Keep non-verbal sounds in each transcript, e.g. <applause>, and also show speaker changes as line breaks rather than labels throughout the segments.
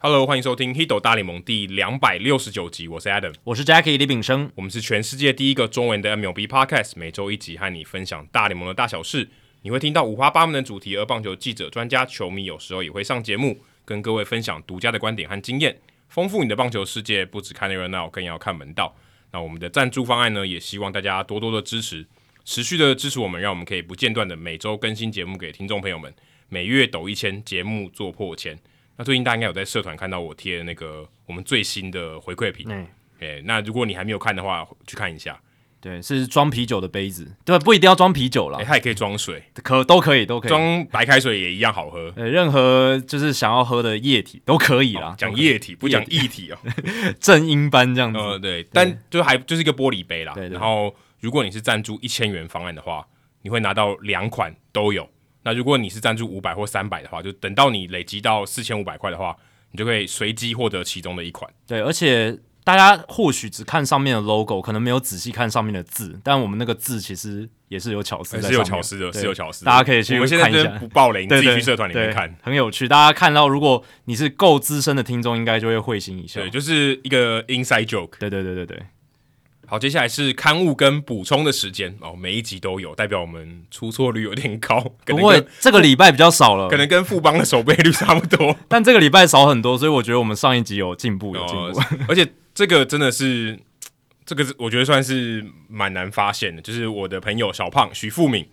Hello，欢迎收听《h i d o 大联盟》第两百六十九集，我是 Adam，
我是 Jackie 李炳生。
我们是全世界第一个中文的 MLB Podcast，每周一集和你分享大联盟的大小事。你会听到五花八门的主题，而棒球记者、专家、球迷有时候也会上节目，跟各位分享独家的观点和经验，丰富你的棒球世界。不只看热闹，更要看门道。那我们的赞助方案呢，也希望大家多多的支持，持续的支持我们，让我们可以不间断的每周更新节目给听众朋友们，每月抖一千，节目做破千。那最近大家应该有在社团看到我贴的那个我们最新的回馈品，
嗯
诶、那如果你还没有看的话，去看一下。
对，是装啤酒的杯子，对，不一定要装啤酒啦，
哎诶、它也可以装水，
可都可以，都可以。
装白开水也一样好喝。
呃，任何就是想要喝的液体都可以啦，
讲
啊都可以
液体不讲液体
<laughs>
哦，
正音班这样子。
呃对，但就还就是一个玻璃杯啦。
对对
然后如果你是赞助一千元方案的话，你会拿到两款都有。那如果你是赞助五百或三百的话，就等到你累积到四千五百块的话，你就可以随机获得其中的一款。
对，而且大家或许只看上面的 logo，可能没有仔细看上面的字，但我们那个字其实也是有巧思在上
哎是
面，
有巧思的，
对
是有巧思的。
大家可以去
我们现在
看一
这
下
边。不爆雷，你
对
自己
对，
去社团里面
对
看。，
很有趣。大家看到，如果你是够资深的听众，应该就会会心一笑。
对，就是一个 inside joke。
对对对对对，
好，接下来是刊物跟补充的时间哦，每一集都有，代表我们出错率有点高， <laughs> 可
不
能
过
跟
这个礼拜比较少了，
可能跟富邦的守备率差不
<laughs>
多。
但这个礼拜少很多，所以我觉得我们上一集有进步，有进
哦
步。，
<laughs> 而且这个真的是，这个是我觉得算是蛮难发现的。就是我的朋友小胖徐富敏，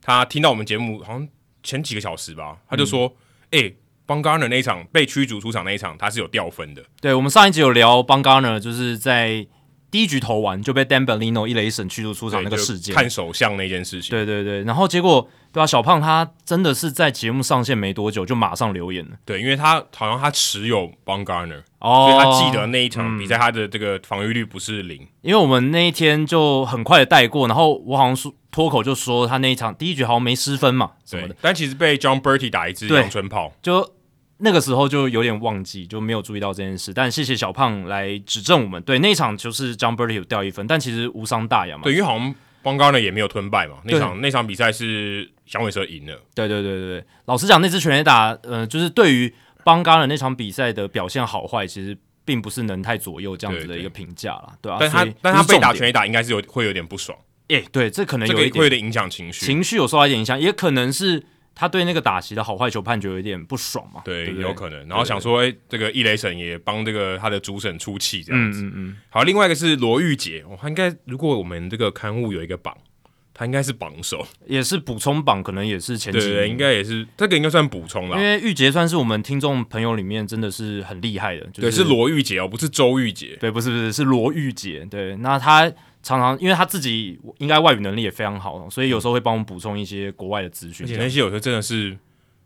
他听到我们节目好像前几个小时吧，他就说：“
嗯
哎、邦加的那一场被驱逐出场那一场，他是有掉分的。
对，我们上一集有聊邦嘎呢，就是在第一局投完就被 Dan Bellino 一雷神驱逐出场那个
对就
事件。
看手相那件事情。
对对对，然后结果对啊，小胖他真的是在节目上线没多久就马上留言了，
对，因为他好像他持有 b o n g a r n e r
哦，
所
嗯
以他记得，那一场比赛他的这个防御率不是零。
因为我们那一天就很快的带过，然后我好像说脱口就说他那一场第一局好像没失分嘛什么
对
的，，
但其实被 John Bertie 打一支
对
阳春炮，
就那个时候就有点忘记，就没有注意到这件事。但谢谢小胖来指正我们，对那一场就是 John Birdie 有掉一分，但其实无伤大雅嘛。
对，因为好像 b o n g a r n e r 也没有吞败嘛，那
对
场那场比赛是响尾蛇赢了。
对对对对对，老实讲，那支全垒打，呃，就是对于邦嘎的那场比赛的表现好坏，其实并不是能太左右这样子的一个评价啦，对啊，
但他
所以
但他
不是
被
重
打
点
全垒打应该是有会有点不爽，
哎、对，这可能
这个
有一
会有
点
点影响情绪。
情绪有受到一点影响，也可能是他对那个打席的好坏球判决有一点不爽嘛，对
对
不，对，
有可能。然后想说，哎，这个易雷神也帮这个他的主审出气这样
嗯
子。
嗯嗯，
好，另外一个是罗玉杰，哦他应该如果我们这个刊物有一个榜，他应该是榜首，
也是补充榜，可能也是前
对
几
对，
名
应。该也是这个应该算补充啦
因。为玉洁算是我们听众朋友里面真的是很厉害的，就
对，是罗玉杰哦，不是周玉杰。
对，不是不是是罗玉洁，对，那他常常因为他自己应该外语能力也非常好，所以有时候会帮我们补充一些国外的资讯
而
这
且
样。
那些有时候真的是，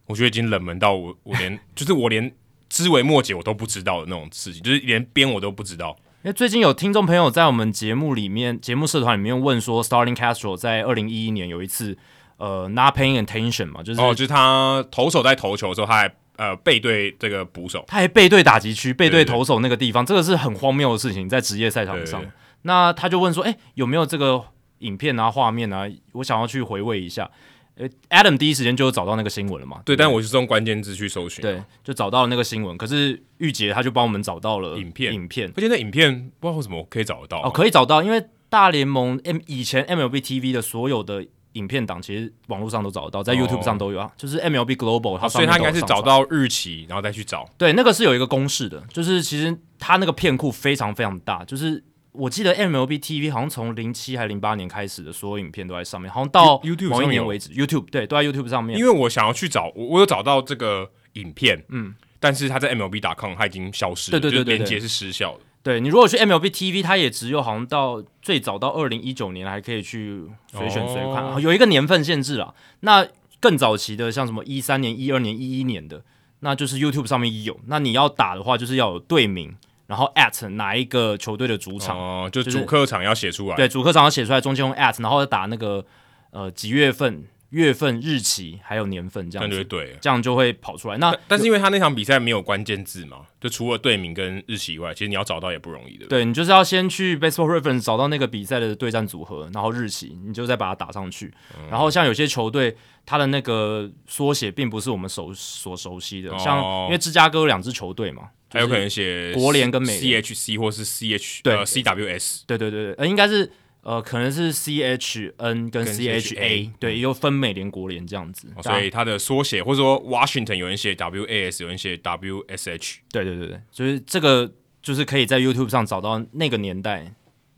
我觉得已经冷门到我我
<laughs>
连就是我连枝微末节我都不知道的那种事情，就是连编我都不知道。
因为最近有听众朋友在我们节目里面、节目社团里面问说，Starling Castro 在二零一一年有一次呃 not paying attention 嘛，就是、
哦，就是他投手在投球的时候，他还呃背对这个捕手，
他还背对打击区、背
对
对
对
投手那个地方，这个是很荒谬的事情，在职业赛
对
场上
对。
那他就问说：“哎、有没有这个影片啊、画面啊？我想要去回味一下。”呃，Adam 第一时间就找到那个新闻了嘛？
对，
不
但我就是用关键字去搜寻。，
对，就找到了那个新闻。可是玉洁她就帮我们找到了
影片
影片
而且那影片不知道为什么可以找得到啊、
哦，可以找到，因为大联盟 M 以前 MLB TV 的所有的影片档，其实网络上都找得到，在
哦
YouTube 上都有啊，就是 MLB Global 它
所
上
以他
面都有上传、
应该是找到日期，然后再去找。
对，那个是有一个公式的，就是其实它那个片库非常非常大，就是我记得 MLB TV 好像从零七还零八年开始的所有影片都在上面，好像到
You- YouTube 上
某一
面
年
有
为止，YouTube 对都在 YouTube 上面
因。为我想要去找，我我有找到这个影片，嗯，但是他在 MLB.com 他已经消失了，
对对对对
就是连接
对
是失效的。
对你如果去 MLB TV，它也只有好像到最早到二零一九年还可以去随选随看，
哦
有一个年份限制啦。那更早期的像什么一三年、一二年、一一年的，那就是 YouTube 上面有。那你要打的话，就是要有队名，然后 at 哪一个球队的主场，
哦，就
就是
主客场要写出来。
对，主客场要写出来，中间用 at，然后再打那个呃几月份月份、日期还有年份
这
这样
样就会
子，
对了。
这样就会跑出来。那
但 <laughs> 但是因为他那场比赛没有关键字嘛，就除了队名跟日期以外，其实你要找到也不容易的。，
对你就是要先去 Baseball Reference 找到那个比赛的对战组合，然后日期，你就再把它打上去。
嗯
然后像有些球队，它的那个缩写并不是我们熟所熟悉的，像
哦
因为芝加哥有两支球队嘛，
还有可能写
国联跟美
C
联
H C 或是 C H
对
呃 C W S
对对对对，呃，应该是呃，可能是 C H N 跟
跟
C H A，
CHA
对，又分美联、国联这样子。
嗯哦
大家
所以它的缩写或者说 Washington 有人写 W A S，有人写 W S H。
对对对对，就是这个，就是可以在 YouTube 上找到那个年代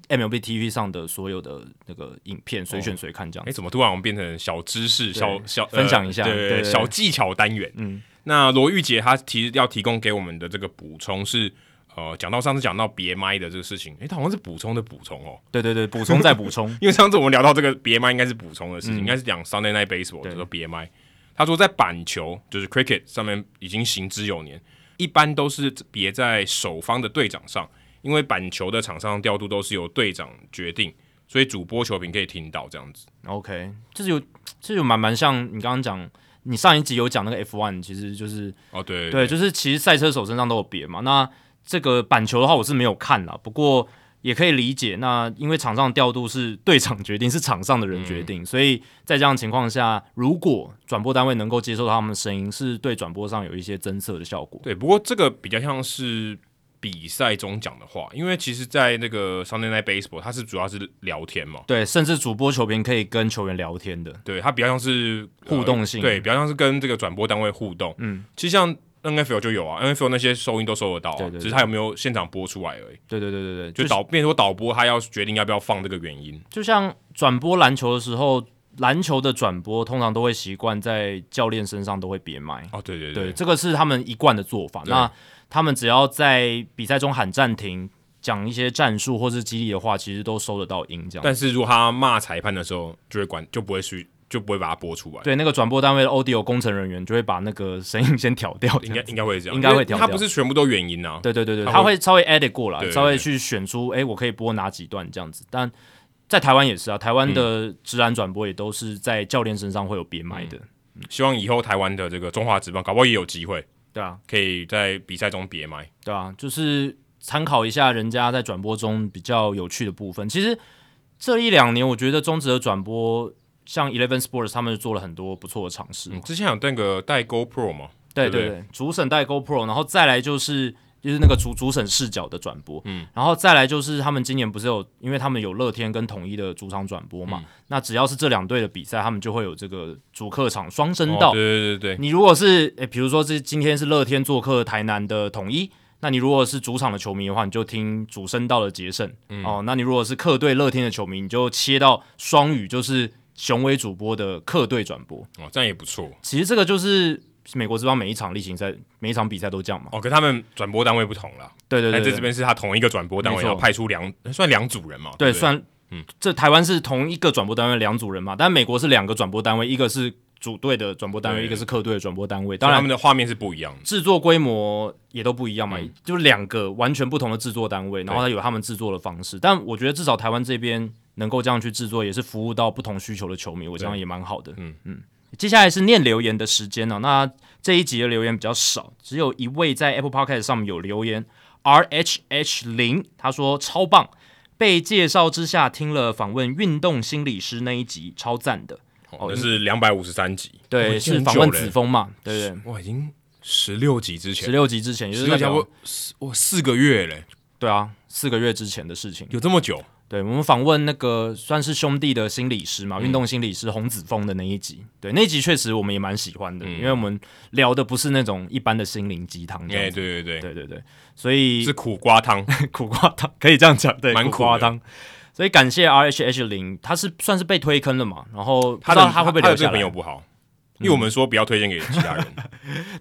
MLB TV 上的所有的那个影片，随选随看这样
哎，
子。
怎么突然我们变成小知识、小小呃
分享一下
对
对对对
小技巧单元？嗯，那罗玉杰他其实要提供给我们的这个补充是，呃，讲到上次讲到别麦的这个事情，诶，他好像是补充的补充哦，。
对对对，补充再补充 <laughs>
因为上次我们聊到这个别麦应该是补充的事情，应该是讲 Sunday Night Baseball，
对
就说别麦。他说在板球就是 cricket 上面已经行之有年，一般都是别在守方的队长上，因为板球的场上调度都是由队长决定，所以主播球评可以听到这样子。
OK，就是有，就是有蛮蛮像你刚刚讲，你上一集有讲那个 F1，其实就是
哦，对
对，就是其实赛车手身上都有别嘛。那这个板球的话，我是没有看啦，不过也可以理解。那因为场上调度是队长决定，是场上的人决
嗯
定，所以在这样的情况下，如果转播单位能够接受到他们的声音，是对转播上有一些增色的效果。
对，不过这个比较像是比赛中讲的话，因为其实，在那个 Sunday Night Baseball，它是主要是聊天嘛，
对，甚至主播、球评可以跟球员聊天的。
对，它比较像是、呃
互动性
对，比较像是跟这个转播单位互动。嗯，其实像 NFL 就有啊，NFL 那些收音都收得到、啊，
对对对
只是它有没有现场播出来而已。
对对对对对，
就
就
导，变成说导播他要决定要不要放这个原因。
就像转播篮球的时候，篮球的转播通常都会习惯在教练身上都会别麦。
哦，对对
对，这个是他们一贯的做法。
对
那他们只要在比赛中喊暂停，讲一些战术或是激励的话，其实都收得到音。这样，
但是如果他骂裁判的时候，就会管，就不会去，就不会把它播出来。
对那个转播单位的 audio 工程人员就会把那个声音先调掉。
应该
这样
应该会这样，
应该会
因为
调
他
掉
不是全部都原因啊。
<laughs> 对对对对，
他会
他会稍微 edit 过来，
对对对
稍微去选出，哎，我可以播哪几段这样子。但在台湾也是啊，台湾的
嗯
直男转播也都是在教练身上会有别麦的，
希望以后台湾的这个中华职棒，搞不好也有机会
对啊，
可以在比赛中别麦。
对啊，就是参考一下人家在转播中比较有趣的部分。其实这一两年，我觉得中职的转播，像 Eleven Sports 他们做了很多不错的尝试。
嗯，之前有那个带 GoPro 嘛，
对
对
对
不
对，主审带 GoPro，然后再来就是就是那个主主审视角的转播，嗯，然后再来就是他们今年不是有，因为他们有乐天跟统一的主场转播
嗯
嘛，那只要是这两队的比赛，他们就会有这个主客场双声道
哦、，对对对对，
你如果是诶，比如说是今天是乐天做客台南的统一，那你如果是主场的球迷的话，你就听主声道的杰胜、
嗯
哦。那你如果是客队乐天的球迷，你就切到双语，就是雄伟主播的客队转播。
哦，这样也不错。
其实这个就是美国之邦每一场例行赛、每一场比赛都这样嘛。
哦，可他们转播单位不同啦，
对对
但
对
在
对
哎这边是他同一个转播单位，
没错
然后派出两算两组人嘛，
对，
不
算
嗯
这台湾是同一个转播单位两组人嘛，但美国是两个转播单位，一个是主队的转播单位，
对
一个是客队的转播单位。
所
当
以他
然
们。的画面是不一样的。
制作规模也都不一样嘛，
嗯
就两个完全不同的制作单位，然后它有他们制作的方式。但我觉得至少台湾这边能够这样去制作，也是服务到不同需求的球迷，我这样也蛮好的。
嗯
嗯。接下来是念留言的时间哦，那这一集的留言比较少，只有一位在 Apple Podcast 上面有留言，R H H 零，他说超棒，被介绍之下听了访问运动心理师那一集，超赞的。
哦，那是两百五十三集，哇
对，
已经
是
很
访
久
问
了
子枫嘛？对不对？
哇，已经十六集之
十
前，
六集之前，也就
十
是
六
代
集
表
我我四个月嘞，
对啊，四个月之前的事情。
有这么久？
对，我们访问那个算是兄弟的心理师
嗯
嘛，运动心理师洪子峰的那一集，对，那一集确实我们也蛮喜欢
嗯
的，因为我们聊的不是那种一般的心灵鸡汤这
哎，
样子，
对对对，
对对对，所以
是苦瓜
<laughs>
汤， <laughs>
苦瓜汤，可以这样讲，对，
蛮苦的
苦瓜汤。所以感谢 R H H 零，他是算是被推坑了嘛，然后不知道
的
他会不会
他
留
的这
下
个朋友
来？嗯
不好，因为我们说不要推荐给其他人，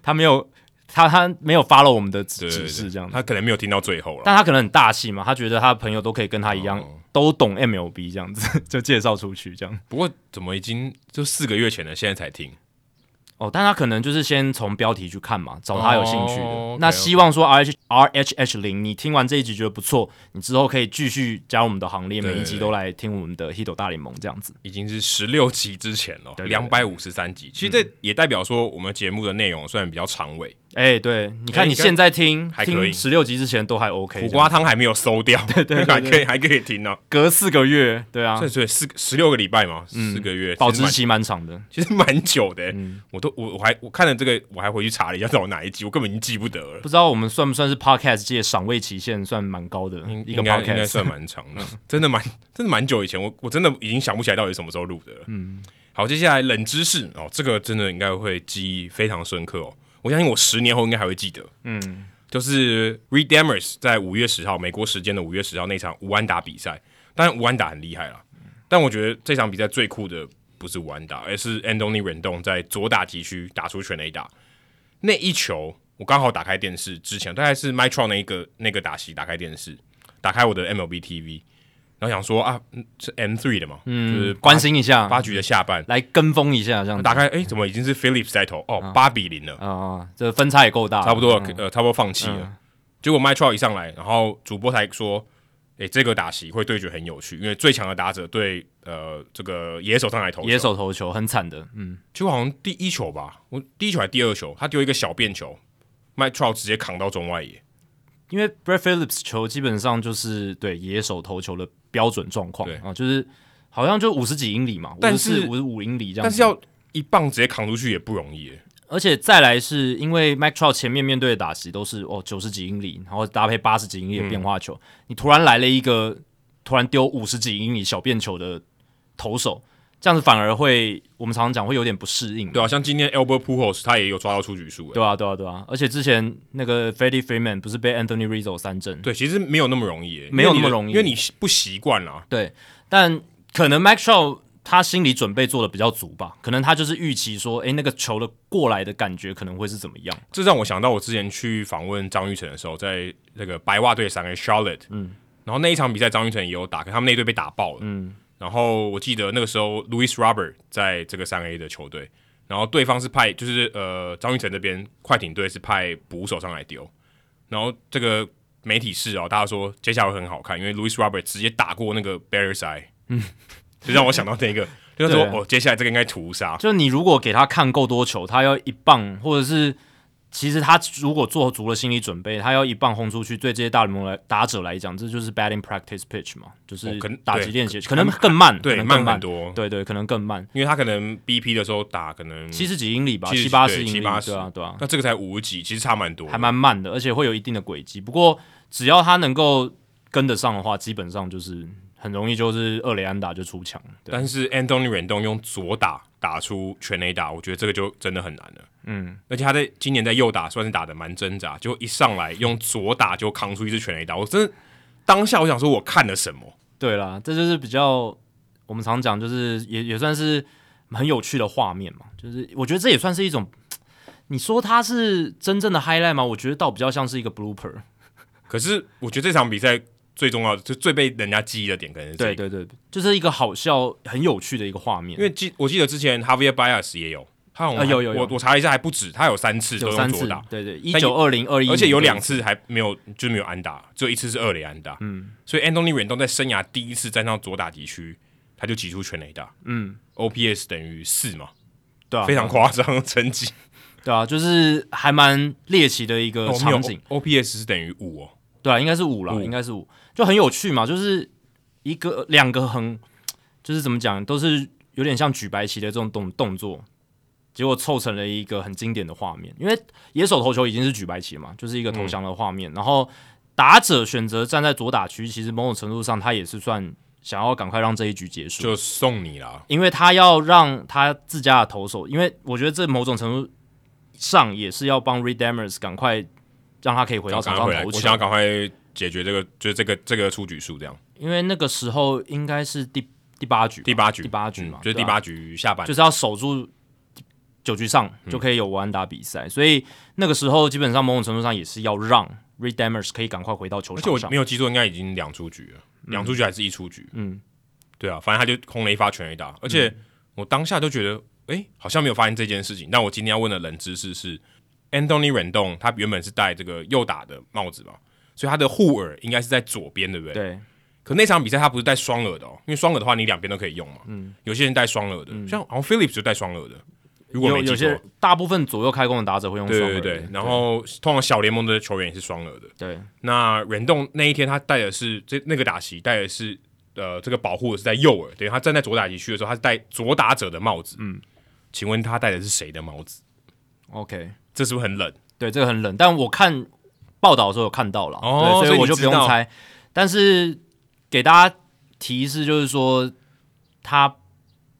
他没有，他他没有发了我们的指
对对
指
对，
示这样子，
他可能没有听到最后了。
但他可能很大气嘛，他觉得他的朋友都可以跟他一
哦
样，都懂 M L B <laughs> 这样子，就介绍出去这样。
不过怎么已经就四个月前了，现在才听？
哦，但他可能就是先从标题去看嘛，找他有兴趣的。
哦，OK，
那希望说 R H R H H 零，你听完这一集觉得不错，你之后可以继续加入我们的行列，
对
每一集都来听我们的《h i t 大联盟》这样子。
已经是十六集之前了，
对对
两百五十三集。其实这也代表说，我们节目的内容虽然比较长尾，
哎、对，你
哎
看你
应该
现在听，
还可以
听十六集之前都还 OK，
苦
这样
瓜汤还没有收掉，对对还可以还可以听呢。
隔四个月，对啊嗯
所以，所以四十六个礼拜嘛，四个月，
保
其实
质
蛮
期嗯蛮长的。
其实蛮久的欸。我都我我还我看了这个，我还回去查了一下，到底哪一集，我根本已经记不得了。
不知道我们算不算是 podcast 界赏味期限算蛮高的
应
一个
应该应该
podcast？嗯
算蛮长的，真的蛮真的蛮久以前，我我真的已经想不起来到底什么时候录的了。嗯，好，接下来冷知识哦，这个真的应该会记忆非常深刻哦，我相信我十年后应该还会记得。嗯，就是 Reed Demers 在五月十号美国时间的五月十号那场吴安达比赛，当然吴安达很厉害啦，但我觉得这场比赛最酷的不是吴安达，而是 Anthony Rendon 在左打击区打出全垒打那一球。我刚好打开电视之前，大概是 Mytron 那一个那个打席，打开电视，打开我的 MLB TV，然后想说啊，嗯是 M three 的嘛，就是八
关心一下，
八局的下半，
来跟风一下这样子。
打开哎，怎么已经是 Phillips 在投？哦，八比零了，
啊、这分差也够大，
差不多了，呃，差不多放弃了。结果 m y t r o 一上来，然后主播才说，哎，这个打席会对决很有趣，因为最强的打者对呃这个野手上来投球，
野手投球很惨的，嗯，
结果好像第一球吧，我第一球还是第二球，他丢一个小便球 m y t r o 直接扛到中外野，
嗯因为 Brad Phillips 球基本上就是对野手投球的标准状况
对
啊，就是好像就五十几英里嘛，
但是
五十五英里这样子，
但是要一棒直接扛出去也不容易耶，
而且再来是因为 Mac Trout 前面面对的打席都是哦九十几英里，然后搭配八十几英
嗯
里的变化球，你突然来了一个突然丢五十几英里小变球的投手，这样子反而会我们常常讲会有点不适应，
对啊，像今天 Albert Pujols 他也有抓到出局数，哎
对啊对啊对啊，而且之前那个 Freddie Freeman 不是被 Anthony Rizzo 三振，
对，其实没有那么容易耶，
没有
因为
那么
你的
容易
因为你不习惯啊啦。
对，但可能 Mac Trout 他心理准备做的比较足吧，可能他就是预期说，诶那个球的过来的感觉可能会是怎么样。
这让我想到我之前去访问张玉成的时候，在那个白袜队三个 Charlotte，嗯，然后那一场比赛张玉成也有打，可他们那队被打爆了，嗯，然后我记得那个时候 Louis Robert 在这个三 A 的球队，然后对方是派就是呃张玉成这边快艇队是派捕手上来丢，然后这个媒体室哦，大家说接下来会很好看，因为 Louis Robert 直接打过那个 Barry s <laughs> i 嗯，就让我想到那个，就是说
对啊
哦，接下来这个应该屠杀，
就你如果给他看够多球，他要一棒，或者是其实他如果做足了心理准备，他要一棒轰出去，对这些大联盟来打者来讲，这就是 batting practice pitch 嘛，就
哦
是
可能
打击
对
练习，可能更慢，可
对，
能更
慢
慢
很，多。嗯
对对，可能更慢，
因为他可能 BP 的时候打可能
七十几英里吧，
70
啊七八十
对
英里，
70
对啊对啊，
那这个才五级，其实差蛮多的，
还蛮慢的，而且会有一定的轨迹。不过只要他能够跟得上的话，基本上就是很容易就是二雷安打就出墙了，对啊
但是 Anthony Rendon 用左打打出全垒打，我觉得这个就真的很难了。嗯，而且他在今年在右打算是打的蛮挣扎，结果一上来用左打就扛出一支全垒打，我真的当下我想说我看了什么？
对啦，这就是比较我们常讲，就是也也算是很有趣的画面嘛。就是我觉得这也算是一种，你说它是真正的 highlight 吗？我觉得倒比较像是一个 blooper。
可是我觉得这场比赛最重要的，就最被人家记忆的点，可能是这个
对对对，就是一个好笑、很有趣的一个画面。
因为记我记得之前 Javier Bias 也有，他好像、
啊有有有
我我查了一下还不止，他有三次都
有
用
三
左
次
打，，
对对，一
但
九二零二一，
而且有两次还没有，就是没有安打，只有一次是二垒安打。嗯，所以 Anthony Rendon 在生涯第一次站上左打击区，他就挤出全垒打。嗯，OPS 等于四嘛，
对啊，
非常夸张的成
<laughs>
绩。
对啊，就是还蛮猎奇的一个
哦没有
场景。
OPS 是等于五哦，
对啊，应该是五啦，
五
应该是五，就很有趣嘛，就是一个两个很，就是怎么讲，都是有点像举白旗的这种动动作，结果凑成了一个很经典的画面。因为野手投球已经是举白旗了嘛，就是一个投
嗯
降的画面，然后打者选择站在左打区，其实某种程度上他也是算想要赶快让这一局结束，
就送你啦。
因为他要让他自家的投手，因为我觉得这某种程度上也是要帮 Redemers 赶快让他可以回到
赶
场
快
上
回来，
投
我
球
想。要赶快解决这个，就是这个这个出局数这样。
因为那个时候应该是第第八局吧，
第八局，
第八局
嗯
嘛，
就是
对
第
啊
八局下半
就。是要守住九局上
嗯
就可以有完安打比赛，所以那个时候基本上某种程度上也是要让 Redemers 可以赶快回到球
而且
场
我
上
没。有记错，应该已经两出局了，两出局还是一出局？
嗯，
嗯对啊，反正他就空了一发全垒打，而且我当下就觉得诶，好像没有发现这件事情。但我今天要问的冷知识是，Anthony Rendon 他原本是戴这个右打的帽子嘛，所以他的护耳应该是在左边，对不对？
对，
可那场比赛他不是戴双耳的哦，因为双耳的话你两边都可以用嘛。嗯，有些人戴双耳的，像好像 Phillips 就戴双耳的，如果
有
没记
有
错
些。大部分左右开弓的打者会用
对
双耳
对
的，
对，然后通常小联盟的球员也是双耳的。
对
那忍动那一天他戴的是这那个打席戴的是呃这个保护的是在右耳，等于他站在左打击区的时候，他是戴左打者的帽子。嗯，请问他戴的是谁的帽子？
，OK，
这是不是很冷？
对，这个很冷，但我看报道的时候有看到了，
哦
对
所以
所以
你
我就不
知道
用猜。但是给大家提示就是说，它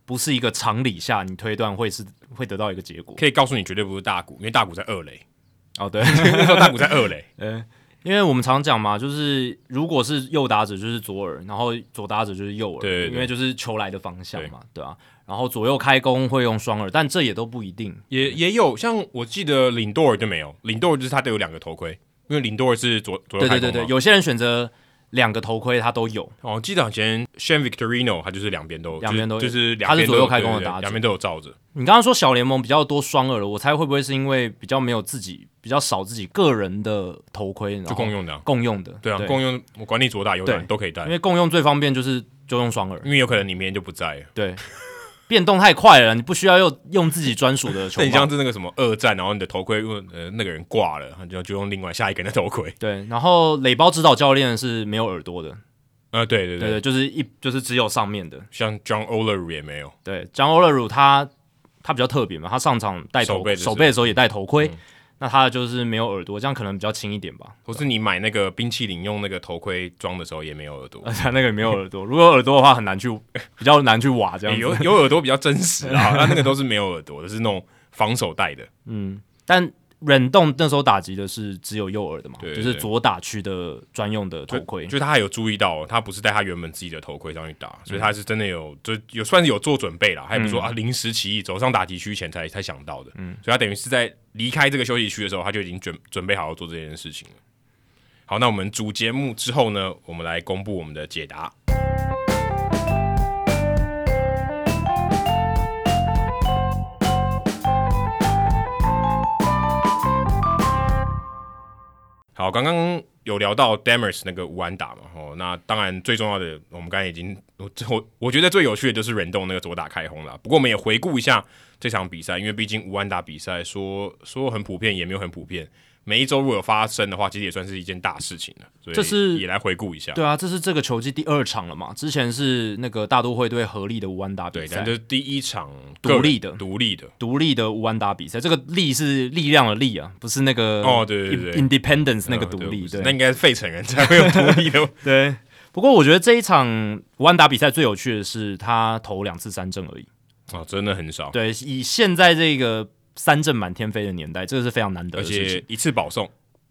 不是一个常理下你推断会是会得到一个结果。
可以告诉你绝对不是大谷，因为大谷在二垒， <laughs>
哦，对，
那时候大谷在二垒。
呃，因为我们常讲嘛，就是如果是右打者就是左耳，然后左打者就是右耳，
对对对
因为就是球来的方向嘛，对啊。然后左右开弓会用双耳，但这也都不一定。
也也有像我记得领舵尔就没有，领舵尔就是他都有两个头盔，因为领舵尔是左左右
对
开
对
弓
对对，
嘛
有些人选择两个头盔，他都有。
哦，我记得以前 Shan Victorino 他就是两边都有
两边都有
就是两
他是
边都有
左右开弓的
对对对
打者
两边都有罩着。
你刚刚说小联盟比较多双耳的，我猜会不会是因为比较没有自己比较少自己个人的头盔，然后
就共用的啊
共用的，
对啊，共用我管你左打右打
对
都可以戴
因，为共用最方便就是就用双耳，
因为有可能你明天就不在了。 <laughs>
对，变动太快了，你不需要用用自己专属的球
那你
帽
像，是那个什么二战，然后你的头盔，因为呃那个人挂了，就就用另外下一个人的头盔。
对，然后垒包指导教练是没有耳朵的，
呃，对对
对
对，
对，就是一就是只有上面的，
像 John Oleru 也没有，
对，张欧勒鲁他他比较特别嘛，他上场戴头
手背的时候嗯
手背的时候也戴头盔，那他就是没有耳朵，这样可能比较轻一点
<laughs>
吧。
或是你买那个冰淇淋用那个头盔装的时候也没有耳朵
而。且那个也没有耳 <laughs> 朵，如果有耳朵的话很难去， <laughs> 比较难去挖这样
欸
子。
有有耳朵比较真实 <laughs> 啊，那那个都是没有耳朵的，是那种防手带的。
嗯，但忍动那时候打击的是只有右耳的嘛，
对
就
对
是左打区的专用的头盔。
就他还有注意到哦，他不是戴他原本自己的头盔上去打，所以他是真的有，就有算是有做准备啦，还不是说、啊临时起意走上打击区前才才想到的。嗯，所以他等于是在离开这个休息区的时候，他就已经准准备好要做这件事情了。好，那我们主节目之后呢，我们来公布我们的解答。好，刚刚有聊到 Demers 那个无安打嘛，哦，那当然最重要的，我们刚才已经我我我觉得最有趣的就是忍动那个左打开轰了。不过我们也回顾一下这场比赛，因为毕竟无安打比赛说说很普遍也没有很普遍，每一周如果有发生的话，其实也算是一件大事情了。所以
这是
也来回顾一下，
对啊，这是这个球季第二场了嘛？之前是那个大都会队合力的无安打比
对，
赛
但这，是第一场
独
个人
立的
独立的，
独立的无安打比赛。这个力是力量的力啊，不是那个
哦对对对对
i n d e p e n d e n c e 那个
嗯
独立。
那应该是费城人才会有独立
<laughs>
的
对。不过我觉得这一场无安打比赛最有趣的是他投两次三振而已。
哦，真的很少，
对，以现在这个三振满天飞的年代，这个是非常难得
而
的事情。
且嗯一次保送，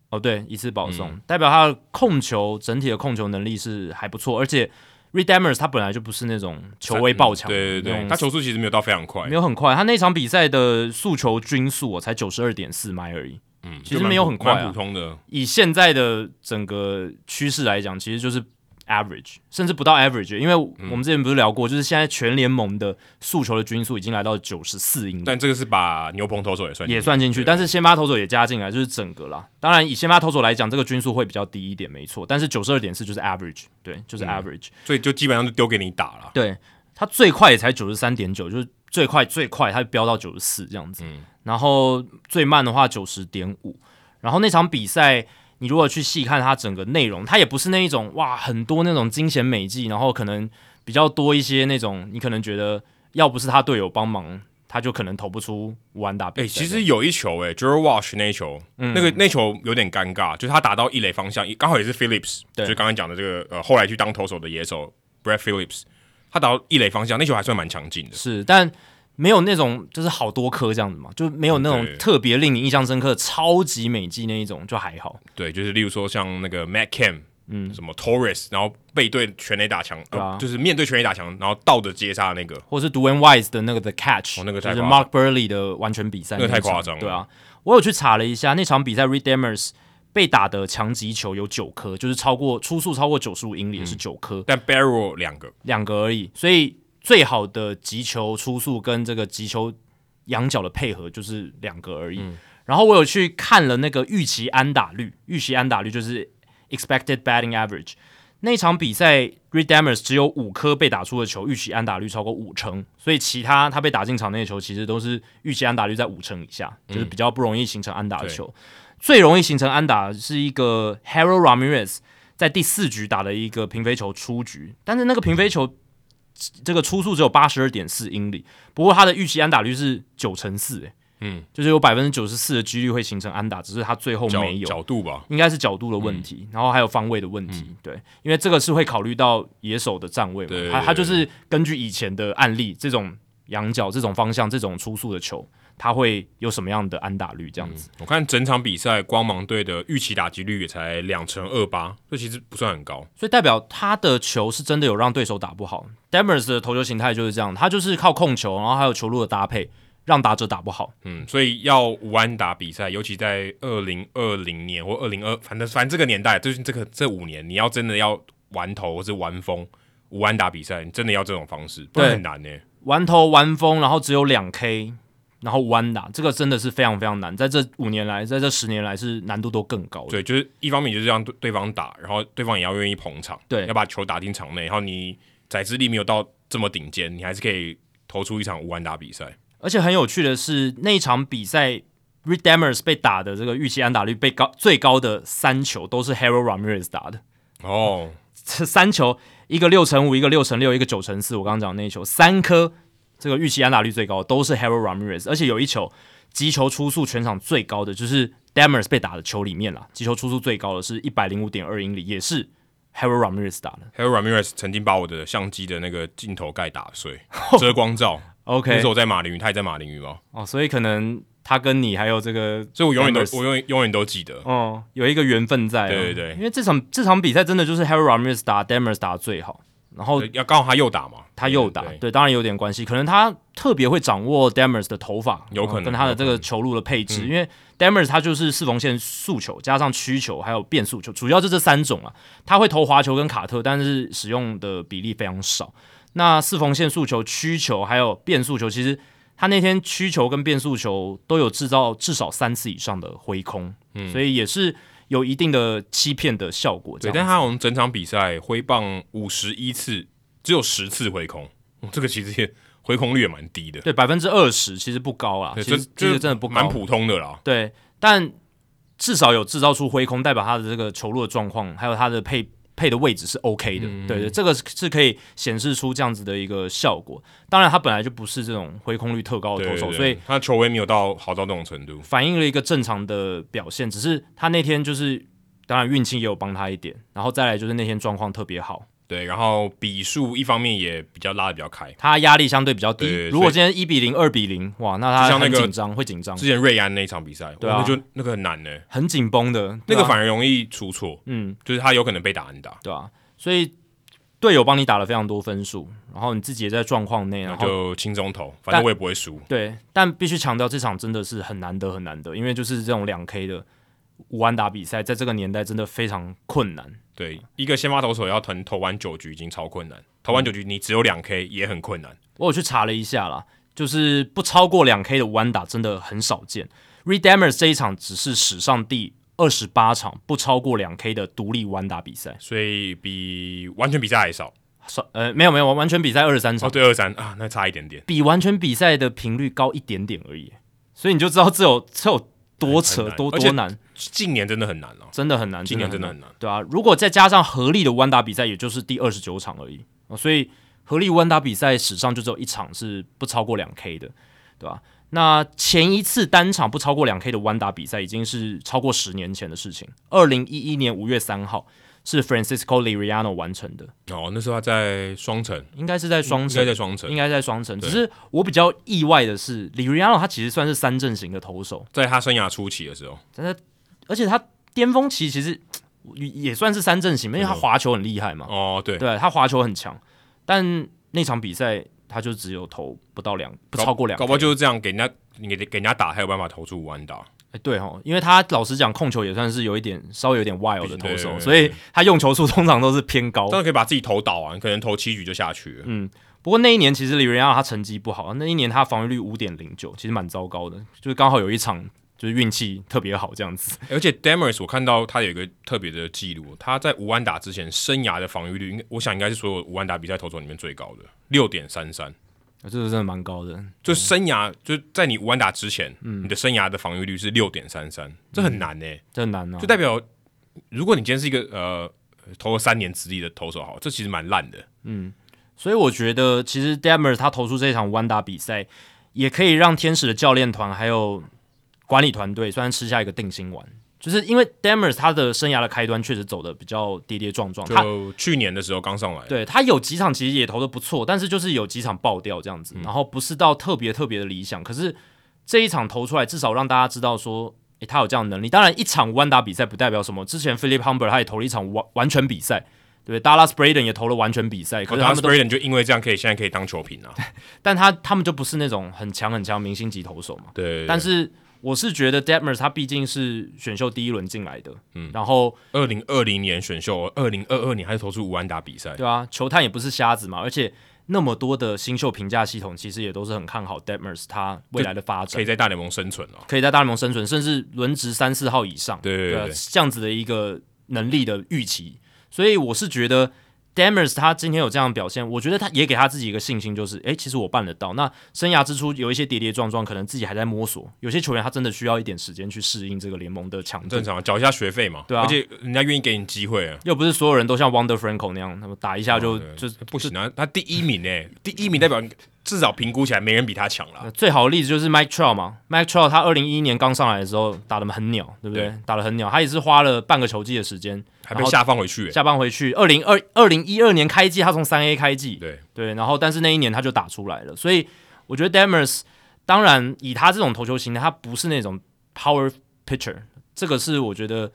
哦，对，一次保送，代表他的控球整体的控球能力是还不错，而且 Redemers 他本来就不是那种球威爆强的那
对
种，
对对，他球速其实没有到非常快
没，有很快，他那场比赛的速球均速、哦、才九十二点四迈而已。
嗯，
其实
就蛮
没有
普
很快啊
蛮普通的，
以现在的整个趋势来讲，其实就是 average，甚至不到 average，因为我们之前不是聊过，就是现在全联盟的速球的均速已经来到九十四英里。
但这个是把牛棚投手也算
也算进去，
对
但是先发投手也加进来，就是整个啦。当然，以先发投手来讲，这个均数会比较低一点，没错。但是九十二点四就是 average，对，就是 average、
所以就基本上就丢给你打了。
对，他最快也才九十三点九，就是最快最快，他就飙到九十四这样子。
嗯
然后最慢的话九十点五。然后那场比赛，你如果去细看它整个内容，它也不是那一种哇很多那种惊险美技，然后可能比较多一些那种你可能觉得要不是他队友帮忙，他就可能投不出五安打比
哎、
赛。
其实有一球、哎 j e r Wash 那一球，
嗯
那个那球有点尴尬，就是他打到一垒方向，刚好也是 Phillips，就
对
是刚刚讲的这个呃，后来去当投手的野手 Brad Phillips，他打到一垒方向，那球还算蛮强劲的。
是，但没有那种就是好多颗这样子嘛，就没有那
嗯对
种特别令你印象深刻、超级美记那一种，就还好。
对，就是例如说像那个 Matt Cam，嗯，什么 Torres，然后背对全垒打墙、
对啊
呃就是面对全垒打墙，然后倒着接杀那个，
或是 Dwayne Wise 的那个的 Catch，、
哦那个
就
太
是
夸
Mark Burley 的完全比赛
那个
一场
太夸张了
对啊，我有去查了一下那场比赛 Redemers 被打的强击球有九颗，就是超过初速超过九十五英里也是九颗，
但 Barrel 两个，
两、个而已。所以最好的击球初速跟这个击球羊角的配合就是两个而已。
嗯
然后我有去看了那个预期安打率，预期安打率就是 expected batting average。那场比赛 r e d a m e r s 只有五颗被打出的球，预期安打率超过五成，所以其他他被打进场内的球其实都是预期安打率在五成以下，就是比较不容易形成安打的球。最容易形成安打是一个 Harold Ramirez 在第四局打的一个平飞球出局，但是那个平飞球这个出速只有八十二点四英里，不过他的预期安打率是九成四，诶，
嗯，
就是有百分之九十四的几率会形成安打，只是他最后
角
没有，
角度吧，
应该是角度的问
嗯
题，然后还有方位的问题，对，因为这个是会考虑到野手的站位嘛
对，
他他
对
就是根据以前的案例，这种仰角、这种方向、这种出速的球，他会有什么样的安打率这样子？
我看整场比赛光芒队的预期打击率也才两成二八，这其实不算很高。
所以代表他的球是真的有让对手打不好。Demers 的投球形态就是这样，他就是靠控球，然后还有球路的搭配，让打者打不好。
嗯，所以要无安打比赛，尤其在二零二零年或二零二，反正反正这个年代，最近这个这五年，你要真的要玩头或是玩疯无安打比赛，你真的要这种方式，不然
对
很难呢、
玩头玩疯，然后只有两 K，然后弯打，这个真的是非常非常难。在这五年来，在这十年来是难度都更高的。
对，就是一方面就是让对对方打，然后对方也要愿意捧场，
对
要把球打进场内，然后你载资力没有到这么顶尖，你还是可以投出一场无安打比赛。
而且很有趣的是，那一场比赛 Redemers 被打的这个预期安打率被高最高的三球都是 Harold Ramirez 打的， <laughs>
哦，
这三球一个六乘五，一个六乘六，一个九乘四。我刚刚讲的那一球，三颗这个预期安打率最高的都是 Harold Ramirez，而且有一球击球出速全场最高的就是 Demers 被打的球里面啦，击球出速最高的是一百零五点二英里，也是 Harold Ramirez 打的。
还有 Ramirez 曾经把我的相机的那个镜头盖打
<laughs>
碎，遮光罩。那
OK，
时候我在马林鱼，他也在马林鱼嘛，
哦，所以可能他跟你还有这个
所以我永远都
Demers
我永远永远都记得。
哦，有一个缘分在、哦。
对对对
因为这场这场比赛真的就是 Harold Ramirez 打 Demers 打得最好，然后
对要刚好他右打嘛，
他右打，
对
对，当然有点关系，可能他特别会掌握 Demers 的头发，哦
有可能嗯
跟他的这个球路的配置，因为 Demers 他就是四缝线速球加上曲球还有变速球，主要就这三种啊。他会投滑球跟卡特，但是使用的比例非常少。那四缝线速球、曲球还有变速球，其实他那天曲球跟变速球都有制造至少三次以上的挥空，
嗯
所以也是有一定的欺骗的效果这
对，
样。
但他好像整场比赛挥棒五十一次，只有十次挥空，哦这个其实也挥空率也蛮低的，
对百分之二十其实不高啊，
对，
其实
这
其
这
实真的不高，啊
蛮普通的啦。
对，但至少有制造出挥空，代表他的这个球路的状况，还有他的配配的位置是 OK 的。
嗯
对对，这个是是可以显示出这样子的一个效果。当然，他本来就不是这种挥空率特高的
对对
投手，
对
所以
他球威没有到好到那种程度。
反映了一个正常的表现。只是他那天就是，当然运气也有帮他一点，然后再来就是那天状况特别好，
对，然后比数一方面也比较拉的比较开。
他压力相对比较低。
对
如
所
果
以
今天一比零、二比零，哇，那
就
他
像那
很
个
紧张，会紧张
之，前瑞安那一场比赛，
对啊啊
哇那就那个很难呢、
很紧绷的。
那
对
个
啊
反而容易出错，
嗯，
就是他有可能被打安打，
对啊，所以队友帮你打了非常多分数，然后你自己也在状况内，
那
然后
就轻松投，反正我也不会输。
对，但必须强调这场真的是很难得很难得，因为就是这种两 K 的五安打比赛，在这个年代真的非常困难。
对，一个先发投手要投投完九局已经超困难，投完九局你只有两 K 也很困难。
我有去查了一下啦，就是不超过两 K 的五安打真的很少见。Redemers 这一场只是史上第二十八场不超过两 K 的独立五安打比赛，
所以比完全比赛还少。
算呃没有没有完全比赛二十三
哦，，
场
对，二三啊，那差一点点，
比完全比赛的频率高一点点而已，所以你就知道这有这有多
很
扯
难
多
而且
多难，
近年真的很难了、
真的很难，
今年真的
的
很难。
对啊，如果再加上合力的弯打比赛，也就是第二十九场而已，哦所以合力弯打比赛史上就只有一场是不超过两 K 的，对吧、那前一次单场不超过两 K 的弯打比赛已经是超过十年前的事情，二零一一年五月三号是 Francisco Liriano 完成的，
哦，那时候他在双城，
应该是在双
应该
城
在双城
应，该在双城。
对
只是我比较意外的是，里瑞安诺他其实算是三阵型的投手，
在他生涯初期的时候，
但他而且他巅峰期其实也也算是三阵型，因为他
嗯
滑球很厉害嘛，
哦，对，
对他滑球很强，但那场比赛他就只有投不到两，不超过两 K，
搞不好就是这样给人家，你给给人家打，才有办法投出五安打。
哎对哦，因为他老实讲控球也算是有一点稍微有点 wild 的投
对对
手，
对
所以他用球数通常都是偏高。
当然可以把自己投倒啊，你可能投七局就下去了。
嗯，不过那一年其实里瑞亚他成绩不好，那一年他防御率五点零九，其实蛮糟糕的，就是刚好有一场就是运气特别好这样子。
而且 Demers 我看到他有一个特别的记录，他在无安打之前生涯的防御率，应该我想应该是所有无安打比赛投手里面最高的，六点三三。
这个真的蛮高的，
就生涯，就在你无安打之前，你的生涯的防御率是六点三三，这很难呢、
这很难啊。
就代表如果你今天是一个呃投了三年之力的投手，好，这其实蛮烂的。
所以我觉得，其实 Demers 他投出这场弯打比赛，也可以让天使的教练团还有管理团队，虽然吃下一个定心丸，就是因为 Demers 他的生涯的开端确实走的比较跌跌撞撞，他
就去年的时候刚上来，
对他有几场其实也投的不错，但是就是有几场爆掉这样
嗯
子，然后不是到特别特别的理想，可是这一场投出来，至少让大家知道说。诶、他有这样的能力。当然，一场弯打比赛不代表什么。之前 Philip Humber 他也投了一场完完全比赛，对不对？Dallas Braden 也投了完全比赛，
可
可是
是
他
Thomas
们都
Braden 哦就因为这样可以现在可以当球评啊。
但他他们就不是那种很强很强明星级投手嘛。
对对，
但是我是觉得 Demers 他毕竟是选秀第一轮进来的，嗯，然后
二零二零年选秀，二零二二年还是投出无安打比赛，
对啊，球探也不是瞎子嘛，而且那么多的新秀评价系统其实也都是很看好 Demers 他未来的发
可
展
以。在大联盟生存哦。
可以在大联盟生存，甚至轮值三四号以上，
对对对
啊
对
这样子的一个能力的预期。所以我是觉得 Demers 他今天有这样的表现，我觉得他也给他自己一个信心，就是诶，其实我办得到。那生涯之初有一些跌跌撞撞，可能自己还在摸索，有些球员他真的需要一点时间去适应这个联盟的强度
正。常，缴一下学费嘛。
对啊
而且人家愿意给你机会啊。
又不是所有人都像 Wonder Franco 那样，那么打一下
哦
就、就
不行啊，他第一名呢、第一名代表至少评估起来没人比他强啦。
呃最好的例子就是 Mike Trout 嘛，Mike Trout 他二零一一年刚上来的时候打得很鸟，对不对？打得很鸟，他也是花了半个球季的时间，
还
然
被
后
下放回去、欸。
下班回去。二零二二零一二年开季，他从三 A 开季，
对，
对，然后但是那一年他就打出来了，所以我觉得 Demers 当然以他这种投球型态，他不是那种 power pitcher，这个是我觉得。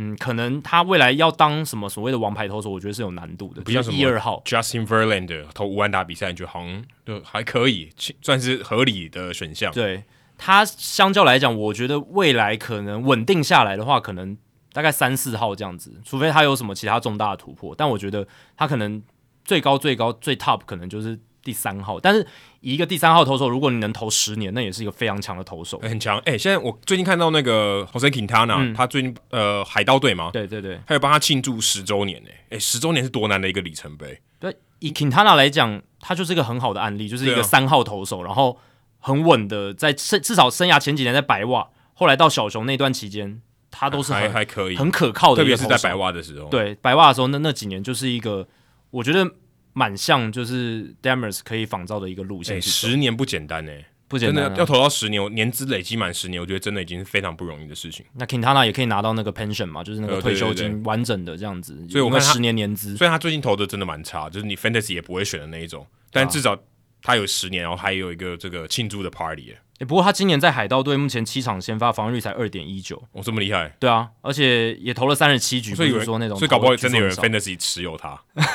嗯，可能他未来要当什么所谓的王牌投手，我觉得是有难度的，
不像什么
一二号。
Justin Verlander 投无安打比赛，你觉得好像就还可以，其算是合理的选项。
对他相较来讲，我觉得未来可能稳定下来的话，可能大概三四号这样子，除非他有什么其他重大的突破。但我觉得他可能最高最高最 top 可能就是第三号。但是以一个第三号投手，如果你能投十年，那也是一个非常强的投手。
欸很强。哎、现在我最近看到那个 Jose Quintana，、他
嗯
最近呃海盗队嘛，
对对对，
还有帮他庆祝十周年呢、欸。哎、十周年是多难的一个里程碑。
对以 Quintana 来讲，他就是一个很好的案例，就是一
对
个
啊
三号投手，然后很稳的，在至至少生涯前几年在白袜，后来到小熊那段期间，他都是
还
很
还可以，
很可靠的
特
一
别
个投
是
手，
在白袜的时候。，
对白袜的时候，那那几年就是一个，我觉得蛮像就是 Demers 可以仿照的一个路
哎、
线去走、
十年不简单欸呢、
不简
真
单、
的要
啊。
投到十年，我年资累积满十年，我觉得真的已经是非常不容易的事情。
那 Quintana 也可以拿到那个 pension 嘛，就是那
呃对
个退
对
休
对
金完整的这样子，
所以我
有没有
看他
十年年资。
虽然他最近投的真的蛮差，就是你 fantasy 也不会选的那一种，但至少他有十年，然后还有一个这个庆祝的 party，欸
诶不过他今年在海盗队目前七场先发防御率才二点一九，
哦，这么厉害，
对啊，而且也投了三十七局，
所以有
不
人
是说那种
所以搞不好真的有人
非
fantasy 持有他， <laughs>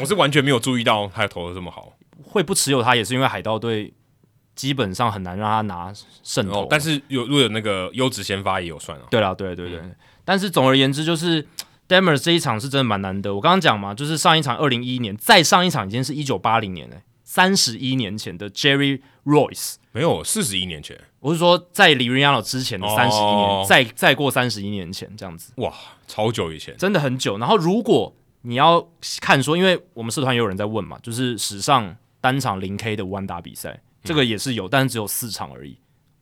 我是完全没有注意到他投的这么好，
会不持有他，也是因为海盗队基本上很难让他拿胜
然
嗯
后
投
哦
嘛，
但是有如果有那个优质先发也有算啊，
对啦，对对对。但是总而言之，就是 Demers 这一场是真的蛮难得。我刚刚讲嘛，就是上一场二零一一年，再上一场已经是一九八零年了，三十一年前的 Jerry Royce。
没有四十一年前，
我是说，在里瑞亚诺之前的三十一年，
哦
再再过三十一年前这样子，
哇，超久以前，
真的很久。然后如果你要看说，因为我们社团也有人在问嘛，就是史上单场零 K 的弯打比赛，这个也是有，但是只有四场而已。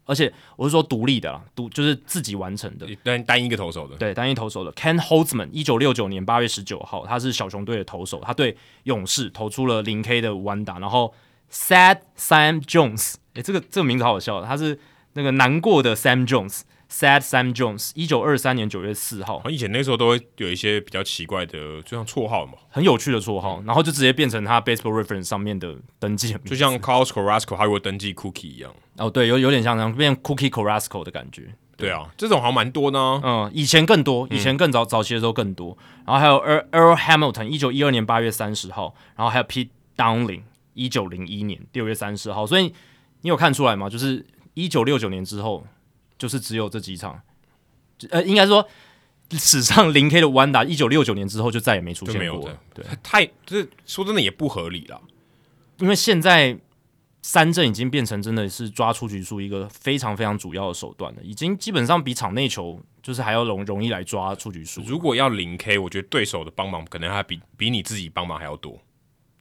而且我是说独立的啦，独就是自己完成的。
单单一个投手的，
对，单一投手的 Ken Holzman，一九六九年八月十九号，他是小熊队的投手，他对勇士投出了零 K 的弯打。然后 Sad Sam Jones，诶，这个这个名字好好笑，啊他是那个难过的 Sam Jones，Sad Sam Jones，一九二三年九月四号
好，像以前那时候都会有一些比较奇怪的，就像绰号嘛，
很有趣的绰号，然后就直接变成他 Baseball Reference 上面的登记的名
就
字。
像 Carlos Carrasco 还有登记 Cookie 一样，
哦，对，有有点像这样变 Cookie Carrasco 的感觉。
对啊，这种好像蛮多呢，
嗯，以前更多，以前更早、早期的时候更多。然后还有 Earl Earl Hamilton，一九一二年八月三十号，然后还有 Pete Downing，一九零一年六月三十号。所以你有看出来吗？就是一九六九年之后，就是只有这几场，呃，应该说史上零 K 的弯打，一九六九年之后就再也没出
就
现
没有
过
的
了。对，
太这说真的也不合理啦。
因为现在三振已经变成真的是抓出局数一个非常非常主要的手段了，已经基本上比场内球就是还要容容易来抓出局数。
如果要零 K，我觉得对手的帮忙可能还比比你自己帮忙还要多，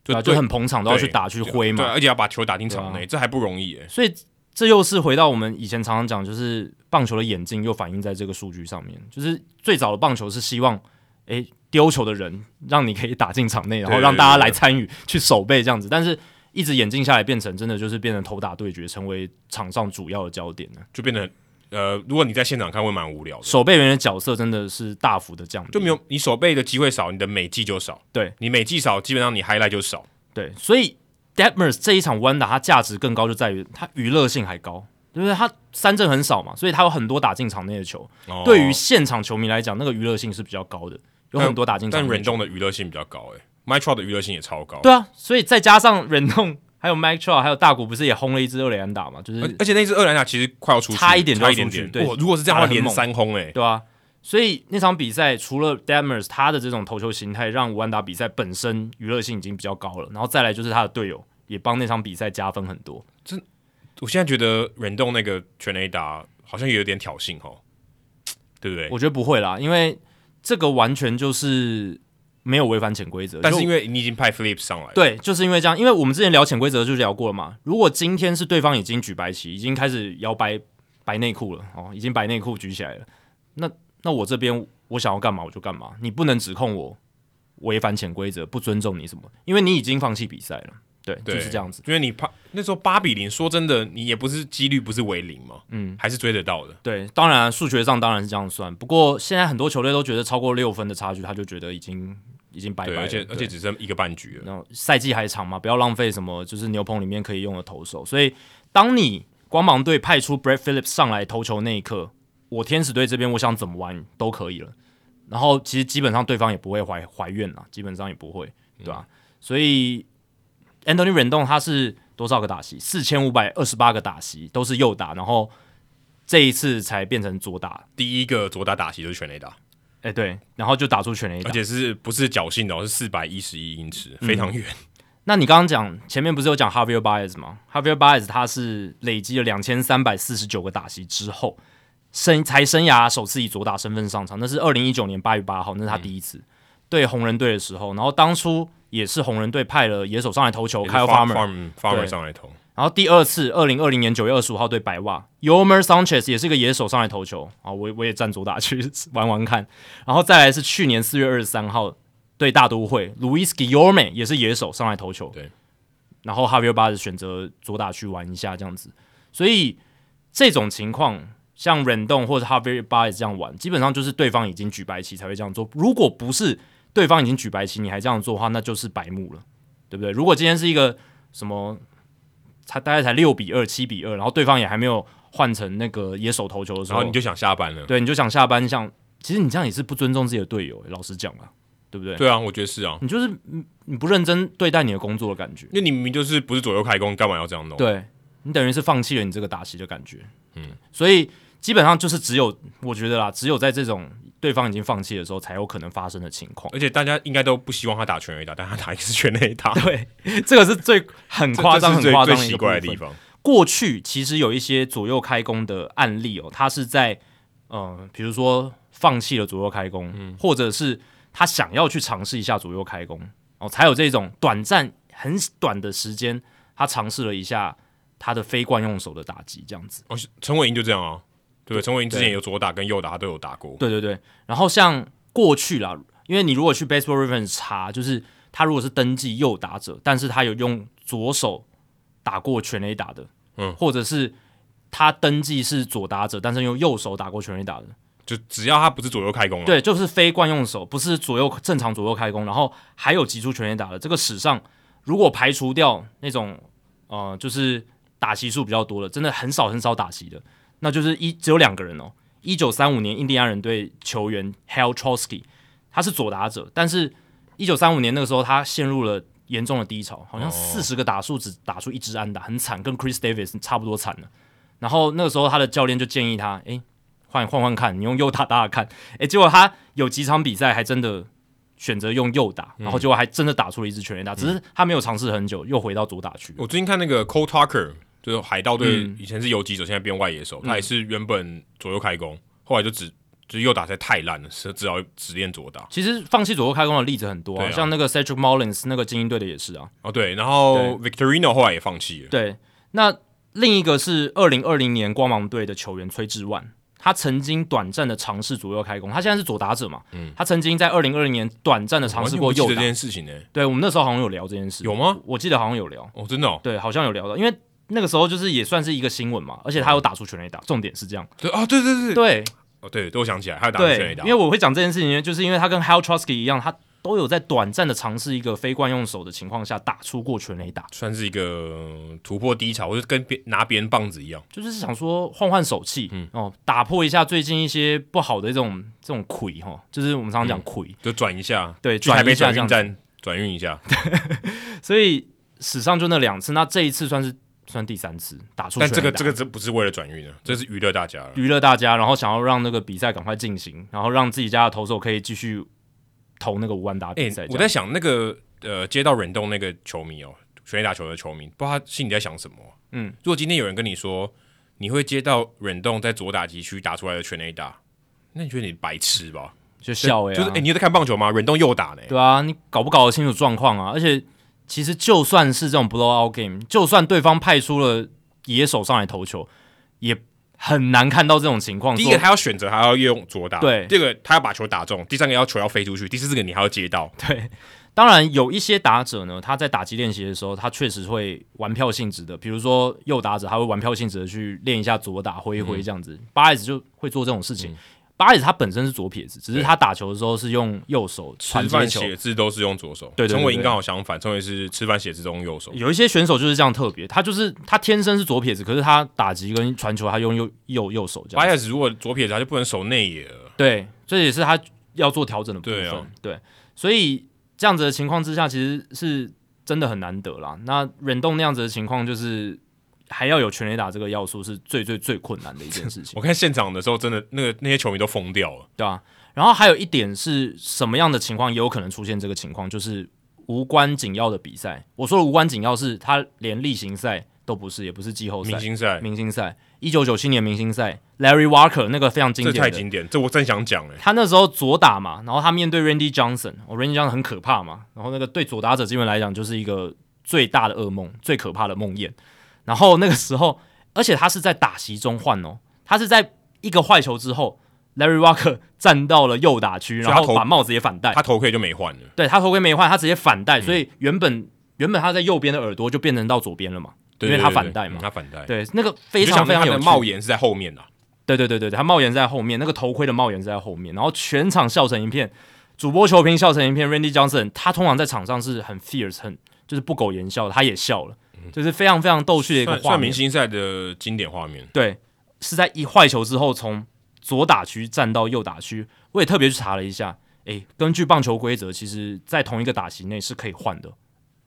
对啊，就
对
很捧场都要去
对
打去挥嘛啊
对，，啊而且要把球打进场内，这还不容易耶。
所以这又是回到我们以前常常讲，就是棒球的演进又反映在这个数据上面。就是最早的棒球是希望，诶丢球的人让你可以打进场内，然后
对
让大家来
对
参与去守备这样子，但是。一直演进下来，变成真的就是变成头打对决，成为场上主要的焦点了。
就变得很呃，如果你在现场看会蛮无聊的，
守备员的角色真的是大幅的降低，
就没有你手背的机会少，你的美技就少。
对
你美技少，基本上你 highlight 就少。
对，所以 Detmers 这一场弯打它价值更高，就在于它娱乐性还高，就是它三振很少嘛，所以它有很多打进场内的球，
哦
对于现场球迷来讲，那个娱乐性是比较高的，有很多打进
但
场内
r
的
d
球。
o 的娱乐性比较高，哎 m y t r o 的娱乐性也超高。
对啊，所以再加上忍痛，还有 Mike Trout，还有大谷，不是也轰了一支二垒安打嘛？就
而
是
而且那只厄兰卡其实快要出去，
差一点就
差
要
一点
出
点。
去
哦
对
哇如果是这样的话，
打得很
连
猛
三轰哎，
对啊，所以那场比赛除了 Demers 他的这种投球形态，让吴安达比赛本身娱乐性已经比较高了，然后再来就是他的队友也帮那场比赛加分很多。
我现在觉得 r 动那个全垒打好像也有点挑衅哦，对不对？
我觉得不会啦，因为这个完全就是没有违反潜规则，
但是
就
因为你已经派 Flip 上来了，
对，就是因为这样，因为我们之前聊潜规则就聊过了嘛。如果今天是对方已经举白旗，已经开始摇白白内裤了，哦，已经白内裤举起来了，那那我这边我想要干嘛我就干嘛，你不能指控我违反潜规则，不尊重你什么，因为你已经放弃比赛了。对，
对，
就是这样子。。
因为你怕那时候八比零，说真的，你也不是几率不是为零嘛，
嗯，
还是追得到的。
对，当然数学上当然是这样算，不过现在很多球队都觉得超过六分的差距，他就觉得已经已经拜拜
对，
了。
而且而
对
且只剩一个半局了。
然后赛季还长嘛，不要浪费什么就是牛棚里面可以用的投手。所以当你光芒队派出 Brad Phillips 上来投球那一刻，我天使队这边我想怎么玩都可以了。然后其实基本上对方也不会怀怀怨啦，基本上也不会，对吧、所以 Anthony Rendon 他是多少个打席？四千五百二十八个打席都是右打，然后这一次才变成左打。
第一个左打打席就是全垒打，
哎，对，然后就打出全垒打嗯
而。且是不是侥幸的哦，是四百一十一英尺，非常远。
那你刚刚讲前面不是有讲 Javier Baez 吗？Javier Baez 他是累积了两千三百四十九个打席之后，生才生涯首次以左打身份上场，那是二零一九年八月八号，那是他第一次、对红人队的时候。然后当初也是红人队派了野手上来投球 k y l e Farmer，
farm farmer
对
上来投，
然后第二次二零二零年九月二十五号对白袜 y o m e r Sanchez 也是个野手上来投球啊，我我也站左打去玩玩看。然后再来是去年四月二十三号对大都会 Luis Guillorme 也是野手上来投球，
对。
然后 Javier b a z 选择左打去玩一下这样子，所以这种情况像 Rendon 或者 Javier b a z 这样玩，基本上就是对方已经举白旗才会这样做。如果不是对方已经举白旗，你还这样做的话，那就是白目了，对不对？如果今天是一个什么，才大概才六比二、七比二，然后对方也还没有换成那个野手投球的时
然
候，
后你就想下班了。
对，你就想下班，像其实你这样也是不尊重自己的队友，老实讲啊，对不对？
对啊，我觉得是啊，
你就是嗯你不认真对待你的工作的感觉，
因为你明明就是不是左右开弓，干嘛要这样弄？
对你等于是放弃了你这个打席的感觉，嗯，所以基本上就是只有我觉得啦，只有在这种对方已经放弃的时候，才有可能发生的情况。 <laughs>
而且大家应该都不希望他打全垒打，但他打一个是全垒打，
对，这个是最很
这
夸张、
这是
很
最
夸
最
张的一
奇
个
怪的
部分
地方。
过去其实有一些左右开弓的案例哦，他是在呃，比如说放弃了左右开弓，或者是他想要去尝试一下左右开弓哦，才有这种短暂很短的时间，他尝试了一下他的非惯用手的打击这样子。
哦，陈伟霆就这样啊，对，陈伟霆之前
对
有左打跟右打，他都有打过。
对对对，然后像过去啦，因为你如果去 Baseball Reference 查，就是他如果是登记右打者，但是他有用左手打过全垒打的，
嗯
或者是他登记是左打者，但是用右手打过全垒打的，
就只要他不是左右开弓了，啊
对，就是非惯用手，不是左右正常左右开弓，然后还有击出全垒打的，这个史上如果排除掉那种呃，就是打席数比较多的，真的很少很少打席的，那就是一只有两个人哦。一九三五年印第安人队球员 Hal Trosky，他是左打者，但是一九三五年那个时候他陷入了严重的低潮，
哦
好像四十个打数只打出一支安打，很惨，跟 Chris Davis 差不多惨了。然后那个时候他的教练就建议他，诶，换换换看，你用右打打打看。诶，结果他有几场比赛还真的选择用右打，
嗯
然后结果还真的打出了一支全垒打，只是他没有尝试很久，又回到左打去了。
我最近看那个 Cole Tucker，就是海盗队
嗯
以前是游击手，现在变外野手，他也是原本左右开弓，后来就只就是右打在太烂了，所以只好只练左打。
其实放弃左右开弓的例子很多、
对啊
像那个 Cedric Mullins 那个精英队的也是啊。
哦，对，然后 Victorino 后来也放弃了，
对，那另一个是二零二零年光芒队的球员崔志万，他曾经短暂的尝试左右开弓，他现在是左打者嘛，他曾经在二零二零年短暂的尝
嗯完
试
全
过
不记
右
得这
打，
件事情呢。
对我们那时候好像有聊这件事，
有吗？
我记得好像有聊，
哦，真的哦，
对，好像有聊到，因为那个时候就是也算是一个新闻嘛，而且他有打出全垒打，重点是这样，
对啊，对对对，
对
哦对，都想起来，还有打全垒
对，
打
因为，我会讲这件事情，就是因为他跟 Hal Trusky 一样，他都有在短暂的尝试一个非惯用手的情况下打出过全垒打。
算是一个突破低潮，或者跟别拿别人棒子一样。
就是想说换换手气，
嗯
哦，打破一下最近一些不好的这种这种魁哈，就是我们常常讲魁，
就转一下，
对，
嗯去台
转
北
移一下
转
这
运
样子。
站转运一
<laughs>
下，
所以史上就那两次，那这一次算是算第三次打出
但
全
这
垒打，
个这个这不是为了转运啊，这是娱乐大家了。
娱乐大家，然后想要让那个比赛赶快进行，然后让自己家的投手可以继续投那个五万打
哎、
比赛。这样
我在想那个呃，接到忍动那个球迷哦，全垒打球的球迷，不知道他心里在想什么。
嗯，
如果今天有人跟你说你会接到忍动在左打击区打出来的全垒打，那你觉得你白痴吧？
就笑哎、啊，
就是哎、你有在看棒球吗？忍动右打呢？
对啊，你搞不搞得清楚状况啊？而且其实就算是这种 blowout game，就算对方派出了野手上来投球，也很难看到这种情况。
第一个
说
他要选择他要用左打，
对
第二个他要把球打中，第三个要球要飞出去，第四个你还要接到，
对，当然有一些打者呢，他在打击练习的时候，他确实会玩票性质的，比如说右打者，他会玩票性质的去练一下左打，挥一
嗯
挥这样子。巴里子就会做这种事情。巴里子他本身是左撇子，只是
对
他打球的时候是用右手传
吃
接
饭
球。
写字都是用左手。
对对对
陈伟英
对
刚好相反，陈伟是吃饭写字都用右手。
有一些选手就是这样特别，他就是他天生是左撇子，可是他打击跟传球他用右右右手这样
巴。亚斯如果左撇子，他就不能守内野了。
对，这也是他要做调整的部分。
对啊
对所以这样子的情况之下，其实是真的很难得啦。那忍动那样子的情况，就是还要有全垒打这个要素，是最最最困难的一件事
<laughs>
情，
我看现场的时候，真的那个那些球迷都疯掉了。
对吧、然后还有一点是什么样的情况也有可能出现这个情况，就是无关紧要的比赛。我说的无关紧要是他连例行赛都不是，也不是季后赛
明。星赛，
哦明星赛，一九九七年明星赛，Larry Walker 那个非常经
这
典的，
太经典，这我真想讲哎、
他那时候左打嘛，然后他面对 Randy Johnson，哦，Randy Johnson 很可怕嘛，然后那个对左打者基本来讲就是一个最大的噩梦，最可怕的梦魇。然后那个时候，而且他是在打席中换哦，他是在一个坏球之后，Larry Walker 站到了右打区，
所以
然
他
后
投
把帽子也反戴，
他嗯头盔就没换了。
对他头盔没换，他直接反戴，所以原本原本他在右边的耳朵就变成到左边了嘛，
对
因为
对
他
对
反
对
戴嘛
嗯他反戴。
对，那个
你
非
就想
常非
说
常
他
有
的
趣
帽檐是在后面啊啦，
对对对对对，他帽檐在后面，那个头盔的帽檐是在后面，然后全场笑成一片，主播球评笑成一片。Randy Johnson 他通常在场上是很 fierce，很就是不苟言笑的，他也笑了，就是非常非常逗趣的一个
嗯算
画
算明
面。
星赛的经典画面。
对，是在一坏球之后从左打区站到右打区，我也特别去查了一下，诶，根据棒球规则，其实在同一个打席内是可以换的，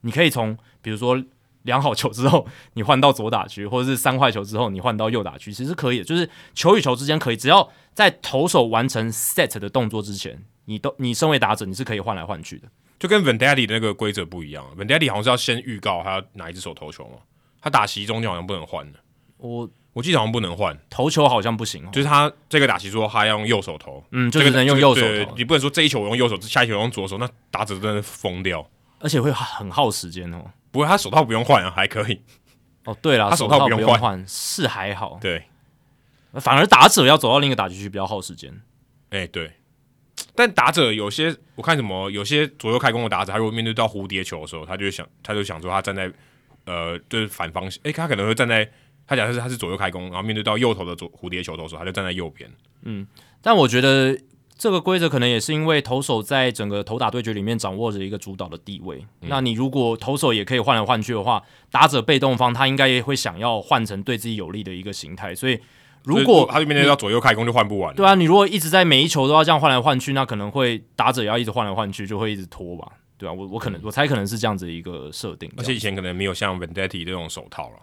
你可以从比如说。两好球之后，你换到左打区，或者是三坏球之后，你换到右打区，其实可以的，就是球与球之间可以，只要在投手完成 set 的动作之前，你都你身为打者，你是可以换来换去的。
就跟 Vendetti 的那个规则不一样，Vendetti 好像是要先预告他要哪一只手投球嘛，他打席中间好像不能换的，
我
我记得好像不能换，
投球好像不行哦，
就是他这个打席说他要用右手投，
嗯，就
这
只
个
能用右手
这个
投
对，你不能说这一球我用右手，下一球我用左手，那打者真的疯掉。
而且会很耗时间哦。
不过他手套不用换啊，还可以。 <laughs>
哦，对了，
他
手
手套
套
不用
用
换
换，是还好，
对，
反而打者要走到另一个打击区比较耗时间。
哎、对。但打者有些，我看什么，有些左右开弓的打者，他如果面对到蝴蝶球的时候，他就会想，他就想说他站在呃，就是反方向，哎、他可能会站在，他假设是他是左右开弓，然后面对到右头的左蝴蝶球投手，他就站在右边。
但我觉得这个规则可能也是因为投手在整个投打对决里面掌握着一个主导的地位。
嗯
那你如果投手也可以换来换去的话，打者被动方他应该也会想要换成对自己有利的一个形态。所以如
所以
果
他就面对到左右开弓就换不完了，
对啊，你如果一直在每一球都要这样换来换去，那可能会打者也要一直换来换去，就会一直拖吧。
嗯
对啊，我我可能我猜可能是这样子的一个设定。
而且以前可能没有像 Vendetti 这种手套了，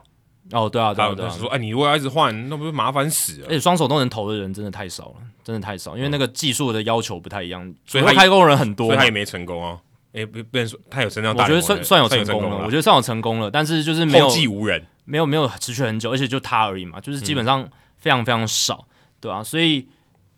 哦，对啊，对
还
啊，
有
对
他
啊。哎
说，哎，你如果要一直换，那不是麻烦死
而
了？
且双手都能投的人真的太少了，真的太少，因为那个技术的要求不太一样，
嗯所以
主要
他
开工人很多
所以
嘛
他。也没成功啊。哎，不不能说他有成长
我
大
觉
联盟
得
的，
算算有成
成
功了，我
了，
觉得算有成功了，但是就是没有
后继嗯无人。
没有没有持续很久，而且就他而已嘛，就是基本上非常非常少，对啊，所以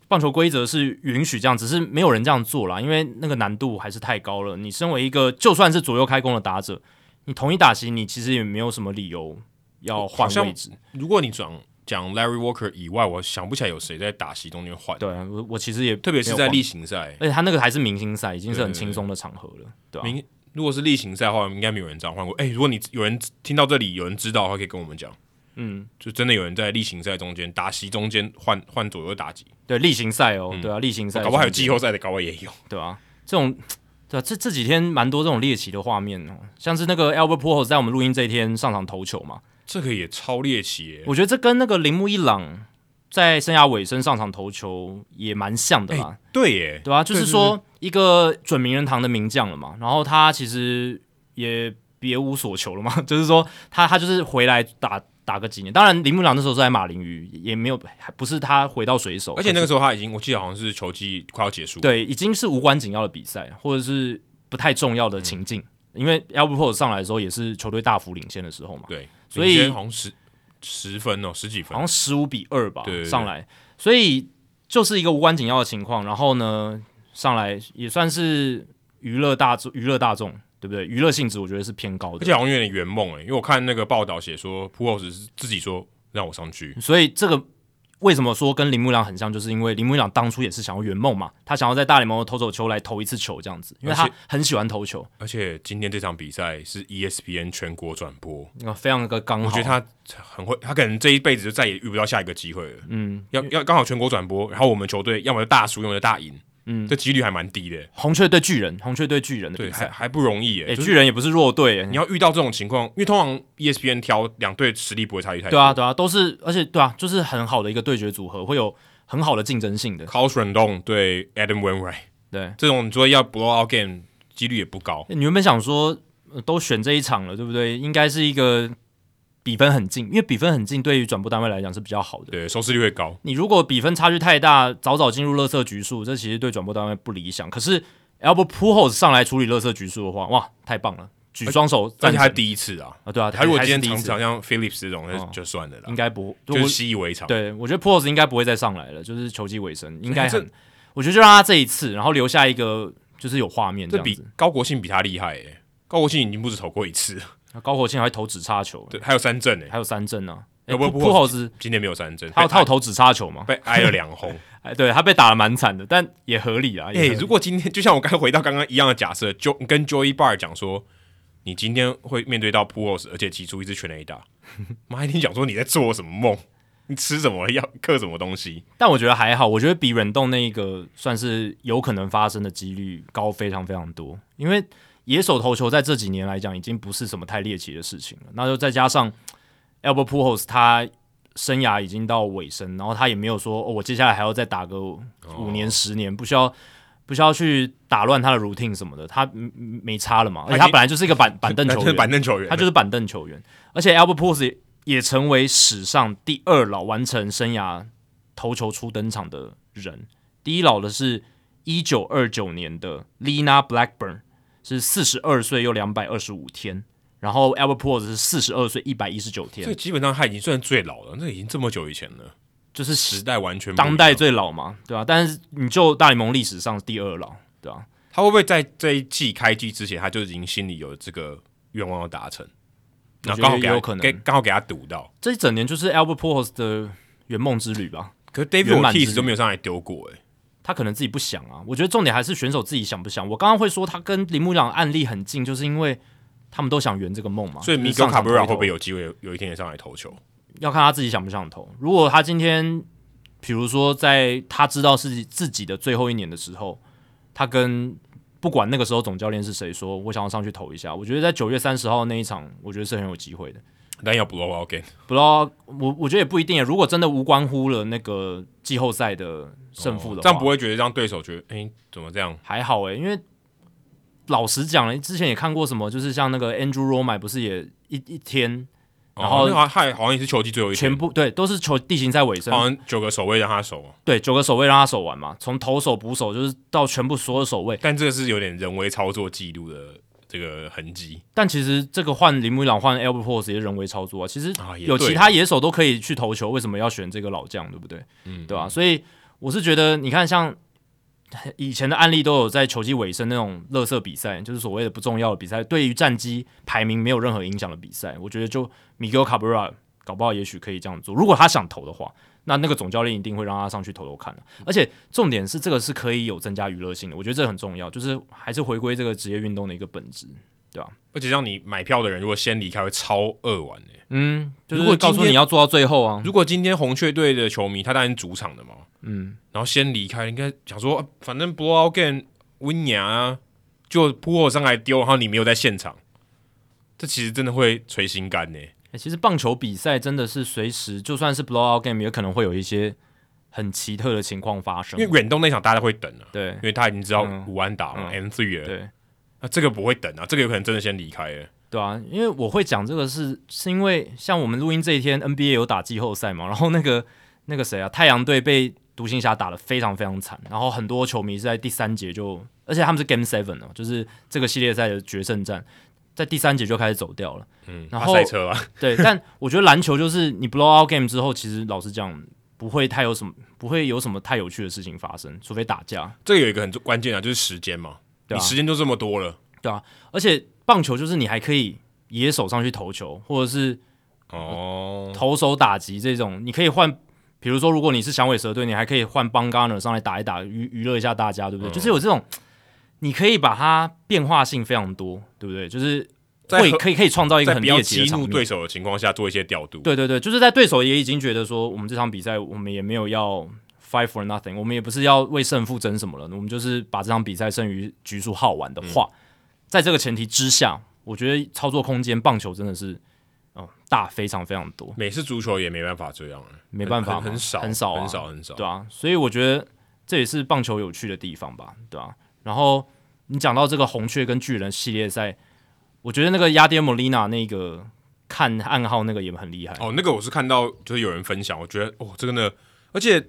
棒球规则是允许这样，只是没有人这样做啦，因为那个难度还是太高了。你身为一个就算是左右开弓的打者，你同一打席，你其实也没有什么理由要换
好像
位置。
如果你讲讲 Larry Walker 以外，我想不起来有谁在打席中间换，
对啊，我我其实也
特别是
没有
在
换
例行赛。
而且他那个还是明星赛，已经是很
对对对
轻松的场合了，对吧、啊
明如果是例行赛的话，应该没有人这样换过。哎、如果你有人听到这里，有人知道的话，可以跟我们讲。
嗯，
就真的有人在例行赛中间打席中间换换左右打击，
对，例行赛哦，对啊，例行赛，
嗯搞不好还有季后赛的，搞不好也有。
对啊，这种对啊，这这几天蛮多这种猎奇的画面哦，像是那个 Albert p o r o 在我们录音这一天上场投球嘛，
这个也超猎奇耶、
我觉得这跟那个铃木一朗在生涯尾声上场投球也蛮像的啦，
对耶、
对啊，就是说一个准名人堂的名将了嘛，然后他其实也别无所求了嘛， <laughs> 就是说他他就是回来打。打个几年，当然铃木一朗那时候是在马林鱼，也没有，还不是他回到水手，
而且那个时候他已经，我记得好像是球季快要结束，，
对，已经是无关紧要的比赛，或者是不太重要的情境。因为 Albert p o r 上来的时候也是球队大幅领先的时候嘛，
对，
所以
领先好像十十分哦、十几分
好，像十五比二吧
对对对
上来，所以就是一个无关紧要的情况。然后呢，上来也算是娱乐大众，娱乐大众对不对？娱乐性质我觉得是偏高
而
的，
且好像有点圆梦哎，因为我看那个报道写说 p u o l 是自己说让我上去，
所以这个。为什么说跟铃木一朗很像？就是因为铃木一朗当初也是想要圆梦嘛，他想要在大联盟的投手球来投一次球这样子，因为
而
他
且
很喜欢投球，
而且今天这场比赛是 E ESPN 全国转播，
那非常的刚好。
我觉得他很会，他可能这一辈子就再也遇不到下一个机会了。
嗯，
要要刚好全国转播，然后我们球队要么就大输，要么就大赢，
嗯
这几率还蛮低的，
红雀对巨人，红雀对巨人的
对，
比
还
赛，
还不容易耶、
哎、
就是
巨人也不是弱队、欸
你，要遇到这种情况，因为通常 E ESPN 挑两队实力不会差距太多。
对啊，对啊，都是，而且对啊，就是很好的一个对决组合，会有很好的竞争性的，
c a l s r a n d o n 对 Adam Wainwright
对。
这种，你说要 blowout game 几率也不高。
你原本想说、呃都选这一场了，对不对？应该是一个比分很近，因为比分很近对于转播单位来讲是比较好的。
对，收视率会高，
你如果比分差距太大，早早进入乐色局数，这其实对转播单位不理想。可是 Albert Pujols 上来处理乐色局数的话，哇，太棒了！举双手
而
赞
且他
成
第一次啊，
啊，对啊，
他如果
还是
今天
第一
常
次
常像 Phillips 这种，那
哦
就算了啦
应，该不，
就是习以为常。
对，我觉得 p o s 应该不会再上来了，就是球季尾声应该
这
很，我觉得就让他这一次，然后留下一个就是有画面这
这
样
比
子。
高国庆比他厉害耶、高国庆已经不止投过一次了，
高国庆还会投直插球，
对，还有三振诶、
还有三振呢、啊。
要不
p
Pujols-
o s
今天没有三振，
他有
被
他有投直插球嘛？
被挨了两轰。
哎，对他被打的蛮惨的，但也合理啊。
哎、
<laughs> 也合理
如果今天就像我刚才回到刚刚一样的假设，就跟 Joey Bar 讲说，你今天会面对到 p u o s 而且提出一支全垒
<laughs>
打，妈一定讲说你在做什么梦，你吃什 <laughs> 么药，嗑什么东西，
但我觉得还好，我觉得比忍冻那一个算是有可能发生的几率高非常非常多，因为野手投球在这几年来讲已经不是什么太猎奇的事情了。那就再加上 Albert Pujols 他生涯已经到尾声，然后他也没有说、哦、我接下来还要再打个五年十年，不需要不需要去打乱他的 routine 什么的，他嗯嗯没差了嘛。而且
他已
他
经
本来就是一个板板
<laughs>
凳 <laughs> 球员，
板凳球员，
他就是板凳球员，而且 Albert p o r s 也也成为史上第二老完成生涯投球初登场的人，第一老的是一九二九年的 Lina Blackburn，是四十二岁又两百二十五天，然后 Albert p o r s 是四十二岁一百一十九
这
天，
基本上他已经算最老了，那已经这么久以前了，
就是
时代完全不一样
当代最老嘛，对吧、但是你就大联盟历史上第二老，对吧、
他会不会在这一季开季之前，他就已经心里有这个愿望要达成？
我
那
觉
刚好
得
给
也
他
有可能
给刚好给他堵到。
这一整年就是 Albert p o r s 的圆梦之旅吧。
可是
圆
David
满之
Ortiz
旅
都没有上来丢过、欸，
他可能自己不想啊。我觉得重点还是选手自己想不想。我刚刚会说他跟铃木一朗案例很近，就是因为他们都想圆这个梦嘛。
所以
米
Miguel
高
Cabrera 会不会有机会有有一天也上来投球？
要看他自己想不想投。如果他今天，比如说在他知道是自己的最后一年的时候，他跟不管那个时候总教练是谁说，我想要上去投一下。我觉得在九月三十号那一场，我觉得是很有机会的。
但要 blow out game，
不知道我我觉得也不一定。如果真的无关乎了那个季后赛的胜负的
哦
话，
这样不会觉得让对手觉得，哎、怎么这样？
还好欸诶、因为老实讲，之前也看过什么，就是像那个 Andrew Romay 不是也一一天然后
那哦好像他好像也是球季最后一天哦
全部对都是球地形赛尾声，
好像九个守卫让他守，啊
对九个守卫让他守完嘛，从投手、捕手就是到全部所有守卫。
但这个是有点人为操作记录的这个痕迹。
但其实这个换铃木一朗换 Albert p o r s 也是人为操作啊，其实
啊也
有
对
其他野手都可以去投球，为什么要选这个老将，对不对？
嗯
对吧、啊所以我是觉得，你看像以前的案例都有在球季尾声那种乐色比赛，就是所谓的不重要的比赛，对于战绩排名没有任何影响的比赛，我觉得就 Miguel Cabrera 搞不好也许可以这样做，如果他想投的话。那那个总教练一定会让他上去投投看的、
嗯
而且重点是这个是可以有增加娱乐性的，我觉得这很重要，就是还是回归这个职业运动的一个本质。
而且让你买票的人如果先离开会超欸扼腕的、
嗯，就是
如果今
告诉
天
你要做到最后啊，
如果今天红雀队的球迷他当然是主场的嘛，
嗯，
然后先离开，应该想说、啊反正 blowout game 温牙啊，就扑后上来丢，然后你没有在现场，这其实真的会捶心肝呢、
欸其实棒球比赛真的是随时，就算是 blowout game，也可能会有一些很奇特的情况发生
因为。远东那场大家会等啊，
对
因为他已经知道
嗯
五安打嘛、M three 了，
对
那、这个不会等啊，这个有可能真的先离开了。
对啊，因为我会讲这个是是因为像我们录音这一天 NBA 有打季后赛嘛，然后那个那个谁啊，太阳队被独行侠打得非常非常惨，然后很多球迷是在第三节就，而且他们是 Game Seven 哦，就是这个系列赛的决胜战，在第三节就开始走掉了。
嗯，
然
他
后
赛车啊，
对，但我觉得篮球就是你 blow out game 之后，其实老实讲不会太有什么，不会有什么太有趣的事情发生，除非打架，
这个有一个很重关键啊，就是时间嘛，
对
你
啊
时间就这么多了。
对啊。而且棒球就是你还可以野手上去投球，或者是
哦，
投手打击这种，你可以换。比如说，如果你是响尾蛇队，你还可以换邦 g a n e r 上来打一打，娱娱乐一下大家，对
嗯
不对？就是有这种，你可以把它变化性非常多，对不对？就是
在
会
和
可以可以创造一个
在
很
不要
猎奇
激
的场
怒
面。
对手的情况下做一些调度。
对对对，就是在对手也已经觉得说，我们这场比赛我们也没有要 fight for nothing，我们也不是要为胜负争什么了，我们就是把这场比赛剩余局数耗完的话，
嗯
在这个前提之下，我觉得操作空间棒球真的是哦、呃大非常非常多，
美式足球也没办法这样啊，
没办法
很很很
嘛
少，
很少啊
很少，很少。
对啊，所以我觉得这也是棒球有趣的地方吧，对啊。然后你讲到这个红雀跟巨人系列赛，我觉得那个雅典莫利娜那个看暗号那个也很厉害，
哦，那个我是看到就是有人分享，我觉得哦，这个呢，而且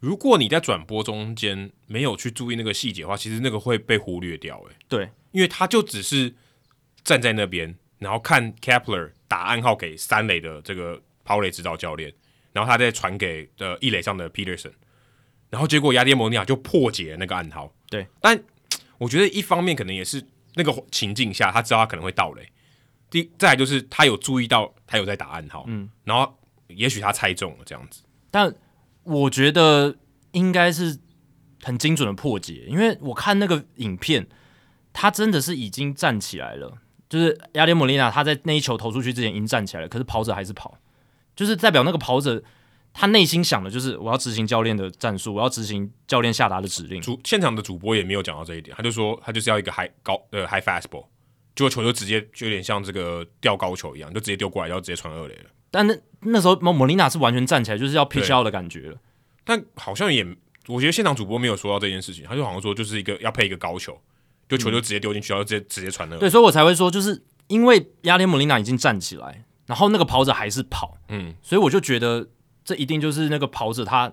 如果你在转播中间没有去注意那个细节的话，其实那个会被忽略掉，欸诶，
对，
因为他就只是站在那边，然后看 Kepler 打暗号给三垒的这个跑垒指导教练，然后他再传给呃一垒上的 Peterson，然后结果雅典摩尼亚就破解了那个暗号。
对，
但我觉得一方面可能也是那个情境下，他知道他可能会到垒。第再来就是他有注意到他有在打暗号，嗯，然后也许他猜中了这样子，
但我觉得应该是很精准的破解，因为我看那个影片，他真的是已经站起来了，就是亚典莫利娜他在那一球投出去之前已经站起来了，可是跑者还是跑，就是代表那个跑者他内心想的就是我要执行教练的战术，我要执行教练下达的指令，
主现场的主播也没有讲到这一点，他就说他就是要一个 high 高呃 high fastball，结果球就直接就有点像这个吊高球一样，就直接丢过来，然后直接传二垒了。
但那那时候莫莫利娜是完全站起来，就是要 pitch
对
out 的感觉了。
但好像也，我觉得现场主播没有说到这件事情，他就好像说就是一个要配一个高球，就球就直接丢进去，然后直接直接传二垒。
嗯对，所以我才会说，就是因为亚典莫利娜已经站起来，然后那个跑者还是跑，
嗯，
所以我就觉得这一定就是那个跑者他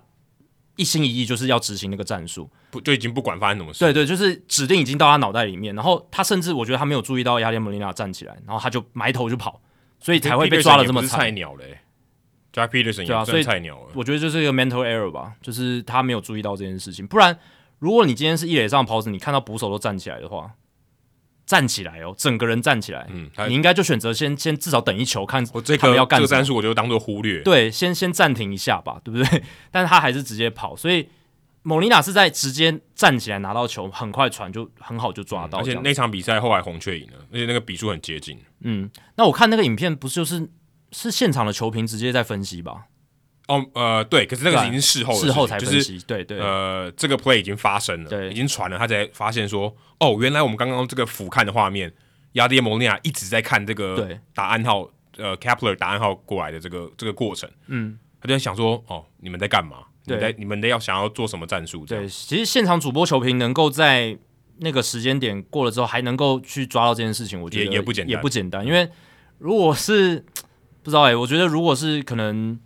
一心一意就是要执行那个战术，
不就已经不管发生什么事，
对对，就是指定已经到他脑袋里面，然后他甚至我觉得他没有注意到雅典莫利娜站起来，然后他就埋头就跑，所以才会被抓的这么
Peterson 也不是菜
惨。
鸟嘞、Jack Peterson
对啊
也算
所以
菜鸟了，
我觉得就是一个 mental error 吧，就是他没有注意到这件事情。不然，如果你今天是一垒上的跑者，你看到捕手都站起来的话，站起来哦，整个人站起来，
嗯，他
你应该就选择先先至少等一球看
我这
他
个
们要干
这个
什么
战术我就当做忽略，
对，先先暂停一下吧，对不对？ <laughs> 但是他还是直接跑，所以莫利娜是在直接站起来拿到球，很快传就很好就抓到
嗯而
这
且
样。
那场比赛后来红雀赢了，而且那个比数很接近。
嗯，那我看那个影片不是就是是现场的球评直接在分析吧？
哦，呃，对，可是那个
对啊
已经是事后的事情
事后才
就
分
是
析，对对、
呃，这个 play 已经发生了，
对
已经传了，他才发现说，哦，原来我们刚刚这个俯瞰的画面，亚迪摩尼亚一直在看这个
对
打暗号，呃，Kepler 打暗号过来的这个这个过程，
嗯，
他就在想说，哦，你们在干嘛？你们
对
在你们在要想要做什么战术？这样
对。其实现场主播球评能够在那个时间点过了之后，还能够去抓到这件事情，我觉得
也也不简单
也不简单，因为如果是不知道哎、我觉得如果是可能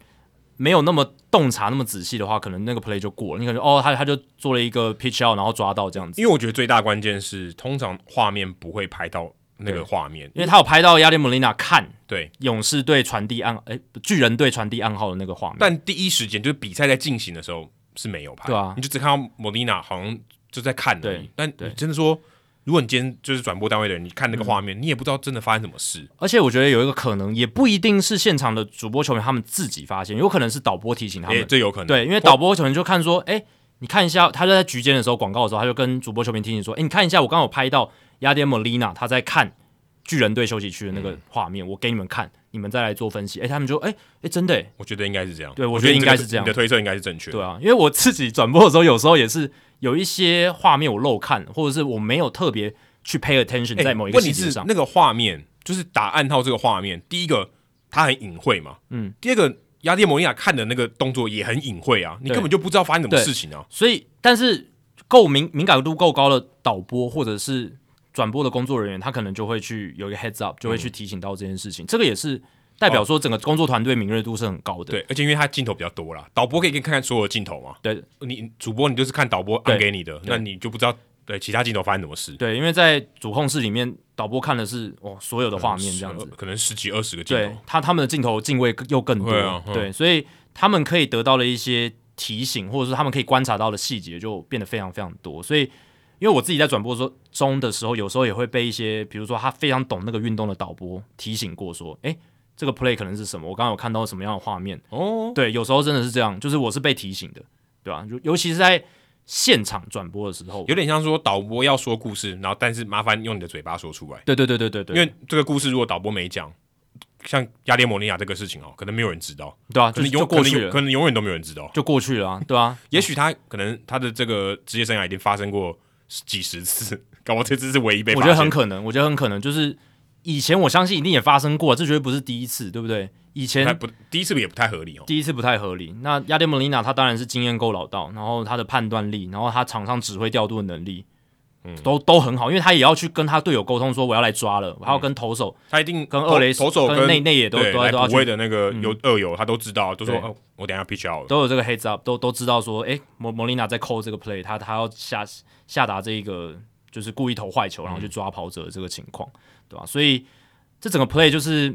没有那么洞察那么仔细的话，可能那个 play 就过了。你可能哦，他他就做了一个 pitch out，然后抓到这样子，
因为我觉得最大关键是，通常画面不会拍到那
对
个画面，
因为他有拍到亚历莫林娜看
对。
勇士队传递暗哎、巨人队传递暗号的那个画面。
但第一时间就是比赛在进行的时候是没有拍，
对啊
你就只看到莫蒂娜好像就在看而已
对。
但
对
你真的说，如果你今天就是转播单位的人，你看那个画面，你也不知道真的发生什么事。
而且我觉得有一个可能，也不一定是现场的主播球员他们自己发现，有可能是导播提醒他们
也。这有可能。
对，因为导播球员就看说，哎、你看一下，他就在局间的时候，广告的时候，他就跟主播球员提醒说，哎、你看一下，我刚刚有拍到雅典莫丽娜他在看巨人队休息区的那
嗯
个画面，我给你们看，你们再来做分析。哎、他们就，哎、哎、真的、哎
我觉得应该是这样。
对我
我
觉得
你
应该
个
是这样
你的推测应该是正确。
对啊，因为我自己转播的时候，有时候也是有一些画面我漏看，或者是我没有特别去 pay attention
哎，
在某一个
问
细
题
节
是
上。
那个画面，就是打暗号这个画面，第一个它很隐晦嘛，
嗯，
第二个雅典摩尼亚看的那个动作也很隐晦啊，你
对
根本就不知道发生什么
对
事情啊。
所以，但是够敏敏感度够高的导播或者是转播的工作人员，他可能就会去有一个 heads up，就会去提醒到这件事情。这个也是代表说整个工作团队敏锐度是很高的。
对，而且因为它镜头比较多啦，导播可以给你看看所有的镜头嘛。
对
你主播你就是看导播
对
按给你的，那你就不知道对其他镜头发生什么事。
对因为在主控室里面，导播看的是哦所有的画面这样子
可。能可能十几二十个镜
对
头。
他他们的镜头敬畏又更多，
对啊嗯
对，所以他们可以得到的一些提醒，或者是他们可以观察到的细节，就变得非常非常多。所以，因为我自己在转播说中的时候，有时候也会被一些，比如说他非常懂那个运动的导播提醒过，说，诶，这个 play 可能是什么？我刚刚有看到什么样的画面？
哦，
对，有时候真的是这样，就是我是被提醒的，对吧、尤尤其是在现场转播的时候，
有点像说导播要说故事，然后但是麻烦用你的嘴巴说出来，
对对对对对对，
因为这个故事如果导播没讲，像雅典摩尼亚这个事情哦，可能没有人知道。
对啊，
可
就
能
是
永
就过去
可能，
了，
可能永远都没有人知道。
就过去了啊，对啊，
也许他可能他的这个职业生涯已经发生过几十次， <laughs> 搞不好这次是唯一被
我
发
觉
现
得很可能，我觉得很可能就是以前我相信一定也发生过，这绝对不是第一次，对不对？以
不太
前
不第一次也不太合理哦。
第一次不太合理。那亚典莫琳娜她当然是经验够老道，然后她的判断力，然后她场上指挥调度的能力，
嗯
都都很好，因为她也要去跟她队友沟通说我要来抓了，
嗯
我还要跟投手、
他一定
跟
投
二垒
投手
跟内内野都
对
都
来
都要
补位
去嗯
的那个有二游，他都知道，都说
对
哦，我等一下 pitch out 了。
都有这个 heads up，都都知道说，诶，莫莫琳娜在扣这个 play，她她要下下达这一个就是故意投坏球，
嗯
然后去抓跑者的这个情况，对吧、所以这整个 play 就是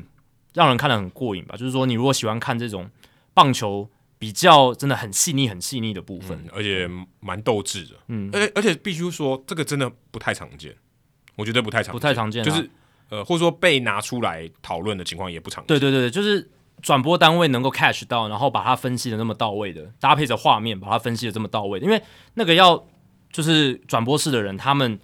让人看得很过瘾吧。就是说，你如果喜欢看这种棒球比较真的很细腻、很细腻的部分，
嗯而且蛮斗志的，嗯，而而且必须说，这个真的不太常见，我觉得不太常
不太常见、啊，
就是呃，或者说被拿出来讨论的情况也不常见。
对对对，对就是转播单位能够 catch 到，然后把它分析的那么到位的，搭配着画面把它分析的这么到位的，因为那个要就是转播室的人，他们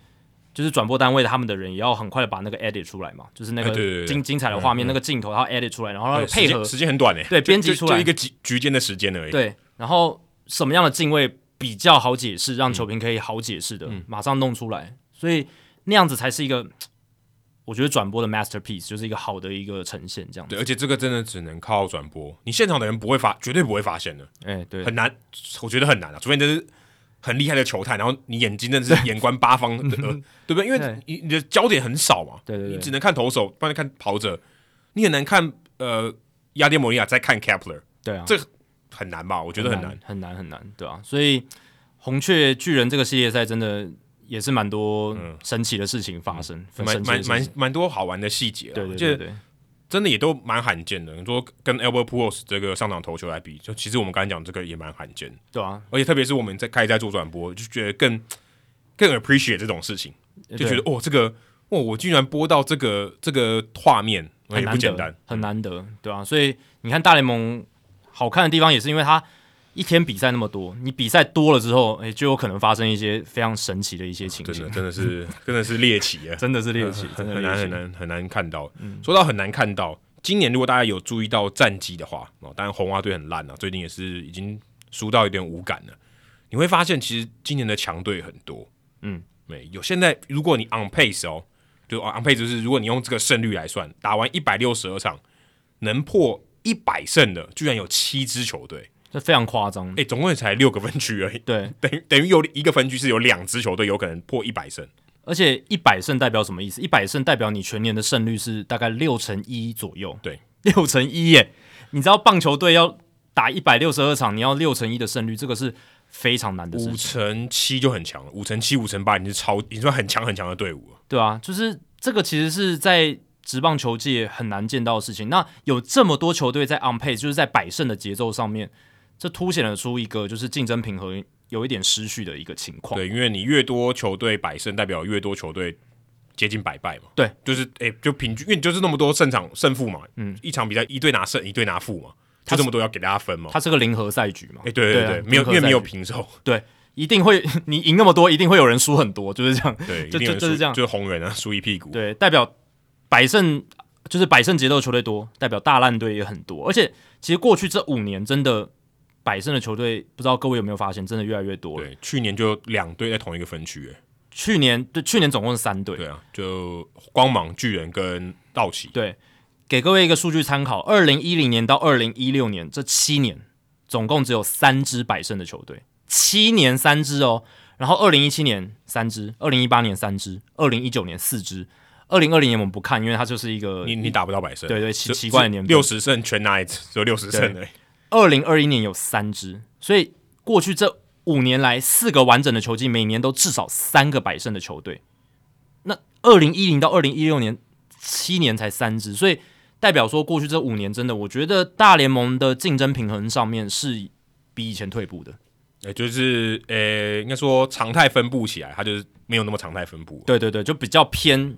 就是转播单位的他们的人，也要很快的把那个 edit 出来嘛，就是那个
哎对对对对
精精彩的画面，那个镜头，然后 edit 出来，然后要
呃
配
时
合
间时间很短诶，
对
就
编辑
就
出来
就一个局局间的时间而已。
对，然后什么样的敬畏比较好解释，
嗯
让球评可以好解释的，马上弄出来，所以那样子才是一个。我觉得转播的 masterpiece 就是一个好的一个呈现，这样子。
对，而且这个真的只能靠转播，你现场的人不会发，绝对不会发现的，
哎、对，
很难，我觉得很难啊，除非你真是很厉害的球探，然后你眼睛真的是眼观八方，呃
<laughs>
对不对？因为
对
你你的焦点很少嘛，
对对对
你只能看投手，不然看跑者，你很难看呃亚典摩尼亚再看 Kepler，
对啊，
这很难吧？我觉得很难。
很难很难，对啊，所以红雀巨人这个系列赛真的也是蛮多神奇的事情发生，很
蛮
神奇
嗯
的
蛮
事
蛮
情
蛮多好玩的细节啊，
对对
就
对对
真的也都蛮罕见的。你说跟 Albert Pujols 这个上场投球来比，就其实我们刚才讲这个也蛮罕见的。
对啊，
而且特别是我们在开始在做转播，就觉得更更 appreciate 这种事情，就觉得哦，这个哦，我居然播到这个这个画面，
很
也
难
不
得
简单。
很难得，对啊，所以你看大联盟好看的地方也是因为它一天比赛那么多，你比赛多了之后，哎、就有可能发生一些非常神奇的一些情
啊真
形，
的真的是真的是猎奇啊，
真的是猎奇，真的
<laughs> 很难
猎
很
奇。嗯
难很难看到。说到很难看到，今年如果大家有注意到战绩的话，哦，当然红袜队很烂啊，最近也是已经输到有点无感了。你会发现，其实今年的强队很多，
嗯，
没有。现在如果你 on pace 哦，就 on pace 就是如果你用这个胜率来算，打完一百六十二场，能破一百胜的，居然有七支球队，
这非常夸张
哎、，总共也才六个分区而已，
对，
等于等于有一个分区是有两支球队有可能破一百胜。
而且一百胜代表什么意思？一百胜代表你全年的胜率是大概六成一左右，
对，
六乘一耶！你知道棒球队要打一百六十二场，你要六乘一的胜率，这个是非常难的事
五
情，
乘七就很强了，五乘七、五乘八已经是超，已经算很强很强的队伍了。
对啊，就是这个其实是在职棒球界很难见到的事情。那有这么多球队在 on pace，就是在百胜的节奏上面，这凸显了出一个就是竞争平衡有一点失序的一个情况。
对，因为你越多球队百胜，代表越多球队接近百败嘛。
对，
就是诶、就平均，因为你就是那么多胜场胜负嘛。嗯，一场比赛一队拿胜，一队拿负嘛，就这么多要给大家分嘛。
它是个零和赛局嘛？
诶、对对
啊
对，没有因
零和
为没有
赛局
平
<laughs>
手，
对，一定会 <laughs> 你赢那么多，一定会有人输很多，就是这样。
对，
就
一定有人
就就是
输
这样
就是红人啊，输一屁股。
对，代表百胜就是百胜节奏的球队多，代表大烂队也很多。而且其实过去这五年真的百胜的球队，不知道各位有没有发现，真的越来越多了。
对，去年就两队在同一个分区、诶
去年对去年总共是三队，
对啊，就光芒巨人跟道奇，
对，给各位一个数据参考：二零一零年到二零一六年这七年，总共只有三支百胜的球队，七年三支哦。然后二零一七年三支，二零一八年三支，二零一九年四支，二零二零年我们不看，因为它就是一个
你你打不到百胜。
对对奇奇怪的年份
六十胜全拿一次，只有六十胜的。
二零二一年有三支，所以过去这五年来四个完整的球季，每年都至少三个百胜的球队。那二零一零到二零一六年七年才三支，所以代表说过去这五年真的，我觉得大联盟的竞争平衡上面是比以前退步的。
也就是呃、应该说常态分布起来，它就是没有那么常态分布，
对对对，就比较偏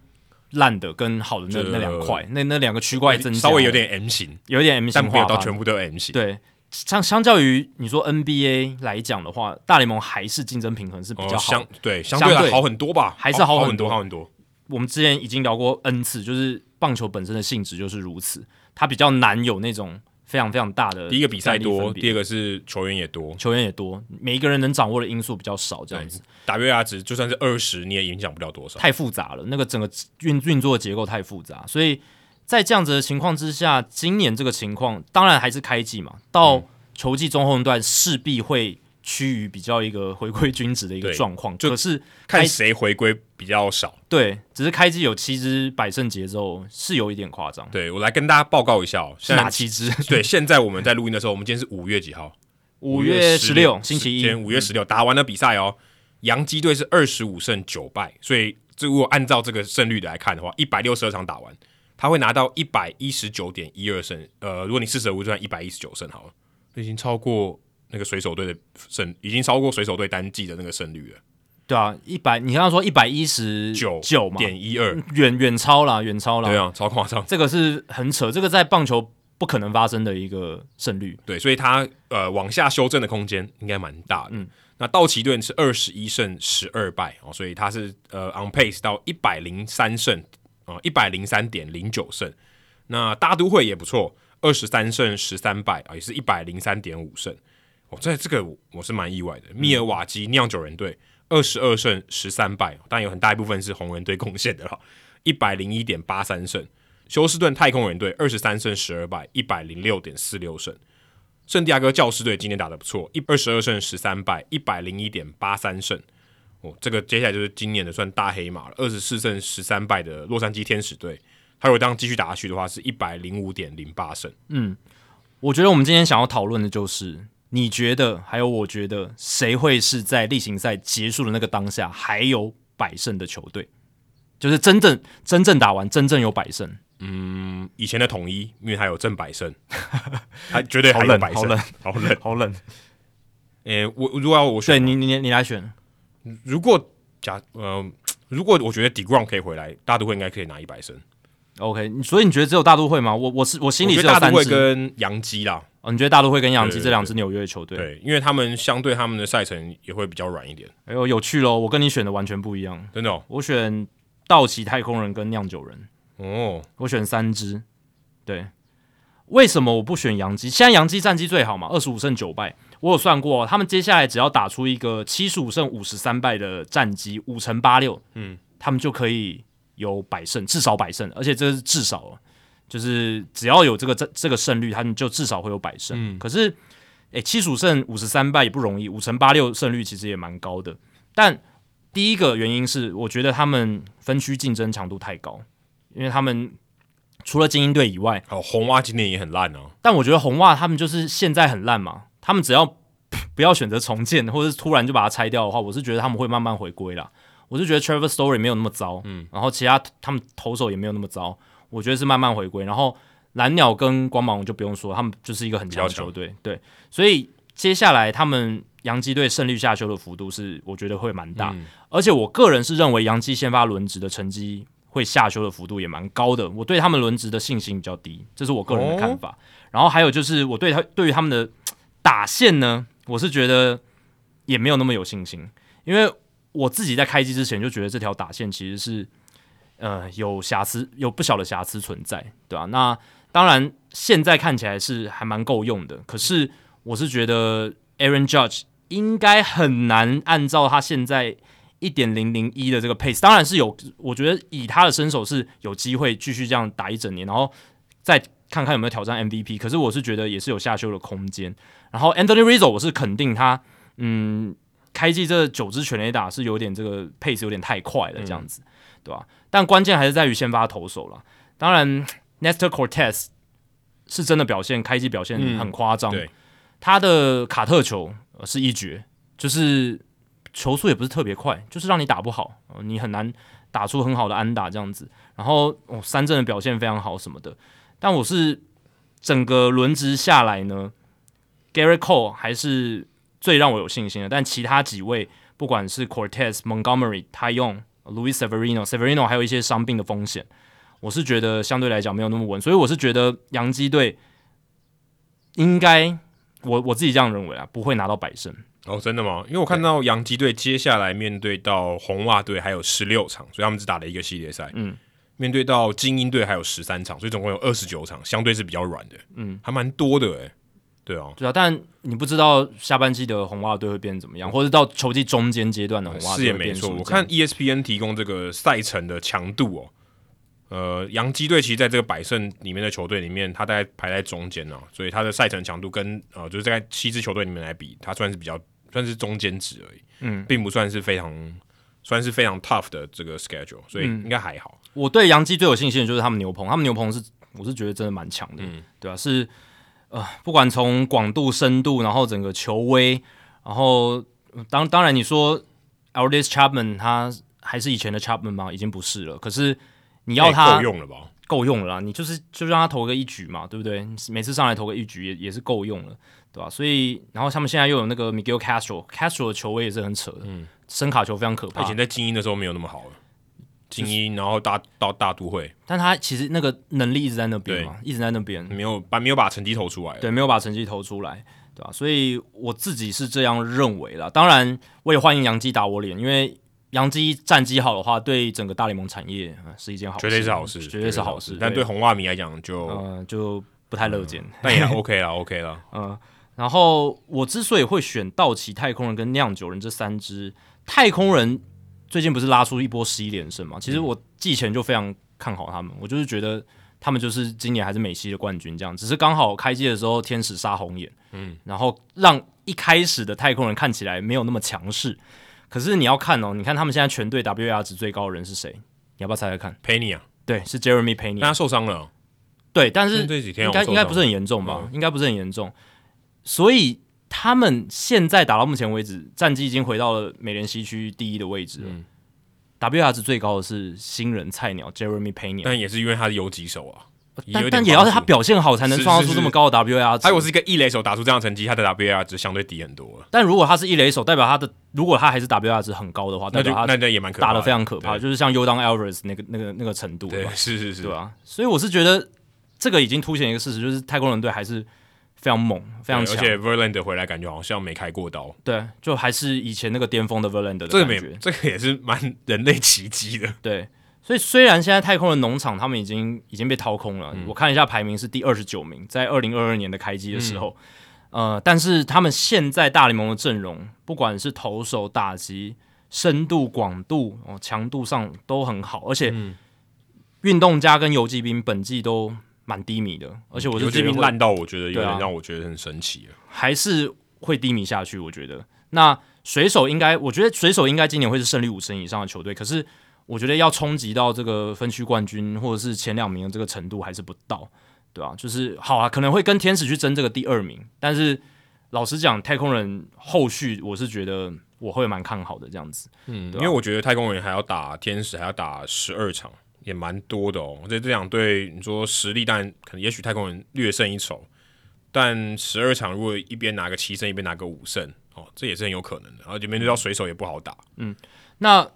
烂的跟好的那
就
那两块，那那两个区块增加
稍微有点 M 型，
有点 M
但
型
没有
化
到
吧。
全部都 M 型。
对，相相较于你说 NBA 来讲的话，大联盟还是竞争平衡是比
哦，
较好的
相对相对
相
来
对
好很多吧，
还是好
好
很
很
多
好很多。
我们之前已经聊过 N 次，就是棒球本身的性质就是如此，它比较难有那种非常非常大的
第一个比赛
战力
多，
分别
第二个是球员也多，
球员也多，每一个人能掌握的因素比较少，这样子
打月牙值就算是二十，你也影响不了多少。
太复杂了，那个整个运运作结构太复杂，所以在这样子的情况之下，今年这个情况当然还是开季嘛，到球季中后段势必会趋于比较一个回归均值的一个
对
状况，
就
可是
看谁回归比较少。
对，只是开季有七支百胜节奏是有一点夸张，
对我来跟大家报告一下哦，
是
现
哪
在
七支？
对现在我们在录音的时候，我们今天是五月几号？
五月十六
16
星期
今
一嗯
天，五月十六打完了比赛哦，洋基队是二十五胜九败，所以这如果按照这个胜率来看的话，一百六十二场打完，他会拿到一百一十九点一二胜。呃，如果你四舍五入，就算一百一十九胜好了，已经超过那个水手队的胜，已经超过水手队单季的那个胜率了，
对啊，一百，你刚刚说一百一十
九
九嘛，嗯
点一二，
远远超啦，远超啦，
对啊，超夸张。
这个是很扯，这个在棒球不可能发生的一个胜率，
对，所以他呃往下修正的空间应该蛮大的。那道奇队是二十一胜十二败哦，所以他是呃 on pace 到一百零三胜啊，一百零三点零九胜。那大都会也不错，二十三胜十三败啊，也是一百零三点五胜。哦，这这个我我是蛮意外的。密尔瓦基酿酒人队二十二胜十三败，当然有很大一部分是红人队贡献的啦，一百零一点八三胜。休斯顿太空人队二十三胜十二败，一百零六点四六胜。圣地亚哥教师队今天打得不错，一二十二胜十三败，一百零一点八三胜。哦，这个接下来就是今年的算大黑马了，二十四胜十三败的洛杉矶天使队，他如果这样继续打下去的话，是一百零五点零八胜。
我觉得我们今天想要讨论的就是，你觉得还有我觉得谁会是在例行赛结束的那个当下还有百胜的球队，就是真正真正打完真正有百胜，
嗯，以前的统一，因为他有正百
<laughs>
胜，他绝对还
好
有
冷
百胜，
好冷
好冷。
<laughs> 好冷，
<laughs> 诶、我如果要我选啊
对你你你来选，
如果假呃，如果我觉得 d e g r o n 可以回来，大都会应该可以拿一百胜。
OK，你所以你觉得只有大都会吗？我我是我心
我
里
觉
是
得
有
大
三
都会
支
跟洋基啦，
哦，你觉得大都会跟洋基
对
这两支纽约的球队？
对，因为他们相对他们的赛程也会比较软一点，
哎呦，有趣喽！我跟你选的完全不一样，
真的哦。
我选道奇太空人跟酿酒人，
哦
我选三支。对，为什么我不选洋基？现在洋基战绩最好嘛，二十五胜九败。我有算过、哦他们接下来只要打出一个七十五胜五十三败的战绩，五乘八六，嗯，他们就可以有百胜，至少百胜，而且这是至少哦，就是只要有这个这这个胜率，他们就至少会有百胜。可是，诶，七十五胜五十三败也不容易，五乘八六胜率其实也蛮高的。但第一个原因是，我觉得他们分区竞争强度太高，因为他们除了精英队以外，
哦，红蛙今年也很烂哦、
但我觉得红袜他们就是现在很烂嘛，他们只要 <laughs> 不要选择重建，或者是突然就把它拆掉的话，我是觉得他们会慢慢回归啦。我是觉得 Trevor Story 没有那么糟，嗯，然后其他他们投手也没有那么糟，我觉得是慢慢回归。然后蓝鸟跟光芒就不用说，他们就是一个很强的
比较强
球队，对，所以接下来他们洋基队胜率下修的幅度是我觉得会蛮大，而且我个人是认为洋基先发轮值的成绩会下修的幅度也蛮高的，我对他们轮值的信心比较低，这是我个人的看法。然后还有就是我对他对于他们的打线呢，我是觉得也没有那么有信心，因为我自己在开机之前就觉得这条打线其实是呃有瑕疵，有不小的瑕疵存在，对吧、那当然现在看起来是还蛮够用的，可是我是觉得 Aaron Judge 应该很难按照他现在。一点零零一的这个 pace，当然是有，我觉得以他的身手是有机会继续这样打一整年，然后再看看有没有挑战 MVP。可是我是觉得也是有下修的空间。然后 Anthony Rizzo，我是肯定他，嗯，开季这九支全垒打是有点这个 pace 有点太快了，这样子，对吧、但关键还是在于先发投手了。当然，Nestor Cortez 是真的表现，开季表现很夸张、
对
他的卡特球呃是一绝，就是球速也不是特别快，就是让你打不好，呃你很难打出很好的安打这样子。然后哦，三振的表现非常好什么的，但我是整个轮值下来呢，Gary Cole 还是最让我有信心的，但其他几位不管是 Cortez、Montgomery、t y o n Luis Severino、Severino 还有一些伤病的风险，我是觉得相对来讲没有那么稳，所以我是觉得洋基队应该我我自己这样认为啊，不会拿到百胜。
哦，真的吗？因为我看到洋基队接下来面对到红袜队还有十六场，所以他们只打了一个系列赛。
嗯，
面对到精英队还有十三场，所以总共有二十九场，相对是比较软的。
嗯，
还蛮多的诶、对啊，
对啊，但你不知道下半季的红袜队会变怎么样，或者到球季中间阶段的红袜
是
队
也
会
没
变什
错。
么
我
这样
看 E ESPN 提供这个赛程的强度哦。呃，洋基队其实在这个百胜里面的球队里面，它大概排在中间呢、啊，所以它的赛程强度跟呃，就是在七支球队里面来比，它算是比较算是中间值而已，
嗯，
并不算是非常算是非常 tough 的这个 schedule，所以应该还好。
我对杨基最有信心的就是他们牛棚，他们牛棚是我是觉得真的蛮强的，
嗯
对啊，是呃，不管从广度、深度，然后整个球威，然后呃当当然你说 Aldis Chapman 他还是以前的 Chapman 吗？已经不是了，可是你要
哎
他
够用了吧？
够用了啦，你就是就让他投个一局嘛，对不对？每次上来投个一局也也是够用了，对吧、所以，然后他们现在又有那个 Miguel Castro，Castro 的球位也是很扯的，嗯，声卡球非常可
他以
怕
前，在精英的时候没有那么好了，精英然后大到大都会
但他其实那个能力一直在那边嘛，一直在那边，
没有把没有把成绩投出来。
对，没有把成绩投出来，对吧、所以我自己是这样认为啦。当然，我也欢迎杨基打我脸，因为杨基战绩好的话，对整个大联盟产业、呃是一件好事，
绝对是好事，
绝对是好事。
但对嗯红袜迷来讲就，
呃就不太乐见。
但也 OK 啦，OK 啦。
嗯，然后我之所以会选道奇、太空人跟酿酒人这三支，太空人最近不是拉出一波十一连胜嘛？其实我季前就非常看好他们，我就是觉得他们就是今年还是美西的冠军这样，只是刚好开季的时候天使杀红眼，嗯，然后让一开始的太空人看起来没有那么强势。可是你要看哦，你看他们现在全队 WAR 值最高的人是谁？你要不要猜猜看？
陪你啊，
对，是 Jeremy p e n y
但他受伤了，
对，但是
是这几天
应该
我受
应该
伤嗯
不是很严重吧？应该不是很严重，所以他们现在打到目前为止，战绩已经回到了美联西区第一的位置了。WR 值最高的是新人菜鸟 Jeremy Pena，呃
但也是因为他是游击手啊，有
但
点
但也要是他
帮助。
表现好才能
是
创造
是
出
是
这么高的 WR 值。
他如果是一个一垒手打出这样的成绩，他的 WAR 值相对低很多了，
但如果他是一垒手，代表他的如果他还是 WR 值很高的话，代
那就
表他
那那也蛮可怕
打
的
得非常可怕，
对
就是像 u d a n Alvarez 那个那个那个程度了
对
吧，
是是是，
对啊，所以我是觉得这个已经凸显一个事实，就是太空人队还是非常猛、
对
非常
而
强。
且 Verlander 回来感觉好像没开过刀，
对，就还是以前那个巅峰的 Verlander 的
这个
感
没
觉。
这个也是蛮人类奇迹的，
对，所以虽然现在太空人农场他们已经已经被掏空
嗯
了，我看一下排名是第二十九名，在二零二二年的开机的时候，
嗯
呃，但是他们现在大联盟的阵容，不管是投手、打击、深度、广度、哦强度上都很好，而且
嗯
运动家跟游击兵本季都蛮低迷的，而且我
游击
是觉得
兵
会
烂到我觉得有
对啊
点让我觉得很神奇啊了，
还是会低迷下去。我觉得那水手应该，我觉得水手应该今年会是胜率五成以上的球队。可是我觉得要冲击到这个分区冠军或者是前两名的这个程度还是不到，对啊，就是好啊，可能会跟天使去争这个第二名，但是老实讲，太空人后续我是觉得我会蛮看好的这样子。
嗯，因为我觉得太空人还要打天使，还要打十二场，也蛮多的哦。这这两队，你说实力，但可能也许太空人略胜一筹，但十二场如果一边拿个七胜，一边拿个五胜，哦，这也是很有可能的。然后就面对到水手也不好打，
那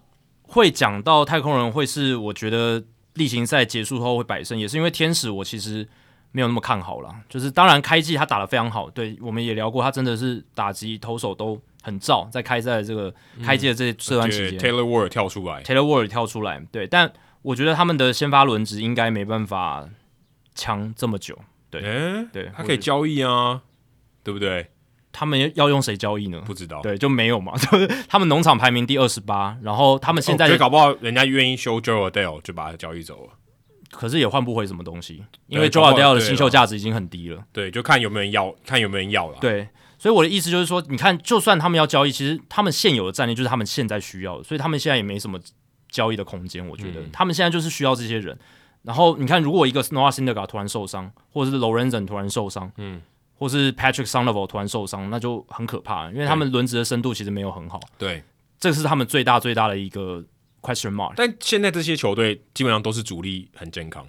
会讲到太空人会是我觉得例行赛结束后会百胜，也是因为天使我其实没有那么看好啦。就是当然开季他打得非常好，对我们也聊过，他真的是打击投手都很燥，在开赛的这个开季的这这段期
嗯对
间、
Taylor Ward 跳出来，
Taylor Ward 跳出来，对，但我觉得他们的先发轮值应该没办法强这么久，对
嗯，
对，
他可以
我觉得
交易啊，对不对？
他们要用谁交易呢？
不知道。哦
对，就没有嘛， <laughs> 就是他们农场排名第二十八，然后他们现在
哦
的
所以搞不好人家愿意修 Joe Adele 就把他交易走了，
可是也换不回什么东西，因
对
为 j
搞
o
不
d
好
e 的
对
新秀价值已经很低了。
对，就看有没有人要，看有没有人要啦。
对，所以我的意思就是说，你看，就算他们要交易，其实他们现有的战力就是他们现在需要的，所以他们现在也没什么交易的空间。我觉得、他们现在就是需要这些人。然后你看，如果一个 Noah Syndergaard 突然受伤，或者是 Lorenzen 突然受伤，嗯，或是 Patrick Sandoval 突然受伤，那就很可怕，因为他们轮值的深度其实没有很好，
对，
这是他们最大最大的一个 question mark。
但现在这些球队基本上都是主力很健康，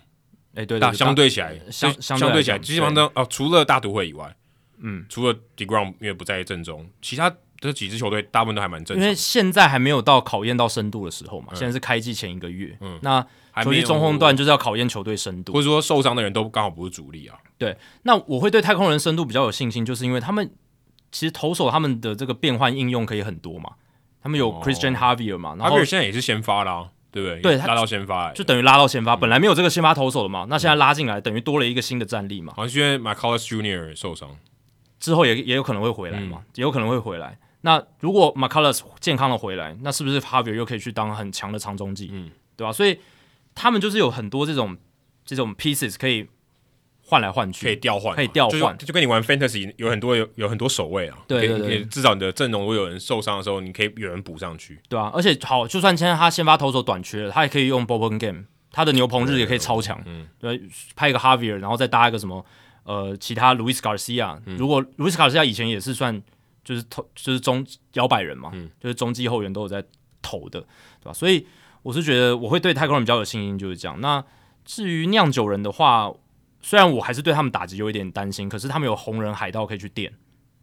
哎，对
大
对，
相对起来，
相
对
相
相
对来
起来，
讲
基本上
对
都哦，除了大都会以外，
嗯，
除了 Degrom 因为不在阵中，其他这几支球队大部分都还蛮正
因
常，嗯
为现在还没有到考验到深度的时候嘛，现在是开季前一个月，嗯，那
还
球
没
季
有哦嗯
中后段，就是要考验球队深
或
度。
者说受伤的人都刚好不是主力啊，
对，那我会对太空人深度比较有信心，就是因为他们其实投手他们的这个变换应用可以很多嘛，他们有
哦
Christian Javier 嘛，
阿
然后
比尔现在也是先发啦，对不对？
对他
拉到先发、欸，
就等于拉到先发，本来没有这个先发投手的嘛，那
嗯
现在拉进来等于多了一个新的战力嘛，
好像是因为 m c c a l l u s Junior 受伤，
之后也也有可能会回来嘛，也有可能会回来。那如果 m c c u l l u s 健康的回来，那是不是 Harvey 又可以去当很强的长中继？
嗯
对吧、所以他们就是有很多这种这种 pieces 可以换来换去，
可以调换嘛，
可以调
就
换
就就跟你玩 Fantasy 有很多有有很多守卫啊，
对
可以
对对
你可以至少你的阵容如果有人受伤的时候，你可以有人补上去，
对啊，而且好，就算现在他先发投手短缺了，他也可以用 Boban Game，他的牛棚日也可以超强。
嗯
对，拍一个 Javier，然后再搭一个什么呃其他 Luis Garcia、
嗯
如果 Luis Garcia 以前也是算就是投就是中摇摆人嘛，
嗯
就是中继后援都有在投的，对吧？所以我是觉得我会对太空人比较有信心，就是这样。那至于酿酒人的话，虽然我还是对他们打击有一点担心，可是他们有红人海盗可以去垫，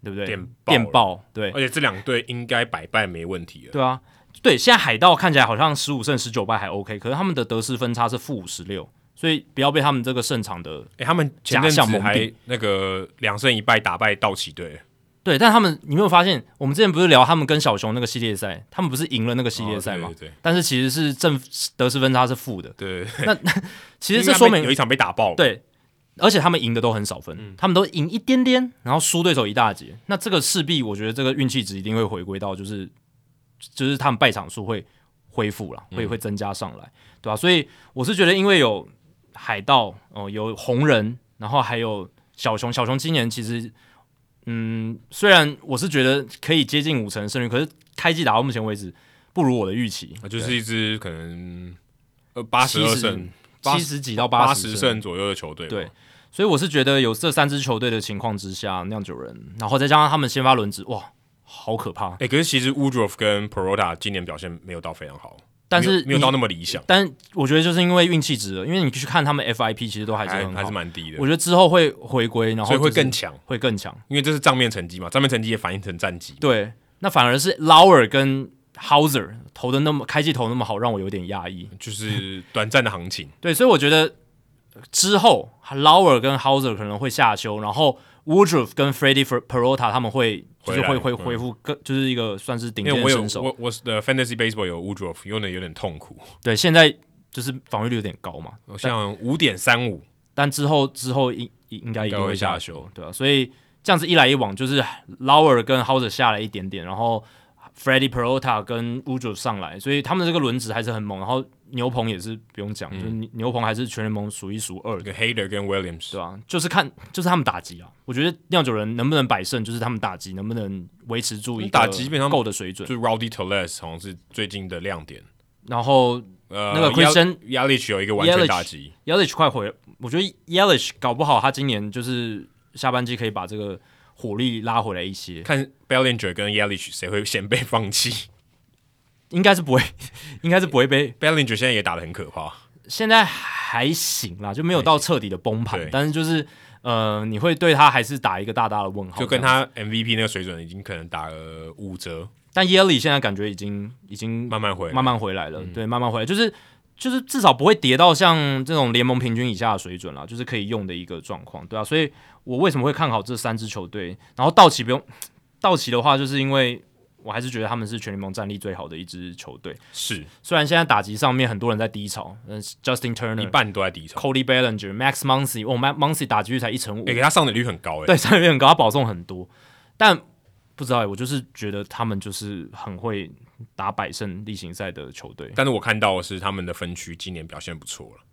对不对？
电爆
电
了
爆，对。
而且这两队应该百败没问题了。
对啊，对，现在海盗看起来好像十五胜十九败还 OK，可是他们的得失分差是负五十六，所以不要被他们这个胜场的
哎、他们前阵子
假象蒙
还
蔽
那个两胜一败打败道奇队，
对。但他们你没有发现，我们之前不是聊他们跟小熊那个系列赛，他们不是赢了那个系列赛吗？
哦对对
但是其实是正得失分差是负的，
对，对
其实这说
因为他们
明
有一场被打爆，，
对，而且他们赢的都很少分，
嗯
他们都赢一点点，然后输对手一大截。那这个势必，我觉得这个运气值一定会回归到，就是就是他们败场数会恢复了，
嗯
会会增加上来，对吧、所以我是觉得，因为有海盗哦、有红人，然后还有小熊，小熊今年其实。嗯，虽然我是觉得可以接近五成胜率，可是开季打到目前为止不如我的预期，
就是一支可能呃八十二
70
胜、八
七十几到
八
八
十
十
胜左右的球队吧，
对，所以我是觉得有这三支球队的情况之下，酿酒人，然后再加上他们先发轮值，哇，好可怕！
哎、可是其实 Woodruff 跟 Perota 今年表现没有到非常好，
但
没
是
有没有到那
么，
么理想，
但我觉得就是因为运气值了，因为你去看他们 FIP 其实都还是
还
很
哎还
好
是，蛮低的
我，觉得之后会回归，然后
所以会
就是
更强，
会更强。
因为这是账面成绩嘛，账面成绩也反映成战绩。
对，那反而是 Lauer 跟 Hauser 投的那么开季投得那么好，让我有点压抑。
就是短暂的行情，
对，所以我觉得呃之后 Lauer 跟 Hauser 可能会下修，然后 Woodruff 跟 Freddy Perota 他们会就是
回
会
来
会
嗯
恢复更就是一个算是顶
因
尖
为我有
的身手。
我我的 fantasy baseball 有 Woodruff，用的有点痛苦，
对，现在就是防御率有点高嘛，
像五点三五，
但之后之后应应应该一
应
定
该会
会
下
下修，对吧、啊所以这样子一来一往，就是 Lauer 跟 Hauser 下来一点点，然后 Freddy Perota 跟 u d r 上来，所以他们这个轮值还是很猛。然后牛棚也是不用讲，
嗯
就是牛牛棚还是全联盟数一数二
一
的，
个 Hader 跟 Williams，
对啊吧、就是看就是他们打击啊，我觉得酿酒人能不能百胜，就是他们打击能不能维持住一个
打击基本上
够的水准，
就 Rowdy Teles 好像是最近的亮点，
然后
呃，
那个 Christian
y a l i c h 有一个完全打击，
Yelich 快回，我觉得 Yelich 搞不好他今年就是下半季可以把这个火力拉回来一些，
看 Bellinger 跟 y a l i c h 谁会先被放弃。 <laughs>
应该是不会， <laughs> 应该是不会被
Bellinger 现在也打得很可怕，
现在还行啦，就没有到彻底的崩盘
对，
但是就是呃，你会对他还是打一个大大的问号，
就跟。他 MVP 那个水准已经可能打了五折，
但 Yelich 现在感觉已经已经
慢慢回来，
慢慢回来了，对，嗯慢慢回来，就是就是至少不会跌到像这种联盟平均以下的水准啦，就是可以用的一个状况，对啊，所以我为什么会看好这三支球队？然后道奇不用，道奇的话，就是因为我还是觉得他们是全联盟战力最好的一支球队，
是
虽然现在打击上面很多人在低潮，嗯，Justin
一
Turner、
半都在低潮，
Cody Bellinger、Max Muncy，哦，Max Muncy 打击率才一成五
哎、，给他上垒率很高、哎，
嗯对，上面很高，他保送很多，但不知道欸，我就是觉得他们就是很会打百胜例行赛的球队。
但是我看到的是他们的分区今年表现不错了，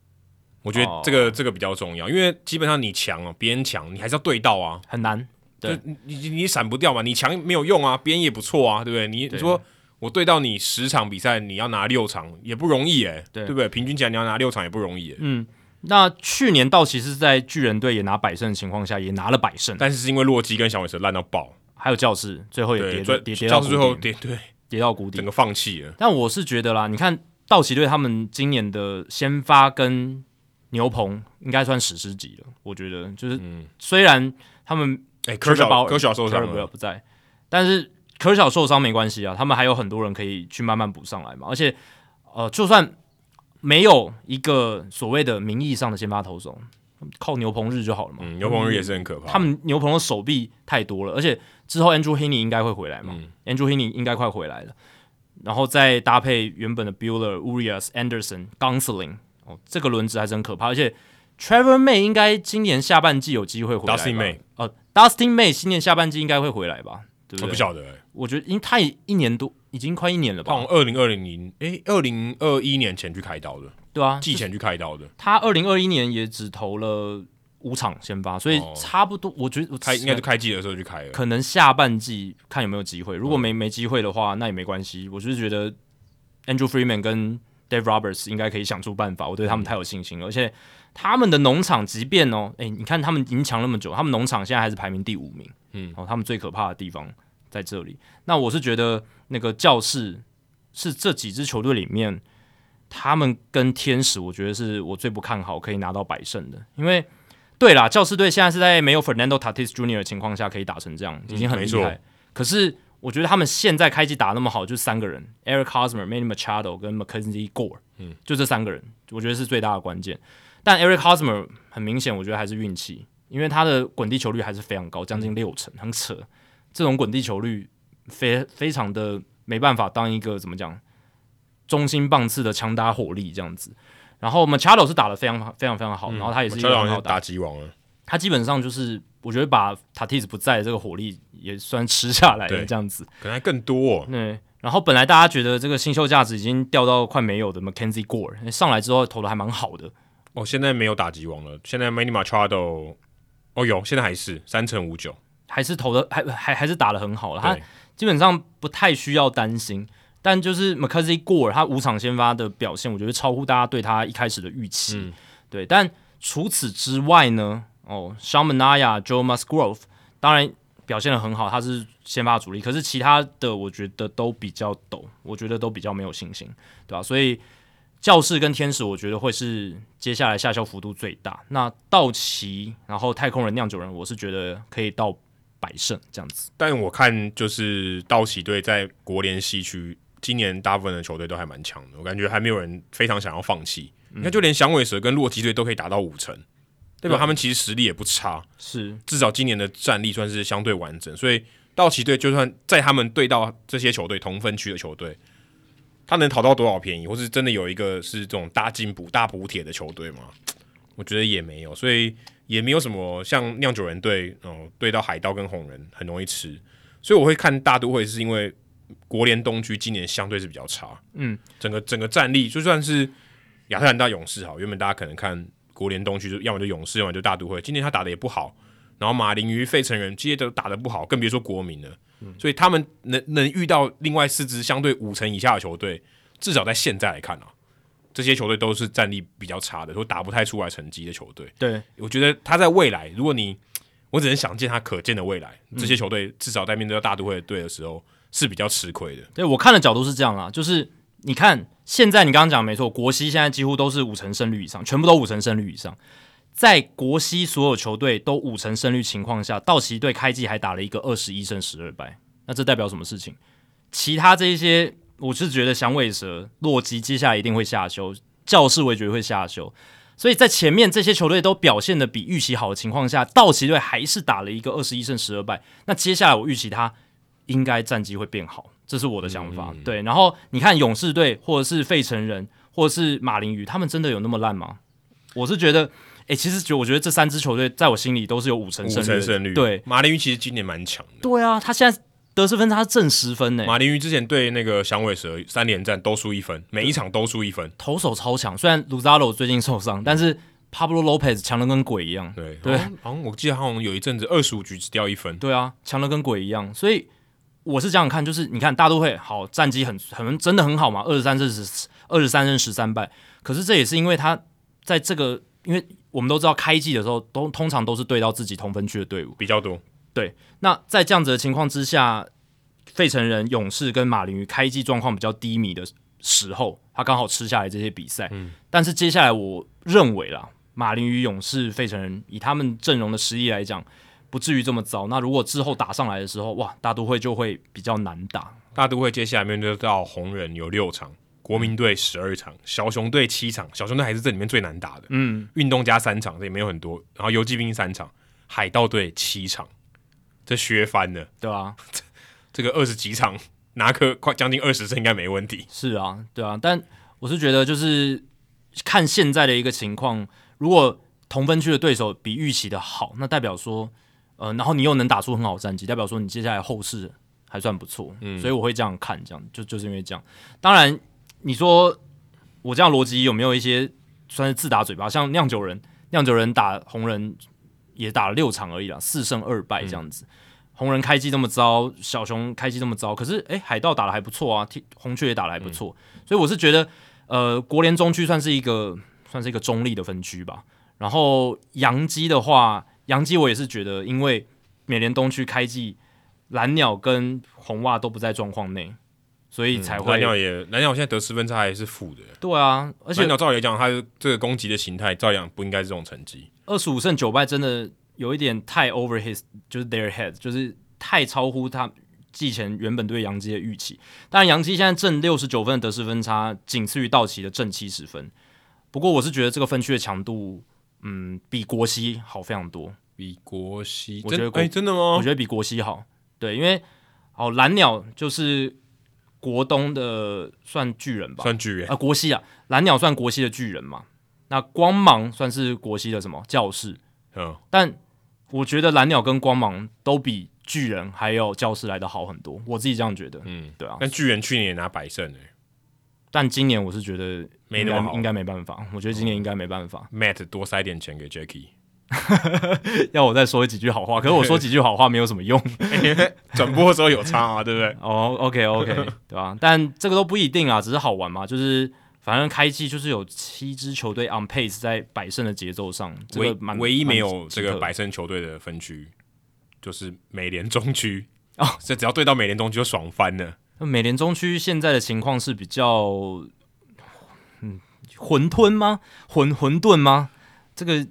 我觉
哦
得这个、这个比较重要，因为基本上你强哦、别人强你还是要对到啊，
很难。对
就你你你闪不掉嘛，你强没有用啊，别人也不错啊，对不对？你你说我对到你十场比赛，你要拿六场也不容易哎、
对
不对？平均起来你要拿六场也不容易、哎
那去年道奇是在巨人队也拿百胜的情况下，也拿了百胜，
但是是因为洛基跟小尾蛇烂到爆，
还有教室最后也跌
对，
跌
最
跌跌
到
到
最后
谷底
跌对，
跌到谷底
整。个放弃了，
但我是觉得啦，你看道奇队他们今年的先发跟牛棚应该算史诗级了，我觉得就是、虽然他们
哎、科小
包
科小嗯受伤
不
了，
不在，但是科小受伤没关系啊，他们还有很多人可以去慢慢补上来嘛。而且，呃，就算没有一个所谓的名义上的先发投手，靠牛棚日就好了嘛。
嗯，牛棚日也是很可怕，
他们牛棚的手臂太多了，而且之后 Andrew Heaney 应该会回来嘛、a
嗯
n d r e w Heaney 应该快回来了，然后再搭配原本的 Bueller、Urias、Anderson、Gonsolin，哦，这个轮值还是很可怕，而且 Trevor May 应该今年下半季有机会回来吧
Dustin May
呃，Dustin May 今年下半季应该会回来吧？对
我不
不对？
晓得、哎
我觉得，因为他也一年多，已经快一年了
他好
吧？
像二零二零零哎二零二一年前去开刀的，
对啊，
季前去开刀的，
他二零二一年也只投了五场先发，所以
哦
差不多，我觉得
开应该是开季的时候就开了。嗯
啊可能下半季看有没有机会。如果没、没机会的话，那也没关系。我就是觉得 Andrew Freeman 跟 Dave Roberts 应该可以想出办法。我对他们太有信
嗯
心了，而且他们的农场，即便哦，诶，你看他们已经强那么久，他们农场现在还是排名第五名。
嗯，
哦，他们最可怕的地方在这里。那我是觉得那个教室是这几支球队里面，他们跟天使，我觉得是我最不看好可以拿到百胜的，因为。对啦，教士队现在是在没有 Fernando Tatis Jr. 的情况下可以打成这样，已经
嗯
很
没
厉
错
害。可是我觉得他们现在开机打那么好，就三个人：Eric Hosmer、Manny Machado 跟 Mackenzie Gore，嗯，就这三个人，我觉得是最大的关键。但 Eric Hosmer 很明显，我觉得还是运气，因为他的滚地球率还是非常高，将近六成，很扯。这种滚地球率非非常的没办法当一个怎么讲中心棒次的强打火力这样子。然后 Machado 是打得非常非常非常好，然后他也是一
乔
个
导
很好
像
打
打击王啊了，
他基本上就是我觉得把 Tatis 不在的这个火力也算吃下来了
对
这样子。
可能还更多、哦。
对，然后本来大家觉得这个新秀价值已经掉到快没有的 Mackenzie Gore 上来之后投的还蛮好的，
哦，现在没有打击王了，现在 Manny Machado，哦有，现在还是三乘五九，
还是投的还还还是打的很好了。他
对
基本上不太需要担心。但就是 McKenzie Gore 他五场先发的表现，我觉得超乎大家对他一开始的预期。
嗯
对，但除此之外呢，哦 s h a m a n a y a Joe Musgrove 当然表现的很好，他是先发主力，可是其他的我觉得都比较抖，我觉得都比较没有信心，对吧、所以教室跟天使，我觉得会是接下来下修幅度最大。那道奇，然后太空人、酿酒人，我是觉得可以到百胜这样子。
但我看就是道奇队在国联西区今年大部分的球队都还蛮强的，我感觉还没有人非常想要放弃。你看，就连响尾蛇跟洛基队都可以达到五成，代表
对
他们其实实力也不差，
是，
至少今年的战力算是相对完整。所以道奇队就算在他们对到这些球队同分区的球队，他能讨到多少便宜，或是真的有一个是这种大进补、大补铁的球队吗？我觉得也没有，所以也没有什么像酿酒人队，嗯、对到海盗跟红人很容易吃，所以我会看大都会，是因为国联东区今年相对是比较差，
嗯，
整个整个战力就算是亚特兰大勇士好，原本大家可能看国联东区就要么就勇士，要么就大都会，今年他打的也不好，然后马林鱼、费城人这些都打的不好，更别说国民了，所以他们能能遇到另外四支相对五成以下的球队，至少在现在来看啊，这些球队都是战力比较差的，都打不太出来成绩的球队。
对，
我觉得他在未来，如果你我只能想见他可见的未来，
嗯
这些球队至少在面对到大都会的队的时候是比较吃亏的。
对我看的角度是这样啦，就是你看现在你刚刚讲的没错，国西现在几乎都是五成胜率以上，全部都五成胜率以上。在国西所有球队都五成胜率情况下，道奇队开季还打了一个二十一胜十二败，那这代表什么事情？其他这一些，我是觉得响尾蛇、洛基接下来一定会下修，教士我也觉得会下修。所以在前面这些球队都表现的比预期好的情况下，道奇队还是打了一个二十一胜十二败。那接下来我预期他应该战绩会变好，这是我的想
嗯
法。对，然后你看勇士队或者是费城人或者是马林鱼，他们真的有那么烂吗？我是觉得，诶，其实觉我觉得这三支球队在我心里都是有五成
五
胜率的，
成胜率，
对，
马林鱼其实今年蛮强的。
对啊，他现在得失分差正十分呢，
马林鱼之前对那个响尾蛇三连战都输一分，每一场都输一分。
投手超强。虽然 Luzaro 最近受伤，但是 Pablo Lopez 强的跟鬼一样。
对
对
好像好像我记得他好像有一阵子二十五局只掉一分，
对啊，强的跟鬼一样。所以我是这样看，就是你看大都会好战绩很很真的很好嘛，二十三胜十二十三胜十三败。可是这也是因为他在这个，因为我们都知道开季的时候都通常都是对到自己同分区的队伍。
比较多。
那在这样子的情况之下，费城人、勇士跟马林鱼开季状况比较低迷的时候，他刚好吃下来这些比赛。但是接下来我认为啦，马林鱼、勇士、费城人以他们阵容的实力来讲，不至于这么糟。那如果之后打上来的时候，哇，大都会就会比较难打。
大都会接下来面对到红人有六场，国民队十二场，小熊队七场，小熊队还是这里面最难打的。
嗯，
运动家三场，这也没有很多，然后游击兵三场，海盗队七场，这削翻了。
对啊，
这个二十几场 <laughs> 拿颗快将近二十胜应该没问题。
是啊，对啊。但我是觉得，就是看现在的一个情况，如果同分区的对手比预期的好，那代表说，呃，然后你又能打出很好的战绩，代表说你接下来后市还算不错。嗯，所以我会这样看，这样就就是因为这样。当然，你说我这样逻辑有没有一些算是自打嘴巴？像酿酒人，酿酒人打红人也打了六场而已啦，四胜二败这样
嗯
子。红人开机这么糟，小熊开机这么糟，可是诶、哎海盗打的还不错啊，踢红雀也打的还不错，所以我是觉得，呃，国联中区算是一个算是一个中立的分区吧。然后洋基的话，洋基我也是觉得，因为美联东区开季，蓝鸟跟红袜都不在状况内，所以才
嗯
会、
蓝鸟也蓝鸟现在得失分差还是负的，
对啊，而
而
且
蓝鸟照理讲，他这个攻击的形态照样不应该是这种成绩。
二十五胜九败真的有一点太 over his，就是 their head，就是太超乎他季前原本对杨基的预期。当然，杨基现在正六十九分的得失分差，仅次于道奇的正七十分。不过，我是觉得这个分区的强度，嗯，比国西好非常多。
比国西，
我觉得
真
国
哎、真的
我
吗？
觉得比国西好。对，因为哦，蓝鸟就是国东的算巨人吧，
算巨人，
啊，国西啊，蓝鸟算国西的巨人嘛。那光芒算是国西的什么教士？
嗯，
但我觉得蓝鸟跟光芒都比巨人还有教师来的好很多，我自己这样觉得。
嗯，
对啊，
但巨人去年也拿百胜欸诶、
但今年我是觉得
没
应
那么
该
好
应该没办法。我觉得今年应该没办 <laughs> 法。
Matt 多塞点钱给 Jacky，
要我再说几句好话， <laughs> 可是我说几句好话没有什么用。
<laughs> 转播的时候有差啊，对不对？
哦，OK，OK、o <laughs> k OK，对吧、但这个都不一定啊，只是好玩嘛。就是反正开季就是有七支球队 on pace 在百胜的节奏上，这
唯
个蛮
唯一没
蛮
有
奇
这
特
个
的
百胜球队的分区就是美联中区
哦
这只要对到美联中区就爽翻了。
那美联中区现在的情况是比较，嗯，混沌吗？混混沌吗？这个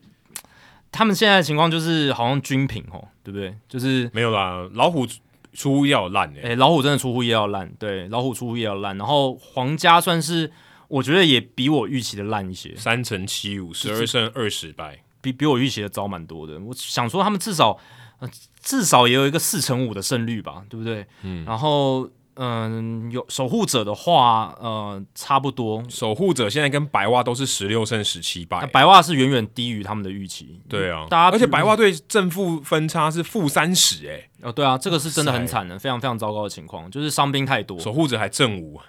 他们现在的情况就是好像均平哦，对不对？就是
没有啦，老虎出乎意料烂欸诶、
诶、老虎真的出乎意料烂，对，老虎出乎意料烂。然后皇家算是我觉得也比我预期的烂一些，
三乘七五，十二胜二十败，
比比我预期的糟蛮多的。我想说他们至少、呃至少也有一个四成五的胜率吧，对不对？嗯。然后嗯、有守护者的话，呃，差不多
守护者现在跟白袜都是十六胜十七败欸
那。白袜是远远低于他们的预期。
对啊，
大家
而且白袜队正负分差是负三十哎，
哦，对啊，这个是真的很惨的，非常非常糟糕的情况，就是伤兵太多。
守护者还正五，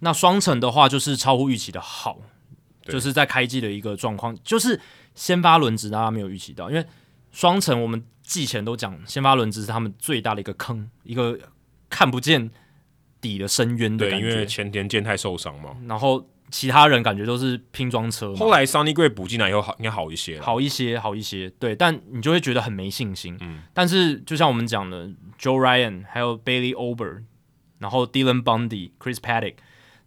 那双城的话就是超乎预期的好，
对
就是在开季的一个状况，就是先发轮值大家没有预期到，因为双城我们季前都讲，先发轮值是他们最大的一个坑，一个看不见底的深渊的
对，
感
因为
觉。
前田健太受伤嘛，
然后其他人感觉都是拼装车嘛，
后来 Sunny Gray 补进来以后好，应该好一些了。
好一些，好一些，对，但你就会觉得很没信心。
嗯，
但是就像我们讲的，Joe Ryan 还有 Bailey Ober，然后 Dylan Bundy、Chris Paddock，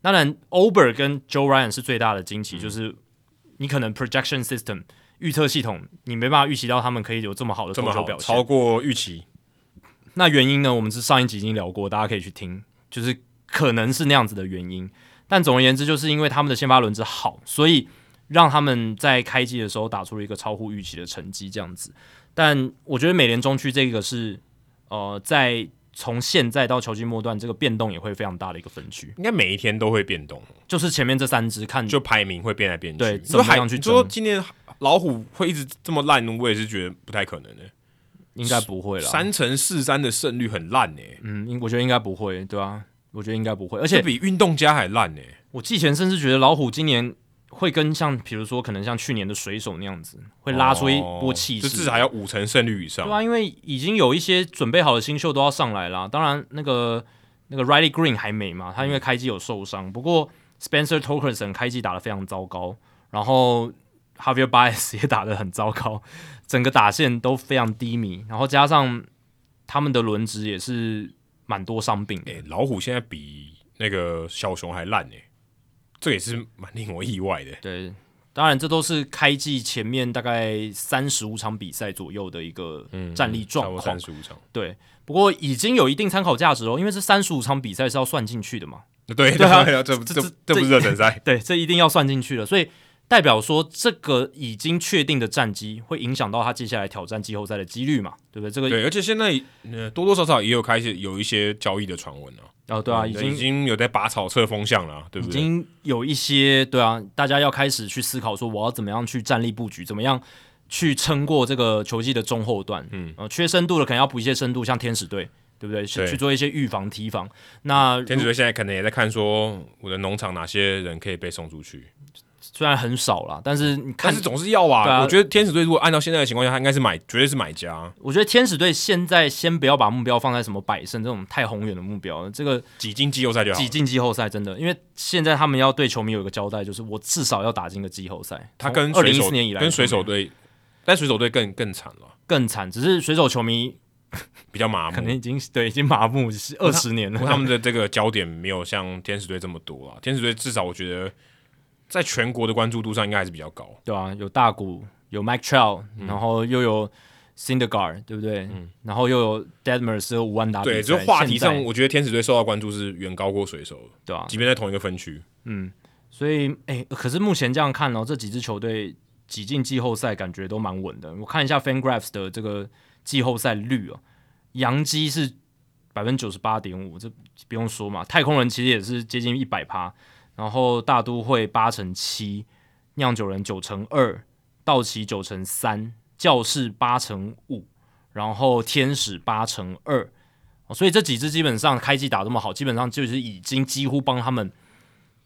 当然 Ober 跟 Joe Ryan 是最大的惊
嗯
奇，就是你可能 projection system 预测系统，你没办法预期到他们可以有这么好的
这
投
么
球
好
表，现
超。过预期。
那原因呢？我们是上一集已经聊过，大家可以去听，就是可能是那样子的原因。但总而言之，就是因为他们的先发轮子好，所以让他们在开机的时候打出了一个超乎预期的成绩，这样子。但我觉得美联中区这个是，呃，在从现在到球季末段，这个变动也会非常大的一个分区。
应该每一天都会变动，
就是前面这三支看
就排名会变来变去。
对
你说海
怎么样去
你说
争
今年老虎会一直这么烂，我也是觉得不太可能的、
应该不会了，
三乘四三的胜率很烂呢、欸
嗯，应我觉得应该不会，对啊，我觉得应该不会。而
这
且
比运动家还烂呢、欸
我之前甚至觉得老虎今年会跟像比如说可能像去年的水手那样子，会拉出一波气势，
哦就至少要五成胜率以上。
对啊，因为已经有一些准备好的新秀都要上来啦。当然，那个那个 Riley Green 还没嘛，他因为开机有受伤。不过 Spencer Torkelson 开机打得非常糟糕，然后 Javier Baez 也打得很糟糕，整个打线都非常低迷。然后加上他们的轮值也是蛮多伤病的
哎、，老虎现在比那个小熊还烂呢、欸这也是蛮令我意外的、
对，当然这都是开季前面大概三十五场比赛左右的一个战力
嗯差
状
不多三
况。
十五场。
对，不过已经有一定参考价值哦，因为这三十五场比赛是要算进去的嘛。
对
对啊
啊，这不
这
这
这
这不
这，
是热身赛
对，这一定要算进去了，所以代表说这个已经确定的战绩会影响到他接下来挑战季后赛的几率嘛，对不对？这个
对，而且现在呃多多少少也有开始有一些交易的传闻啊，
哦，对啊，
嗯已
已经
经有在拔草测风向了啊，对不
已
对？
经有一些对啊，大家要开始去思考说我要怎么样去战力布局，怎么样去撑过这个球季的中后段。
嗯
嗯，呃，缺深度的可能要补一些深度，像天使队，对不对？
对
是去做一些预防、提防。那
天主队现在可能也在看说我的农场哪些人可以被送出去，
虽然很少啦，但是你看
但是总是要
对
啊。
啊
我觉得天使队如果按照现在的情况下，他应该是买，绝对是买家，啊
我觉得天使队现在先不要把目标放在什么百胜这种太宏远的目标，这个
挤进季后赛就好
挤
了。
进季后赛真的，因为现在他们要对球迷有一个交代，就是我至少要打进个季后赛。
他跟
二
水
零一
手
四年以来
跟水手队，但水手队更更惨了，
更惨，只是水手球迷
比较麻
可
木
能。已经对已经麻木二十年了
不过。他们的这个焦点没有像天使队这么多啊，天使队至少我觉得在全国的关注度上应该还是比较高。
对啊，有大谷，有 Mike Trout，、然
嗯
后又有 Syndergaard，对不对？然后又有 Deadmers 和五万打比赛
对，就话题上，
现在
我觉得天使队受到关注是远高过水手的，
对啊，
即便在同一个分区。
所以哎、可是目前这样看哦，这几支球队挤进季后赛感觉都蛮稳的。我看一下 FanGraphs 的这个季后赛率哦，洋基是百分之九十八点五，这不用说嘛。太空人其实也是接近一百趴，然后大都会八成七，酿酒人九成二，道奇九成三，教士八成五，然后天使八成二。哦所以这几支基本上开季打这么好，基本上就是已经几乎帮他们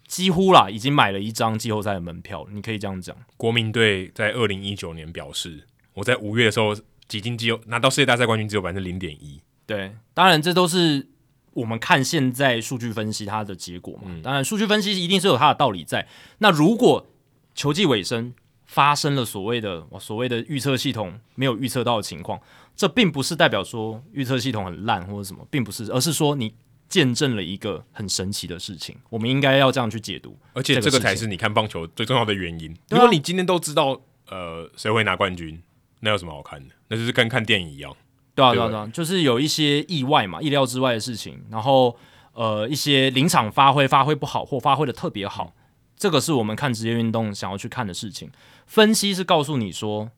几乎啦，已经买了一张季后赛的门票，你可以这样讲。
国民队在二零一九年表示，我在五月的时候挤进季后拿到世界大赛冠军只有百分之零点一，
对，当然这都是我们看现在数据分析它的结果嘛。当然，数据分析一定是有它的道理在。那如果球季尾声发生了所谓的哇所谓的预测系统没有预测到的情况，这并不是代表说预测系统很烂或者什么，并不是，而是说你见证了一个很神奇的事情。我们应该要这样去解读。
而且
这
这
个
个
事情
才是你看棒球最重要的原因。如
对啊
果你今天都知道呃谁会拿冠军，那有什么好看的？那就是跟看电影一样。
对啊，
对
对啊，对啊，就是有一些意外嘛，意料之外的事情，然后呃，一些临场发挥发挥不好或发挥的特别好，这个是我们看职业运动想要去看的事情。分析是告诉你说，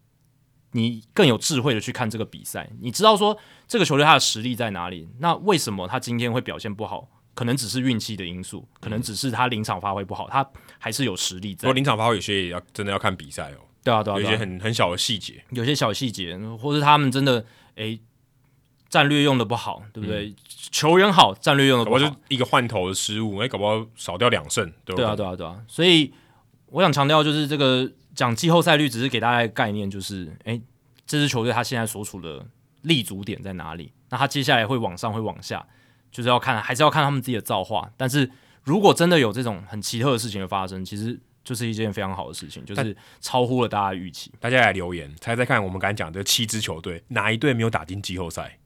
你更有智慧的去看这个比赛，你知道说这个球队他的实力在哪里，那为什么他今天会表现不好？可能只是运气的因素，可能只是他临场发挥不好，他还是有实力
不
在
过。临场发嗯挥有些也要真的要看比赛哦，
对啊，对啊，
有一
对
些
啊
很很小的细节。
有些小细节，或是他们真的诶、战略用的不好，对不对？球员好，战略用的
搞
不
不
好，
好就一个换头的失误，哎，搞不好少掉两胜，对
对啊，
吧？
对啊，对啊。所以我想强调，就是这个讲季后赛率，只是给大家一个概念，就是诶、这支球队他现在所处的立足点在哪里？那他接下来会往上，会往下，就是要看，还是要看他们自己的造化。但是如果真的有这种很奇特的事情的发生，其实就是一件非常好的事情，就是超乎了大家预期
大家来留言猜猜看，我们刚才讲的七支球队哪一队没有打进季后赛？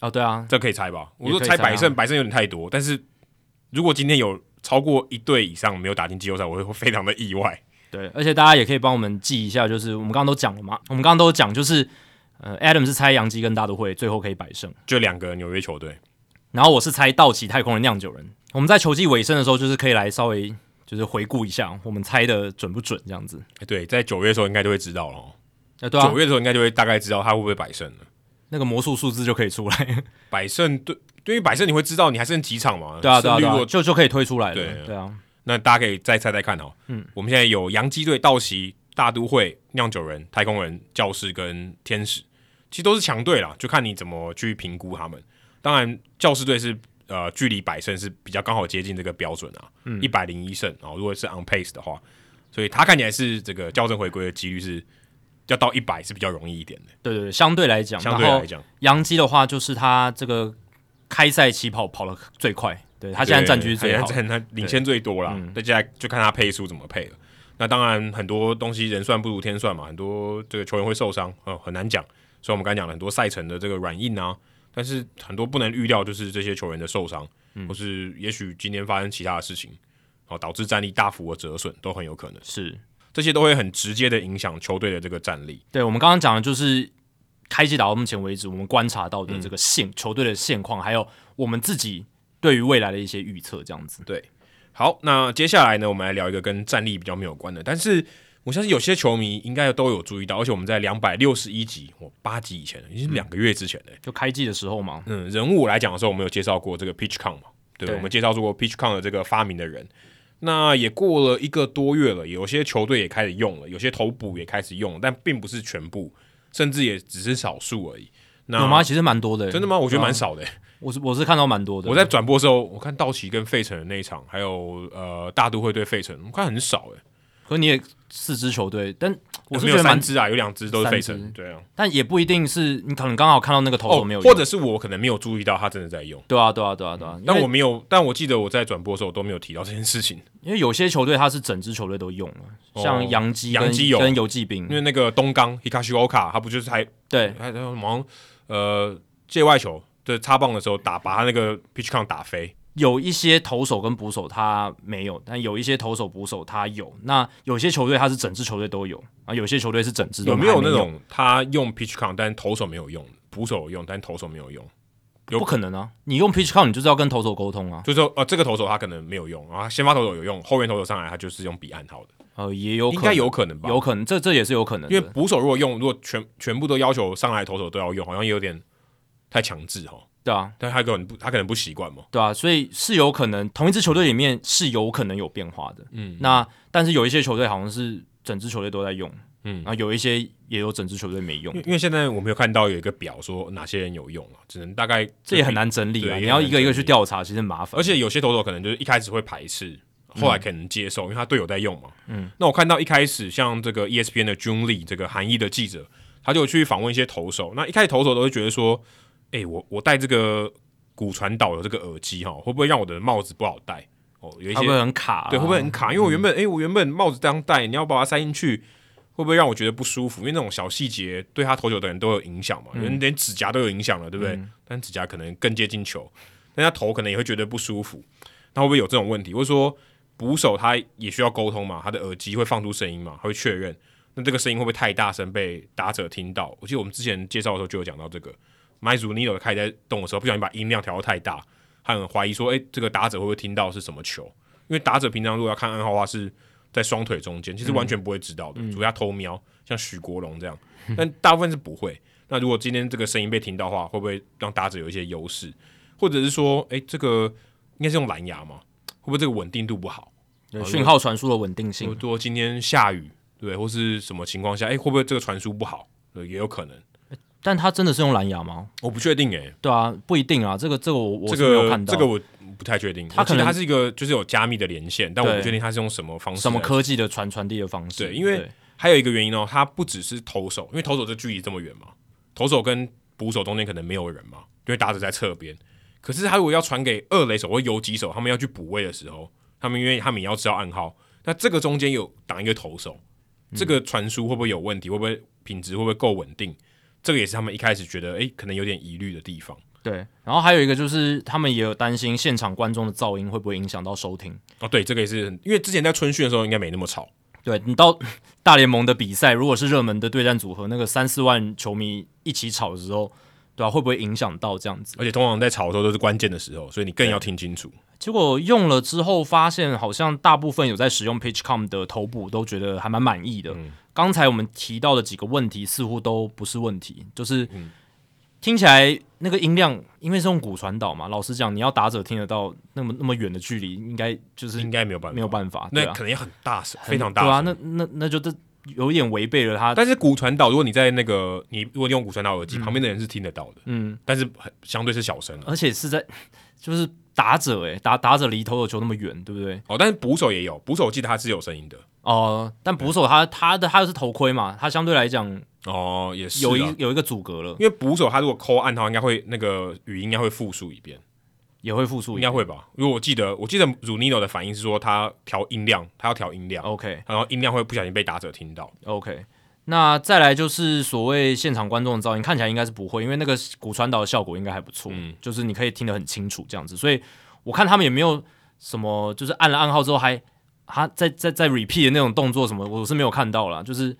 哦，对啊，
这可以猜吧？我
也
说
可以
猜
猜
百胜，
啊
百胜有点太多，但是如果今天有超过一队以上没有打进季后赛，我会非常的意外。
对，而且大家也可以帮我们记一下，就是我们刚刚都讲了嘛，我们刚刚都讲，就是呃，Adam 是猜洋基跟大都会最后可以百胜，
就两个纽约球队，
然后我是猜道奇、太空人、酿酒人。我们在球季尾声的时候，就是可以来稍微就是回顾一下我们猜的准不准这样子。
哎对，在九月的时候应该就会知道了哦。
呃，对
九、
啊，
月的时候应该就会大概知道他会不会百胜了。
那个魔术数字就可以
<laughs>
出来，
百胜对，对于百胜你会知道你还剩几场嘛？
对啊，对啊，
胜率如
对啊，
果
就就可以推出来了，
对
对啊，
那大家可以再猜猜看哦。嗯，我们现在有洋基队、道奇、大都会、酿酒人、太空人、教士跟天使，其实都是强队啦，就看你怎么去评估他们。当然，教士队是呃距离百胜是比较刚好接近这个标准啊，一百零一胜啊、哦，如果是 on pace 的话，所以他看起来是这个校正回归的几率是要到一百是比较容易一点的，
对对对，相对来讲，
相对
然后
来讲。
杨基的话，就是他这个开赛起跑跑的最快，对他现在战绩是最好
对，他现在领先最多啦。大家就看他配速怎么配了。那当然，很多东西人算不如天算嘛，很多这个球员会受伤，嗯，很难讲。所以我们刚才讲了很多赛程的这个软硬啊，但是很多不能预料，就是这些球员的受伤，
嗯
或是也许今天发生其他的事情，哦，导致战力大幅的折损都很有可能，
是
这些都会很直接的影响球队的这个战力。
对。我们刚刚讲的就是开季打到目前为止，我们观察到
嗯
的这个现、球队的现况，还有我们自己对于未来的一些预测，这样子。
好，那接下来呢，我们来聊一个跟战力比较没有关的，但是我相信有些球迷应该都有注意到，而且我们在两百六十一集，我八集以前，已经是两个月之前的、
就开季的时候嘛，
嗯，人物来讲的时候，我们有介绍过这个 PitchCon 嘛，对，
对
我们介绍过 PitchCon 的这个发明的人。那也过了一个多月了，有些球队也开始用了，有些投捕也开始用了，但并不是全部，甚至也只是少数而已。那
有吗？？其实蛮多的、
真的吗？我觉得蛮
对啊，
少的、
我是我是看到蛮多的。
我在转播的时候，我看道奇跟费城的那一场，还有呃大都会对费城，我看很少哎、
可你也四支球队，但我是
没有
觉得蛮
三，支啊，有两支都是费
三
城，
支
对啊，
但也不一定是你可能刚好看到那个投手没有用、
哦或者是我可能没有注意到他真的在用，
对啊，对啊，对啊，对啊。因
但
为
我没有，但我记得我在转播的时候都没有提到这件事情，
因为有些球队它是整支球队都用了，
哦
像洋基跟、
洋基有
跟游骑兵
因，为那个东冈 Hikashioka 他不就是还
对
还他忙呃界外球对插棒的时候打把他那个 pitch count 打飞，
有一些投手跟捕手他没有，但有一些投手捕手他有。那有些球队他是整支球队都有啊，有些球队是整支都
有没
还有
有那种他用 pitch count 但投手没有用，捕手有用但投手没有用，有
不可能啊？你用 pitch count 你就是要跟投手沟通啊。
就是说呃这个投手他可能没有用，然后先发投手有用，后援投手上来他就是用比暗号的，
呃，也有可
应
能
该有可能吧？
有可能，这这也是有可能的，
因为捕手如果用，如果全全部都要求上来投手都要用，好像也有点太强制哈。
对啊，
但他可能不，他可能不习惯嘛。
对啊，所以是有可能同一支球队里面是有可能有变化的。
嗯，
那但是有一些球队好像是整支球队都在用，
嗯
然后有一些也有整支球队没用
因为，因为现在我没有看到有一个表说哪些人有用啊，只能大概
这也很。难整理
对
啊。
也
你要
很
一个一个
难整
去
理
调查，其实很麻烦。
而且有些投手可能就是一开始会排斥，后来可能接受，因为他队友在用嘛。嗯，那我看到一开始像这个 E ESPN 的 Jun Lee 这个韩裔的记者，他就去访问一些投手。那一开始投手都会觉得说，哎、我我戴这个骨传导的这个耳机哈，会不会让我的帽子不好戴？哦，有一
会
些
不会很卡、啊？
对，会不会很卡？因为我原本，诶，我原本帽子这样戴，你要把它塞进去，会不会让我觉得不舒服？因为那种小细节对他投球的人都有影响嘛，有人连指甲都有影响了，对不对？但指甲可能更接近球，但他头可能也会觉得不舒服。那会不会有这种问题？或者说捕手他也需要沟通嘛？他的耳机会放出声音嘛？他会确认。那这个声音会不会太大声被打者听到？我记得我们之前介绍的时候就有讲到这个，麦祖尼尔开始在动的时候，不小心把音量调到太大，他很怀疑说，诶，这个打者会不会听到是什么球？因为打者平常如果要看暗号的话是在双腿中
嗯
间，其实完全不会知道的，除非他偷瞄，像许国龙这样，但大部分是不会。那如果今天这个声音被听到的话，会不会让打者有一些优势？或者是说，诶，这个应该是用蓝牙嘛？会不会这个稳定度不好？
对讯号传输的稳定
或
性？
者今天下雨，对，或是什么情况下，哎、会不会这个传输不好？对，也有可能，
但他真的是用蓝牙吗？
我不确定哎、
对啊，不一定啊。这个这个我我
这
是没有
个
看到
这个我不太确定。
它
我记
可
得
能
它是一个就是有加密的连线，但我不
对
确定它是用什么方式。
什么？科技的传传递的方式。
对因为还有一个原因哦，它不只是投手，因为投手这距离这么远嘛，投手跟捕手中间可能没有人嘛，因为打者在侧边。可是他如果要传给二垒手或游击手，他们要去补位的时候，他们因为他们也要知道暗号，那这个中间有挡一个投手，这个传输会不会有问题？会不会品质会不会够稳定？这个也是他们一开始觉得诶、可能有点疑虑的地方。
对，然后还有一个就是他们也有担心现场观众的噪音会不会影响到收听。
哦，对，这个也是很因为之前在春训的时候应该没那么吵，
对你到 <laughs> 大联盟的比赛，如果是热门的对战组合，那个三四万球迷一起吵的时候，对啊吧、会不会影响到这样子？
而且通常在吵的时候都是关键的时候，所以你更要听清楚。
结果用了之后，发现好像大部分有在使用 PitchCom 的头部都觉得还蛮满意的。
嗯
刚才我们提到的几个问题似乎都不是问题，就是、
嗯
听起来那个音量，因为是用骨传导嘛，老实讲，你要打者听得到那么那么远的距离，应该就是
应该没有办法，
没有办法，对
那
啊
可，能也很大声，非常大
对
声。
啊，那那那就这有点违背了他
啊但是骨传导，如果你在那个你如果你用骨传导耳机，旁边的人是听得到的，
嗯，
但是很相对是小声了。
而且是在就是打者诶、打打者离投手球那么远，对不对？
哦，但是捕手也有，捕手我记得它是有声音的。
哦、但捕手他他的他是头盔嘛，他相对来讲
哦，也是啊
有一有一个阻隔了，
因为捕手他如果扣暗号，应该会那个语音应该会复述一遍，
也会复苏
应。该会吧？因为我记得我记得 Runino 的反应是说他调音量，他要调音量，
OK
然后音量会不小心被打者听到。
OK，那再来就是所谓现场观众的噪音，看起来应该是不会，因为那个骨传导的效果应该还不错，
嗯
就是你可以听得很清楚这样子。所以我看他们也没有什么，就是按了暗号之后还他在在在 repeat 的那种动作什么，我是没有看到啦，就是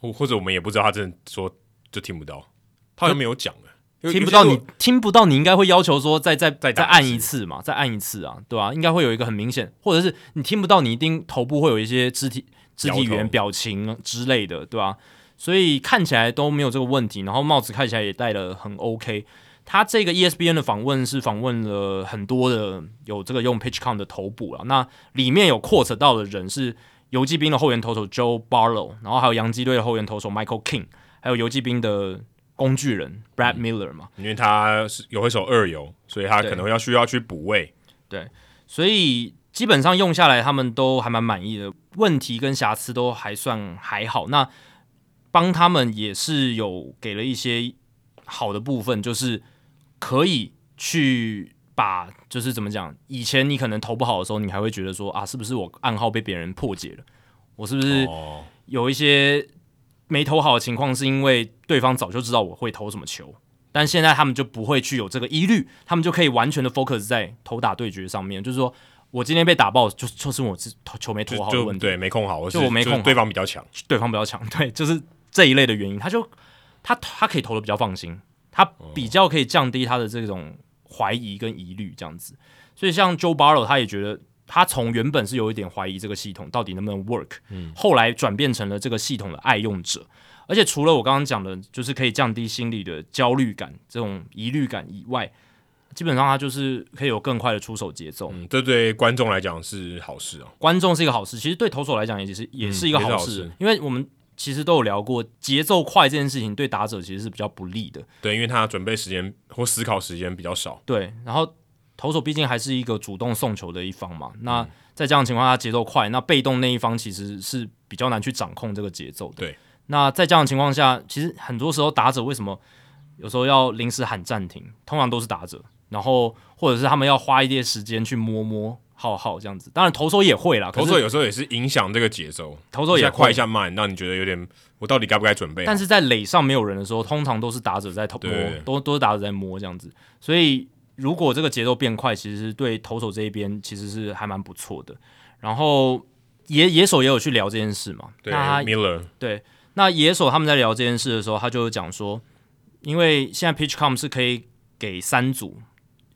或或者我们也不知道他真的说就听不到，他好像没有讲了，因为
听不到
有
你
些时候
听不到，你应该会要求说再再
再
再
打一
按
次
一次嘛，再按一次啊，对啊，应该会有一个很明显，或者是你听不到，你一定头部会有一些肢体肢体语
摇
言、
头
表情之类的，对啊，所以看起来都没有这个问题，然后帽子看起来也戴的很 OK。他这个 E ESPN 的访问是访问了很多的有这个用 PitchCom 的头部啊，那里面有 quote 到的人是游击兵的后援投手 Joe Barlow，然后还有洋基队的后援投手 Michael King，还有游击兵的工具人 Brad Miller 嘛，
因为他是有一手二游，所以他
对
可能要需要去补位。
所以基本上用下来，他们都还蛮满意的，问题跟瑕疵都还算还好。那帮他们也是有给了一些好的部分，就是可以去把，就是怎么讲，以前你可能投不好的时候，你还会觉得说啊，是不是我暗号被别人破解了？我是不是
哦，
有一些没投好的情况，是因为对方早就知道我会投什么球，但现在他们就不会去有这个疑虑，他们就可以完全的 focus 在投打对决上面，就是说我今天被打爆，就就是我自投球没投
就
好的
就
问题，
对没控好，或是
就我没控好
就是对方比较强。
对方比较强， <laughs> 对，就是这一类的原因，他就他他可以投的比较放心，他比较可以降低他的这种怀疑跟疑虑这样子。所以像 Joe Barrow 他也觉得，他从原本是有一点怀疑这个系统到底能不能 work，、后来转变成了这个系统的爱用者。而且除了我刚刚讲的，就是可以降低心理的焦虑感、这种疑虑感以外，基本上他就是可以有更快的出手节奏。
嗯，这对观众来讲是好事哦。
观众是一个好事，其实对投手来讲也是也是一个好
嗯也是
事，
好事
因为我们其实都有聊过，节奏快这件事情对打者其实是比较不利的。
对，因为他准备时间或思考时间比较少。
对，然后投手毕竟还是一个主动送球的一方嘛，
嗯
那在这样的情况下节奏快，那被动那一方其实是比较难去掌控这个节奏的。
对，
那在这样的情况下，其实很多时候打者为什么有时候要临时喊暂停，通常都是打者，然后或者是他们要花一些时间去摸摸。浩浩这样子，当然投手也会啦，可
投
是
手有时候也是影响这个节奏，
投手
一
也
下快
会
一，下慢，让你觉得有点我到底该不该准备好？
但是在垒上没有人的时候，通常都是打者在偷摸
对，
都都是打者在摸这样子。所以如果这个节奏变快，其实是对投手这一边其实是还蛮不错的。然后野野手也有去聊这件事嘛，
对
那他
，Miller
对那野手他们在聊这件事的时候，他就有讲说，因为现在 PitchCom 是可以给三组。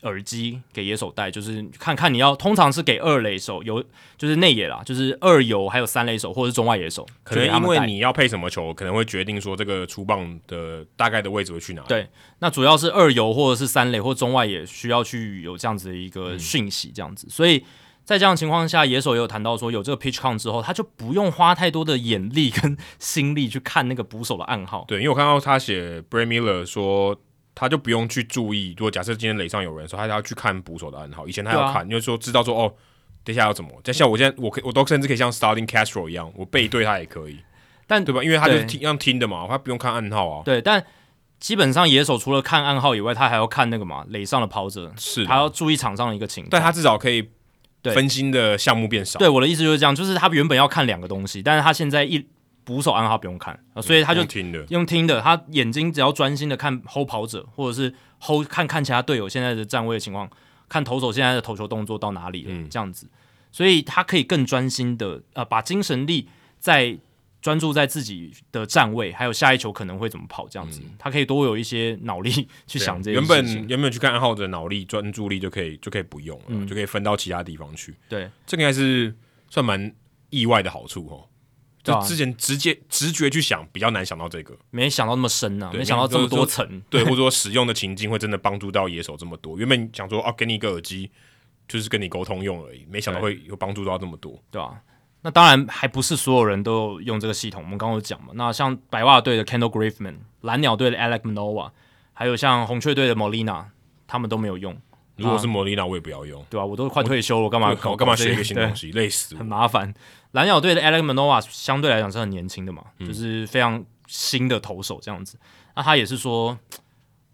耳机给野手戴，就是看看你要，通常是给二垒手有，就是内野啦，就是二游还有三垒手或者是中外野手，
可
就
能
给他
因
们戴
为你要配什么球，可能会决定说这个出棒的大概的位置会去哪里。
对那主要是二游或者是三垒或中外也需要去有这样子的一
嗯
个讯息，这样子。所以在这样的情况下，野手也有谈到说，有这个 pitch con 之后，他就不用花太多的眼力跟 <laughs> 心力去看那个捕手的暗号。
对，因为我看到他写 Bray Miller 说，他就不用去注意，如果假设今天垒上有人说他要去看捕手的暗号，以前他
对
要
啊
看，因为说知道说哦，等一下要怎么，但像我现在我可以我都甚至可以像 Starting Castro 一样，我背对他也可以，
<laughs> 但
对吧？因为他就是
对
听让听的嘛，他不用看暗号啊。
对，但基本上野手除了看暗号以外，他还要看那个嘛垒上的跑者，
是的
还要注意场上的一个情况。
但他至少可以
对
分心的项目变少。
对我的意思就是这样，就是他原本要看两个东西，但是他现在一捕手暗号不用看，呃所以他就
用听的，
用听的，他眼睛只要专心的看 hold 跑者，或者是 hold 看看其他队友现在的站位情况，看投手现在的投球动作到哪里了，
嗯
这样子，所以他可以更专心的呃，把精神力在专注在自己的站位，还有下一球可能会怎么跑这样子，他可以多有一些脑力
嗯
去
对啊
想这些
原
事情嗯
本原本去看暗号的脑力专注力就可以就可以不用了，就可以分到其他地方去。
对
这个应该是算蛮意外的好处哦。就
对啊
之前直接直觉去想，比较难想到这个，
没想到那么深啊，
对
没想到这么多层， <laughs>
对，或者说使用的情境会真的帮助到野手这么多。原本想说啊，给你一个耳机，就是跟你沟通用而已，没想到会有帮助到这么多。
对吧、那当然还不是所有人都有用这个系统，我们刚刚有讲嘛。那像白袜队的 Kendall Griffman、蓝鸟队的 Alec Manoa，还有像红雀队的 Molina，他们都没有用，
如果是莫莉娜，我也不要用，
对吧、我都快退休了，我干嘛
对我干嘛
搞这
学一个新
对
东西，累死
<laughs> 很
我。
麻烦。蓝鸟队的 Alec Manoa 相对来讲是很年轻的嘛，
嗯
就是非常新的投手这样子。那他也是说，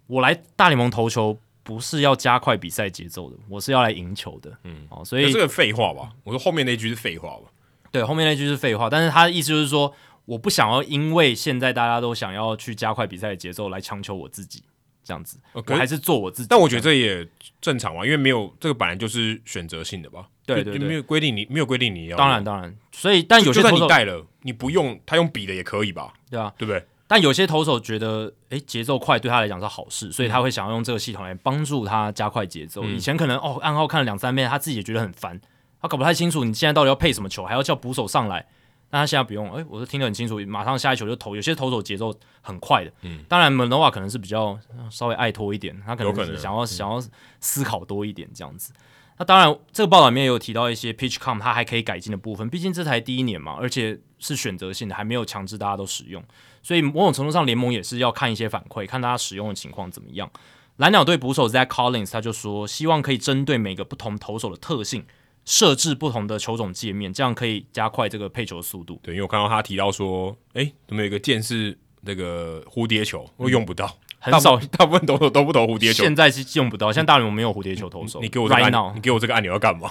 我来大联盟投球不是要加快比赛节奏的，我是要来赢球的。嗯，哦，所以
可这个废话吧，我说后面那一句是废话吧。
对，后面那句是废话，但是他的意思就是说，我不想要因为现在大家都想要去加快比赛的节奏来强求我自己，这样子，
呃可
我
是
还是做我自己。
但我觉得这也正常嘛，啊因为没有这个本来就是选择性的吧，
对
就
对
就
对
没有规定你没有规定你要，
当然当然，所以但有
就
些
算
投
你
手
带了，你不用他用笔的也可以吧，
对啊，
对不对？
但有些投手觉得，诶，节奏快对他来讲是好事，所
嗯
以他会想要用这个系统来帮助他加快节奏。以前可能哦暗号看了两三遍，他自己也觉得很烦，他搞不太清楚你现在到底要配什么球，还要叫捕手上来。但他现在不用，诶，我都听得很清楚，马上下一球就投。有些投手节奏很快的，嗯，当然 Manoa 可能是比较呃稍微爱拖一点，他可能
有可能嗯
想要想要思考多一点这样子。那当然，这个报道里面也有提到一些 PitchCom 它还可以改进的部分，毕竟这才第一年嘛，而且是选择性的，还没有强制大家都使用。所以某种程度上，联盟也是要看一些反馈，看大家使用的情况怎么样。蓝鸟队捕手 Zach Collins 他就说，希望可以针对每个不同投手的特性，设置不同的球种界面，这样可以加快这个配球速度。
对，因为我看到他提到说，哎，怎么有一个键是那个蝴蝶球，我用不到，
嗯很
大部
少
大部分投手都不投蝴蝶球。嗯
现在是用不到，现在大联盟没有蝴蝶球投手。
你给我这个
right
按
now，
你给我这个按钮要干嘛？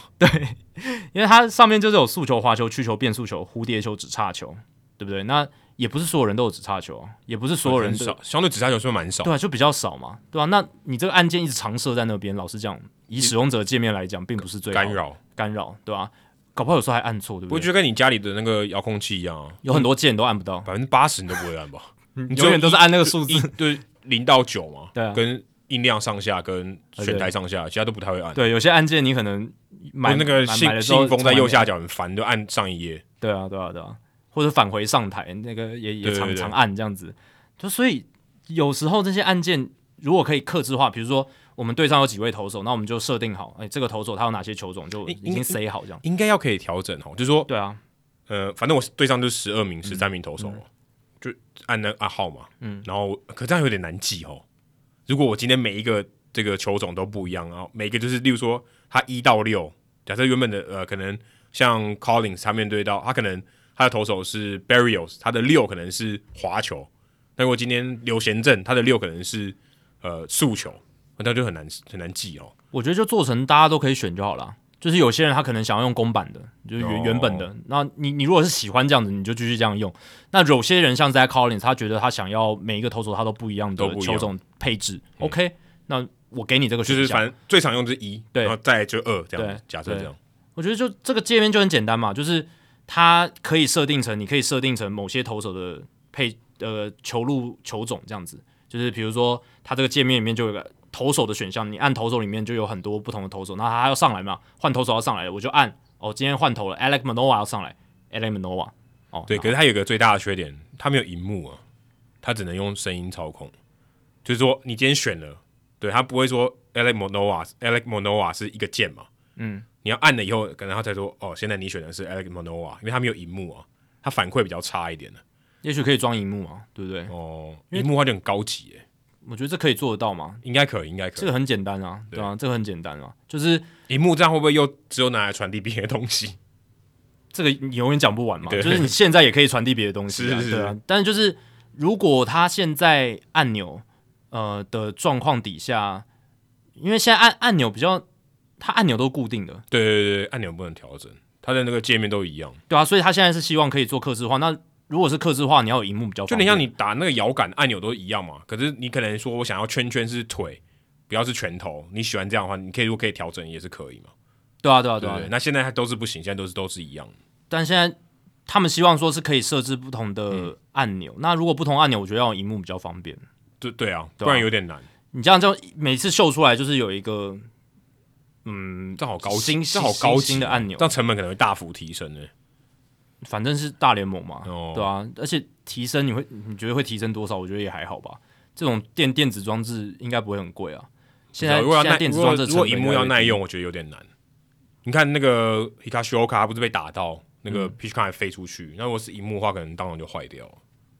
因为它上面就是有速球、滑球、曲球、变速球、蝴蝶球、直叉球，对不对？那也不是所有人都有直叉球啊，也不是所有人
很
都
少，相对直杀球是不是蛮少？
对啊，就比较少嘛，对啊，那你这个按键一直常设在那边，老实讲，以使用者界面来讲，并不是最好
干扰，
干扰，对吧、搞不好有时候还按错，对不
我
对？
觉得跟你家里的那个遥控器一样啊，
有很多键都按不到，
百分之八十你都不会按
<laughs>
吧？你
永远都是按那个数
一
字。
就是零到九嘛，
对啊
跟音量上下跟选台上下，其他都不太会按。
对，有些按键你可能买
就那个
买买
信
的时候
信封在右
从来
下角很烦，就按上一页。
没。对啊，对啊，对啊，或者返回上台那个也也
对对
常
对
常按这样子。就所以有时候这些按键如果可以克制化，比如说我们队上有几位投手，那我们就设定好，哎，这个投手他有哪些球种，就
应
已经塞好这样。
应该要可以调整哦，就是说，
对啊，
呃，反正我对上就是十二
嗯
名、十三名投手哦，就按那按号嘛，嗯，然后可这样有点难记哦。如果我今天每一个这个球种都不一样，然后每一个就是，例如说他一到六，假设原本的呃，可能像 Collins 他面对到他可能他的投手是 Barrios，他的六可能是滑球，那如果今天刘贤正他的六可能是呃速球，那就很难很难记哦。
我觉得就做成大家都可以选就好了。就是有些人他可能想要用公版的，就是原、
哦
原本的。那你你如果是喜欢这样子，你就继续这样用。那有些人像 Zach Collins，他觉得他想要每一个投手他都不一样
都
的
不一样嗯
球种配置。OK，那我给你这个
就
选
是
项。
反正最常用就是一，
对
然后再来就二这样子
对，
假设这样。
我觉得就这个界面就很简单嘛，就是它可以设定成，你可以设定成某些投手的配呃球路球种这样子，就是比如说它这个界面里面就有一个投手的选项，你按投手里面就有很多不同的投手，那他要上来嘛，换投手要上来了，我就按哦，今天换投了，Alec Manoa 要上来，Alec Manoa 哦，
对，
那
可是它有一个最大的缺点，它没有荧幕啊，它只能用声音操控。就是说，你今天选了，对，它不会说 Alec Monoa，Alec Monoa 是一个键嘛，
嗯，
你要按了以后，可能它才说，哦，现在你选的是 Alec Monoa，因为它没有荧幕啊，它反馈比较差一点的。
也许可以装荧幕嘛，对不对？
哦，荧幕它就很高级耶，
我觉得这可以做得到嘛，
应该可以，应该
这
可以。
个很简单啊，对啊，这个很简单啊，就是
荧幕这样会不会又只有拿来传递别的东西？
这个你永远讲不完嘛，
对
就是你现在也可以传递别的东西、啊，
是是
对啊。但是就是如果他现在按钮呃的状况底下，因为现在按按钮比较，它按钮都固定的，
对对对，按钮不能调整，它的那个界面都一样，
对啊，所以他现在是希望可以做克制化。那如果是克制化，你要有荧幕比较
就
方
你
便，
像你打那个摇杆按钮都一样嘛。可是你可能说我想要圈圈是腿，不要是拳头，你喜欢这样的话，你可以如果可以调整也是可以嘛。
对啊，对啊，
对
对
不
啊。
对？那现在它都是不行，现在都是都是一样的。
但现在他们希望说是可以设置不同的按
嗯
钮。那如果不同按钮，我觉得要有荧幕比较方便。
对对啊，
对啊
不然有点难。
你这样就每次秀出来就是有一个，嗯，
这好高级，
新
这好高级
新的按钮
这样成本可能会大幅提升呢、
反正是大联盟嘛，
哦
对啊，而且提升你会你觉得会提升多少？我觉得也还好吧。这种电电子装置应该不会很贵啊。现在
如果要
现
耐
在，电子装置
如果如果
成
荧幕
本越来
要
越
耐
低，
用，我觉得有点难。你看那个 Hikashioka，他不是被打到那个
嗯
p i c h 还飞出去，那如果是荧幕的话，可能当场就坏掉了。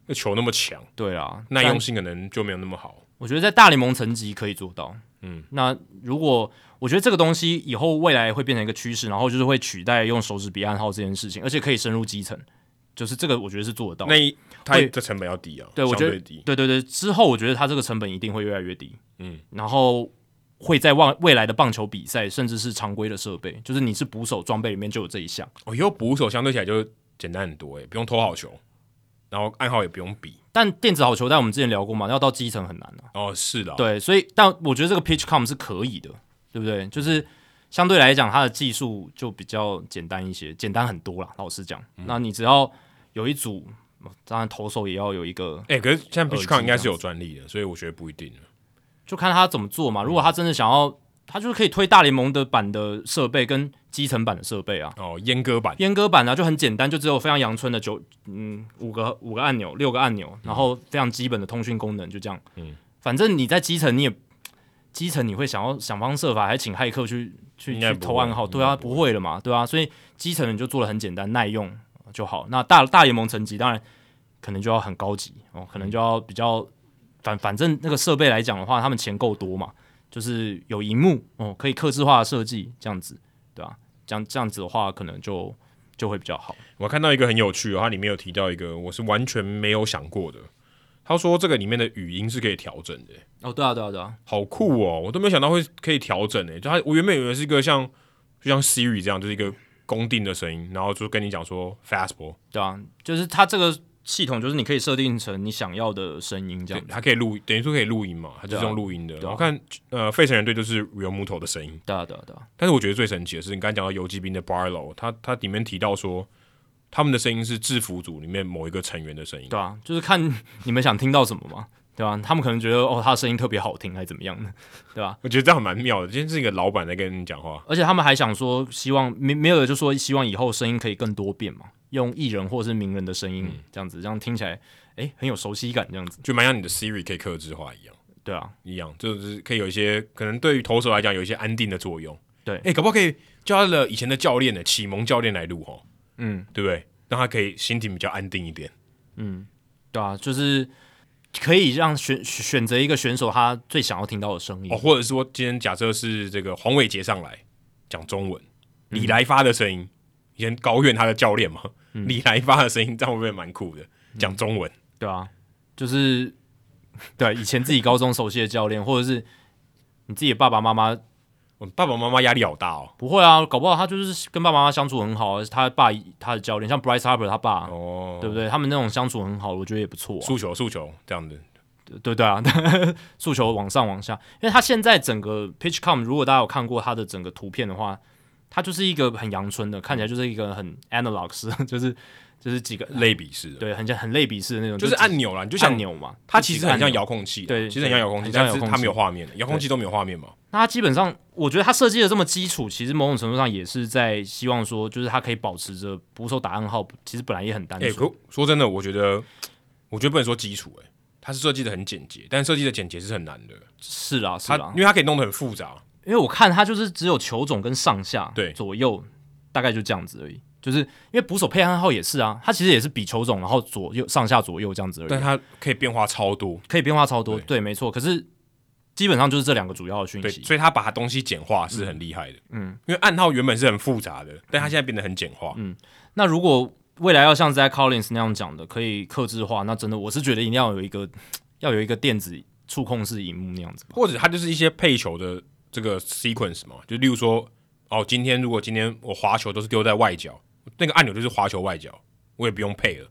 那球那么强，
对啊，
耐
但
用性可能就没有那么好。
我觉得在大联盟层级可以做到。
嗯，
那如果我觉得这个东西以后未来会变成一个趋势，然后就是会取代用手指比暗号这件事情，而且可以深入基层，就是这个我觉得是做得到的。
那一它
会
的成本要低啊，
对我
相
觉
对
得
低。
对对对，之后我觉得它这个成本一定会越来越低。
嗯，
然后会在望未来的棒球比赛，甚至是常规的设备，就是你是捕手装备里面就有这一项。
哦，以后捕手相对起来就简单很多、欸，不用投好球，然后暗号也不用比。
但电子好球带我们之前聊过嘛，要到基层很难啊。
哦，是的啊，
对，所以但我觉得这个 PitchCom 是可以的，对不对？就是相对来讲，它的技术就比较简单一些，简单很多啦。老实讲，
嗯
那你只要有一组，当然投手也要有一个，
哎、可是现在 p i
耳
c
机
h 应该
这
是有专利的，所以我觉得不一定。
就看他怎么做嘛。如果他真的想要，他就是可以推大联盟的版的设备跟基层版的设备啊。
哦，阉割版
阉割版呢、就很简单，就只有非常阳春的九嗯五个五个按钮，六个按钮，然后非常基本的通讯功能，就这样。
嗯，
反正你在基层你也基层你会想要想方设法，还请骇客去去
应该
去
不会
投暗号，对
应
啊，
该不
不会了嘛，对啊，所以基层你就做的很简单耐用呃就好。那大大联盟层级当然可能就要很高级哦，可能就要比较反反正那个设备来讲的话，他们钱够多嘛，就是有荧幕哦，可以刻制化的设计这样子，对啊，这样这样子的话可能就就会比较好。
我看到一个很有趣哦，它里面有提到一个我是完全没有想过的。他说这个里面的语音是可以调整的，
哦，对啊，对啊，对啊，
好酷哦！我都没有想到会可以调整诶。就他我原本以为是一个像就像 Siri 这样，就是一个公定的声音，然后就跟你讲说 fastball，
对啊，就是它这个系统就是你可以设定成你想要的声音这样子。
它可以录，等于说可以录音嘛，它就是用录音的。
啊
我看呃，费城人队就是 Real Muto 的声音，
对啊，对啊，对啊，
但是我觉得最神奇的是，你刚才讲到游击兵的 Barlow，他他里面提到说他们的声音是制服组里面某一个成员的声音。
对啊，就是看你们想听到什么嘛，对吧、啊？他们可能觉得哦，他的声音特别好听，还怎么样呢？对吧、
我觉得这样蛮妙的，今天是一个老板在跟你讲话，
而且他们还想说，希望没没有的就说希望以后声音可以更多变嘛，用艺人或是名人的声音、这样子，这样听起来诶很有熟悉感，这样子，
就蛮像你的 Siri 可以克制化一样，
对啊，
一样，就是可以有一些可能对于投手来讲有一些安定的作用。
对
哎、搞不好可以叫他的以前的教练呢，启蒙教练来录哦，
嗯，
对不对？让他可以心情比较安定一点。
对啊，就是可以让选选择一个选手他最想要听到的声音，
哦，或者说今天假设是这个黄伟杰上来讲中文，
嗯
李来发的声音，以前高院他的教练嘛，李来发的声音，这样会不会蛮酷的？讲中文，
对啊，就是 <laughs> 对啊以前自己高中熟悉的教练，或者是你自己的爸爸妈妈
我爸爸妈妈压力好大哦。
不会啊，搞不好他就是跟爸爸妈妈相处很好，他爸他的教练像 Bryce Harper 他爸，
哦，
对不对？他们那种相处很好，我觉得也不错、啊。
诉求诉求这样子，
对对啊， <laughs> 诉求往上往下，因为他现在整个 PitchCom，如果大家有看过他的整个图片的话，它就是一个很阳春的，看起来就是一个很 analog 式， <laughs> 就是就是几个
类比式的。
对，很像很类比式的那种，
就是按钮啦，你就
就
想
按，钮嘛，
它其实很像
摇。
遥控器啦，
对
其实很像遥控器，
很像
但是
遥控器
它没有画面的，遥控器都没有画面嘛。
那它基本上，我觉得它设计的这么基础，其实某种程度上也是在希望说，就是它可以保持着捕手打暗号，其实本来也很单
哎，
纯。
可说真的，我觉得，我觉得不能说基础，哎，它是设计的很简洁，但设计的简洁是很难的，
是啦，是啊
它
啦
因，为它可以弄得很复杂，
因为我看它就是只有球种跟上下
对
左右，大概就这样子而已。就是因为捕手配暗号也是啊，它其实也是比球种，然后左右上下左右这样子而已
但
啊，
它可以变化超多，
可以变化超多。
对
对，没错。可是基本上就是这两个主要的讯
对，
息。
所以它把它东西简化是很厉害的，嗯，因为暗号原本是很复杂的，但它现在变得很简化，
那如果未来要像 Zach Collins 那样讲的，可以克制化，那真的我是觉得一定要有一个要有一个电子触控式荧幕那样子吧。
或者它就是一些配球的这个 sequence 嘛，就例如说，哦，今天如果今天我滑球都是丢在外角，那个按钮就是滑球外角，我也不用配了。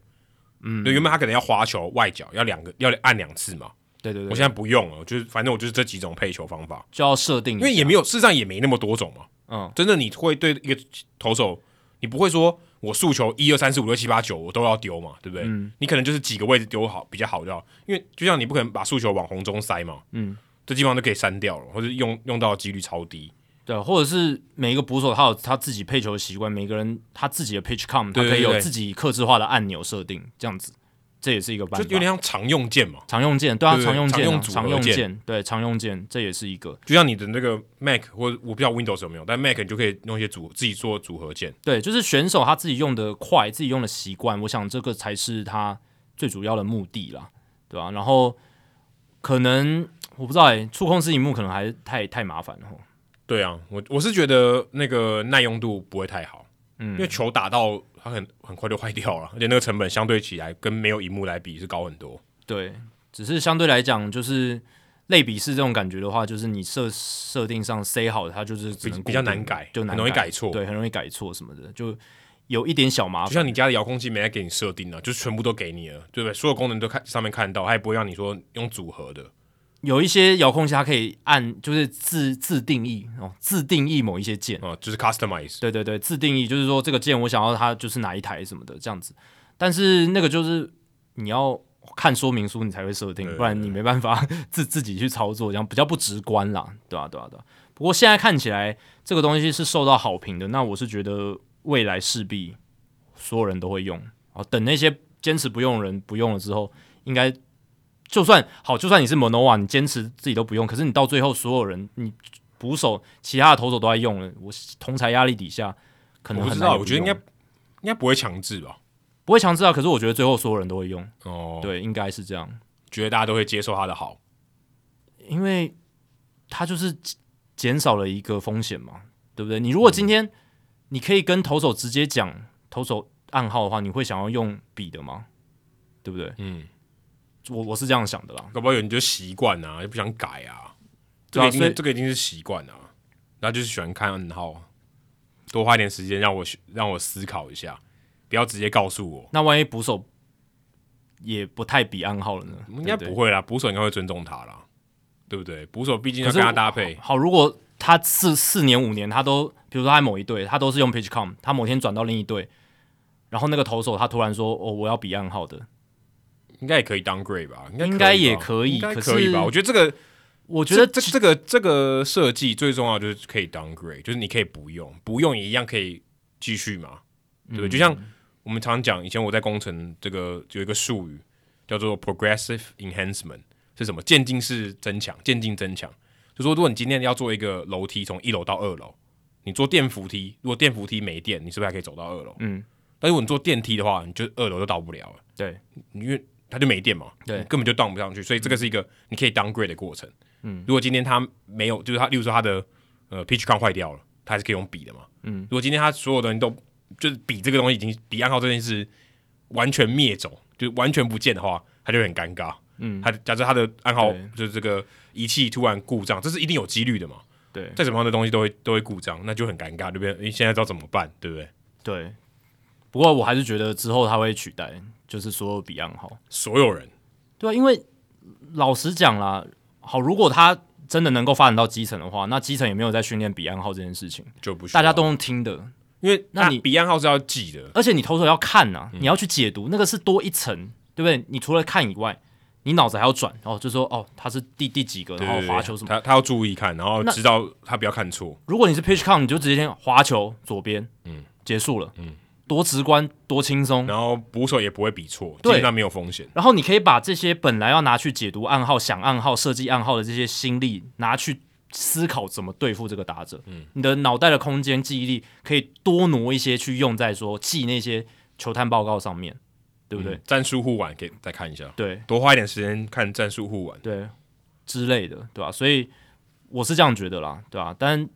嗯，对，原本他可能要滑球外角，要两个要按两次嘛，
对对对，
我现在不用了，就是反正我就是这几种配球方法，
就要设定一
因
下，
为也没有，事实上也没那么多种嘛。
嗯，
真的你会对一个投手，你不会说我速球一二三四五六七八九我都要丢嘛，对不对？
嗯
你可能就是几个位置丢好比较好就好，因为就像你不可能把速球往红中塞嘛，
嗯，
这地方都可以删掉了，或者用用到的几率超低，
对，或者是每一个捕手他有他自己配球的习惯，每个人他自己的 pitch com，他
对对
可以有
对
自己克制化的按钮设定，这样子，这也是一个办
就
法。
有点像常用键嘛，
常用键，对啊，
对对
常用
常
键啊、
用组合
常用
键
键，对，常用键，这也是一个，
就像你的那个 Mac 或者我不知道 Windows 有没有，但 Mac 你就可以用一些组自己做组合键，
对，就是选手他自己用的快，自己用的习惯，我想这个才是他最主要的目的啦，对吧、然后可能我不知道哎、触控式荧幕可能还是太太麻烦了吼，
对啊，我我是觉得那个耐用度不会太好，
嗯
因为球打到它很很快就坏掉了，而且那个成本相对起来跟没有荧幕来比是高很多。
对，只是相对来讲，就是类比式这种感觉的话，就是你设设定上塞好，它就是只能
比比较
固定
难改
就难
很容易改错
对，很容易改错什么的，就有一点小麻
就
烦。
像你家的遥控器没来给你设定了、就是全部都给你了，对不对？所有功能都看上面看到，它也不会让你说用组合的。
有一些遥控器它可以按，就是自自定义哦，自定义某一些键。
啊、就是 customize。
对对对，自定义就是说这个键我想要它就是哪一台什么的这样子，但是那个就是你要看说明书你才会设定，
对
不然你没办法自自己去操作，这样比较不直观啦，对啊对啊对啊。不过现在看起来这个东西是受到好评的，那我是觉得未来势必所有人都会用，啊，等那些坚持不用的人不用了之后，应该。就算好，就算你是 Monoa，你坚持自己都不用，可是你到最后所有人，你捕手其他的投手都在用了，我同才压力底下，可能
我不
很
知
难
道，
有
我觉得应
用
该应该不会强制吧？
不会强制啊。可是我觉得最后所有人都会用，
哦，，
对，应该是这样，
觉得大家都会接受它的好。
因为它就是减少了一个风险嘛，对不对？你如果今天你可以跟投手直接讲投手暗号的话，你会想要用笔的吗？对不对？
嗯，
我我是这样想的啦。
搞不好有人就习惯啊，就不想改啊。这
对
个
啊
已经、
所以
这个已经是习惯啊，然后就是喜欢看暗号，多花一点时间让我让我思考一下，不要直接告诉我。
那万一捕手也不太比暗号了呢？
应该
对对
不会啦，捕手应该会尊重他啦，对不对？捕手毕竟要
可是
跟他
我
搭配。
好，如果他四四年五年，他都比如说他在某一队，他都是用 PitchCom，他某天转到另一队，然后那个投手他突然说：“哦，我要比暗号的。
应该也可以 downgrade 吧，应该
应该也
可
可
以
以
吧应该
可
可以吧？
是
我觉得这个，”
我觉得
这这这个这个设计最重要就是可以 downgrade，就是你可以不用，不用也一样可以继续嘛，对不对？就像
嗯
我们常讲，以前我在工程这个有一个术语叫做 progressive enhancement，是什么？渐进式增强，渐进增强，就说如果你今天要做一个楼梯，从一楼到二楼，你做电扶梯，如果电扶梯没电，你是不是还可以走到二楼？
嗯，
但如果你坐电梯的话，你就二楼就到不了了。
对
因为它就没电嘛，
对嗯
你根本就 down 不上去，所以这个是一个你可以 downgrade 的过程。嗯，如果今天它没有，就是它，例如说它的呃 pitch con 坏掉了，它还是可以用笔的嘛。嗯，如果今天它所有东西都就是笔这个东西已经笔暗号这件事完全灭种，就是完全不见的话，它就会很尴尬。嗯，它假设它的暗号
对
就是这个仪器突然故障，这是一定有几率的嘛。
对
再怎么样的东西都会都会故障，那就很尴尬，对不对？诶现在知道怎么办，对不对？
对。不过我还是觉得之后他会取代，就是所有比暗号。
所有人
对啊，因为老实讲啦，好，如果他真的能够发展到基层的话，那基层也没有在训练比暗号这件事情，
就不需要
大家都用听的，
因为
那
那
你
笔暗号是要记的，
而且你投手要看呐、你要去解读，那个是多一层，对不对？你除了看以外，你脑子还要转哦，就说哦，他是第第几个，然后滑球什么。
他他要注意看，然后
那
知道他不要看错。
如果你是 PitchCom，你就直接先滑球左边，嗯，结束了，嗯，多直观，多轻松。
然后捕手也不会比错，基
对
本上没有风险。
然后你可以把这些本来要拿去解读暗号、想暗号、设计暗号的这些心力，拿去思考怎么对付这个打者。嗯，你的脑袋的空间记忆力可以多挪一些去用在说记那些球探报告上面，对不对？
嗯战术护腕给再看一下，
对，
多花一点时间看战术护腕。
对之类的，对吧、所以我是这样觉得啦，对吧、但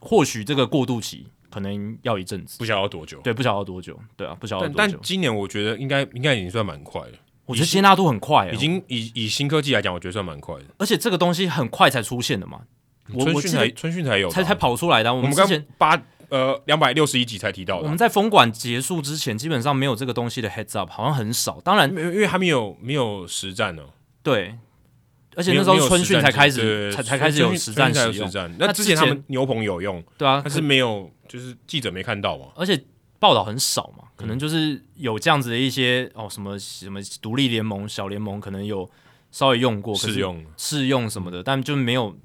或许这个过渡期可能要一阵子，
不晓得要多久。
对，不晓得多久，对啊，不晓得
但
多
但
久。
今年我觉得应该应该已经算蛮快了，
我觉得接纳度很快、欸，
已经以以新科技来讲，我觉得算蛮快的。
而且这个东西很快才出现的嘛，我
春
我
训
记得
才春训才有吧，
才才跑出来的啊、我
我
们
们
之前
刚八呃两百六十一集才提到
我
的
们
啊，
在封馆结束之前，基本上没有这个东西的 heads up，好像很少。当然，
没有因为还没有没有实战哦呢，
对，而
而
且那时候春训才开始，才才开始有实
实
战
才
使
有
用
实，战。
那
那
之
之前他
前
们牛棚有用，
对啊，
但是没有，就是记者没看到嘛。
而且报道很少嘛，
嗯
可能就是有这样子的一些哦，什么什么独立联盟、小联盟，可能有稍微用过可是
试用
试用什么的，但就没有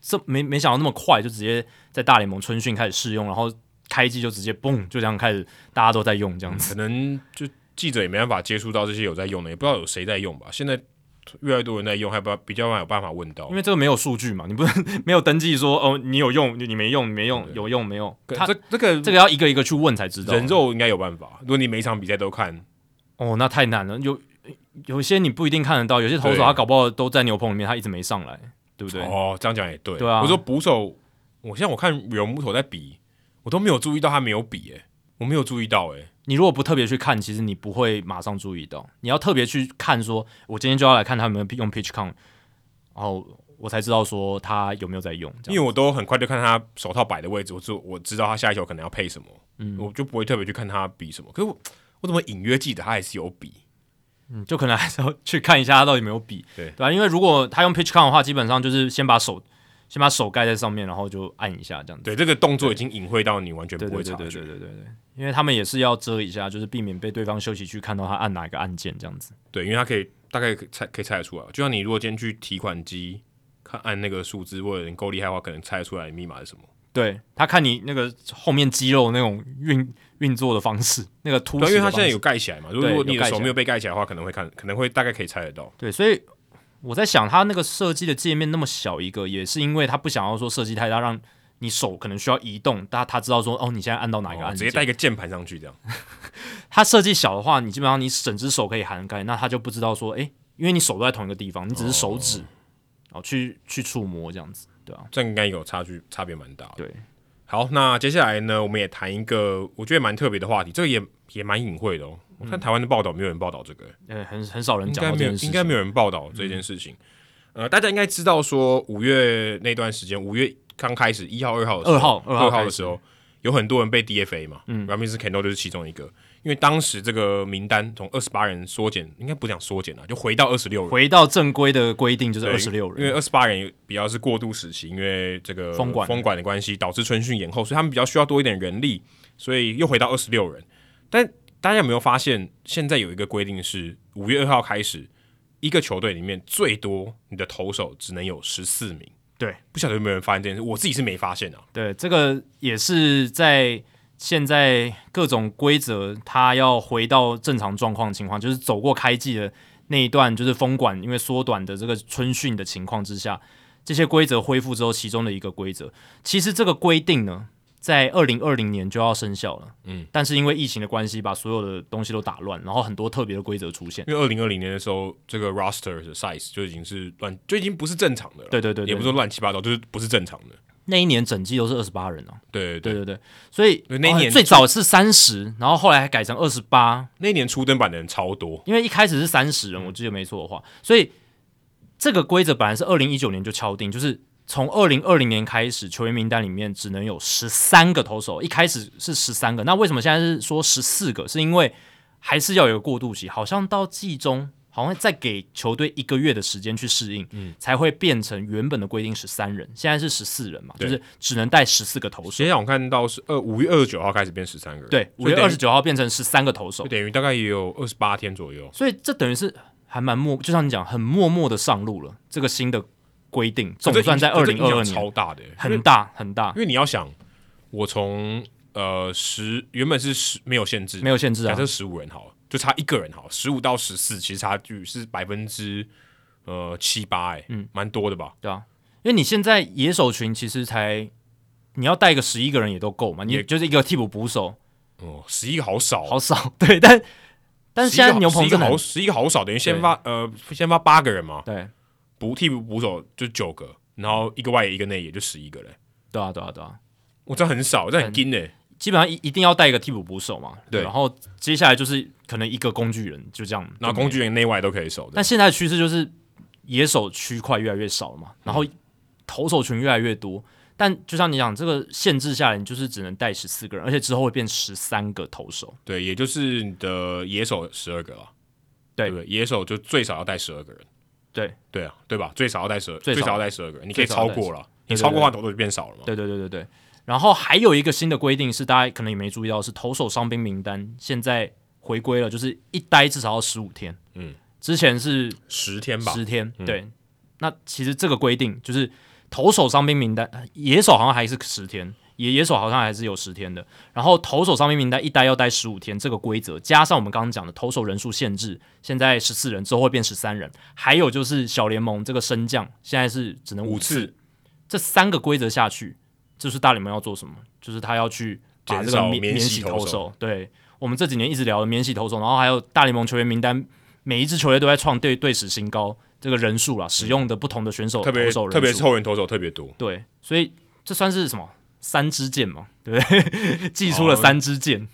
这没没想到那么快就直接在大联盟春训开始试用，然后开季就直接嘣就这样开始大家都在用这样子。
可能就记者也没办法接触到这些有在用的，也不知道有谁在用吧。现在越来越多人在用，还不比较有办法问到
因。为这个没有数据嘛，你不能 <laughs> 没有登记说哦，你有用，你你没用，你没用，
对
有用没用？
可
他
这这个
这个要一个一个去问才知道。
人肉应该有办法，如果你每一场比赛都看，
哦，那太难了。有有些你不一定看得到，有些投手
对
他搞不好都在牛棚里面，他一直没上来，对不对？
哦，这样讲也对。
对啊
我说捕手，我现在我看有木头在比，我都没有注意到他没有比、欸，我没有注意到、欸，
你如果不特别去看，其实你不会马上注意到。你要特别去看说，我今天就要来看他有没有用 Pitch Con，然后我才知道说他有没有在用。这
因
样
为我都很快就看他手套摆的位置，我就我知道他下一球可能要配什么，
嗯
我就不会特别去看他比什么。可是我我怎么隐约记得他还是有比？
嗯就可能还是要去看一下他到底有没有比，
对
吧、因为如果他用 Pitch Con 的话，基本上就是先把手先把手盖在上面，然后就按一下这样子。
对，这个动作已经隐晦到你完全
对
不
对
会
对
察
对对
觉。
对对对，因为他们也是要遮一下，就是避免被对方休息区看到他按哪一个按键这样子。
对，因为他可以大概可以猜可以猜得出来，就像你如果今天去提款机看按那个数字，如果有人够厉害的话，可能猜得出来你密码是什么。
对他看你那个后面肌肉那种运运作的方式，那个突
对，啊
袭，
因为他现在有盖起来嘛，如果
对
如果你
有
的
盖起
手
来
没有被盖起来的话，可能会看，可能会大概可以猜得到。
对，所以我在想，他那个设计的界面那么小一个，也是因为他不想要说设计太大，让你手可能需要移动，但他知道说哦，你现在按到哪个
哦
按
直
键。
接带一个键盘上去这样。
他设计小的话，你基本上你整只手可以涵盖，那他就不知道说，诶，因为你手都在同一个地方，你只是手指哦去去触摸这样子，对啊，
这样应该有差距，差别蛮大的。
对，
好，那接下来呢，我们也谈一个我觉得蛮特别的话题，这个也也蛮隐晦的哦。我
嗯
看台湾的报道，没有人报道这个、
呃，很很少人
应
讲
该
到这
没有，
件事情，嗯
应该没有人报道这件事情。呃，大家应该知道说，五月那段时间，五月刚开始，一号、二号的时候、
二号二号
二号
开
的
始
时候，有很多人被 DFA 嘛，嗯 r a m i s Cano 就是其中一个，因为当时这个名单从二十八人缩减，应该不讲缩减了，就回到二十六人。
回到正规的规定就是
对
二十六人，
因为二十八人比较是过渡时期，因为这个
封馆
封馆的关系，导致春训延后，所以他们比较需要多一点人力，所以又回到二十六人。但大家有没有发现，现在有一个规定是，五月二号开始，一个球队里面最多你的投手只能有十四名。
对，
不晓得有没有人发现这件事，我自己是没发现啊。
对，这个也是在现在各种规则，它要回到正常状况的情况，就是走过开季的那一段，就是封管，因为缩短的这个春训的情况之下，这些规则恢复之后，其中的一个规则，其实这个规定呢，在二零二零年就要生效了，
嗯，
但是因为疫情的关系，把所有的东西都打乱，然后很多特别的规则出现。
因为二零二零年的时候，这个 roster 的 size 就已经是乱，就已经不是正常的了。
对对对
也
对
不是，说乱七八糟，就是不是正常的。
那一年整季都是二十八人哦、
对对
对
对，
对对，所以
对那一年
哦最早是三十，然后后来还改成二十八，
那一年初登版的人超多。
因为一开始是三十人，
嗯
我记得没错的话，所以这个规则本来是二零一九年就敲定，就是从二零二零年开始，球员名单里面只能有十三个投手，一开始是十三个，那为什么现在是说十四个？是因为还是要有个过渡期，好像到季中。好像再给球队一个月的时间去适应，
嗯
才会变成原本的规定十三人，现在是十四人嘛，
对
就是只能带十四个投手
接。下来我看到是二五月二十九号开始变十三个人，
对，五
所以
月
等于
二十，九号变成十三个投手
就，等于大概也有二十八天左右。
所以这等于是还蛮默，就像你讲，很默默的上路了。这个新的规定总算在二
可是
零
哦这影
二二
响
年
超大的、欸，因
很
为
大很大
因，为你要想，我从呃十原本是十没有限制，
没有限制
假
啊
设，十五人好了，就差一个人好了，十五到十四其实差距是百分之呃七八，哎、嗯，蛮多的吧？
对啊，因为你现在野手群其实才你要带个十一个人也都够嘛，你
也
就是一个替补捕手，
哦、十一个好少、
好少 <laughs> 对，但但是现在牛
十
棚
一个
真的
好，
很
十一个好少，等于先发呃先发八个人嘛，
对
补替补捕手就九个，然后一个外野一个内野就十一个人，哦
对啊对啊对啊，
我、这很少，这很紧哎、
基本上一一定要带一个替补捕手嘛，
对
然后接下来就是可能一个工具人就这样，
那工具人内外都可以守的。
但现在的趋势就是野手区块越来越少了嘛，然后投手群越来越多。但就像你讲，这个限制下来，你就是只能带十四个人，而且之后会变十三个投手。
对，也就是你的野手十二个了，
对
不对？野手就最少要带十二个人，
对，
对啊，对吧？最少要带十二，最
最少
少要带十二个人，你可以
最少
超
要带
过了，
对
你
对
超过
对
话投手就变少了嘛。
对对对对对。然后还有一个新的规定是，大家可能也没注意到，是投手伤兵名单现在回归了，就是一待至少要十五天。
嗯，
之前是
十天吧，嗯
十天。对，那其实这个规定就是投手伤兵名单，呃野手好像还是十天，野野手好像还是有十天的。然后投手伤兵名单一待要待十五天，这个规则加上我们刚刚讲的投手人数限制，现在十四人之后会变十三人，还有就是小联盟这个升降现在是只能
五
五次，
次
这三个规则下去，就是大联盟要做什么？就是他要去把这
减
个
少
免
免洗
洗
投
投
手
手，对我们这几年一直聊的免洗投手，然后还有大联盟球员名单，每一支球队都在创队队史新高，这个人数啦，使用的不同的选手
嗯特别
投手人数
特别凑人投手特别多，
对，所以这算是什么三支箭嘛， <laughs> 对不
哦
对？祭出了三支箭，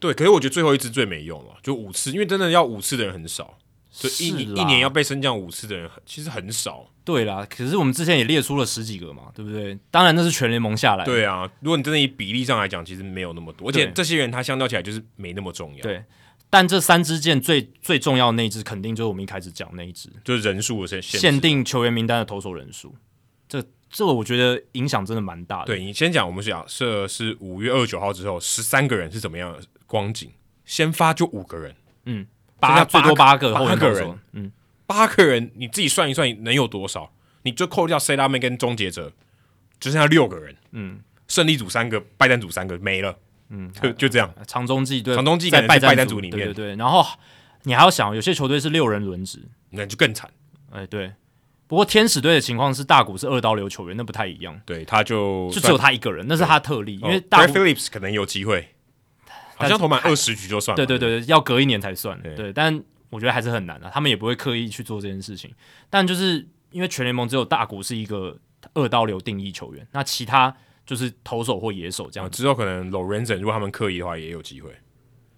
对。可是我觉得最后一支最没用了，就五次，因为真的要五次的人很少，所以一
是
年
啦
一年要被升降五次的人很其实很少。
对啦。可是我们之前也列出了十几个嘛，对不对？当然那是全联盟下来，
对啊，如果你真的以比例上来讲，其实没有那么多，而且
哎对
这些人他相较起来就是没那么重要，
对。但这三支箭最最重要的那一支，肯定就是我们一开始讲那一支，
就是人数的限限制
限定球员名单的投手人数，这这个我觉得影响真的蛮大的。，
对你先讲，我们假设是五月二十九号之后，十三个人是怎么样的光景？先发就五个人，
嗯，
八
最多八个
八
后援
个
投
人
手，，嗯，
八个人，你自己算一算能有多少？你就扣掉 C 大妹跟终结者，只剩下六个人。嗯，胜利组三个，败战组三个，没了。嗯，就就这样。
长中继对，
长中继
在
可能
败
是败
战
战
组
组里
对对
面
对。然后你还要想，有些球队是六人轮值，
那就更惨。
哎，对。不过天使队的情况是大谷是二刀流球员，那不太一样，
对，他就
就只有他一个人，那是他特例，因
算，
为
哦
大
Brad
谷
Phillips 可能有机会，好
但是
像投满二十局就算了。
对对对，对要隔一年才算。
对
对，但我觉得还是很难啊，他们也不会刻意去做这件事情。但就是因为全联盟只有大谷是一个二刀流定义球员，那其他就是投手或野手这
啊，
样子，
之后可能 Lorenzen 如果他们刻意的话，也有机会，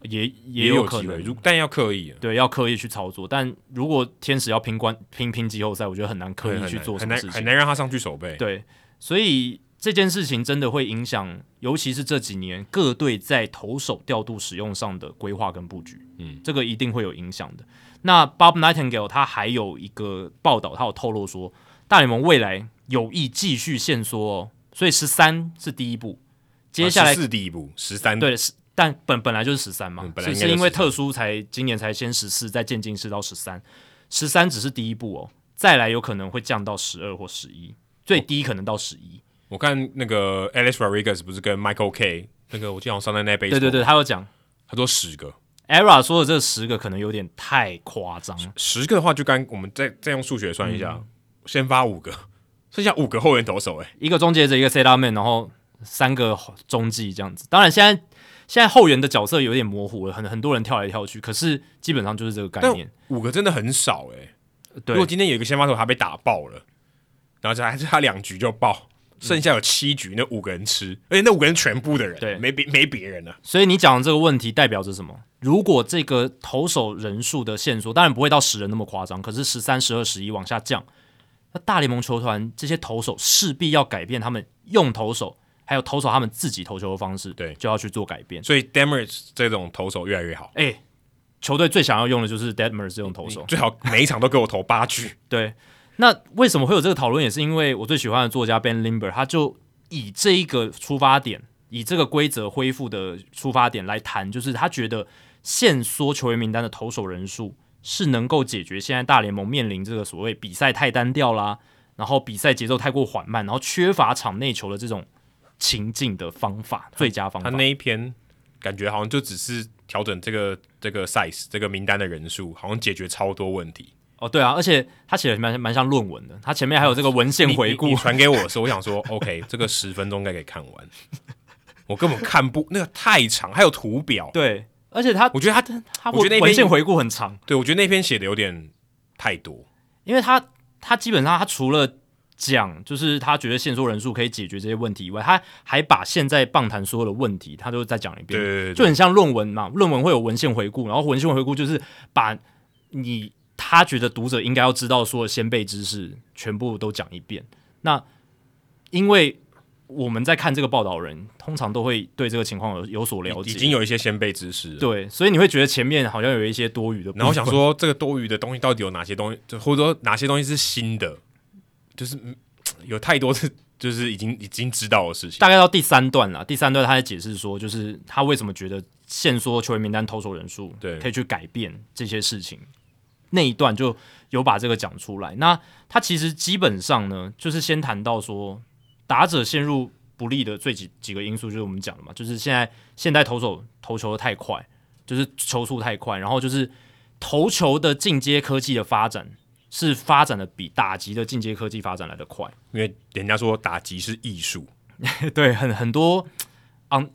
也也
有
可
机会。
能。
如但要刻意啊，
对，要刻意去操作，但如果天使要拼关拼拼季后赛，我觉得很难刻
对
意
很
去
难
做什
很
么
难
事
很
情。
难让他上去守备。
对，所以这件事情真的会影响，尤其是这几年各队在投手调度使用上的规划跟布局，
嗯，
这个一定会有影响的。那 Bob Nightingale 他还有一个报道，他有透露说，大联盟未来有意继续限缩哦，所以十三是第一步，接下来、
四第一步，啊十三
对是。但本本来就是十三嘛，
嗯本来
是
应该
是因
就
为
13
特殊才今年才先十四，再渐进式到十三，十三只是第一步哦，再来有可能会降到十二或十一，
哦
最低可能到十一、
我看那个 Alex Rodriguez 不是跟 Michael K 那个，我记得好像上在那杯，
对对对，，他有讲
他说十个，
ERA 说的这十个可能有点太夸张，
十个的话就刚我们再再用数学算一下，
嗯
先发五个，剩下五个后援投手、欸，哎，
一个终结者，一个 C 大 man，然后三个中继这样子。当然，现在现在后援的角色有点模糊了，很很多人跳来跳去，可是基本上就是这个概
但
念。
五个真的很少、欸，哎，如
对
果今天有一个先发投手他被打爆了，然后就还是他两局就爆。
嗯
剩下有七局，那五个人吃，而且那五个人全部的人，
对
没别没别人了。啊
所以你讲的这个问题代表着什么？如果这个投手人数的线索，当然不会到十人那么夸张，可是十三、十二、十一往下降，那大联盟球团这些投手势必要改变他们用投手，还有投手他们自己投球的方式，
对
就要去做改变。
所以 Demers 这种投手越来越好，
哎、球队最想要用的就是 Deadmer 这种投手，
最好每一场都给我投八局。
对，那为什么会有这个讨论？也是因为我最喜欢的作家 Ben Limber，他就以这一个出发点，以这个规则恢复的出发点来谈，就是他觉得限缩球员名单的投手人数是能够解决现在大联盟面临这个所谓比赛太单调啦，然后比赛节奏太过缓慢，然后缺乏场内球的这种情境的方法，最佳方
他
法。
那一篇感觉好像就只是调整这个这个 size 这个名单的人数，好像解决超多问题。
哦，对啊，而且他写的蛮蛮像论文的，他前面还有这个文献
你
回
你
顾
你，传给我的时候，我想说
<laughs>
OK，这个十分钟该给看完，我根本看不那个太长，还有图表。
对，而且他
我觉得他，
他
我觉得那篇
文献回顾很长。
对我觉得那篇写的有点太多，
因为他他基本上他除了讲，就是他觉得限缩人数可以解决这些问题以外，他还把现在棒坛所有的问题，他都再讲一
对
遍，
对对
就很像论文嘛，论文会有文献回顾，然后文献回顾就是把你他觉得读者应该要知道说先辈知识全部都讲一遍。那因为我们在看这个报道人，通常都会对这个情况有有所了
已
解，
经有一些先辈知识了。
对，所以你会觉得前面好像有一些多余的部分，
然后想说这个多余的东西到底有哪些东西，就或者说哪些东西是新的，就是嗯有太多是就是已经已经知道的事情。
大概到第三段了，第三段他在解释说，就是他为什么觉得限缩球员名单投手人数，
对
可以去改变这些事情。那一段就有把这个讲出来。那他其实基本上呢，就是先谈到说，打者陷入不利的最几几个因素，就是我们讲的嘛，就是现在现代投手投球的太快，就是球速太快，然后就是投球的进阶科技的发展是发展的比打击的进阶科技发展来的快。
因为人家说打击是艺术，
对，很很多 on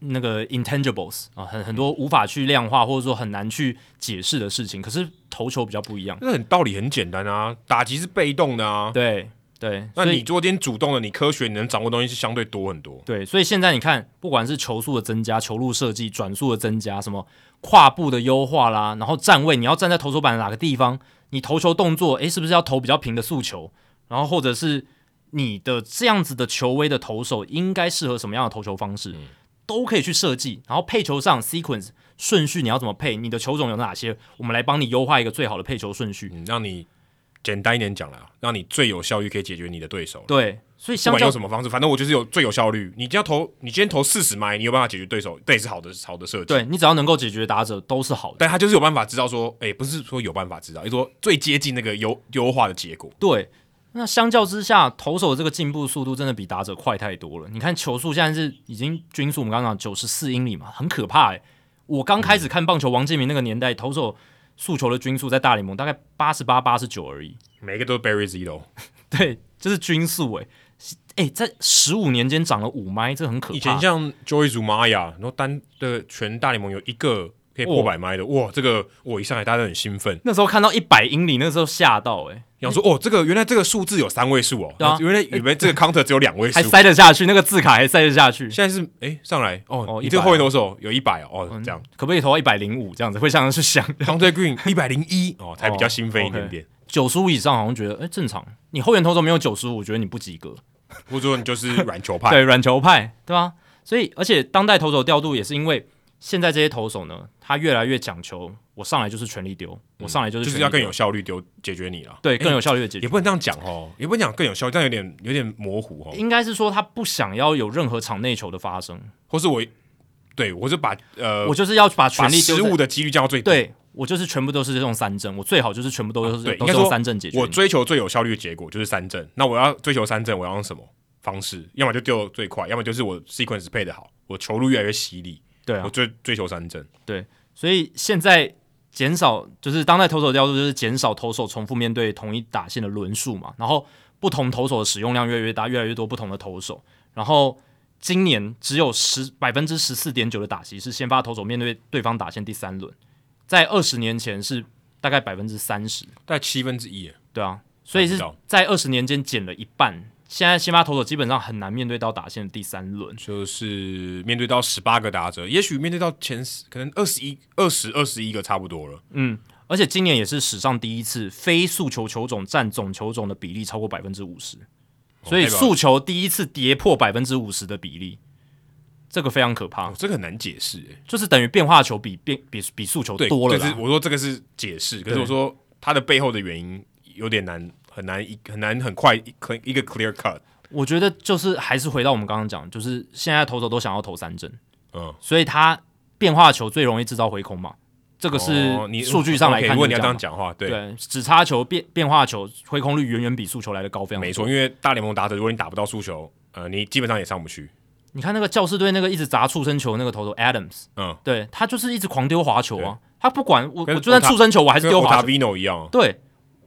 那个 intangibles 啊，很很多无法去量化或者说很难去解释的事情。可是投球比较不一样，
那很道理很简单啊，打击是被动的啊。
对对，
那
所
你
以
做今天主动的，你科学你能掌握的东西是相对多很多。
对，所以现在你看，不管是球速的增加、球路设计、转速的增加，什么跨步的优化啦，然后站位，你要站在投手板的哪个地方，你投球动作，诶，是不是要投比较平的速球？然后或者是你的这样子的球威的投手应该适合什么样的投球方式，
嗯
都可以去设计。然后配球上 sequence 顺序你要怎么配，你的球种有哪些，我们来帮你优化一个最好的配球顺序。
嗯，让你简单一点讲啦，让你最有效率可以解决你的对手。
对，所以
不
相
管
较
用什么方式，反正我就是有最有效率。你今天投，你今天投四十迈，你有办法解决对手，这也是好的好的设计。
对你只要能够解决打者都是好的。
但他就是有办法知道说，哎、不是说有办法知道，就是说最接近那个优优化的结果。
对，那相较之下，投手这个进步速度真的比打者快太多了。你看球速现在是已经均速，我们刚刚讲九十四英里嘛，很可怕诶、欸我刚开始看棒球，王建民那个年代，投手速球的均速在大联盟大概八十八、八十九而已。 <laughs>
每个都是 Barry Zito，
对，这是均速诶、诶、在十五年间涨了五迈，这很可怕。
以前像 Joy Zumaya，然后单的全大联盟有一个可以破百迈的，哇，这个我一上来大家都很兴奋，
那时候看到一百英里，那时候吓到欸诶、
想说哦，这个原来这个数字有三位数哦，
嗯对啊
原来原来
<laughs>
这个 counter 只有两位数
还，塞得下去，那个字卡还塞得下去。
现在是哎、上来哦，
哦
你这个
100
后援投手有一百哦，哦这样
可不可以投到一百零五这样子？会像是想
，Counter
<laughs>
Green 一百零一哦，才比较兴奋一点点，
九十五以上好像觉得哎、诶正常，你后援投手没有九十五，我觉得你不及格。
或者说你就是软球派，
对软球派，对吧？所以，而且当代投手调度也是因为现在这些投手呢，他越来越讲求我上来就是全力丢，我上来就是
嗯就是
全力
要更
丢
有效率丢解决你了，
对
哎
更有效率的解
也
决。
不能这样讲哦，也不能讲更有效率，这样有点有点模糊哦。
应该是说他不想要有任何场内球的发生，
或是我对我就把呃
我就是要把全力丢
失
在
误的几率降到最低。，
对我就是全部都是用三振，我最好就是全部都是、
啊对
都
应该
是
说
用三振解决
我
你。
追求最有效率的结果就是三振。那我要追求三振，我要用什么方式？要么就丢得最快，要么就是我 sequence 配的好，我球路越来越犀利，
对啊
我，追追求三振。
所以现在减少就是当代投手调度，就是减少投手重复面对同一打线的轮数嘛，然后不同投手的使用量越来越大，越来越多不同的投手，然后今年只有十百分之十四点九的打席是先发投手面对对方打线第三轮，在二十年前是大概百分之三十，
大概七分之一耶，
对啊，所以
我
是
知道
在二十年间减了一半。现在先发投手基本上很难面对到打线的第三轮，
就是面对到十八个打者，也许面对到前十，可能二十一、二十、二十一个差不多了。
而且今年也是史上第一次非速球球种占总球种的比例超过百分之五十，所以
代表
速球第一次跌破百分之五十的比例，这个非常可怕
哦，，这个很难解释耶。
就是等于变化球比变比比速球
对，
多了
就
啦
是我说这个是解释，可是
对
我说它的背后的原因有点难，很难一很难很快一可一个 clear cut。
我觉得就是还是回到我们刚刚讲，就是现在投手都想要投三振，
嗯，
所以他变化球最容易制造回空嘛，这个是
哦你
数据上来
OK，
看
如果
就是
你
这
要这
样
样
嘛。
讲话，对，
对，啊只差球变变化球挥空率远远比速球来的高，非常多
没错，因为大联盟打者，如果你打不到速球，呃，你基本上也上不去。
你看那个教士队那个一直砸触身球那个投手 Adams，
嗯，
对他就是一直狂丢滑球啊，他不管我，
跟
我就算
Ota-
触身球我还是
跟
丢滑
o
球，
v i n o 一样，
对，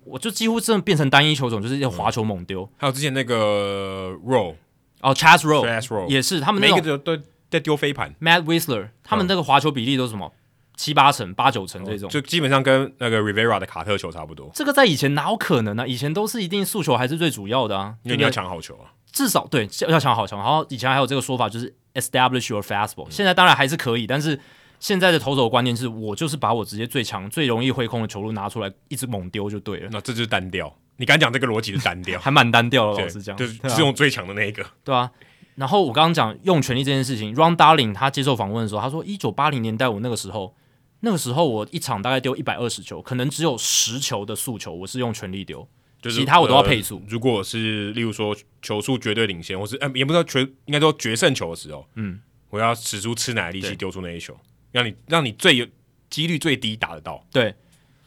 我就几乎真的变成单一球种，就是一直滑球猛丢。
还有之前那个 Roll
哦 c h a
嗯 Chaz
s Row
Rowe
也是他们那
每一
种
个都都在丢飞盘，
Matt Whistler，他们那个滑球比例都是什么七八成、八九成这种。
嗯哦就基本上跟那个 Rivera 的卡特球差不多，
这个在以前哪有可能啊呢、以前都是一定诉求还是最主要的啊，
因为你要抢好球啊。
至少对要要抢好球，然后以前还有这个说法就是 establish your
嗯
fastball，、现在当然还是可以，但是现在的投手的观念是我就是把我直接最强、最容易挥空的球路拿出来，一直猛丢就对了，
那这就是单调。你刚讲这个逻辑是单调，
还蛮单调的，
<laughs> 对
老实讲，
就是
对啊
是用最强的那一个。
对啊。然后我刚刚讲用权力这件事情，Ron Darling 他接受访问的时候，他说一九八零年代我那个时候，那个时候我一场大概丢一百二十球，可能只有十球的速球我是用全力丢，
就是
其他我都要配速
呃如果是例如说球数绝对领先，或是呃也不知道决应该说决胜球的时候，
嗯，
我要使出吃奶的力气
对
丢出那一球，让你让你最有几率最低打得到。
对，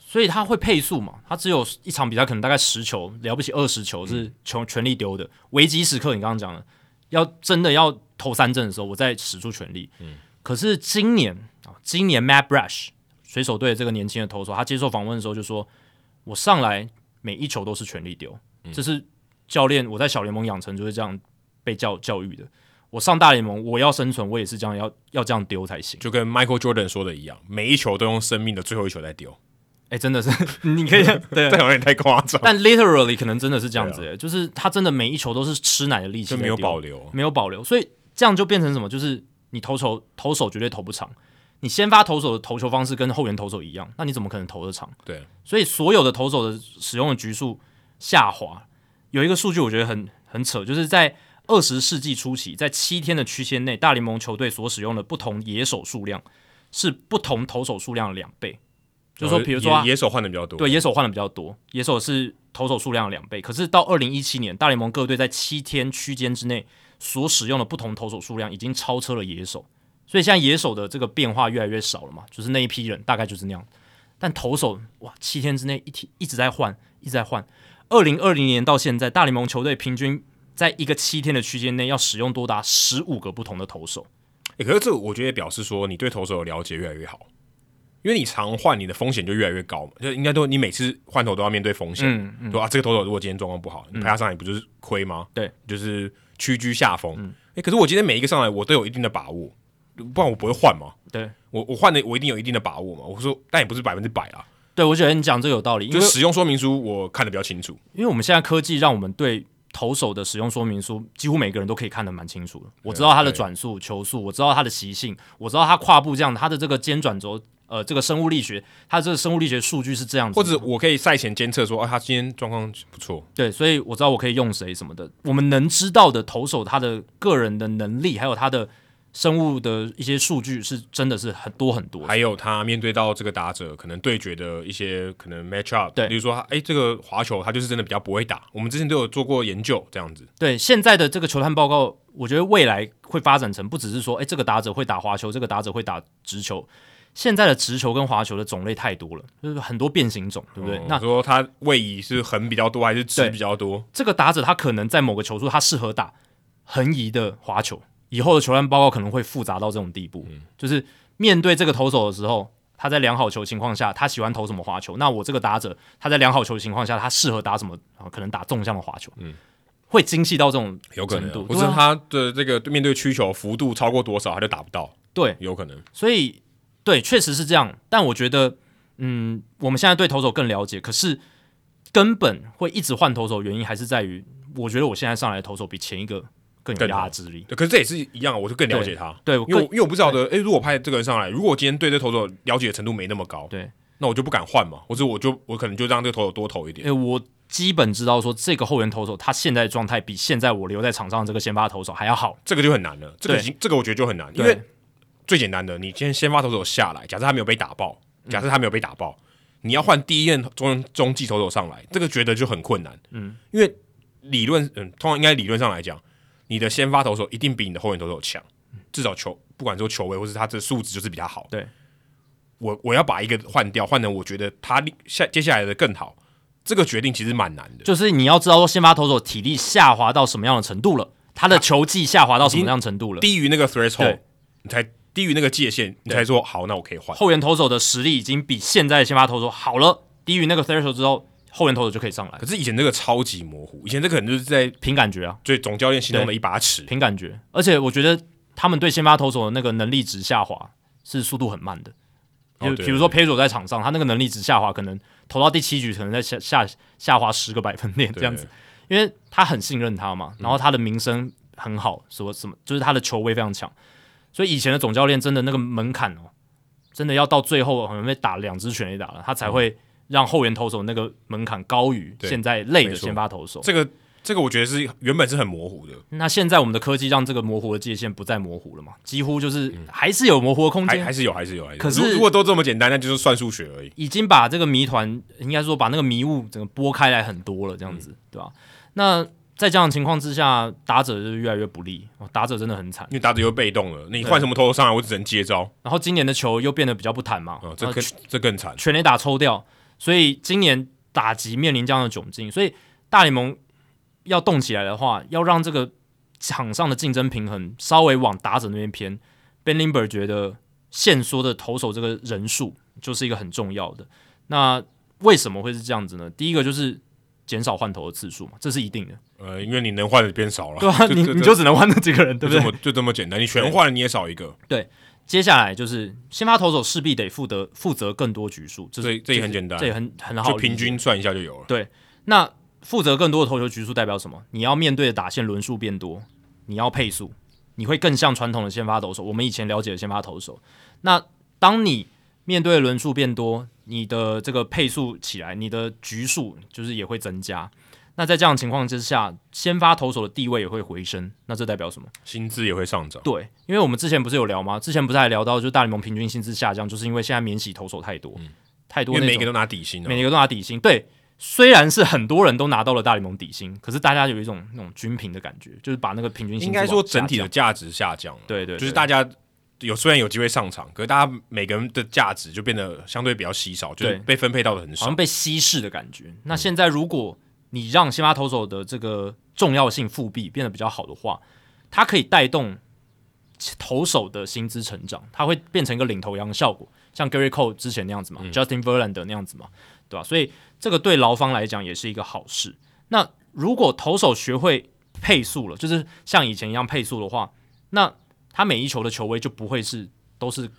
所以他会配速嘛，他只有一场比赛可能大概十球，了不起二十球是全全力丢的。危机时刻，你刚刚讲了，要真的要投三振的时候，我再使出全力。嗯，可是今年啊，今年 Matt Brash 水手队这个年轻的投手，他接受访问的时候就说，我上来每一球都是全力丢，这是教练我在小联盟养成就是这样被教教育的。我上大联盟，我要生存，我也是这样，要要这样丢才行。
就跟 Michael Jordan 说的一样，每一球都用生命的最后一球在 <laughs> 丢，啊
哎、真的是， <laughs> 你可以对
这好像有点太夸张，
但 literally 可能真的是这样子、欸，就是他真的每一球都是吃奶的力气，
啊就没有保，留。
没有保留，所以这样就变成什么？就是你投球投手绝对投不长，你先发投手的投球方式跟后援投手一样，那你怎么可能投得长？
对，
所以所有的投手的使用的局数下滑。有一个数据我觉得很很扯，就是在二十世纪初期，在七天的区间内，大联盟球队所使用的不同野手数量是不同投手数量的两倍。就是说，
呃
比如说啊
野野手换的比较多，
对，野手换的比较多，野手是投手数量的两倍。可是到二零一七年，大联盟各队在七天区间之内所使用的不同投手数量已经超车了野手，所以现在野手的这个变化越来越少了嘛，就是那一批人大概就是那样。但投手哇，七天之内一天一直在换，一直在换。二零二零年到现在，大联盟球队平均在一个七天的区间内要使用多达十五个不同的投手。
欸可是这我觉得也表示说你对投手的了解越来越好，因为你常换，你的风险就越来越高嘛。就应该都你每次换头都要面对风险，
嗯
对啊，这个投手如果今天状况不好，你派他上来不就是亏吗？
对，
就是屈居下风。哎、可是我今天每一个上来我都有一定的把握，不然我不会换嘛。
对，
我我换的我一定有一定的把握嘛。我说，但也不是百分之百啦，
对我觉得你讲这个有道理，因
就
为
使用说明书我看的比较清楚。
因为我们现在科技让我们对投手的使用说明书，几乎每个人都可以看得蛮清
啊
楚的。我知道他的转速、球速，我知道他的习性，我知道他跨步这样，他的这个肩转轴，呃，这个生物力学，他这个生物力学数据是这样子的，
或者我可以赛前监测说，啊，他今天状况不错，
对，所以我知道我可以用谁什么的。我们能知道的投手他的个人的能力，还有他的生物的一些数据，是真的是很多很多的。
还有他面对到这个打者可能对决的一些可能 match up，
对
比如说他哎这个滑球他就是真的比较不会打，我们之前都有做过研究这样子，
对现在的这个球探报告，我觉得未来会发展成不只是说，哎，这个打者会打滑球，这个打者会打直球。现在的直球跟滑球的种类太多了，就是很多变形种，对不对？
哦
那
说他位移是横比较多还是直
对
比较多？
这个打者他可能在某个球速他适合打横移的滑球，以后的球探报告可能会复杂到这种地步，就是面对这个投手的时候。他在量好球情况下，他喜欢投什么滑球？那我这个打者，他在量好球情况下，他适合打什么？啊，可能打纵向的滑球，嗯，会精细到这种
有可能
程度
啊，或者
对啊
他的这个面对曲球幅度超过多少他就打不到，
对，
有可能。
所以对，确实是这样。但我觉得，嗯，我们现在对投手更了解，可是根本会一直换投手，原因还是在于，我觉得我现在上来的投手比前一个更有
更好
压制力。
对可是这也是一样，我就更了解他，
对，我
因为我
更
因为我不晓得，哎，如果派这个人上来，如果我今天对这投手了解的程度没那么高，
对，
那我就不敢换嘛，或者我就我可能就让这个投手多投一点
因。为我基本知道说这个后援投手他现在的状态比现在我留在场上的这个先发投手还要好。
这个就很难了。这个已经，这个我觉得就很难，因
对
为最简单的，你今天先发投手下来，假设他没有被打爆，
嗯
假设他没有被打爆，你要换第一任中中继投手上来，这个觉得就很困难。嗯，因为理论，嗯，通常应该理论上来讲，你的先发投手一定比你的后援投手强，至少球不管说球位或是他这素质就是比他好。
对，
我我要把一个换掉，换成我觉得他立下接下来的更好，这个决定其实蛮难的。
就是你要知道说先发投手体力下滑到什么样的程度了，他的球技下滑到什么样的程度了。
低于那个 threshold，
对
你才低于那个界限，你才说好，那我可以换。
后援投手的实力已经比现在的先发投手好了，低于那个 threshold 之后，后援投手就可以上来
可，是以前这个超级模糊，以前这可能就是在
凭感觉啊。
最总教练心中的一把尺。
凭感觉，而且我觉得他们对先发投手的那个能力值下滑是速度很慢的，
哦
就
对
比如说 Pedro 在场上，他那个能力值下滑，可能投到第七局，可能在下下下滑十个百分点
对嗯
这样子，因为他很信任他嘛，然后他的名声很好，所什么就是他的球威非常强，所以以前的总教练真的那个门槛哦，真的要到最后可能被打两支全垒打了，他才会让后援投手那个门槛高
嗯
于
对
现在类
没
的
错
先发投手。
这个这个我觉得是原本是很模糊的，
那现在我们的科技让这个模糊的界限不再模糊了嘛，几乎就是还是有模糊的空
嗯还
间，
还是有，还是有，还是有
可是
如如果都这么简单，那就是算数学而已。
已经把这个谜团，应该说把那个迷雾整个拨开来很多了，这样子，
嗯
对吧、那在这样的情况之下，打者就是越来越不利，哦打者真的很惨。
因为打者又被动了，你换什么投手上来，我只能接招
然后今年的球又变得比较不弹嘛，
啊、这
然后
更这更惨。
全垒打抽掉，所以今年打击面临这样的窘境，所以大联盟要动起来的话，要让这个场上的竞争平衡稍微往打者那边偏。Ben Limber 觉得限缩的投手这个人数就是一个很重要的。那为什么会是这样子呢？第一个就是减少换投的次数嘛，这是一定的，
呃，因为你能换的变少了，
对啊，你你就只能换那几个人，对
就
不
这
对？
么就这么简单，你全换了你也少一个，
接下来就是先发投手势必得负责负责更多局数，这
这
是
这也很简单
这，也很很好
就
理解，
平均算一下就有了。
那负责更多的投球局数代表什么？你要面对的打线轮数变多，你要配速，你会更像传统的先发投手。我们以前了解的先发投手。那当你面对的轮数变多，你的这个配速起来，你的局数就是也会增加。那在这样的情况之下，先发投手的地位也会回升。那这代表什么？
薪资也会上涨，
对，因为我们之前不是有聊吗？之前不是还聊到，就是大联盟平均薪资下降，就是因为现在免洗投手太多，
嗯
太
因
多
为
那
每
种
个都拿底薪啊
每。个都拿底薪。对，虽然是很多人都拿到了大联盟底薪，可是大家有一种那种均平的感觉，就是把那个平均薪
应
资
该说
往下
整体的
降
价值下降了，
对对，
就是
对
大家有虽然有机会上场，可是大家每个人的价值就变得相对比较稀少，就是
对
被分配到的很
好
少
像。被嗯稀释的感觉。那现在如果你让先发投手的这个重要性复辟变得比较好的话，它可以带动投手的薪资成长，它会变成一个领头羊的效果，像 Gary Cole 之前那样子嘛、j u s t i n Verlander 那样子嘛，对吧、所以这个对劳方来讲也是一个好事。那如果投手学会配速了，就是像以前一样配速的话，那他每一球的球威就不会是都是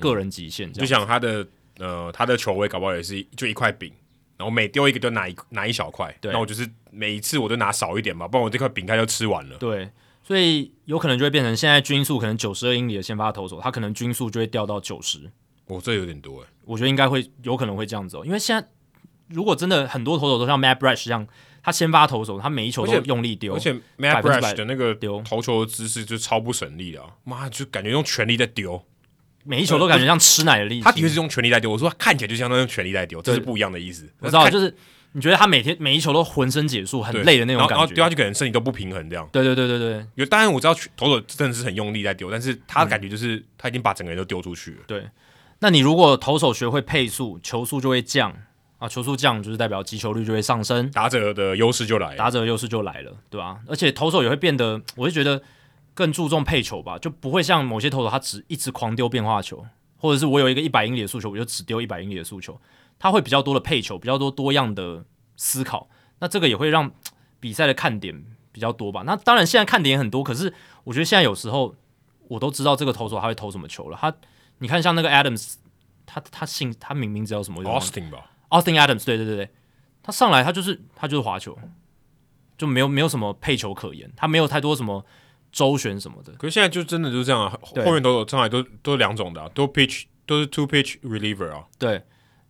个人极限这
就
样。
想他的呃他的球位搞不好也是就一块饼，然后每丢一个就拿一拿一小块，
对
那我就是每一次我都拿少一点嘛，不然我这块饼干就吃完了。
对，所以有可能就会变成现在均速可能九十二英里的先发投手，他可能均速就会掉到九十，
我、这有点多哎、
我觉得应该会有可能会这样子哦，因为现在如果真的很多投手都像 Matt Brash 一样，他先发投手，他每一球
而
都
且
用力丢，
而且 Matt
百分之
Brash
百
的那个
丢
投球的姿势就超不省力的、啊，妈就感觉用全力在丢，
每一球都感觉像吃奶的力气。
他的确是用全力在丢。我说他看起来就像那种全力在丢，这是
对
不一样的意思。
我知道，
看
就是你觉得他每天每一球都浑身解数，很
对
累的那种
然后
感
然后
觉。
丢下去可能身体都不平衡这样。
对对对对对
有当然我知道投手真的是很用力在丢，但是他的感觉就是、
嗯
他已经把整个人都丢出去了。
对。那你如果投手学会配速，球速就会降啊，球速降就是代表击球率就会上升，
打者的优势就来了，
打者的优势就来了，对吧、而且投手也会变得，我就觉得更注重配球吧，就不会像某些投手他只一直狂丢变化球，或者是我有一个一百英里的速球，我就只丢一百英里的速球，他会比较多的配球，比较多多样的思考，那这个也会让比赛的看点比较多吧。那当然现在看点也很多，可是我觉得现在有时候我都知道这个投手他会投什么球了，他你看像那个 Adams。他他姓他明明知道什么我有点忘记
Austin 吧，
Austin Adams，对对对对，他上来他就是他就是滑球，就没有没有什么配球可言，他没有太多什么周旋什么的。
可是现在就真的就是这样啊，后
对
后面都有上来都都是两种的、啊，都 pitch 都是 two pitch reliever 啊，
对，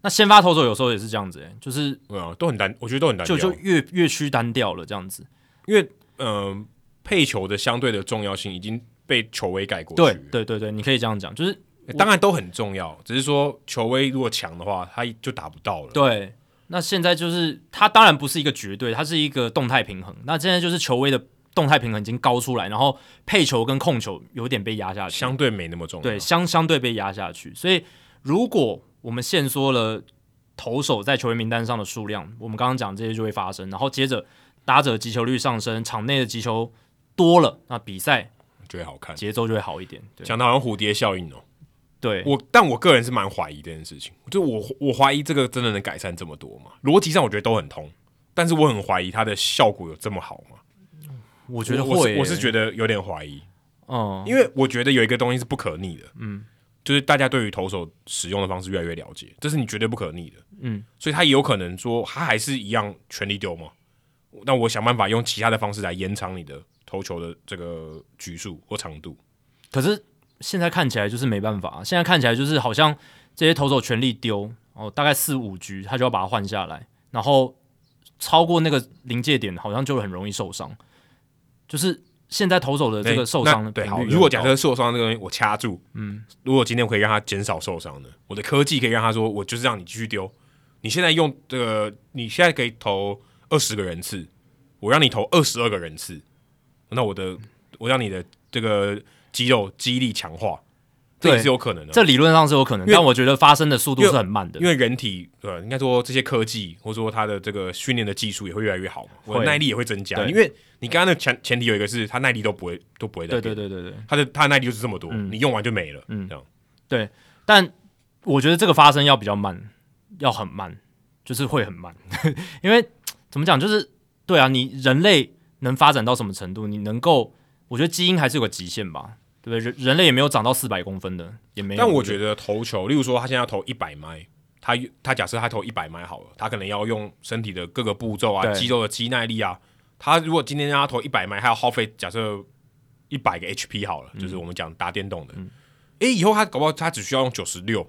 那先发投手有时候也是这样子、欸，就是
对啊，都很单，我觉得都很单调。
就就越越趋单调了这样子。
因为嗯、呃配球的相对的重要性已经被球威盖过去。
对对对对，你可以这样讲，就是
对，当然都很重要，只是说球威如果强的话，他就达不到了。
对。那现在就是它当然不是一个绝对，它是一个动态平衡。那现在就是球威的动态平衡已经高出来，然后配球跟控球有点被压下去，
相对没那么重要。
对，相相对被压下去。所以如果我们限缩了投手在球员名单上的数量，我们刚刚讲这些就会发生，然后接着打者击球率上升，场内的击球多了，那比赛
觉得好看。
节奏就会好一点。对
讲的好像蝴蝶效应哦、
对，
我但我个人是蛮怀疑这件事情，就我我怀疑这个真的能改善这么多吗？逻辑上我觉得都很通，但是我很怀疑它的效果有这么好吗？
我
我
觉得
我
会
是
耶、
我是觉得有点怀疑，
嗯，
因为我觉得有一个东西是不可逆的，嗯，就是大家对于投手使用的方式越来越了解，这是你绝对不可逆的。
嗯，
所以他也有可能说，他还是一样全力丢嘛。那我想办法用其他的方式来延长你的投球的这个局数或长度。
可是现在看起来就是没办法，现在看起来就是好像这些投手全力丢哦，大概四五局他就要把它换下来，然后超过那个临界点，好像就很容易受伤。就是现在投手的这
哎
个受伤
那
的
对，
频
好
率，
如果假
很
设
高
受伤这个东西我掐住，嗯，如果今天我可以让他减少受伤的，我的科技可以让他说，我就是让你继续丢。你现在用这个，你现在可以投二十个人次，我让你投二十二个人次，那我的我让你的这个肌肉肌力强化，这也
对
是有可能的。
这理论上是有可能，
因为
但我觉得发生的速度是很慢的
因。为人体呃，应该说这些科技或者说它的这个训练的技术也会越来越好嘛，我的
会
耐力也会增加。
对
因为你刚刚的前前提有一个是它耐力都不会都不会
对
再
对
变，
对对对，
它的它的耐力就是这么多，
嗯
你用完就没了，这样。
但我觉得这个发生要比较慢，要很慢，就是会很慢， <laughs> 因为怎么讲，就是对啊，你人类能发展到什么程度？你能够，我觉得基因还是有个极限吧，对不对？人人类也没有长到四百公分的，也没有。
但我
得
觉得投球，例如说他现在要投一百迈，他他假设他投一百迈好了，他可能要用身体的各个步骤啊，
对
肌肉的肌耐力啊。他如果今天让他投一百迈，他要耗费假设一百个 HP 好了，
嗯
就是我们讲打电动的。诶、以后他搞不好他只需要用九十六，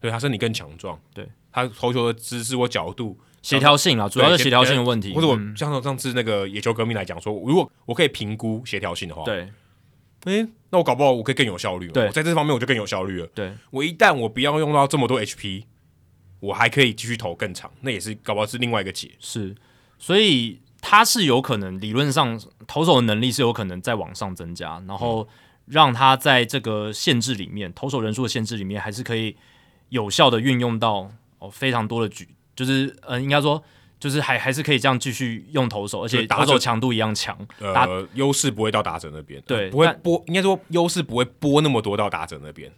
对他身体更强壮，
对
他投球的姿势或角度，
协调性啊，主要
对
是协调性的问题，
或者我
嗯
像上次那个野球革命来讲说，如果我可以评估协调性的话，
对
诶、那我搞不好我可以更有效率嘛，
对
我在这方面我就更有效率了。
对
我一旦我不要用到这么多 HP，我还可以继续投更长，那也是搞不好是另外一个解。
是，所以他是有可能理论上投手的能力是有可能再往上增加，然
嗯
后让他在这个限制里面，投手人数的限制里面，还是可以有效的运用到哦非常多的局，就是呃应该说就是还还是可以这样继续用投手，而
就
且
是打
投手
者
强度一样强，打
呃，优势不会到打者那边，
对
不会
但
播，应该说优势不会播那么多到打者那边。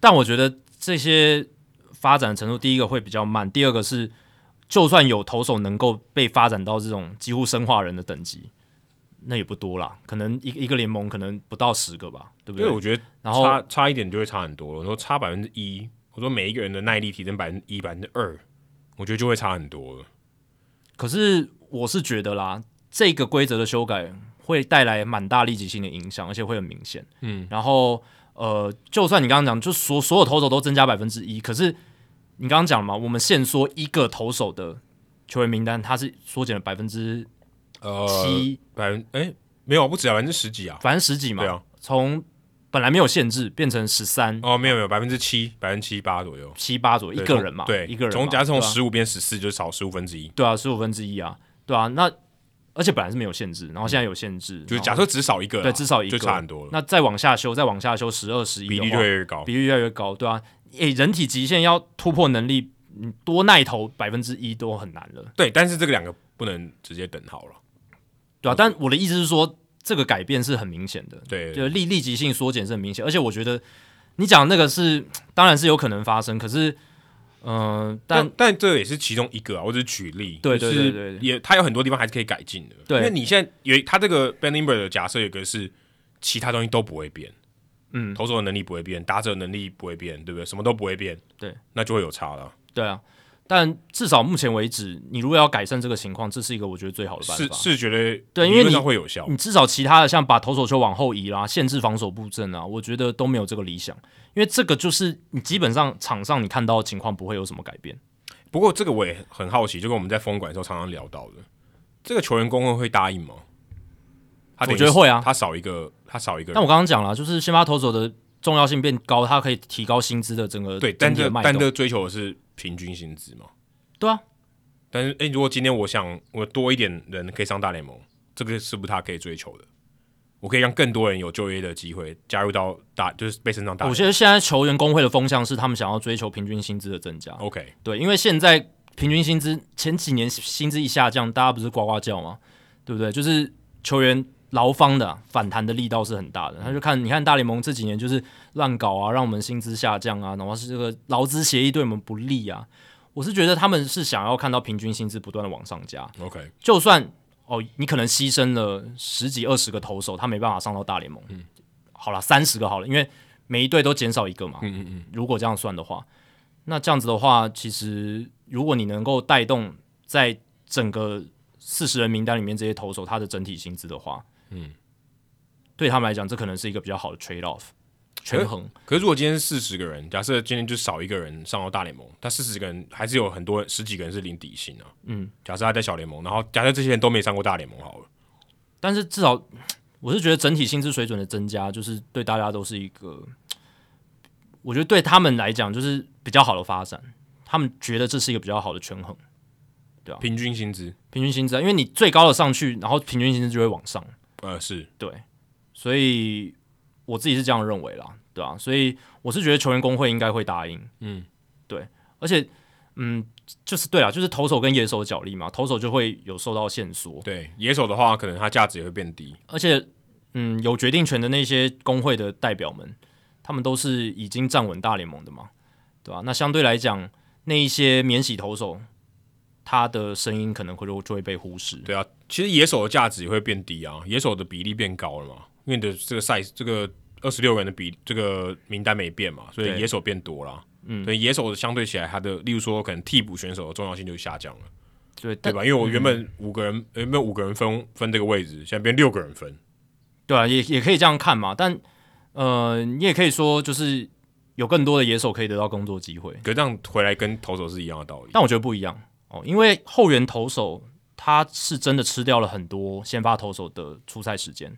但我觉得这些发展的程度，第一个会比较慢，第二个是，就算有投手能够被发展到这种几乎生化人的等级，那也不多啦，可能一一个联盟可能不到十个吧，对不
因为
对
我？觉得
然后
差差一点就会差很多了。我说差百分之一，我说每一个人的耐力提升百分之一、百分之二，我觉得就会差很多了。
可是我是觉得啦，这个规则的修改会带来蛮大立即性的影响，而且会很明显。嗯，然后呃，就算你刚刚讲，就所所有投手都增加百分之一，可是你刚刚讲了嘛，我们限缩一个投手的球员名单，它是缩减了百分之
呃，
七，
百分哎没有不止啊，百分之十几啊。
反正十几嘛，
对啊，
从本来没有限制变成十三
哦没有没有百分之七、百分之七八左右，
七八左右一
对
个
从
人嘛，
对，
一个人嘛，
从假设从
对啊
十五变十四，就是少十五分之一。
对啊，十五分之一啊，对啊，那而且本来是没有限制，然后现在有限制，
就是
然后
假设只少一个啦，啊
对至少一个
就差很多了，
那再往下修，再往下修十二十一哦
比例就会越高。
比例越来越高，对啊，诶，人体极限要突破能力，嗯，多耐投百分之一都很难了，
对，但是这个两个不能直接等号了。
对啊，但我的意思是说，这个改变是很明显的，
嗯对，
就立立即性缩减是很明显，而且我觉得你讲的那个是当然是有可能发生，可是，嗯、呃，但
但但这也是其中一个啊，我只是举例。
对
就
对
是
对对对
也它有很多地方还是可以改进的。
对
因为你现在有它这个 Ben Limber 的假设有一个是其他东西都不会变，
嗯
投手的能力不会变，打者的能力不会变，对不对？什么都不会变，
对，
那就会有差了。
对啊，但至少目前为止，你如果要改善这个情况，这是一个我觉得最好的办
是
法。
是觉得
对因
理
为
论
你
上会有效。
你至少其他的像把投手球往后移啦、限制防守布阵啊，我觉得都没有这个理想，因为这个就是你基本上场上你看到的情况不会有什么改变。
不过这个我也很好奇，就跟我们在封馆的时候常常聊到的，这个球员工会会答应吗？他等于
我觉得会啊
他少一个，他少一个人。
但我刚刚讲了，就是先发投手的重要性变高，它可以提高薪资的整个
对，
整
但
体的
这
脉
但
动。
这追求的是平均薪资嘛？
对啊，
但是，诶、如果今天我想我多一点人可以上大联盟，这个是不是他可以追求的？我可以让更多人有就业的机会，加入到大就是被升上大
我
联
觉
盟。
得现在球员工会的风向是他们想要追求平均薪资的增加。
OK，
对，因为现在平均薪资前几年薪资一下降，大家不是呱呱叫吗？对不对？就是球员劳方的啊、反弹的力道是很大的。他就看你看大联盟这几年就是乱搞啊，让我们薪资下降啊，然后是这个劳资协议对我们不利啊。我是觉得他们是想要看到平均薪资不断的往上加，
OK，
就算哦，你可能牺
嗯
牲了十几二十个投手，他没办法上到大联盟。好了，三十个好了，因为每一队都减少一个嘛。
嗯嗯嗯，
如果这样算的话，那这样子的话，其实如果你能够带动在整个四十人名单里面这些投手他的整体薪资的话，
嗯，
对他们来讲，这可能是一个比较好的 trade off 权衡。
可是如果今天四十个人，假设今天就少一个人上到大联盟，但四十个人还是有很多人十几个人是零底薪啊。
嗯，
假设他在小联盟，然后假设这些人都没上过大联盟好了，
但是至少我是觉得整体薪资水准的增加，就是对大家都是一个，我觉得对他们来讲就是比较好的发展。他们觉得这是一个比较好的权衡，哦
平均薪资，
平均薪资啊，因为你最高的上去，然后平均薪资就会往上。
呃，是
对，所以我自己是这样认为啦，对啊，所以我是觉得球员工会应该会答应，
嗯，
对，而且嗯，就是对啦，就是投手跟野手的角力嘛，投手就会有受到限缩，
对野手的话，可能他价值也会变低。
而且嗯，有决定权的那些工会的代表们，他们都是已经站稳大联盟的嘛，对吧、那相对来讲，那一些免洗投手，他的声音可能会就就会被忽视，
对啊，其实野手的价值也会变低啊，野手的比例变高了嘛，因为你的这个赛这个二十六人的比这个名单没变嘛，所以
对
野手变多了。
嗯
所以野手的相对起来，他的例如说可能替补选手的重要性就下降了，
对
对
但嗯
吧？因为我原本五个人，原本五个人分分这个位置，现在变六个人分，
对啊，也也可以这样看嘛。但呃，你也可以说，就是有更多的野手可以得到工作机会，
可是这样回来跟投手是一样的道理。
但我觉得不一样哦，因为后援投手他是真的吃掉了很多先发投手的出赛时间，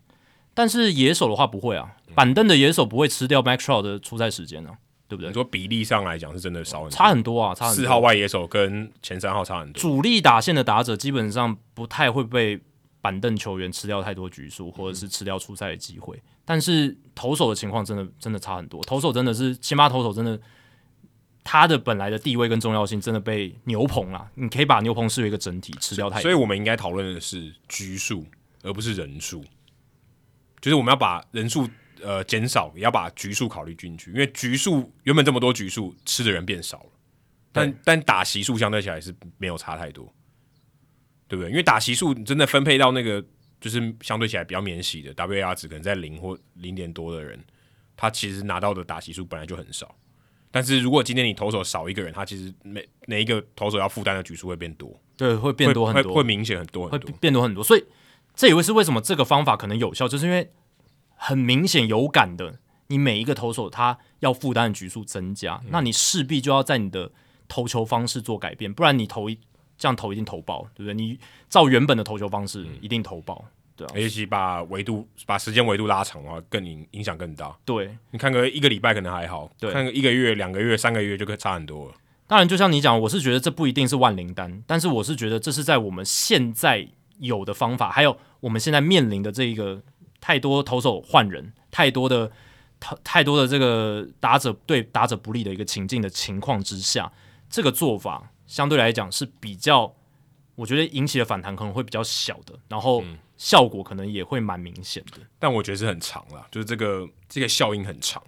但是野手的话不会啊，
嗯
板凳的野手不会吃掉 Max Trout 的出赛时间啊，对不
你
对？
说比例上来讲是真的少很多，
差很多啊，差很多
四号外野手跟前三号差很多。
主力打线的打者基本上不太会被板凳球员吃掉太多局数，
嗯
或者是吃掉出赛的机会。但是投手的情况真的真的差很多，投手真的是先发投手真的，他的本来的地位跟重要性真的被牛棚啦，你可以把牛棚视为一个整体吃掉太
所
多。
以我们应该讨论的是局数，而不是人数。就是我们要把人数呃减少，也要把局数考虑进去，因为局数原本这么多局数，吃的人变少了，但但打席数相对起来是没有差太多，对不对？因为打席数真的分配到那个就是相对起来比较免洗的 WAR 值，可能在零或零点多的人，他其实拿到的打席数本来就很少。但是如果今天你投手少一个人，他其实每每一个投手要负担的局数会变多，
对，会变多很
会
多，
会会明显很多很
会
多。
变多很多。所以这也是为什么这个方法可能有效，就是因为很明显有感的，你每一个投手他要负担的局数增加，
嗯
那你势必就要在你的投球方式做改变，不然你投一这样投一定投爆，对不对？你照原本的投球方式
嗯
一定投爆，对啊，
而且把维度、把时间维度拉长的话，更影影响更大。
对。
你看个一个礼拜可能还好，
对
看个一个月、两个月、三个月就可差很多了。
当然，就像你讲，我是觉得这不一定是万灵丹，但是我是觉得这是在我们现在有的方法，还有我们现在面临的这一个太多投手换人，太多的太太多的这个打者对打者不利的一个情境的情况之下，这个做法相对来讲是比较，我觉得引起的反弹可能会比较小的，然后效果可能也会蛮明显的。
但我觉得是很长啦，就是这个这个效应很长。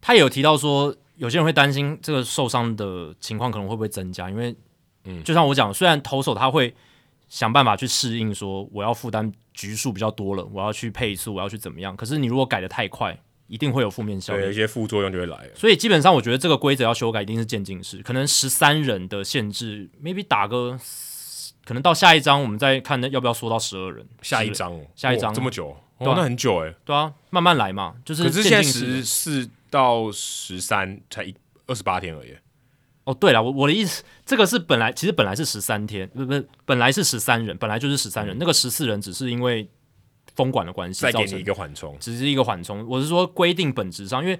他也有提到说，有些人会担心这个受伤的情况可能会不会增加，因为，
嗯
就像我讲，虽然投手他会想办法去适应，说我要负担局数比较多了，我要去配速，我要去怎么样，可是你如果改的太快，一定会有负面效
对，有一
应。
些副作用就会来了。
所以基本上，我觉得这个规则要修改，一定是渐进式。可能十三人的限制，maybe 打个，可能到下一章我们再看要不要缩到十二人。
下一，章哦，
下一章
哇这么久，
对
哦
啊，
那很久哎。
对啊，慢慢来嘛，就是
可是现在
渐进式的
十四到十三才一二十八天而已，
哦，对了，我我的意思，这个是本来其实本来是十三天，不不，本来是十三人，本来就是十三人，那个十四人只是因为封管的关系
嗯再
造
给你
成
一，个缓冲。
只是一个缓冲。我是说规定本质上，因为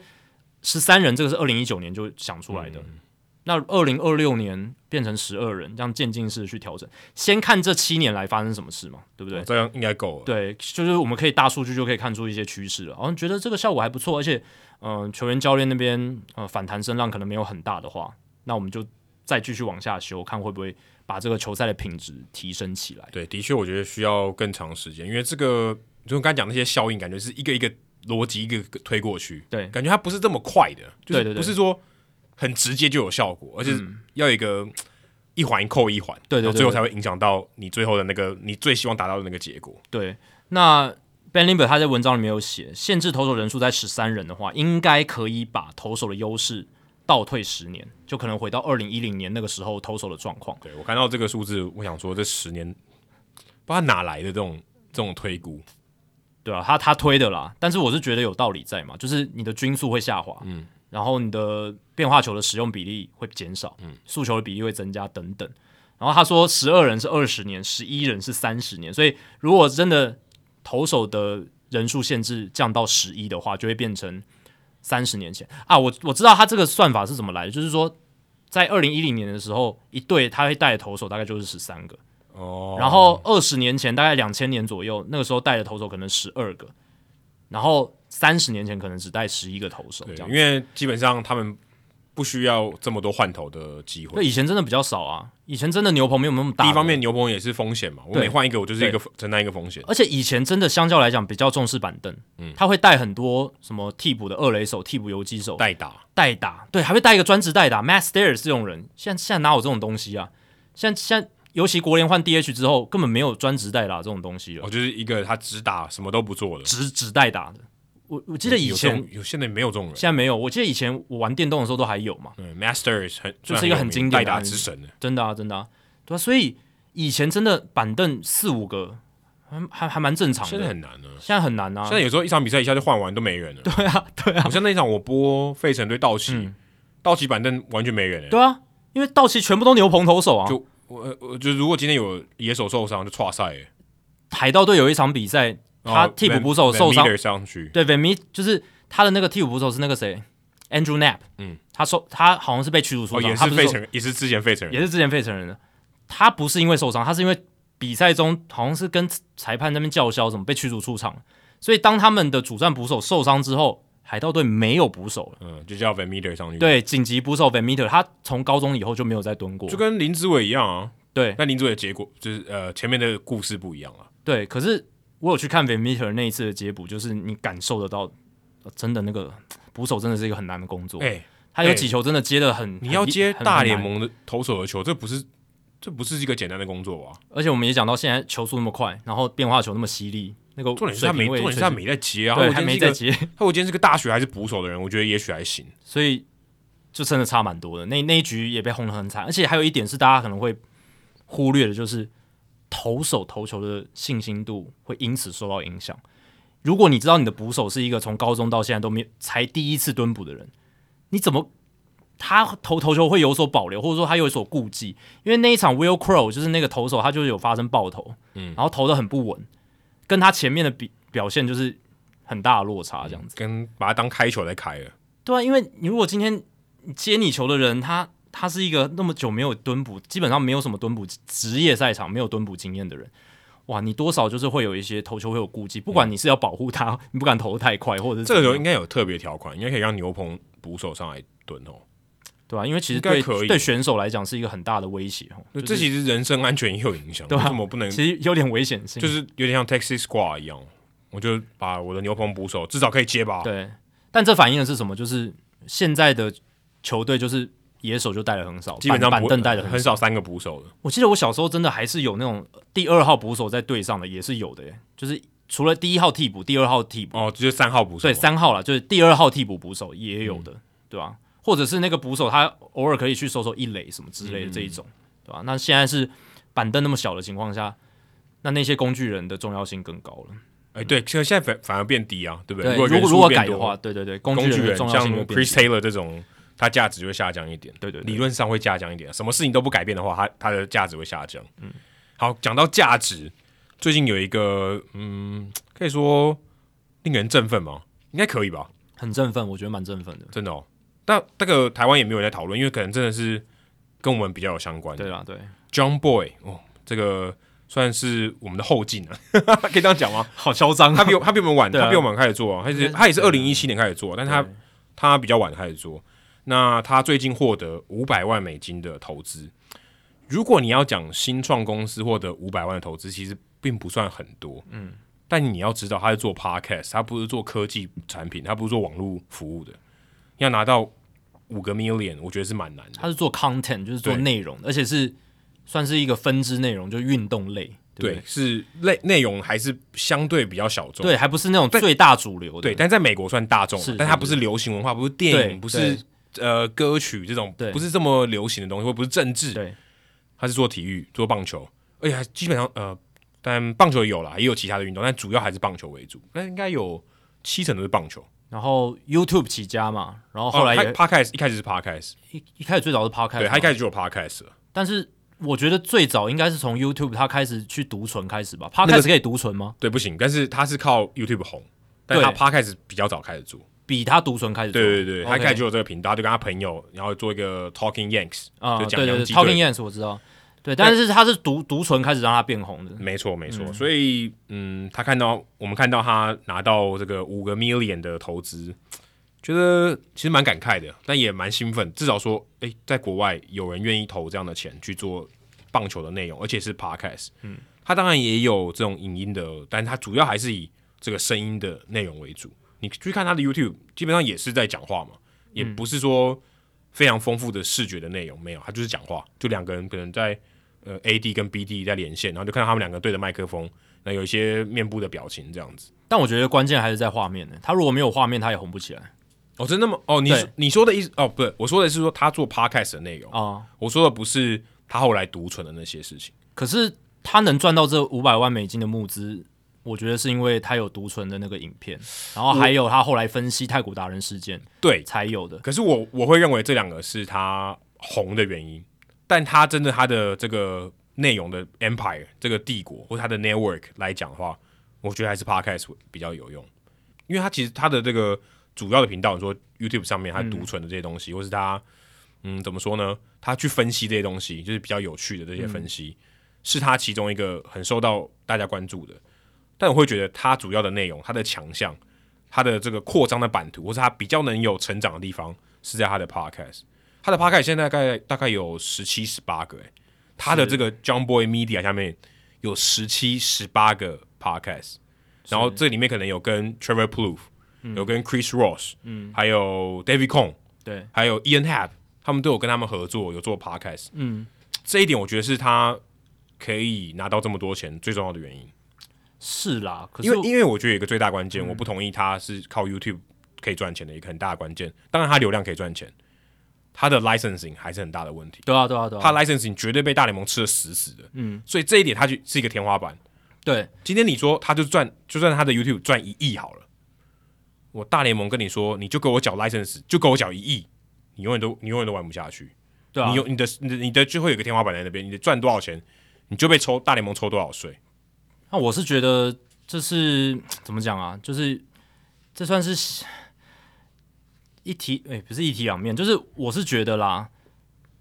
十三人这个是二零一九年就想出来的，
嗯
那二零二六年变成十二人，这样渐进式地去调整，先看这七年来发生什么事嘛，对不对？
哦这样应该够了。
对，就是我们可以大数据就可以看出一些趋势了。好像觉得这个效果还不错，而且，嗯、球员教练那边呃反弹声浪可能没有很大的话，那我们就再继续往下修，看会不会把这个球赛的品质提升起来。
对，的确，我觉得需要更长时间，因为这个就我刚才讲那些效应，感觉是一个一个逻辑一个一个推过去，
对
感觉它不是这么快的，就是
对对对
不是说很直接就有效果，而且要有一个嗯一环扣一环，
对对对
然后最后才会影响到你最后的那个你最希望达到的那个结果。
对，那 Ben Limber 他在文章里面有写，限制投手人数在十三人的话，应该可以把投手的优势倒退十年，就可能回到二零一零年那个时候投手的状况。
对我看到这个数字，我想说这十年，不知道哪来的这种这种推估。
对啊，他他推的啦，但是我是觉得有道理在嘛，就是你的均速会下滑，嗯，然后你的变化球的使用比例会减少，嗯，速球的比例会增加等等。然后他说十二人是二十年，十一人是三十年，所以如果真的投手的人数限制降到十一的话，就会变成三十年前啊。我我知道他这个算法是怎么来的，就是说在二零一零年的时候，一队他会带的投手大概就是十三个，
哦
然后二十年前，大概两千年左右，那个时候带的投手可能十二个，然后三十年前可能只带十一个投手
对
这，样
因。为基本上他们不需要这么多换头的机
对，
会。
以前真的比较少啊，以前真的牛棚没有那么大。
第一方，面，牛棚也是风险嘛，我
对
每换一个，我就是一个承担一个风险。
而且以前真的相较来讲比较重视板凳，
嗯
他会带很多什么替补的二垒手、替补游击手
代打，
代打，对，还会带一个专职代打 Matt Stairs 这种人，现在现在哪有这种东西啊？现在现在尤其国联换 DH 之后，根本没有专职代打这种东西了
我，哦就是一个他只打什么都不做的。
只只代打的。我我记得以
有
前
这种有现在没有这种人，
现在没有，我记得以前我玩电动的时候都还有嘛，
对，Masters 很
就是一个很经典
代
的
打
案例
之神的，
真的啊，真的啊，对啊，所以以前真的板凳四五个，还还还蛮正常的，
现在很难呢。
现在很难啊
现，在有时候一场比赛一下就换完都没人了。对啊，对啊。好像那一场我播费城对道奇，道奇板凳完全没人欸。
嗯对啊，因为道奇全部都牛棚投手啊，
就我呃我就如果今天有野手受伤就岔赛欸，
海盗队有一场比赛，他
然后
替补
Van-
捕手受伤
Van Meter 上去，
对 v e m i 就是他的那个替补捕手是那个谁，Andrew Knapp，
嗯，
他受他好像是被驱逐出
哦，
场，
也
他
是
不
费
受
城，也是之前费城
也
人，
是之前费城人的，他不是因为受伤，他是因为比赛中好像是跟裁判那边叫嚣，什么被驱逐出场，所以当他们的主战捕手受伤之后，海盗队没有捕手了，
嗯，就叫 Van Meter 上去，，
对，紧急捕手 Van Meter，他从高中以后就没有再蹲过
就，跟林志伟一样啊。
对
但林志伟的结果就是呃，前面的故事不一样啊。
对，可是我有去看 Van Meter 那一次的接捕，就是你感受得到，呃真的那个捕手真的是一个很难的工作，
哎，
他有
哎
几球真的接的很，
你要
很
接大联，
很很难
盟的投手的球，这不是这不是一个简单的工作啊。
而且我们也讲到现在球速那么快，然后变化球那么犀利，那个
重点是他
水平
没，重点
位
是
确
他
实
没在接啊。
对，
他
还
如果今天是
没
一个
在接。
他我今天是个大学还是捕手的人，我觉得也许还行。
所以就真的差蛮多的。那那一局也被轰得很惨，而且还有一点是大家可能会忽略的，就是投手投球的信心度会因此受到影响。如果你知道你的捕手是一个从高中到现在都没有才第一次蹲捕的人，你怎么他投投球会有所保留，或者说他有所顾忌？因为那一场 Will Crow 就是那个投手，他就是有发生爆头，嗯，然后投的很不稳，跟他前面的比表现就是很大的落差，这样子。
跟把它当开球来开了，
对啊，因为你如果今天接你球的人，他他是一个那么久没有蹲捕，基本上没有什么蹲捕职业赛场没有蹲捕经验的人，哇，你多少就是会有一些投球会有顾忌，不管你是要保护他，你不敢投得太快，或者是
嗯这个时候
怎
应
么样
该有特别条款，应该可以让牛棚捕手上来蹲哦。
对啊，因为其实
应该
对
可以
对选手来讲是一个很大的威胁哦，
那
就是
这其实人身安全也有影响，
对啊
为什么不能？
其实有点危险性，
就是有点像 Texas Squad 一样，我就把我的牛棚捕手至少可以接吧。
对，但这反映的是什么？就是现在的球队就是野手就带的很少，
基本上
板
不
板凳带的
很
很少。
少三个捕手的，
我记得我小时候真的还是有那种第二号捕手在队上的，也是有的耶，就是除了第一号替补、第二号替补，
哦，就是三号捕手。
对，三号啦，就是第二号替补捕手也有
嗯
的，对吧、或者是那个捕手他偶尔可以去守守一垒什么之
嗯
类的这一种，对吧、那现在是板凳那么小的情况下，那那些工具人的重要性更高了。
哎，对，现在现在反反而变低啊，对不
对，
如
如
人
果
数
如果
变
改
多
的话，，对对对，工
工具
人的
人
重要
像
性会变
Chris
低。
Taylor 这种，它价值就会下降一点。
对对对
理论上会下降一点，什么事情都不改变的话，它它的价值会下降。嗯，好，讲到价值，最近有一个嗯，可以说令人振奋吗？应该可以吧，
很振奋，我觉得蛮振奋的。
真的哦。但那个台湾也没有人在讨论，因为可能真的是跟我们比较有相关
对
的。
啦，对，
John Boy 哦，这个算是我们的后进啊， <laughs> 可以这样讲吗？
好嚣
<laughs>
张
他比我他比我们晚，
对啊
他比我们晚开始做啊，他
应
是
该
他也是二零一七年开始做，但他
对
他比较晚开始做。那他最近获得五百万美金的投资。如果你要讲新创公司获得五百万的投资，其实并不算很多，嗯。但你要知道，他是做 podcast，他不是做科技产品，他不是做网络服务的。要拿到五个 million，我觉得是蛮难的。
他是做 content，就是做
对
内容，而且是算是一个分支内容，就是运动类。对不对
是内内容还是相对比较小众，
对，还不是那种
对
最大主流的，
对，但在美国算大众嘛
是，
但它不是流行文化，不是电
对
影，不是呃歌曲这种
对，
不是这么流行的东西，或不是政治，
对
它是做体育，做棒球，而且还基本上呃，但棒球也有啦，也有其他的运动，但主要还是棒球为主，那应该有七成都是棒球。
然后 YouTube 起家嘛，然后后来
哦
也、
它 podcast 一开始是 podcast，
一一开始最早是 Podcast，
对，他一
始，
开始就有 podcast 了，
但是我觉得最早应该是从 YouTube 他开始去独存开始吧
个
，Podcast 可以独存吗？
对，不行，但是他是靠 YouTube 红，但
对
他 podcast 比较早开始做，
比他独存开始做，哦
对对对，他一开始
OK
就有这个频道，就跟他朋友，然后做一个 Talking Yanks，
啊、
就讲
对
洋
对对
基
，Talking
队
Yanks 我知道，对，但是他是独独存开始让他变红的，
没错，没错。所以，嗯，他看到我们看到他拿到这个五个 million 的投资，觉得其实蛮感慨的，但也蛮兴奋。至少说，诶，在国外有人愿意投这样的钱去做棒球的内容，而且是 podcast。嗯，他当然也有这种影音的，但他主要还是以这个声音的内容为主。你去看他的 YouTube，基本上也是在讲话嘛，也不是说非常丰富的视觉的内容，没有，他就是讲话，就两个人可能在。呃 AD 跟 BD 在连线，然后就看到他们两个对着麦克风，那有一些面部的表情这样子。
但我觉得关键还是在画面呢，他如果没有画面，他也红不起来
哦，真的吗？哦，你
对
说你说的意思哦，不是，我说的是说他做 podcast 的内容，
啊、
我说的不是他后来独存的那些事情。
可是他能赚到这五百万美金的募资，我觉得是因为他有独存的那个影片，然后还有他后来分析泰国达人事件
对，
才有的。
可是我我会认为这两个是他红的原因，但他真的他的这个内容的 empire 这个帝国或他的 network 来讲的话，我觉得还是 podcast 比较有用，因为他其实他的这个主要的频道，你说 YouTube 上面他独存的这些东西，或是他嗯怎么说呢？他去分析这些东西，就是比较有趣的这些分析，是他其中一个很受到大家关注的。但我会觉得他主要的内容，他的强项，他的这个扩张的版图，或是他比较能有成长的地方，是在他的 podcast。他的 podcast 现在大概大概有十七、十八个、欸，他的这个 John Boy Media 下面有十七、十八个 podcast，然后这里面可能有跟 Trevor Plouffe，、有跟 Chris Ross，嗯，还有 David Cone，
对，
还有 Ian Hap，他们都有跟他们合作，有做 podcast。嗯，这一点我觉得是他可以拿到这么多钱最重要的原因。
是啦。可是嗯
因为因为我觉得有一个最大关键，我不同意他是靠 YouTube 可以赚钱的一个很大的关键。当然，他流量可以赚钱，他的 licensing 还是很大的问题。
对啊，对啊，对啊，
他 licensing 绝对被大联盟吃的死死的，嗯，所以这一点他就是一个天花板。
对
今天你说他就赚，就算他的 YouTube 赚一亿好了，我大联盟跟你说，你就给我缴 license，就给我缴一亿，你永远都你永远都玩不下去。
对啊
你，有你的你的你的就会有一个天花板在那边，你的赚多少钱，你就被抽大联盟抽多少税。
那我是觉得这是怎么讲啊？就是这算是一体，哎、不是一体两面，就是我是觉得啦，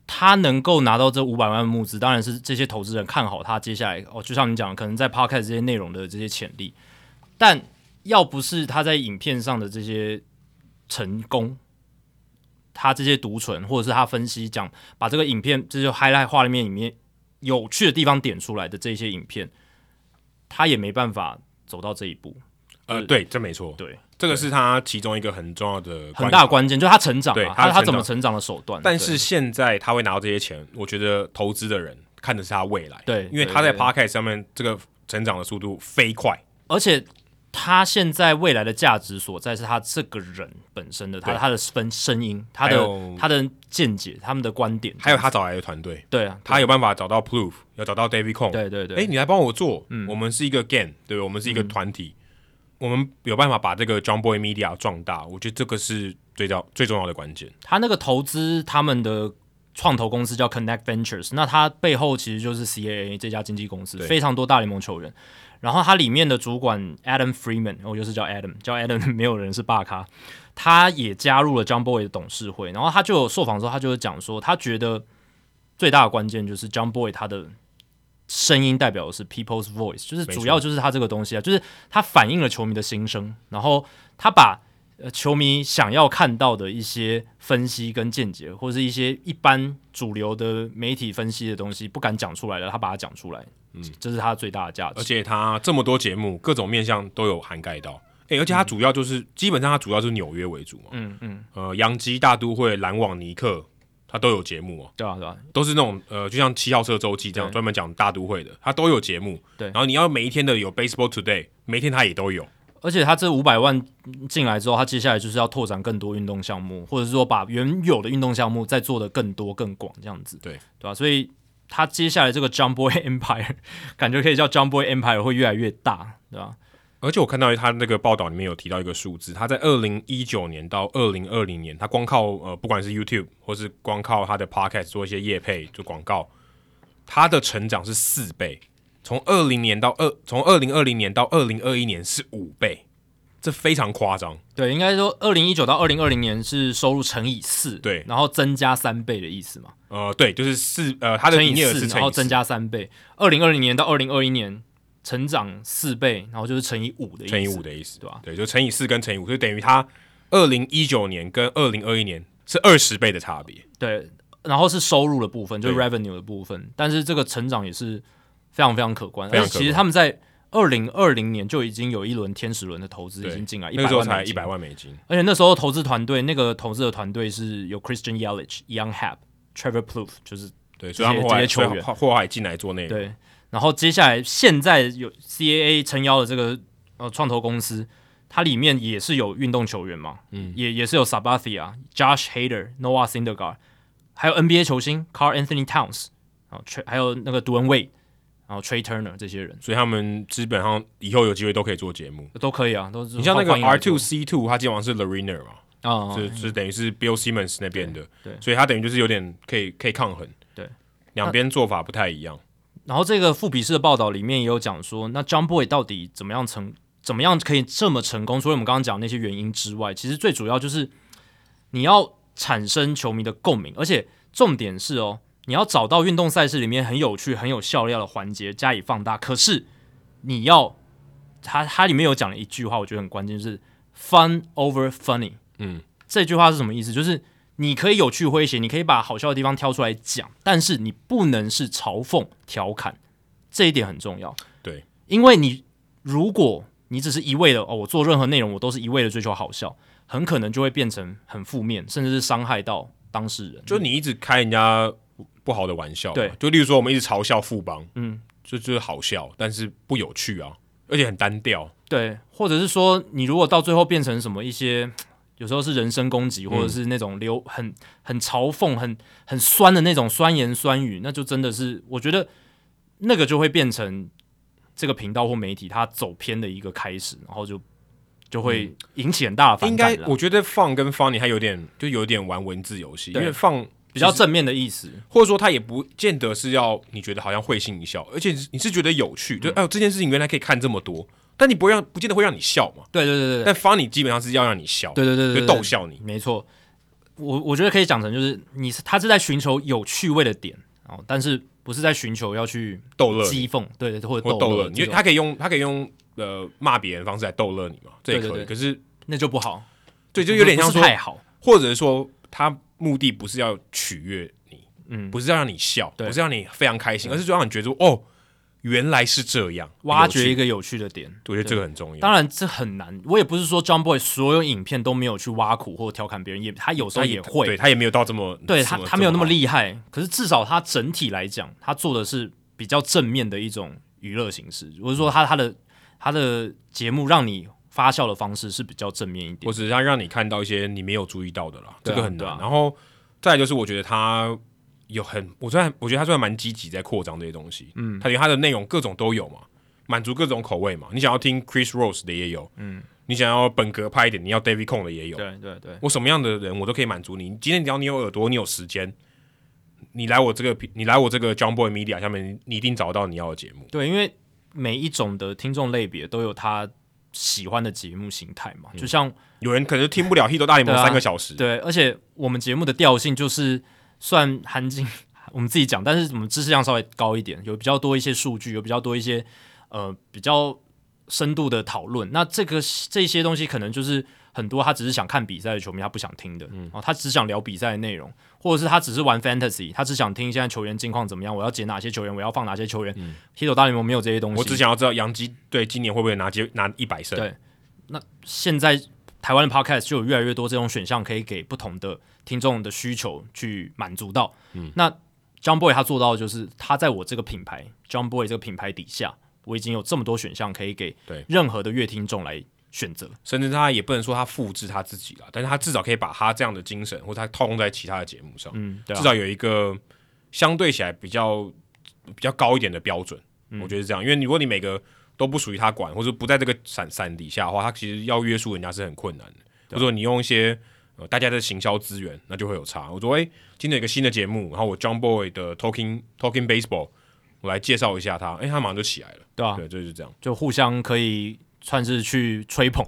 他能够拿到这五百万募资，当然是这些投资人看好他接下来哦，就像你讲的，可能在 podcast 这些内容的这些潜力，但要不是他在影片上的这些成功。他这些独存，或者是他分析讲，把这个影片，这就 highlight 画面里面有趣的地方点出来的这些影片，他也没办法走到这一步，
呃，
是
对，这没错，
对，
这个是他其中一个很重要的
很
关
大的关键就是他成长
对
啊，
他
他
的
他
成长
怎么成长的手段。
但是现在他会拿到这些钱，我觉得投资的人看的是他未来，
对
因为他在
对
Podcast 上面这个成长的速度飞快，
对，而且他现在未来的价值所在是他这个人本身的，他
对
他的分声音，他
还
的
有
他的见解，他们的观点，
还有他找来的团队，
对啊，
他有办法找到 Proof，要找到 David Cone，
对对对，嗯
哎、你来帮我做，我们是一个 game，对不对？我们是一个团体，我们有办法把这个 John Boy Media 壮大，我觉得这个是最重最重要的关键。
他那个投资他们的创投公司叫 Connect Ventures，那它背后其实就是 CAA 这家经纪公司，
对
非常多大联盟球员。然后它里面的主管 Adam Freeman，我就是叫 Adam，叫 Adam <laughs> 没有人是大咖，他也加入了 John Boy 的董事会。然后他就有受访的时候，他就是讲说，他觉得最大的关键就是 John Boy 他的声音代表的是 people's voice，就是
没
主
错
要就是他这个东西啊，就是他反映了球迷的心声，然后他把呃球迷想要看到的一些分析跟见解，或是一些一般主流的媒体分析的东西不敢讲出来的，他把它讲出来，嗯，这是他最大的价
而
值。
且他这么多节目，各种面向都有涵盖到。哎、而且他主
嗯
要就是、基本上他主要就是纽约为主嘛，嗯嗯，呃，洋基、大都会、篮网、尼克、他都有节目哦，
对啊，对啊，
都是那种呃，就像七号车周记这样
对
专门讲大都会的，他都有节目。
对
然后你要每一天的有 Baseball Today，每一天他也都有。
而且他这五百万进来之后，他接下来就是要拓展更多运动项目，或者是说把原有的运动项目再做得更多更广，这样子，
对
对吧、所以他接下来这个 Jump Boy <laughs> Empire 感觉可以叫 Jump Boy Empire 会越来越大，对吧、
而且我看到他那个报道里面有提到一个数字，他在二零一九年到二零二零年，他光靠呃不管是 YouTube 或是光靠他的 Podcast 做一些业配做广告，他的成长是四倍，从二零年到二从二零二零年到二零二一年是五倍，这非常夸张。
对，应该说二零一九到二零二零年是收入乘以四，
对
然后增加三倍的意思嘛，
呃，对，就是四呃他的
乘
营
以
业额
四，
是乘
然
以
后
四
增加三倍。二零二零年到二零二一年成长四倍，然后就是乘以五的意思，
乘以五的意思，
对吧
对，就乘以四跟乘以五，就等于它二零一九年跟二零二一年是二十倍的差别。
对，然后是收入的部分，就是
对
revenue 的部分，但是这个成长也是非常非常可观，
非常
而
可
且
观
其实他们在。二零二零年就已经有一轮天使轮的投资已经进来，一
那
百
个时候
万
才
美
一
金
百万美金，
而且那时候投资团队，那个投资的团队是有 Christian Yelich、Young Hap、Trevor Plouffe，就是
对，所以他们后
这
来
些球员
后后来进来做内容，
对，然后接下来现在有 CAA 撑腰的这个呃创投公司，它里面也是有运动球员嘛，嗯，也也是有 Sabathia、Josh Hader、Noah Syndergaard，还有 NBA 球星 Carl Anthony Towns，然后 Tre- 还有那个 d w a n Wade，然后 Trey Turner 这些人
所以他们基本上以后有机会都可以做节目。
都可以啊，都是
你像哦那个
欢迎来
R two
做
C two，他基本上是 Lariner 嘛，
啊，
是是等于是 Bill Simmons 那边的，
对对
所以他等于就是有点可以可以抗衡，
对，
两边做法不太一样。
然后这个副笔式的报道里面也有讲说，那 John Boy 到底怎么样成，怎么样可以这么成功？除了我们刚刚讲的那些原因之外，其实最主要就是你要产生球迷的共鸣，而且重点是哦，你要找到运动赛事里面很有趣、很有笑料的环节加以放大。可是你要，他他里面有讲了一句话，我觉得很关键，就是 “fun over funny”。
嗯，
这句话是什么意思？就是你可以有趣诙谐，你可以把好笑的地方挑出来讲，但是你不能是嘲讽、调侃，这一点很重要。
对，
因为你如果你只是一味的哦，我做任何内容我都是一味的追求好笑，很可能就会变成很负面，甚至是伤害到当事人。
就你一直开人家不好的玩笑嘛，
对
就例如说我们一直嘲笑富邦，
嗯，
就就是好笑，但是不有趣啊，而且很单调，
对，或者是说你如果到最后变成什么一些。有时候是人身攻击，
嗯
或者是那种流很很嘲讽、很很酸的那种酸言酸语，那就真的是我觉得那个就会变成这个频道或媒体它走偏的一个开始，然后就就会引起很大的
嗯
反
应
感
该
啦。
我觉得放跟 funny 还有点就有点玩文字游戏，因
对
为放
比较正面的意思，
或者说他也不见得是要你觉得好像会心一笑，而且你是觉得有趣，
嗯
就哎呦这件事情原来可以看这么多，但你不会让不见得会让你笑嘛，
对对对对对
但 funny 基本上是要让你笑，
对对对对
就
对，
逗笑你，
没错，我我觉得可以讲成就是你是他是在寻求有趣味的点哦，但是不是在寻求要去
逗乐你
讥讽，对对或者
或
逗
逗乐
这
你，因为
种
他可以用他可以用呃骂别人的方式来逗乐你嘛，这也可
对
以，
对对
可是
那就不好，
对就有点像
不是
说
太好，
或者说他目的不是要取悦你，
嗯
不是要让你笑，
对
不是让你非常开心，而是让你觉得说哦，原来是这样，
挖掘一
个，
个有趣的点。
我觉得这个很重要。
当然这很难，我也不是说 John Boy 所有影片都没有去挖苦或调侃别人，也他有时候也会，
对他也没有到这么，
对
这
他
么
他没有那么，
这好
厉害，可是至少他整体来讲，他做的是比较正面的一种娱乐形式。我是说他他的他的节目让你发笑的方式是比较正面一点
我。只是要让你看到一些你没有注意到的啦，这
对啊
个很
对
难
啊。
然后再来就是，我觉得他有很，我虽然我觉得他虽然蛮积极在扩张这些东西，嗯，他因为他的内容各种都有嘛，满足各种口味嘛。你想要听 Chris Rose 的也有，嗯，你想要本格派一点，你要 David Cone 的也有，
对对对，
我什么样的人我都可以满足你。今天只要你有耳朵，你有时间，你来我这个频，你来我这个 John Boy Media 下面，你一定找到你要的节目。
对，因为每一种的听众类别都有他喜欢的节目形态嘛，
嗯
就像
有人可能听不了《Hit 大联盟
对》啊
三个小时，
对，而且我们节目的调性就是算含金， <laughs> 我们自己讲，但是我们知识量稍微高一点，有比较多一些数据，有比较多一些呃比较深度的讨论。那这个这些东西可能就是很多他只是想看比赛的球迷，他不想听的，嗯、哦，他只想聊比赛的内容，或者是他只是玩 fantasy，他只想听现在球员近况怎么样，我要捡哪些球员，我要放哪些球员。嗯、黑手大联盟没有这些东西，
我只想要知道杨基队今年会不会拿接拿一百胜。
对现在台湾的 podcast 就有越来越多这种选项可以给不同的听众的需求去满足到。嗯，那 John Boy 他做到的就是他在我这个品牌 John Boy 这个品牌底下，我已经有这么多选项可以给
对
任何的乐听众来选择。
甚至他也不能说他复制他自己啦，但是他至少可以把他这样的精神，或者他套用在其他的节目上，
嗯，对啊
至，少有一个相对起来比较比较高一点的标准。
嗯
我觉得是这样，因为如果你每个都不属于他管，或者不在这个伞伞底下的话，他其实要约束人家是很困难的。或者
啊
说你用一些呃大家的行销资源，那就会有差。我说，哎、今天有一个新的节目，然后我 John Boy 的 Talking Talking Baseball，我来介绍一下他，哎、他马上就起来了。
对啊，
对，就是这样。
就互相可以算是去吹 <laughs> 捧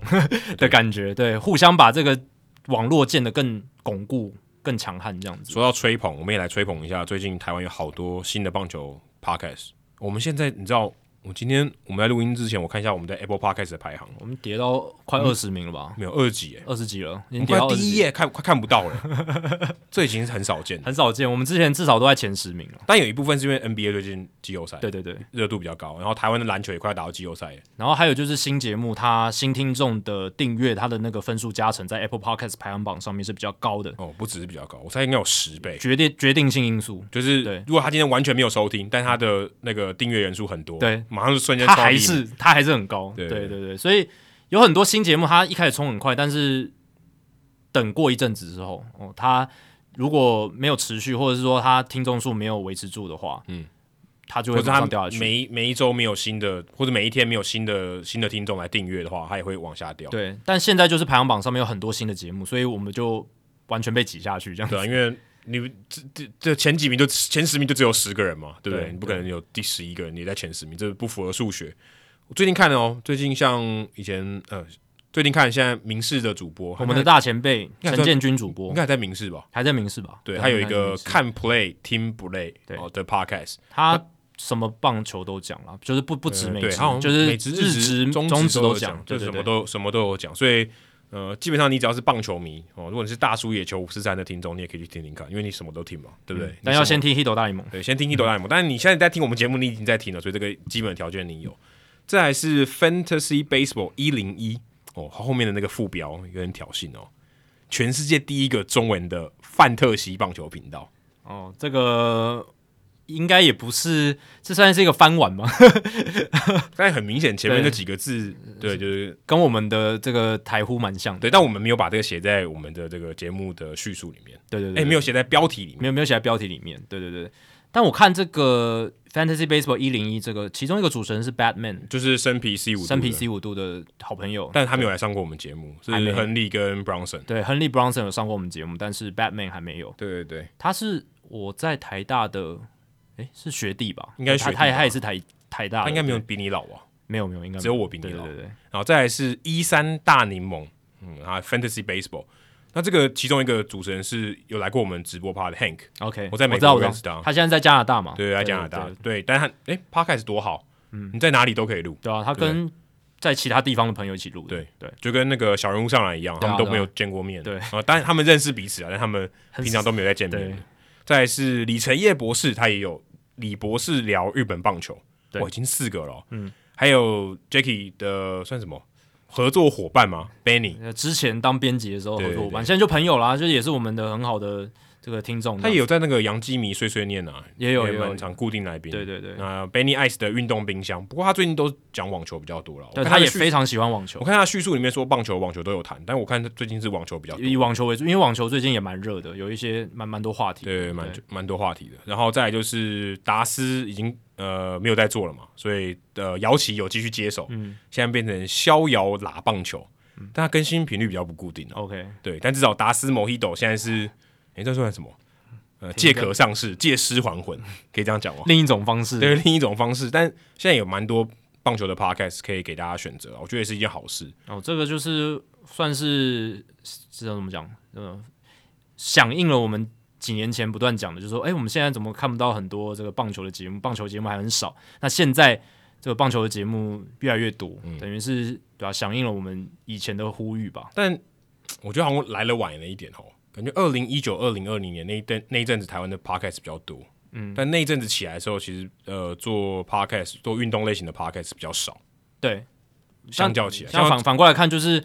的感觉，对，互相把这个网络建得更巩固、更强悍这样子。
说到吹捧，我们也来吹捧一下。最近台湾有好多新的棒球 podcast。我们现在你知道，我今天我们在录音之前，我看一下我们在 Apple Podcast 的排行，
我们跌到快二十名了吧？
没有二级耶，
二十几了，已
我
经
们
跌
快
到
第一
页，
页看快看不到了， <laughs> 这已经是很少见的。
很少见。我们之前至少都在前十名了。
但有一部分是因为 NBA 最近季后赛
对对对，
热度比较高，然后台湾的篮球也快要打到季后赛了。
然后还有就是新节目，它新听众的订阅，它的那个分数加成在 Apple Podcast 排行榜上面是比较高的，
哦，不只是比较高，我猜应该有十倍。
决定决定性因素。
就是
对
如果他今天完全没有收听，但他的那个订阅人数很多，
对，
马上就瞬间
他
超第
还
一名
是他还是很高，
对
对对对，所以有很多新节目，它一开始冲很快，但是等过一阵子之后，哦，它如果没有持续，或者是说它听众数没有维持住的话，
嗯
嗯，它就
或
会
者
马
他
上掉下去。
每一每一周没有新的，或者每一天没有新的新的听众来订阅的话，他也会往下掉。
对，但现在就是排行榜上面有很多新的节目，所以我们就完全被挤下去这样
对
子。
啊，因为你这这这前几名就前十名就只有十个人嘛，对不对？
对
你不可能有第十一个人你在前十名，这不符合数学。我最近看了哦，最近像以前呃，最近看现在民视的主播，
我们的
他
大前辈
看
陈建军主播
应该还在民视吧？
还在明视吧？
对，他有一
还在
个
民视
看 play、听 play
对
哦的 podcast，
他什么棒球都讲了，就是不不止
呃
美
对，
职
他好像，
就是
美职、日
职、
中
中
职
都
讲，
对
就
对
什
对
么都什么都有讲，所以。呃，基本上你只要是棒球迷哦，如果你是大叔野球五四三的听众，你也可以去听听看，因为你什么都听嘛，对不对？
嗯但
你什
要
么
先听《h i t 大联盟》。
对先听一斗大联盟，但是你现在在听我们节目，你已经在听了，所以这个基本条件你有。再来是 Fantasy Baseball 一零一哦，后面的那个副标有点挑衅哦，全世界第一个中文的范特西棒球频道，
哦，这个应该也不是，这算是一个翻碗吗？ <laughs>
但很明显前面
对
那几个字，对，就是
跟我们的这个台呼蛮像的。
对，但我们没有把这个写在我们的这个节目的叙述里面。
对对
哎、
对，
没有写在标题里面。
没有没有写在标题里面。对对对，但我看这个 Fantasy Baseball 一零一这个，其中一个主持人是 Batman
就是生皮 C 五，
三 P C 五度的好朋友，
但他没有来上过我们节目，是
还没
亨利跟 Bronson。
对亨利 Bronson 有上过我们节目，但是 Batman 还没有。
对对对，
他是我在台大的，诶，是学弟吧？
应该是学
他
弟
他也
吧
他也是台台大的，
他应该没有
对
比你老啊，
没有没有，应该
只有
没
我比你
对
老
对。对对，
然后再来是一三大柠檬，嗯，啊，Fantasy Baseball。那这个其中一个主持人是有来过我们直播趴的 Hank，
OK，
我在美
知
国
道我知
认识
道
他
他现在在加拿大嘛？
对，在加拿大对，
对，
但他哎，Podcast 多好，嗯，你在哪里都可以录，
对啊，他跟在其他地方的朋友一起录的，
对
对，
就跟那个小人物上来一样，他
对啊
们都
对啊
没有见过面，
对
啊，当然他们认识彼此啊，但他们平常都没有在见面
对。
再来是李承业博士，他也有李博士聊日本棒球，
对
哇，已经四个了，嗯，还有 Jacky 的算什么合作伙伴吗？Benny，
呃之前当编辑的时候合
对
作伙
对
伴，现在就朋友啦，就是也是我们的很好的这个听众，
他也有在那个杨基迷碎碎念啊，
也有
也
也有
蛮嗯常固定来宾。
对对对，
那 Benny Ice 的运动冰箱，不过他最近都讲网球比较多了。我
对，
看
他
的
也
叙
非常喜欢网
我
球，
看他的叙述里面说棒球、网球都有谈，但我看他最近是网球比较多，
以网球为主，因为网球最近也蛮热的，有一些蛮蛮多话题，
对，蛮蛮多话题的。然后再来就是达斯已经呃没有在做了嘛，所以呃姚琦有继续接手，现在变成逍遥喇棒球，但他更新频率比较不固定啊。
OK，
对，但至少达斯某一斗现在是，哎，这算什么？呃，借壳上市，借尸还魂，可以这样讲吗？
另一种方式，
对另一种方式。但现在有蛮多棒球的 podcast 可以给大家选择啊，我觉得也是一件好事。
哦，这个就是算是知道怎么讲，呃，响应了我们几年前不断讲的，就是说，哎，我们现在怎么看不到很多这个棒球的节目？棒球节目还很少。那现在这个棒球的节目越来越多，
嗯
等于是对吧、响应了我们以前的呼吁吧。
但我觉得好像来了晚了一点哦，感觉二零一九、二零二零年那一阵那一阵子台湾的 podcast 比较多，嗯，但那一阵子起来的时候，其实呃做 podcast 做运动类型的 podcast 比较少，
对，
相较起来，
像
像
反反过来看，就是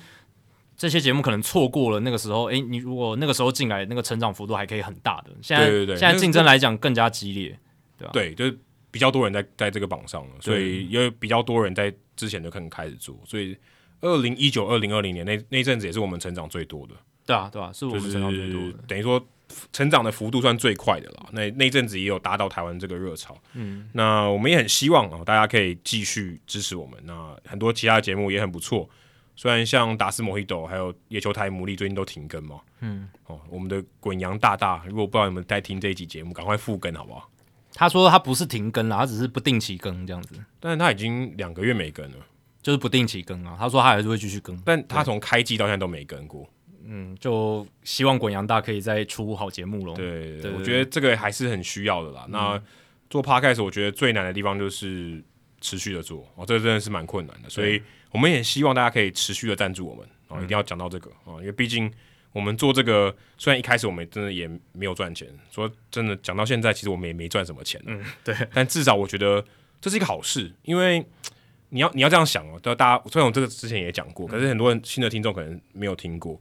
这些节目可能错过了那个时候，诶，你如果那个时候进来，那个成长幅度还可以很大的。现在
对对对
现在
那
竞争来讲更加激烈，
对，就是比较多人在在这个榜上了，所以因为比较多人在之前就可能开始做，所以二零一九、二零二零年那那阵子也是我们成长最多的，
对啊，对啊，是我
就
们
是
成长最多的。
等于说成长的幅度算最快的了。那那阵子也有达到台湾这个热潮，嗯，那我们也很希望哦，大家可以继续支持我们。那很多其他节目也很不错，虽然像达斯摩希斗还有野球台牡蛎最近都停更嘛，嗯，哦，我们的滚羊大大，如果不知道你们在听这一集节目，赶快复更好不好？
他说他不是停更啦，他只是不定期更这样子，
但是他已经两个月没更了。
就是不定期更啊。他说他还是会继续更，
但他从开机到现在都没跟过。
嗯，就希望滚羊大可以再出好节目喽。
对，
对嗯
我觉得这个还是很需要的啦。那做 podcast，我觉得最难的地方就是持续的做哦，这真的是蛮困难的。所以我们也希望大家可以持续的赞助我们哦，
嗯
一定要讲到这个哦，因为毕竟我们做这个，虽然一开始我们真的也没有赚钱，说真的，讲到现在，其实我们也没赚什么钱。嗯，
对。
但至少我觉得这是一个好事，因为。你要你要这样想哦，对大家虽然我这个之前也讲过，可
嗯
是很多人新的听众可能没有听过。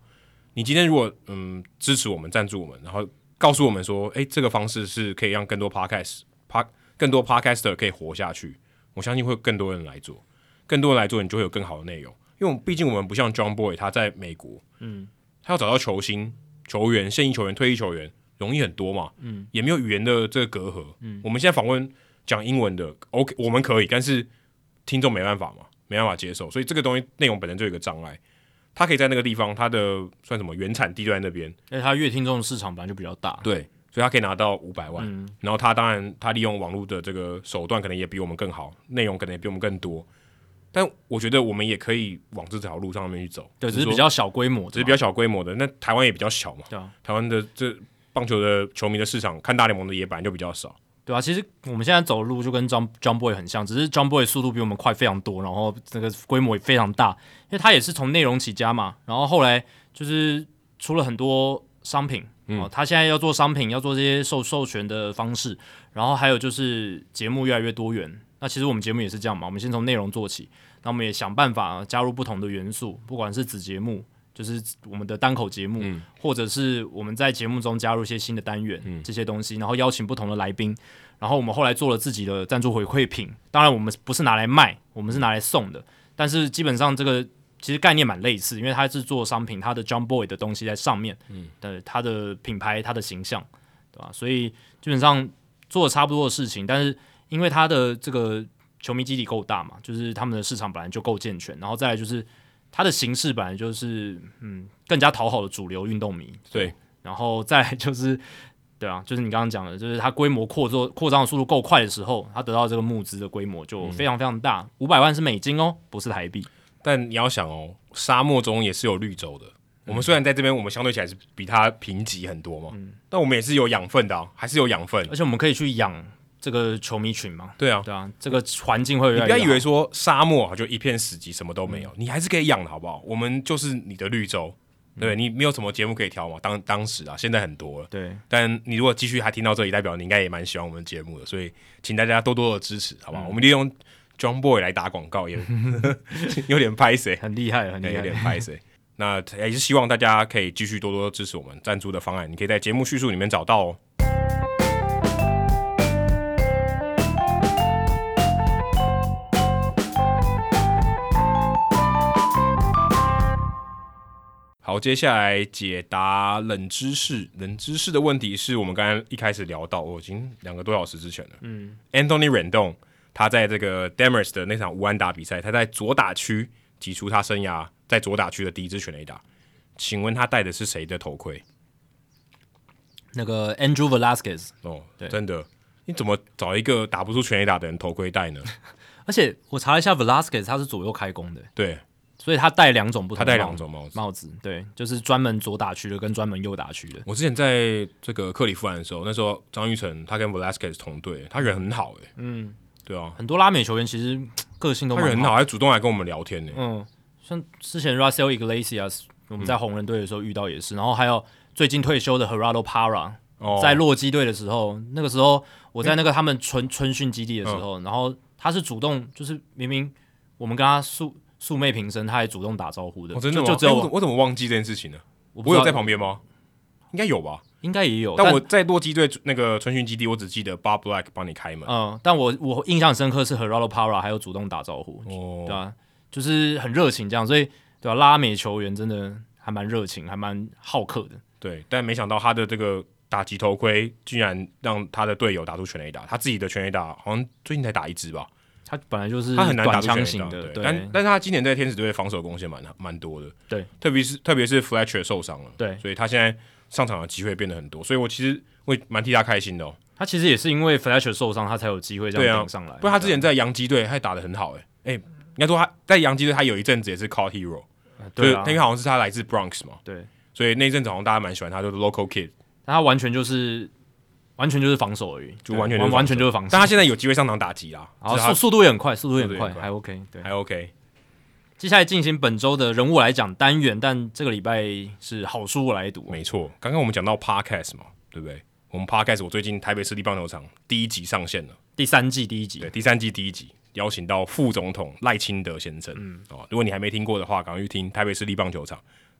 你今天如果嗯支持我们、赞助我们，然后告诉我们说，诶，这个方式是可以让更多 podcast pod 更多 podcaster 可以活下去，我相信会有更多人来做，更多人来做，你就会有更好的内容。因为我们毕竟我们不像 John Boy，他在美国，嗯，他要找到球星、球员、现役球员、退役球员容易很多嘛，嗯，也没有语言的这个隔阂，嗯，我们现在访问讲英文的，OK，我们可以，但是听众没办法嘛，没办法接受，所以这个东西内容本身就有一个障碍。他可以在那个地方，他的算什么原产地就在那边，
而且他乐听众市场本来就比较大，
对，所以他可以拿到五百万。
嗯
然后他当然，他利用网络的这个手段，可能也比我们更好，内容可能也比我们更多。但我觉得我们也可以往这条路上面去走，
对，只
是
是比
说
较小规模的嘛，
只是比较小规模的。那台湾也比较小嘛，
对啊
台湾的这棒球的球迷的市场，看大联盟的也本来就比较少。
对啊，其实我们现在走的路就跟 John John Boy 很像，只是 John Boy 速度比我们快非常多，然后这个规模也非常大，因为他也是从内容起家嘛，然后后来就是出了很多商品，哦，他现在要做商品，要做这些授授权的方式，然后还有就是节目越来越多元。那其实我们节目也是这样嘛，我们先从内容做起，那我们也想办法加入不同的元素，不管是子节目，就是我们的单口节目，或者是我们在节目中加入一些新的单元、这些东西，然后邀请不同的来宾，然后我们后来做了自己的赞助回馈品，当然我们不是拿来卖，我们是拿来送的，但是基本上这个其实概念蛮类似，因为它是做商品，它的 John Boy 的东西在上面，嗯，的它的品牌、它的形象，对吧？所以基本上做了差不多的事情，但是因为它的这个球迷基底够大嘛，就是他们的市场本来就够健全，然后再来就是它的形式本来就是嗯更加讨好的主流运动迷，
对，
然后再来就是，对啊，就是你刚刚讲的，就是它规模扩作扩张的速度够快的时候，它得到这个募资的规模就
嗯
非常非常大，五百、万是美金哦，不是台币。
但你要想哦，沙漠中也是有绿洲的。
嗯
我们虽然在这边，我们相对起来是比它贫瘠很多嘛，
嗯
但我们也是有养分的、啊，还是有养分。
而且我们可以去养这个球迷群嘛，
对啊，
对啊，这个环境会越
你
来
不要
越
以
好
为说沙漠啊就一片死寂，什么都没有，你还是可以养的好不好？我们就是你的绿洲，对不对你没有什么节目可以挑嘛。当当时啊，现在很多了。
对，
但你如果继续还听到这里，代表你应该也蛮喜欢我们的节目的，所以请大家多多的支持，好不好？我们利用 John Boy 来打广告，也 <laughs> 有点拍谁，
很厉害，很厉
有点
害。
拍谁。 <laughs> 那也是希望大家可以继续多多支持我们赞助的方案，你可以在节目叙述里面找到哦。好，接下来解答冷知识。冷知识的问题是我们刚刚一开始聊到，我、已经两个多小时之前了。嗯，Anthony Rendon 他在这个 Demers 的那场无安打比赛，他在左打区击出他生涯在左打区的第一支全垒打。请问他戴的是谁的头盔？
那个 Andrew Velasquez，
哦，
对
真的，你怎么找一个打不出全垒打的人头盔戴呢？
而且我查了一下，Velasquez 他是左右开弓的， <laughs>
对
所以他戴两种不同
他
的
戴
帽子，
两种帽子。
帽子，对，就是专门左打区的跟专门右打区的。
我之前在这个克利夫兰的时候，那时候张玉成他跟 Velasquez 同队，他人很好哎、嗯，对啊，
很多拉美球员其实个性都
他
蛮
人很好，还主动来跟我们聊天呢、
嗯，像之前 Russell Iglesias，我
嗯
们在红人队的时候遇到也是，然后还有最近退休的 Gerardo Parra，、
哦，
在洛基队的时候，那个时候我在那个他
嗯
们春、春训基地的时候，然后他是主动，就是明明我们跟他诉素昧平生，他还主动打招呼的，
哦，真的吗？
就就只有
哎我怎么我怎么忘记这件事情呢？
我不
我
知道
有在旁边吗？应该有吧。
应该也有，
但
但
我在洛基队那个春训基地，我只记得 Bob Black 帮你开门。
嗯，但我我印象很深刻是 Geraldo Para 还有主动打招呼，
哦
对啊，就是很热情这样，所以对啊，拉美球员真的还蛮热情，还蛮好客的。
对，但没想到他的这个打击头盔，居然让他的队友打出全垒打，他自己的全垒打好像最近才打一支吧，
他本来就是
他很难打
短
出全垒
枪
打
型。的，
对，
对
但但是他今年在天使队的防守贡献蛮蛮多的，
对，
特别是特别是 Fletcher 受伤了，
对
所以他现在上场的机会变得很多，所以我其实我也蛮替他开心的哦。
他其实也是因为 Fletcher 受伤，他才有机会这
对啊
样顶上来。
不然他之前在洋基队还打得很好、欸，哎、应该说他在洋基队他有一阵子也是 Call Hero，
对
就是
啊
因，为好像是他来自 Bronx 嘛，
对，
所以那一阵子好像大家蛮喜欢他，就是 Local Kid，
但他完全就是完全就是防守而已，
就完全就是
完
防
完全就是防守
但他。现在有机会上场打击啦，
然后
只是他
速速度也很快，速度也
速
很
度也
快，
很快
还 OK。对，
还 OK。
接下来进行本周的人物来讲单元，但这个礼拜是好书我来读。
没错，刚刚我们讲到 podcast 嘛，对不对？我们 podcast 我最近台北市立棒球场第一集上线了，
第三季第一集
对，，第三季第一集，邀请到副总统赖清德先生，嗯，哦，如果你还没听过的话，赶快去听台北市立棒球场，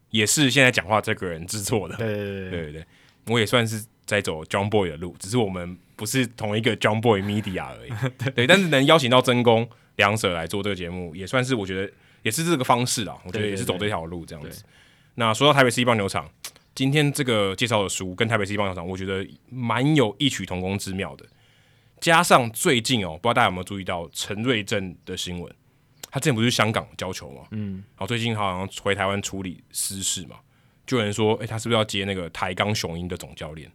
也是现在讲话这个人制作的，
对对对对
对对对，我也算是在走 John Boy 的路，只是我们不是同一个 John Boy Media 而已。对
<laughs>
但是能邀请到真宫两者来做这个节目，也算是我觉得也是这个方式啦。我觉得
对对
也是走这条路这样子。
对
那说到台北 C 棒球场，今天这个介绍的书跟台北 C 棒球场，我觉得蛮有异曲同工之妙的。加上最近哦，不知道大家有没有注意到陈瑞正的新闻？他之前不是去香港教球嘛，嗯，然后最近他好像回台湾处理私事嘛，就有人说，哎、他是不是要接那个台钢雄鹰的总教
<laughs>
练？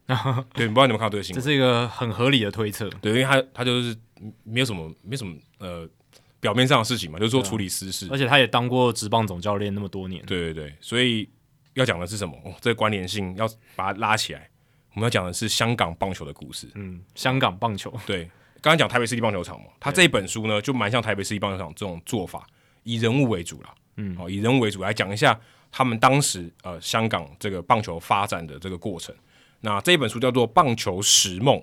对，不知道你们看到这个新
这
闻？
是一个很合理的推测。
对，因为他他就是嗯没有什么没有什么呃表面上的事情嘛，就是说处理私事。
啊而且他也当过职棒总教练那么多年，
对对对，所以要讲的是什么？哦、这个关联性要把它拉起来。我们要讲的是香港棒球的故事。
嗯，香港棒球，
对，刚刚讲台北市立棒球场嘛，他这一本书呢就蛮像台北市立棒球场这种做法，以人物为主啦，嗯，好、以人物为主来讲一下他们当时呃香港这个棒球发展的这个过程。那这一本书叫做《棒球十梦》，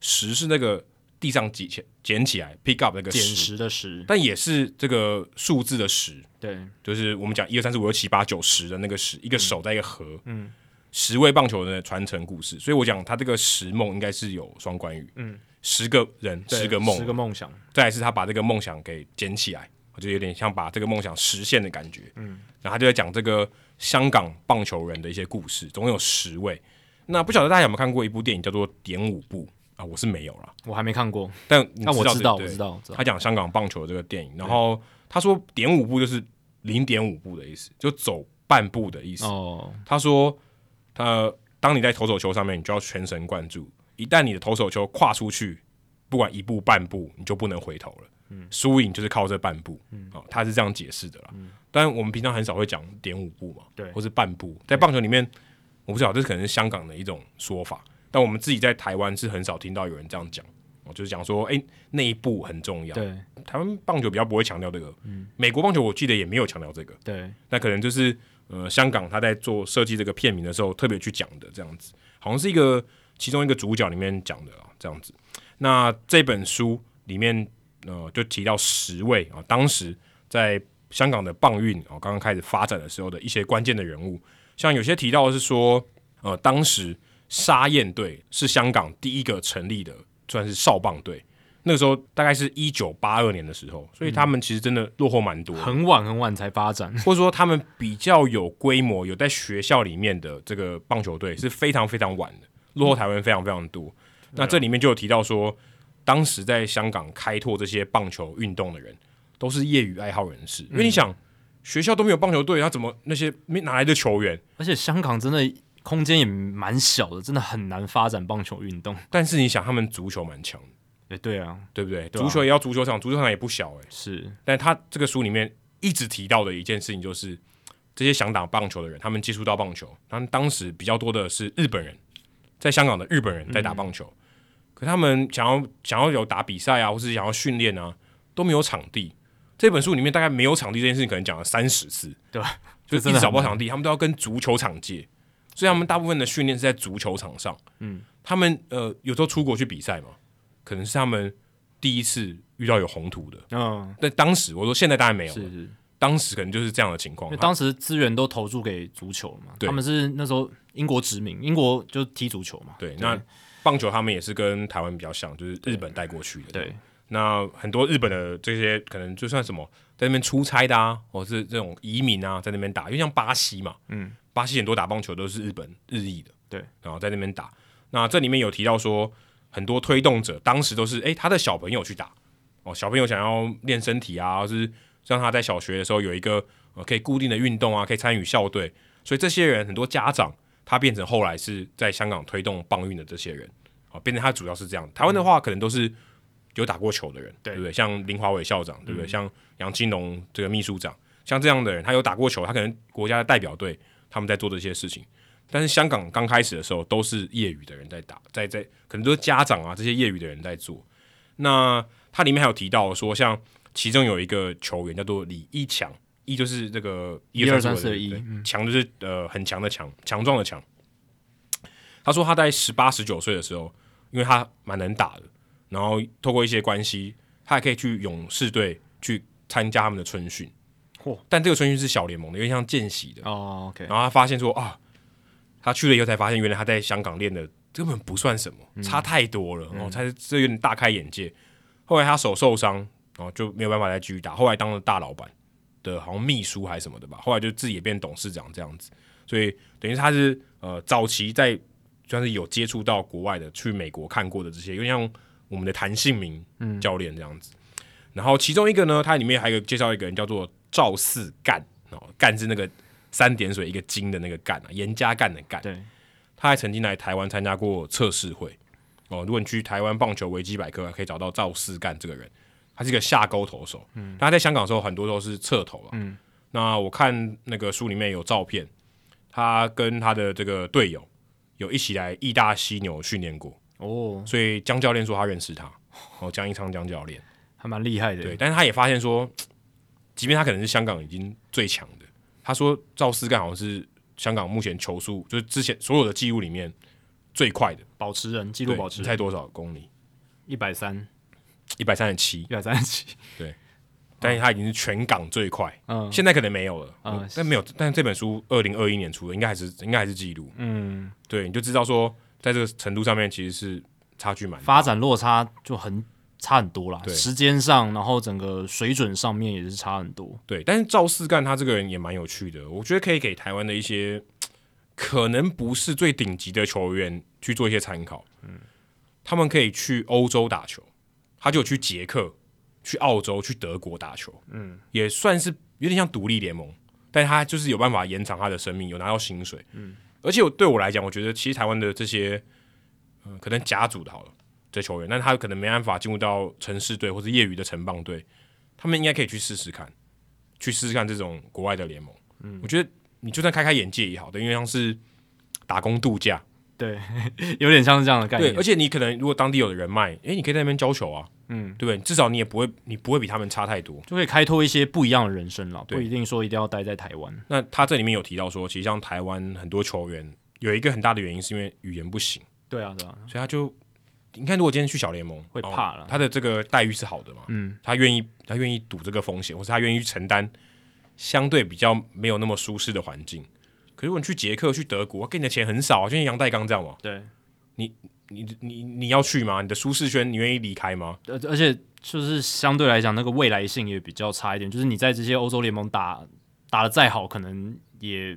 十是那个地上捡起捡起来 pick up 那个
捡
十，
拾的拾，
但也是这个数字的十，
对，
就是我们讲一二三四五六七八九十的那个十，一个手在一个和，嗯，十位棒球人的传承故事。所以我讲他这个十梦应该是有双关语，嗯，十个人，
对
十个梦
十，个梦想，
再来是他把这个梦想给捡起来，我觉得有点像把这个梦想实现的感觉。嗯，然后他就在讲这个香港棒球人的一些故事，总共有十位。那不晓得大家有没有看过一部电影叫做《点五部》啊？我是没有啦，
我还没看过，
但你
啊但我
知
知道，
这
我知。道，我知
对
道
他讲香港棒球这个电影，然后他说“点五步”就是零点五步的意思，就走半步的意思。
哦，
他说，呃，当你在投手球上面，你就要全神贯注。一旦你的投手球跨出去，不管一步半步，你就不能回头了。
嗯
输赢就是靠这半步。哦，他是这样解释的啦。但我们平常很少会讲点五步嘛，
嗯对
或是半步。在棒球里面，我不晓得这可能是香港的一种说法，但我们自己在台湾是很少听到有人这样讲。哦，就是讲说，哎、那一步很重要。
对
台湾棒球比较不会强调这个，美国棒球我记得也没有强调这个。
对，
那可能就是呃，香港他在做设计这个片名的时候特别去讲的这样子，好像是一个其中一个主角里面讲的啊，这样子。那这本书里面呃，就提到十位啊，当时在香港的棒运啊，刚刚开始发展的时候的一些关键的人物，像有些提到的是说，呃，当时沙燕队是香港第一个成立的，算是少棒队。那个时候大概是一九八二年的时候，所以他们其实真的落后蛮多的。
很晚很晚才发展， <laughs>
或者说他们比较有规模、有在学校里面的这个棒球队是非常非常晚的，落后台湾非常非常多。那这里面就有提到说，当时在香港开拓这些棒球运动的人，都是业余爱好人士，因为你想。学校都没有棒球队，他怎么那些没哪来的球员？
而且香港真的空间也蛮小的，真的很难发展棒球运动。 <laughs>
但是你想，他们足球蛮强的，
哎，对啊，
对不对？
啊
足球也要足球场，足球场也不小哎、
是
但他这个书里面一直提到的一件事情就是，这些想打棒球的人，他们接触到棒球，他们当时比较多的是日本人，在香港的日本人在打棒球，
嗯
可他们想要想要有打比赛啊，或是想要训练啊，都没有场地。这本书里面大概没有场地这件事情，可能讲了三十次，
对吧？
就
这
是
真
一
的
直找
很
不到场地，他们都要跟足球场借，所以他们大部分的训练是在足球场上。嗯，他们呃有时候出国去比赛嘛，可能是他们第一次遇到有红土的，
嗯，
但当时我说现在当然没有了，
是是，
当时可能就是这样的情况啊
因为。当时资源都投注给足球了嘛，
对
他们是那时候英国殖民，英国就踢足球嘛，
对，那棒球他们也是跟台湾比较像，就是日本带过去的。
对，
那很多日本的这些可能就算什么在那边出差的啊，或是这种移民啊，在那边打，因为像巴西嘛，
嗯，
巴西很多打棒球都是日本日裔的，
对，
然后在那边打。那这里面有提到说，很多推动者当时都是诶，他的小朋友去打哦，小朋友想要练身体啊，或是让他在小学的时候有一个呃可以固定的运动啊，可以参与校队，所以这些人很多家长他变成后来是在香港推动棒运的这些人，哦，变成他主要是这样。台湾的话，可能都是有打过球的人，
对
不对？像林华伟校长，对不对？像杨金龙这个秘书长，像这样的人，他有打过球，他可能国家的代表队他们在做这些事情。但是香港刚开始的时候，都是业余的人在打，在在可能都是家长啊这些业余的人在做。那它里面还有提到说，像其中有一个球员叫做李一强，一就是这个一
123的一
对
嗯
强就是呃很强的强，强壮的强。他说他在十八十九岁的时候，因为他蛮能打的，然后透过一些关系，他还可以去勇士队去参加他们的春训。
嚯
但这个春训是小联盟的，有点像见习的。
哦，OK，
然后他发现说啊，他去了以后才发现，原来他在香港练的根本不算什么，差太多了，哦，才这有点大开眼界。后来他手受伤，然后就没有办法再继续打，后来当了大老板的，好像秘书还是什么的吧，后来就自己也变董事长这样子，所以等于是他是呃早期在算是有接触到国外的，去美国看过的这些，有点像我们的谭信明教练这样子。然后其中一个呢，它里面还有介绍一个人叫做赵四干哦，干是那个三点水一个金的那个干啊，严家干的干。
对，
他还曾经来台湾参加过测试会哦。如果你去台湾棒球维基百科，可以找到赵四干这个人，他是一个下勾投手。嗯，他在香港的时候很多都是侧投啊。嗯，那我看那个书里面有照片，他跟他的这个队友有一起来义大犀牛训练过，
哦，
所以江教练说他认识他哦，江一昌江教练。
还蛮厉害的，
对，，但是他也发现说，即便他可能是香港已经最强的，他说赵思干好像是香港目前球速就是之前所有的记录里面最快的，
保持人记
记
录保持
才多少公里？
一百三
一百三十七
一，百三十七， <laughs>
但是他已经是全港最快，
嗯
现在可能没有了，
嗯
嗯但没有，但这本书二零二一年出的，应该还是应该还是记录，
嗯，
对，你就知道说在这个程度上面其实是差距蛮大
发展落差就很差很多啦，
对
时间上，然后整个水准上面也是差很多，
对，但是赵四干他这个人也蛮有趣的，我觉得可以给台湾的一些可能不是最顶级的球员去做一些参考。嗯，他们可以去欧洲打球，他就有去捷克、去澳洲、去德国打球。嗯，也算是有点像独立联盟，但他就是有办法延长他的生命，有拿到薪水。嗯，而且我对我来讲，我觉得其实台湾的这些，嗯、可能甲组的好了这球员，但他可能没办法进入到城市队或者业余的城棒队，他们应该可以去试试看。去试试看这种国外的联盟。嗯，我觉得你就算开开眼界也好，等于像是打工度假。
对， <laughs> 有点像是这样的概
对，
念
而，且你可能如果当地有人脉，诶，你可以在那边教球啊，
嗯，
对不对？至少你也不会，你不会比他们差太多。
就可以开拓一些不一样的人生了，不
对
一定说一定要待在台湾，
那他这里面有提到说，其实像台湾很多球员有一个很大的原因是因为语言不行，
对啊，对啊，
所以他就你看，如果今天去小联盟，
会
哦
怕了
他的这个待遇是好的嘛？
嗯，
他愿意，他愿意赌这个风险，或是他愿意承担相对比较没有那么舒适的环境。可是如果你去捷克、去德国，给你的钱很少啊，就像杨代刚这样嘛，
对，
你你你要去吗？你的舒适圈，你愿意离开吗？
而而且就是相对来讲，那个未来性也比较差一点。就是你在这些欧洲联盟打打的再好，可能也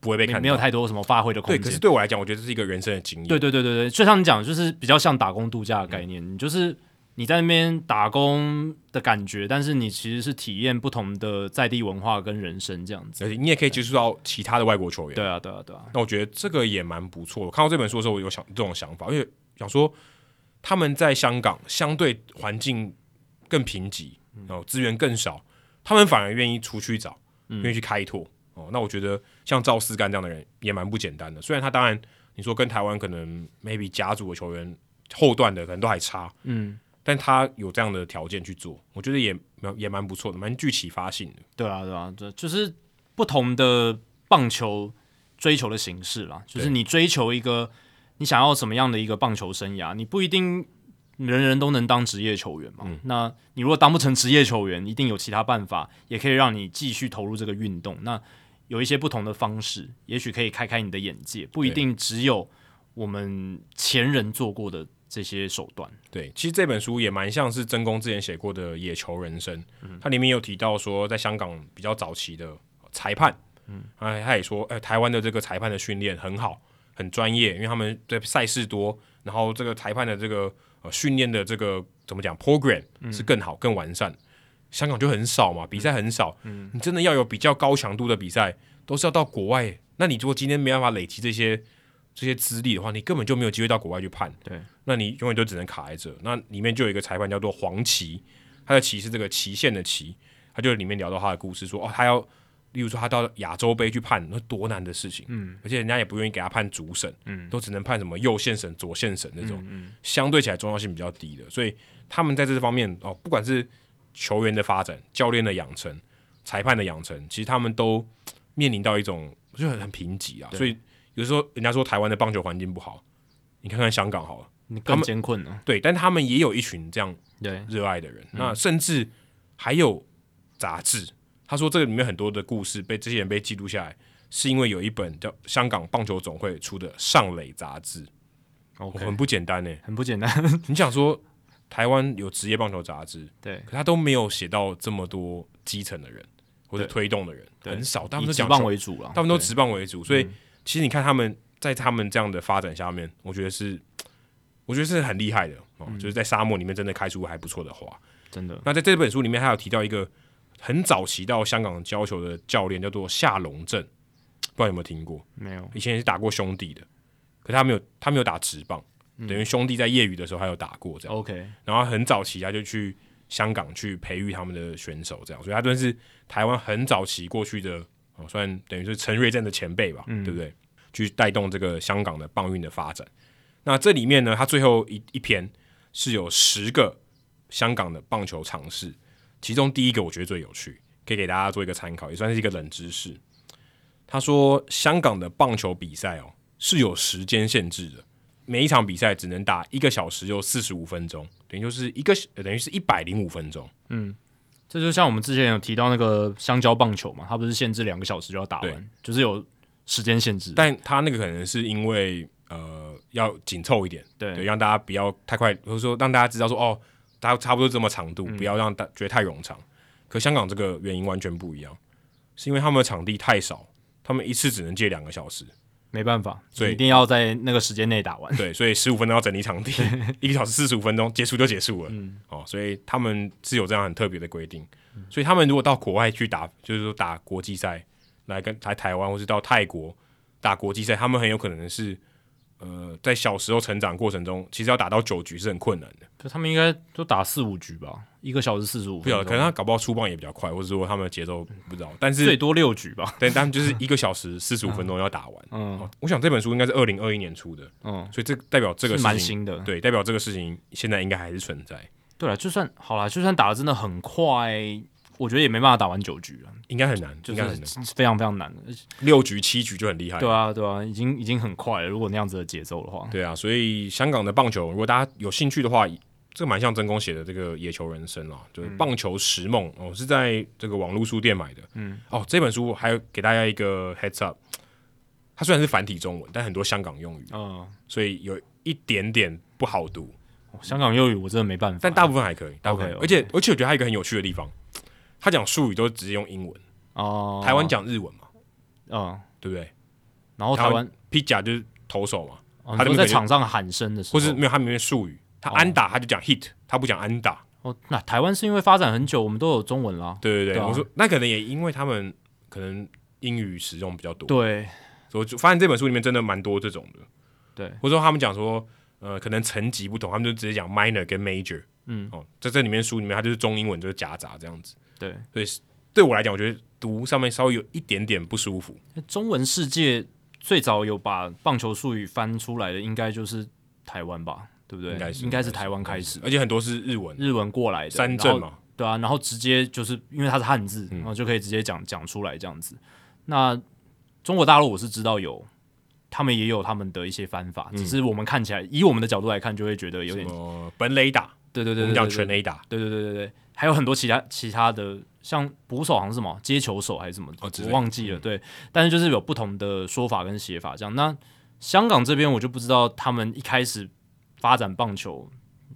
不会被
没
看
没有
到。
太多什么发挥的空
对，可是
间。
对我来讲，我觉得这是一个人生的经验。
对对对对对，就像你讲，就是比较像打工度假的概念，你就是你在那边打工的感觉，但是你其实是体验不同的在地文化跟人生这样子。
而且你也可以接触到其他的外国球员。
对啊，对啊，对啊，
那我觉得这个也蛮不错的。我看到这本书的时候，我有想这种想法，因为想说他们在香港相对环境更贫瘠，
嗯
哦，资源更少，他们反而愿意出去找，
嗯
愿意去开拓。哦，那我觉得像赵思干这样的人也蛮不简单的。虽然他当然你说跟台湾可能 maybe 甲组的球员后段的可能都还差，
嗯，
但他有这样的条件去做，我觉得也蛮也蛮不错的，蛮具启发性的。
对啊，对啊，这就是不同的棒球追求的形式啦。就是
对
你追求一个你想要什么样的一个棒球生涯，你不一定人人都能当职业球员
嗯
嘛。那你如果当不成职业球员，一定有其他办法，也可以让你继续投入这个运动。那有一些不同的方式，也许可以开开你的眼界，不一
对
定只有我们前人做过的这些手段。
对，其实这本书也蛮像是曾公之前写过的《野球人生》它里面有提到说，在香港比较早期的裁判，嗯，他他也说，呃，台湾的这个裁判的训练很好，很专业，因为他们对赛事多，然后这个裁判的这个呃训练的这个怎么讲 program 是更好、更完善。香港就很少嘛，比赛很少，嗯，你真的要有比较高强度的比赛，都是要到国外。那你如果今天没办法累积这些这些资历的话，你根本就没有机会到国外去判。
对，
那你永远都只能卡在这。那里面就有一个裁判叫做黄旗，他的旗是这个期限的旗，他就里面聊到他的故事说，哦，他要，例如说他到亚洲杯去判，那多难的事情，嗯，而且人家也不愿意给他判主审，嗯，都只能判什么右线审、左线审那种，相对起来重要性比较低的。所以他们在这方面哦，不管是球员的发展、教练的养成、裁判的养成，其实他们都嘖面临到一种就很很贫瘠啊。所以有时候人家说台湾的棒球环境不好，你看看香港好了，
你
他
更
们
艰困了。
对，但他们也有一群这样
对，
热爱的人，
嗯
那甚至还有杂志。他说这个里面很多的故事被这些人被记录下来，是因为有一本叫香港棒球总会出的《上垒》杂志，哦
OK，
很不简单呢、
很不简单。
你想说台湾有职业棒球杂志，
对，
可他都没有写到这么多基层的人或者推动的人，
对
很少，大部
<laughs> 以
分都
职
讲
棒
求
为主了。
他们都
对
直棒为主，所以其实你看他们在他们这样的发展下面，我觉得是，我觉得是很厉害的哦，就是在沙漠里面真的开出还不错的花。
真的
那在这本书里面，他有提到一个很早期到香港教球的教练，叫做夏龙正，不知道有没有听过？
没有。
以前也是打过兄弟的，可他没有他没有打直棒，等于兄弟在业余的时候还有打过这样。
OK，
然后很早期他就去香港去培育他们的选手，这样，所以他真的是台湾很早期过去的，哦，算等于是陈瑞正的前辈吧，对不对？去带动这个香港的棒运的发展。那这里面呢，他最后一一篇是有十个香港的棒球尝试，其中第一个我觉得最有趣，可以给大家做一个参考，也算是一个冷知识。他说，香港的棒球比赛哦是有时间限制的，每一场比赛只能打一个小时又四十五分钟，等于就是一个呃等于是一百零五分钟。
这就像我们之前有提到那个香蕉棒球嘛，它不是限制两个小时就要打
对
完，就是有时间限制。
但他那个可能是因为呃要紧凑一点，
对
让大家不要太快，或者说让大家知道说哦，大差不多这么长度，不要让大觉得太冗长。可香港这个原因完全不一样，是因为他们的场地太少，他们一次只能借两个小时，
没办法，
对
你一定要在那个时间内打完。
对，所以十五分钟要整理场
<laughs>
地，一个小时四十五分钟结束就结束了。
嗯
哦，所以他们是有这样很特别的规定。所以他们如果到国外去打，就是说打国际赛，来跟来台湾或是到泰国打国际赛，他们很有可能是呃，在小时候成长过程中，其实要打到九局是很困难的。
就他们应该都打四五局吧，一个小时四十五
不
分
晓得，
钟，
可能他搞不好出棒也比较快，或者说他们的节奏不知道。但
嗯最
是，
多六局吧。
但他们就是一个小时四十五分钟要打完。
嗯
哦我想这本书应该是二零二一年出的，
嗯，
所以这代表这个
是
事
蛮
情
新的。
对，代表这个事情现在应该还是存在。
对啊了，就算好了，就算打的真的很快，我觉得也没办法打完九局了，
应该很难，
就
应该很难。
是非常非常难的。哎
六局七局就很厉害，
对啊，对啊，已经已经很快了。如果那样子的节奏的话，
对啊，所以香港的棒球，如果大家有兴趣的话，这蛮像真空写的这个《野球人生》啦，就是
嗯
《棒球十梦》哦，是在这个网络书店买的。嗯，哦，这本书还有给大家一个 heads up，它虽然是繁体中文，但很多香港用语，
嗯，
所以有一点点不好读，
哦香港幼语我真的没办法。
但大部分还可以，大部分还可以
啊 OK，OK
而且而且我觉得它有一个很有趣的地方，他讲术语都直接用英文，
哦，
台湾讲日文嘛，
嗯，
对不对？
然后台
台湾
湾
披甲就是投手嘛，
哦
他
你
这边
说在
可能
场上喊声的时候，
或是没有他们那边术语，他安打他就讲 hit，他不讲安打。
哦，那台湾是因为发展很久，我们都有中文啦。
对对对，
对啊
我说那可能也因为他们可能英语使用比较多，
对
所以我就发现这本书里面真的蛮多这种的，
对，
或者说他们讲说呃可能层级不同，他们就直接讲 minor 跟 major，
嗯
哦，在这里面书里面它就是中英文就是夹杂这样子，
对，
所以是对我来讲，我觉得读上面稍微有一点点不舒服。
中文世界最早有把棒球术语翻出来的，应该就是台湾吧，对不对？
应该是
是台湾开始，
而且很多是日文
日文过来的，
三
然
正
后
嘛，嗯
对啊，然后直接就是因为它是汉字，然后就可以直接讲讲出来这样子。那中国大陆我是知道有他们也有他们的一些方法，只是我们看起来以我们的角度来看，就会觉得有
嗯什
点
么本垒打，
对对
我
对
们
对
讲
对
全
对
垒打
对对对对，还有很多其他其他的，像捕手好像是什么接球手还是什么，
哦之类
我
的
忘记了。对，但是就是有不同的说法跟写法这样。那香港这边我就不知道他们一开始发展棒球，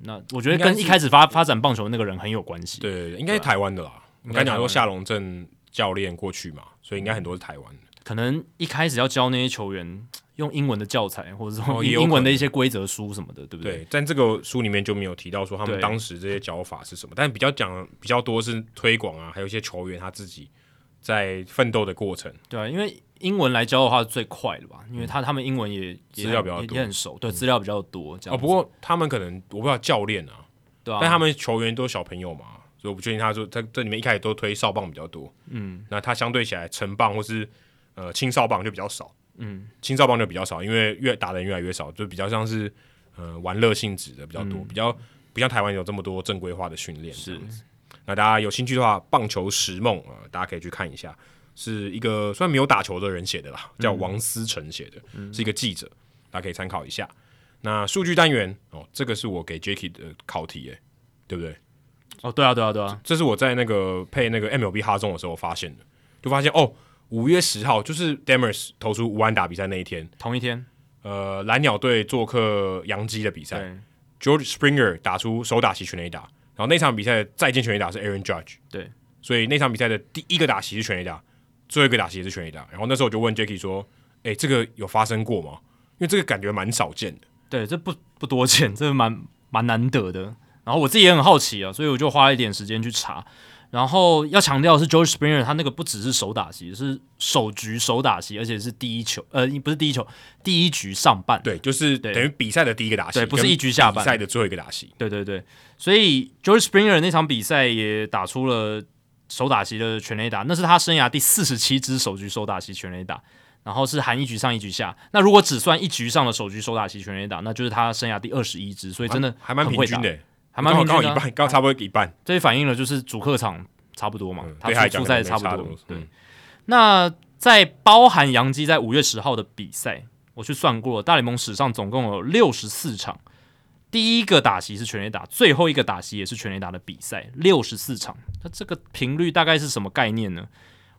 那我觉得
应该
跟
是
一开始发发展棒球的那个人很有关系。
对对对，应该是
啊
台湾的啦。我刚讲说夏龙正教练过去嘛，所以应该很多是台湾的。
可能一开始要教那些球员用英文的教材，或者
哦
说
也有可
英英
能
文的一些规则书什么的，对不对？
对，但这个书里面就没有提到说他们
对
当时这些脚法是什么，但比较讲比较多是推广啊，还有一些球员他自己在奋斗的过程。
对啊，因为英文来教的话是最快的吧，因为他他们英文也
嗯
也
资料比较
也
多嗯
也很熟，对，资料比较多这样
哦，
子。
不过他们可能我不知道教练啊，
对啊，
但他们球员都是小朋友嘛，所以我不确定他说他这里面一开始都推少棒比较多，嗯，那他相对起来成棒或是呃青少棒就比较少，嗯，青少棒就比较少，因为越打的人越来越少，就比较像是呃玩乐性质的比较多，
嗯
比较不像台湾有这么多正规化的训练这样子。那大家有兴趣的话，《棒球十梦》啊、大家可以去看一下，是一个虽然没有打球的人写的啦，叫
嗯
王思成写的，是一个记者，大家可以参考一下。那数据单元哦，这个是我给 Jacky 的考题，诶，对不对？
哦，对啊，对啊，对啊，
这是我在那个配那个 MLB 哈中的时候发现的，就发现哦，五月十号就是 Demers 投出五安打比赛那一天，
同一天，
呃，蓝鸟队做客洋基的比赛
对
，George Springer 打出首打席全垒打，然后那场比赛的再见全垒打是 Aaron Judge，
对，
所以那场比赛的第一个打席是全垒打，最后一个打席也是全垒打，然后那时候我就问 Jacky 说，哎，这个有发生过吗？因为这个感觉蛮少见的。
对，这不不多见，这蛮蛮难得的。然后我自己也很好奇啊，所以我就花了一点时间去查。然后要强调的是，George Springer 他那个不只是手打席，是首局手打席，而且是第一球，呃，不是第一球，第一局上半。
对，就是等于比赛的第一个打席，
对不是一局下半
比赛的最后一个打席。
对对对，所以 George Springer 那场比赛也打出了手打席的全垒打，那是他生涯第四十七支首局手打席全垒打，然后是含一局上一局下。那如果只算一局上的首局手打席全垒打，那就是他生涯第二十一支，所以真的
还蛮
很
平
会打
均的，
还蛮平
刚好
均
刚好
的啊、
一半，刚好差不多一半。
这也反映了就是主客场差不多嘛，
嗯
哦他
对他来
出
讲
出赛
可能
差
没
不
差
多
多。
对
嗯，
那在包含杨基在五月十号的比赛，我去算过了，大联盟史上总共有六十四场，第一个打席是全垒打，最后一个打席也是全垒打的比赛，六十四场，那这个频率大概是什么概念呢？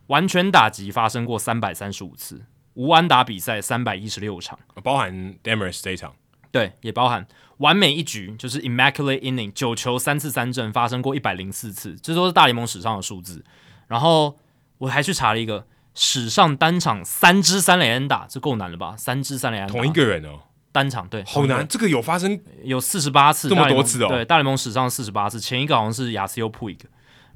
完全打击发生过三百三十五次，无安打比赛三百一十六场。
包含 Demers 这一场，
对，也包含完美一局，就是 immaculate inning，九球三次三振，发生过一百零四次，这都是大联盟史上的数字。然后我还去查了一个史上单场三支三垒安打，这够难了吧？三支三垒安打，
同一个人哦，
单场对，
好难。，这个有发生，
有四十八次，
这么
大联盟
多次哦
对，大联盟史上四十八次，前一个好像是亚斯尤普一个，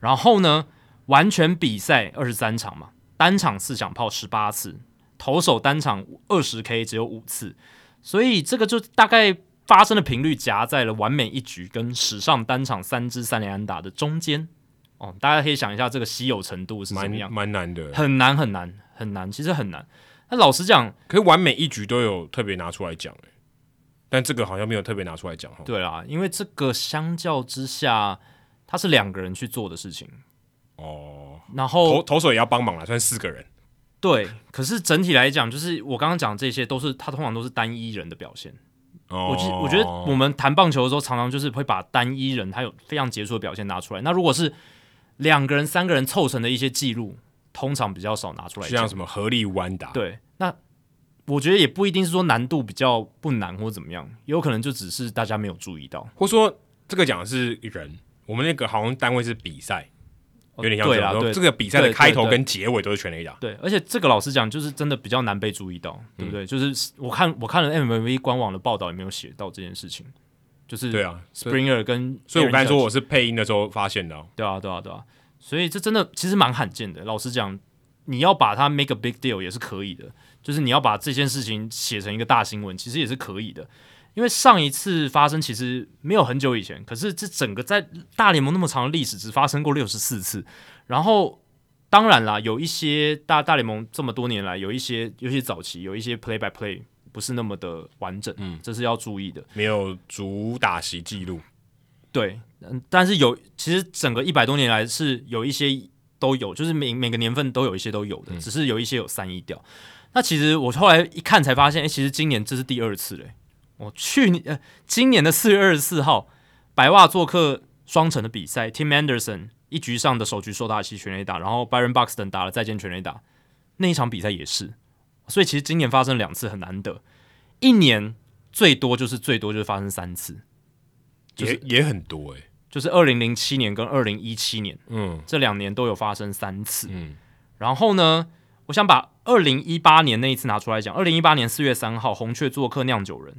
然后呢，完全比赛二十三场嘛，单场四响炮十八次，投手单场二十 K 只有五次，所以这个就大概发生的频率夹在了完美一局跟史上单场三支三连安打的中间。哦，大家可以想一下这个稀有程度是怎
蛮
么样，
蛮难的。
很难很难很难，其实很难。那老实讲，
可是完美一局都有特别拿出来讲，欸但这个好像没有特别拿出来讲哈。
对啦，因为这个相较之下，它是两个人去做的事情。
哦，投
然后
投手也要帮忙啦，算四个人。
对，可是整体来讲，就是我刚刚讲这些都是他通常都是单一人的表现。
哦
我觉我觉得我们谈棒球的时候，常常就是会把单一人他有非常杰出的表现拿出来。那如果是两个人、三个人凑成的一些记录，通常比较少拿出来
就像
讲。
什么合力弯打，
对，那我觉得也不一定是说难度比较不难或怎么样，也有可能就只是大家没有注意到。
或说这个讲的是人，我们那个好像单位是比赛，有点像
对
这
啦
样说
对
这个比赛的
对对
开头
对
跟结尾都是全垒打。
对，而且这个老实讲，就是真的比较难被注意到，
嗯
对不对？就是我看我看了 MVP 官网的报道，也没有写到这件事情，就是
对啊，所以
Springer 跟
所以我刚才说
Aaron Judge
我是配音的时候发现的哦。
对啊，对啊，对啊，所以这真的其实蛮罕见的。老实讲，你要把它 make a big deal 也是可以的，就是你要把这件事情写成一个大新闻，其实也是可以的。因为上一次发生其实没有很久以前，可是这整个在大联盟那么长的历史，只发生过六十四次。然后当然啦，有一些大大联盟这么多年来，有一些尤其早期有一些 play by play 不是那么的完整，嗯，这是要注意的。
没有主打席记录，
对，嗯，但是有其实整个一百多年来是有一些都有，就是每每个年份都有一些都有的，只是有一些有散逸掉。那其实我后来一看才发现，哎、其实今年这是第二次嘞。我去年呃，今年的四月二十四号，白袜做客双城的比赛，Tim Anderson 一局上的首局受打七全垒打，然后 Byron Buxton 打了再见全垒打，那一场比赛也是。所以其实今年发生两次很难得，一年最多就是最多就是发生三次，就是
也也很多哎、
就是二零零七年跟二零一七年
嗯
这两年都有发生三次。
嗯
然后呢，我想把二零一八年那一次拿出来讲。二零一八年四月三号，红雀做客酿酒人，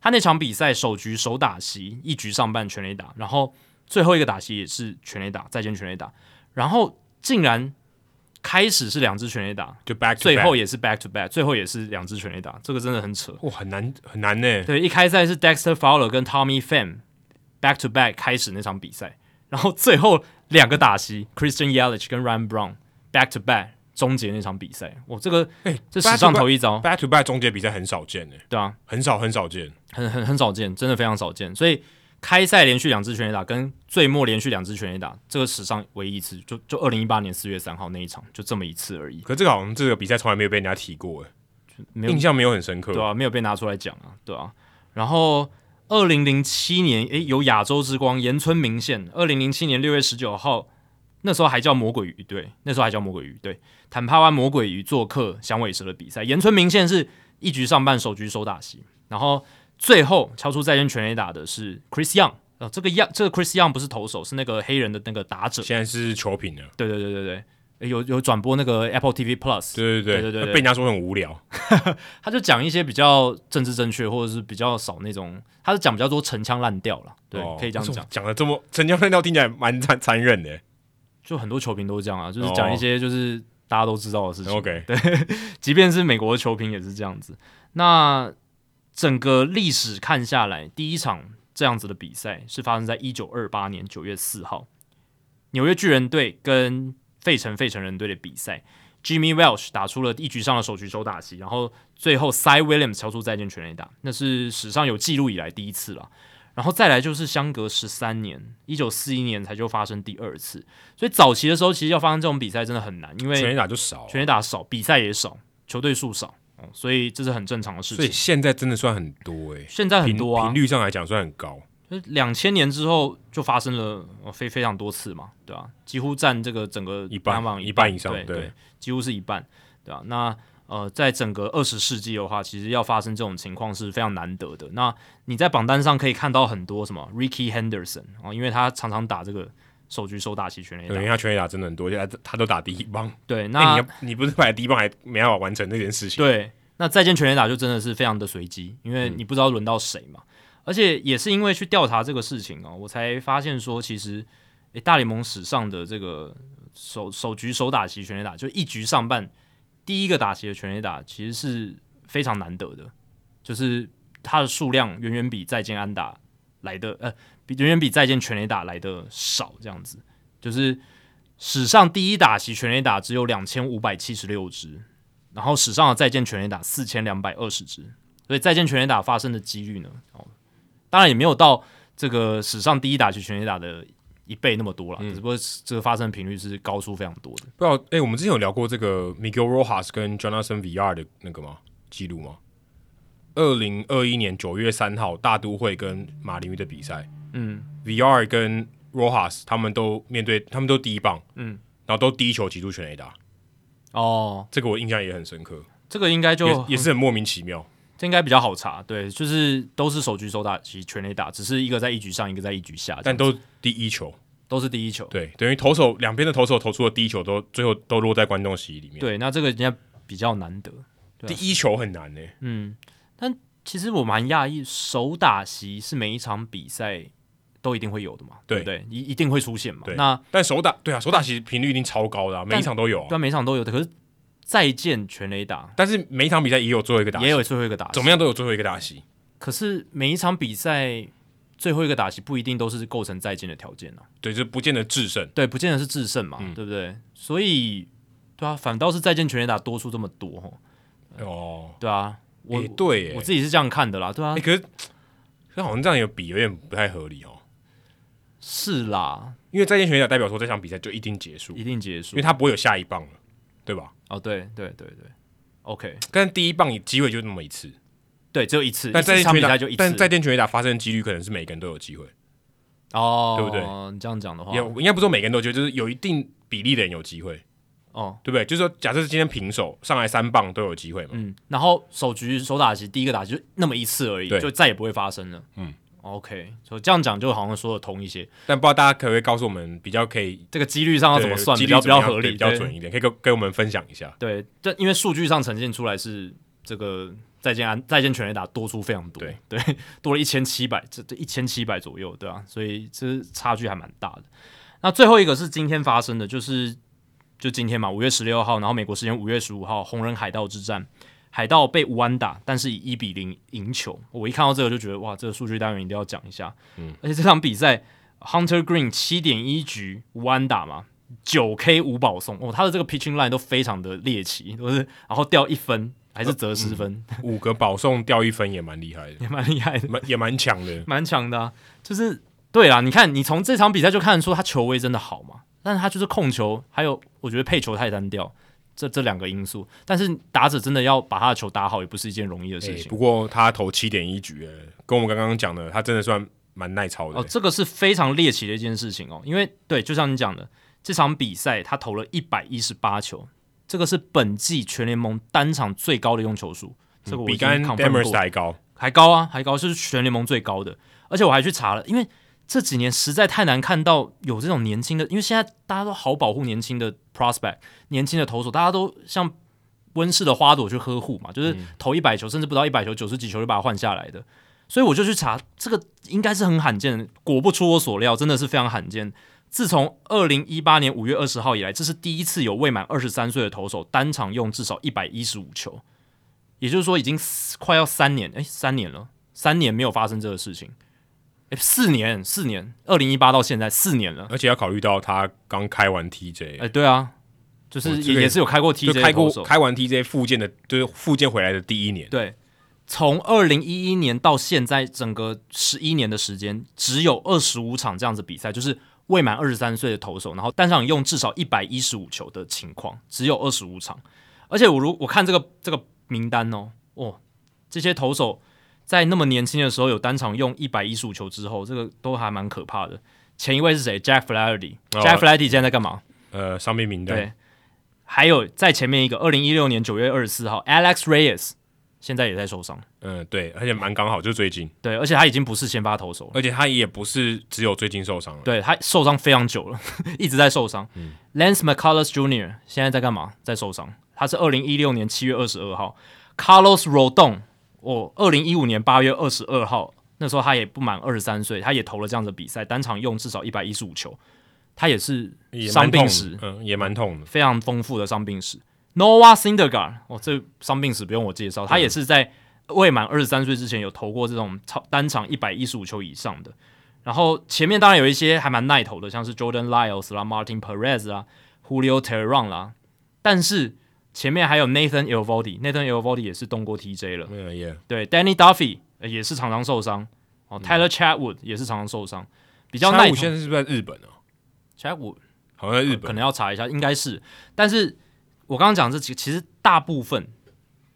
他那场比赛首局首打席，一局上半全垒打，然后最后一个打席也是全垒打，再见全垒打，然后竟然开始是两支全垒打，
就 back to
最
back
后也是 back to back，最后也是两支全垒打，这个真的很扯。
哇很难很难呢、欸
对，一开赛是 Dexter Fowler 跟 Tommy Pham back to back 开始那场比赛，然后最后两个打席 Christian Yelich 跟 Ryan Brown back to back 终结那场比赛。我这个
哎
这史上头一遭，
back to back 终结比赛很少见呢、欸
对啊，
很少很少见。
很很很少见，真的非常少见。所以开赛连续两支全垒打跟最末连续两支全垒打，这个史上唯一一次，就就二零一八年四月三号那一场，就这么一次而已，
可这个好像这个比赛从来没有被人家提过、欸，
没有
印象没有很深刻。
对啊，没有被拿出来讲啊，对啊。然后二零零七年，诶，有亚洲之光岩村明宪，二零零七年六月十九号，那时候还叫魔鬼鱼队，那时候还叫魔鬼鱼队，坦帕湾魔鬼鱼做客响尾蛇的比赛，岩村明宪是一局上半首局手打席，然后最后敲出再见全垒打的是 Chris Young。啊，这个 Young，这个 Chris Young 不是投手，是那个黑人的那个打者。
现在是球评了，
对对对对对诶，有有转播那个 Apple TV Plus，
对对
对对对对
被人家说很无聊。
他就讲一些比较政治正确，或者是比较少那种，他是讲比较多陈腔滥调了，对，
哦
可以这样讲，，
讲的这么陈江那料听起来蛮残残忍的、欸
就很多球评都这样啊，就是
哦
讲一些就是大家都知道的事情，
OK，
即便是美国的球评也是这样子。那整个历史看下来，第一场这样子的比赛是发生在一九二八年九月四号，纽约巨人队跟费城费城人队的比赛。Jimmy Welsh 打出了一局上的首局手打席，然后最后 Cy Williams 敲出再见全垒打，那是史上有记录以来第一次了。然后再来就是相隔十三年，一九四一年才就发生第二次，所以早期的时候其实要发生这种比赛真的很难，因为
全垒打就少、
全垒打少，比赛也少，球队数少、哦，所以这是很正常的事
所以
情。
现在真的算很多哎、
现在
频
很多啊
频，率上来讲算很高。
两千年之后就发生了呃非、非常多次嘛，对吧、几乎占这个整个
一半
排行榜
一
半
半以上
对
对
几乎是一半，对吧、那呃，在整个二十世纪的话，其实要发生这种情况是非常难得的。那你在榜单上可以看到很多什么 Ricky Henderson 哦，因为他常常打这个手局手打席全垒
对，因为
打，
他全垒打真的很多，而且他他都打第一棒。
对，
那、
那、
哎你要你不是摆第一棒还没办法完成那件事情？嗯
对，那再见全垒打就真的是非常的随机，因为你不知道轮到谁嘛。而且也是因为去调查这个事情哦，我才发现说，其实诶大联盟史上的这个首首局首打席全垒打，就一局上半第一个打席的全垒打，其实是非常难得的，就是它的数量远远比再见安打来的，呃，比远远比再见全垒打来的少，这样子，就是史上第一打席全垒打只有两千五百七十六支，然后史上的再见全垒打四千两百二十支，所以再见全垒打发生的几率呢，哦，当然也没有到这个史上第一打席全垒打的一倍那么多了，只不过这个发生的频率是高出非常多的。
不知道哎、我们之前有聊过这个 Miguel Rojas 跟 Jonathan VR 的那个吗？记录吗？二零二一年九月三号，大都会跟马林鱼的比赛，
嗯
，VR 跟 Rojas 他们都面对，他们都第一棒，
嗯，
然后都第一球击出全垒打，
哦，
这个我印象也很深刻，
这个应该就嗯
也也是很莫名其妙。
这应该比较好查，对，就是都是首局手打及全垒打，只是一个在一局上，一个在一局下，
但都第一球，
都是第一球。
对，等于投手两边的投手投出的第一球都最后都落在观众席里面，
对，啊那这个应该比较难得。
第一球很难欸呢、
嗯，但其实我蛮讶异，手打席是每一场比赛都一定会有的嘛，
对
不对？一一定会出现嘛。
对
那
但手打对啊，手打其实频率一定超高的、啊，每一场都有、啊，
对啊，每一场都有的，可是再见全垒打
但是每一场比赛也有最后一个打席，
也有最后一个打席，
怎么样都有最后一个打席。
可是每一场比赛最后一个打席不一定都是构成再见的条件啊。嗯
对，就不见得制胜。
对，不见得是制胜嘛，对不对？所以，对啊，反倒是再见全垒打多出这么多哦，
哦，
对啊，我、
诶对耶，
我自己是这样看的啦，对啊
哎、，可是可是好像这样有比有点不太合理哦。
是啦，
因为再见全垒打代表说这场比赛就一定结束，
一定结
因
束
为。他不会有下一棒了，对吧？
哦，对对对对，OK，
但第一棒机会就那么一次，
对，只有一次，
但
一
再
次
见
场
全垒
比赛
打
就一次，
但再见全垒打发生的几率可能是每个人都有机会，
哦，
对不对？
你这样讲的话，
也应该不是说每个人都有机会，就是有一定比例的人有机会，
哦，
对不对？就是说，假设是今天平手，上来三棒都有机会嘛，
嗯，然后首局首打席第一个打席就那么一次而已，
对
就再也不会发生了。
嗯
，OK，所以这样讲就好像说得通一些，
但不知道大家可不可以告诉我们比较可以
这个几率上要怎么
对
算
几
比
率
较
怎
比
么
较
样
合
对
理，
比较
对
准一点，可以跟跟我们分享一
<laughs>
下。
对，这因为数据上呈现出来是这个再见安再见全垒打多出非常多，
对
多了一千七百，这这一千七百左右，对啊，所以这差距还蛮大的。那最后一个是今天发生的，就是就今天嘛，五月十六号，然后美国时间五月十五号，红人海盗之战，海盗被五安打，但是以一比零赢球。我一看到这个就觉得哇，这个数据单元一定要讲一下。嗯，而且这场比赛 Hunter Green 七点一局五安打嘛，九 K 五保送哦，他的这个 pitching line 都非常的猎奇，都是然后掉一分还是得失分，
五个保送掉一分也蛮厉害的，
<laughs> 也蛮厉害的。
蛮
<laughs>
也蛮强的。
蛮强的、啊，就是对啦，你看，你从这场比赛就看得出他球威真的好嘛，但是他就是控球，还有我觉得配球太单调，这这两个因素。但是打者真的要把他的球打好，也不是一件容易的事
欸
情。
不过他投七点一局，欸跟我们刚刚讲的，他真的算蛮耐操的
哦，。这个是非常猎奇的一件事情哦，因为对，就像你讲的，这场比赛他投了一百一十八球，这个是本季全联盟单场最高的用球数，这个我
比
已经
干
confirm
Demers
过
还高，
还高啊，还高，是全联盟最高的。而且我还去查了，因为这几年实在太难看到有这种年轻的，因为现在大家都好保护年轻的 prospect，年轻的投手，大家都像温室的花朵去呵护嘛，就是
嗯
投一百球，甚至不到一百球，九十几球就把它换下来的。所以我就去查，这个应该是很罕见的。果不出我所料，真的是非常罕见。自从二零一八年五月二十号以来，这是第一次有未满二十三岁的投手单场用至少一百一十五球，也就是说已经四快要三年，哎，三年了，三年没有发生这个事情，哎，四年，四年，二零一八到现在四年了，
而且要考虑到他刚开完 TJ，
哎，对啊，就是
哦
也、
这个
也是有开过
就
TJ
开
投
过
手，
开完 TJ 复健的，就是复健回来的第一年，
对，从二零一一年到现在，整个十一年的时间，只有二十五场这样子比赛，就是未满二十三岁的投手，然后单场用至少一百一十五球的情况，只有二十五场。而且我如我看这个这个名单哦，哦，这些投手在那么年轻的时候有单场用一百一十五球之后，这个都还蛮可怕的。前一位是谁？Jack Flaherty，Jack、Jack Flaherty 现在在干嘛？
呃，伤病名单
对，还有在前面一个，二零一六年九月二十四号，Alex Reyes 现在也在受伤，
嗯，对，而且蛮刚好，就最近，
对，而且他已经不是先发投手了，
而且他也不是只有最近受伤了，
对他受伤非常久了， <laughs> 一直在受伤。Lance
嗯
McCullers Jr. 现在在干嘛？在受伤，他是二零一六年七月二十二号，Carlos Rodon，哦，二零一五年八月二十二号，那时候他也不满二十三岁，他也投了这样的比赛，单场用至少一百一十五球，他也是
也蛮
伤
痛
病
的
史，
嗯，也蛮痛的。
非常丰富的伤病史。Noah Syndergaard，哦，这伤病史不用我介绍，他也是在未满二十三岁之前有投过这种超单场一百一十五球以上的。然后前面当然有一些还蛮耐投的，像是 Jordan Lyles 啦、Martin Perez 啦、Julio Teheran 啦，但是前面还有 Nathan e l v o d y n a t h a n e l v o d y 也是动过 TJ 了。
嗯，也
对，Danny Duffy 呃也是常常受伤，哦，Tyler Chatwood 也是常常受伤，比
比
较耐投。
现在是不是在日本啊？
Chatwood
好像在日
可
本，
能要查一下，应该是。但是我刚刚讲这几个，其实大部分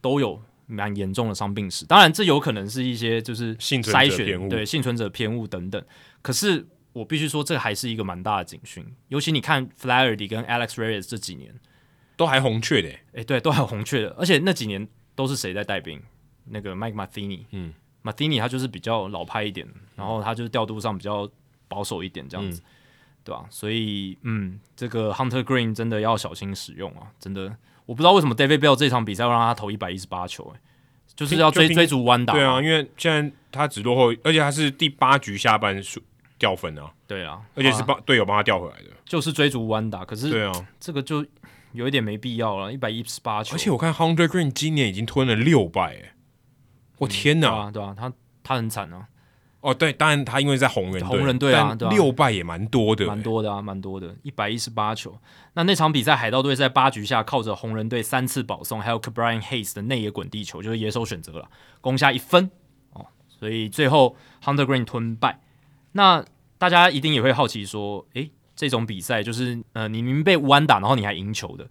都有蛮严重的伤病史。当然，这有可能是一些就是
幸存者
筛选
偏误
对幸存者偏误等等。可是我必须说，这还是一个蛮大的警讯。尤其你看 Flaherty 跟 Alex Reyes 这几年，
都还红雀的欸，
诶，对，都还有红雀的，而且那几年都是谁在带兵？那个 Mike Matheny，
嗯
，Matheny 他就是比较老派一点，然后他就是调度上比较保守一点这样子，对吧、所以，嗯，这个 Hunter Green 真的要小心使用啊，真的，我不知道为什么 David Bell 这场比赛要让他投一百一十八球、诶，就是要追
就平
追逐弯打，
对啊，，因为现在他只落后，而且他是第八局下半输掉分啊，
对啊，
而且是
啊
帮队友帮他调回来的，
就是追逐弯打，可是
对啊。
这个就有一点没必要了，一百一十八球，
而且我看 Hundred Green 今年已经吞了六败，哎，我天
对
哪！
啊，对啊，他他很惨啊，
哦，对，当然他因为在红人队，
红人队啊
但
对啊
六败也蛮多的，
蛮多的啊，蛮多的，一百一十八球。那那场比赛，海盗队在八局下靠着红人队三次保送，还有 Cabrian Hayes 的内野滚地球，就是野手选择了，攻下一分哦，所以最后 Hunter Green 吞败。那大家一定也会好奇说，诶，这种比赛就是呃，你明明被弯打，然后你还赢球的，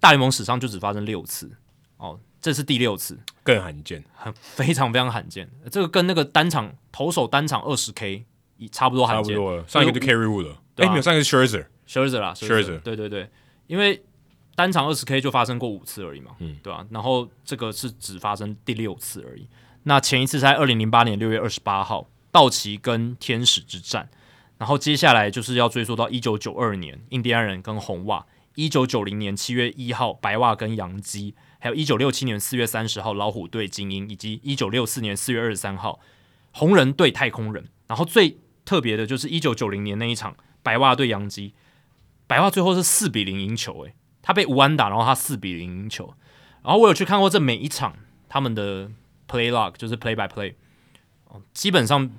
大联盟史上就只发生六次哦，这是第六次，
更罕见。
很非常非常罕见。这个跟那个单场投手单场二十 K 也差不多
差
罕
不
见。
多了，上一个就 Carry Wood 了，
对
哎，
啊
没有，上一个是 Scherzer，
Scherzer 啦
Scherzer
对对对，因为单场二十 K 就发生过五次而已嘛，嗯，对啊，然后这个是只发生第六次而已。那前一次是在二零零八年六月二十八号，道奇跟天使之战，然后接下来就是要追溯到一九九二年，印第安人跟红袜，一九九零年七月一号，白袜跟洋基，还有一九六七年四月三十号，老虎队精英，以及一九六四年四月二十三号，红人对太空人。然后最特别的就是一九九零年那一场，白袜对洋基，白袜最后是四比零赢球，诶，欸他被吴安打，然后他四比零赢球。然后我有去看过这每一场他们的 play log，就是 play by play，哦基本上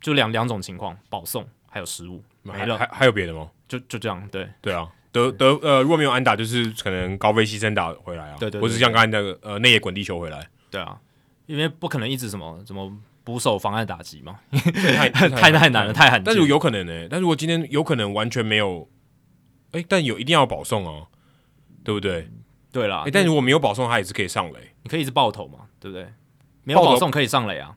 就两两种情况，保送还有失误，没了，
还还有别的吗？
就就这样，对。
对啊，德德呃，如果没有安打，就是可能高飞牺牲打回来啊，
对对对
或者像刚才那个呃内野滚地球回
<laughs>
来，
对啊，因为不可能一直什么什么捕手妨碍打击嘛，
这 <laughs> 太
太太难了，。太罕见了。
但是有可能呢、欸但如果今天有可能完全没有，哎、但有一定要保送哦、对不对？
对啦，
哎、但如果没有保送，他也是可以上垒、
你可以一直爆头嘛，对不对？没有
爆头
保送可以上垒啊，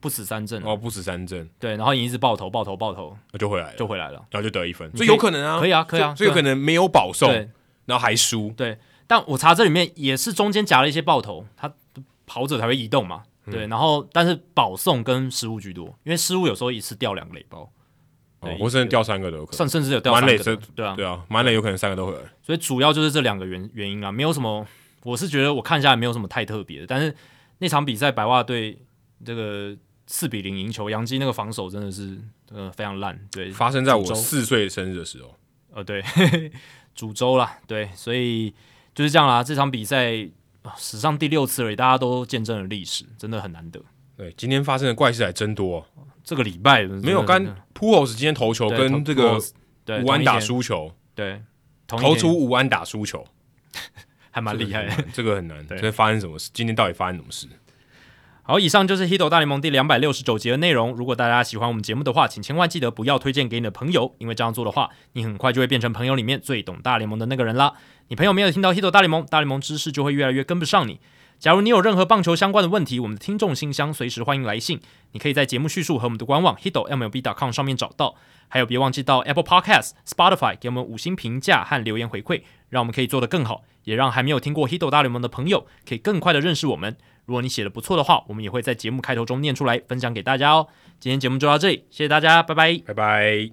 不死三振啊、
哦，不死三振
对，然后你一直爆头爆头爆头
那就回来了，
就回来了，
然后就得一分，
以
所以有可能啊，
可以啊，可以啊，
所以有可
能
能没有保送，
对
然后还输，
对。但我查这里面也是中间夹了一些爆头，他跑者才会移动嘛，对。然后但是保送跟失误居多，因为失误有时候一次掉两个垒包，
哦
对
或甚至掉三个都有可能。
甚甚至有掉
满
三
垒
个的，
这
对啊，
对啊，满垒有可能三个都会来。
所以主要就是这两个原原因啊，没有什么，我是觉得我看下来没有什么太特别的。但是那场比赛白袜队这个四比零赢球，杨基那个防守真的是呃非常烂，对，
发生在我
主轴
四岁生日的时候，
呃对， <laughs> 主周啦，对，所以就是这样啦。这场比赛啊史上第六次了，大家都见证了历史，真的很难得。
对，今天发生的怪事还真多、啊。
这个礼拜没
没有，刚 Pujols 今天投球
对
跟
同
这个
Pujols，对
吴安打，
同一天
输球，
对，同一
投
天
出吴安打输球，
还蛮厉害的。
这个很难，这个很难。
对
这发生什么事？今天到底发生什么事？
好，以上就是《h i t o 大联盟》第两百六十九集的内容。如果大家喜欢我们节目的话，请千万记得不要推荐给你的朋友，因为这样做的话，你很快就会变成朋友里面最懂大联盟的那个人啦。你朋友没有听到《h i t o 大联盟》，大联盟知识就会越来越跟不上你。假如你有任何棒球相关的问题，我们的听众信箱随时欢迎来信，你可以在节目叙述和我们的官网 hito mlb.com 上面找到。还有，别忘记到 Apple Podcast、Spotify 给我们五星评价和留言回馈，让我们可以做得更好，也让还没有听过 hito 大联盟的朋友可以更快的认识我们。如果你写的不错的话，我们也会在节目开头中念出来，分享给大家哦。今天节目就到这里，谢谢大家，拜拜。
拜拜。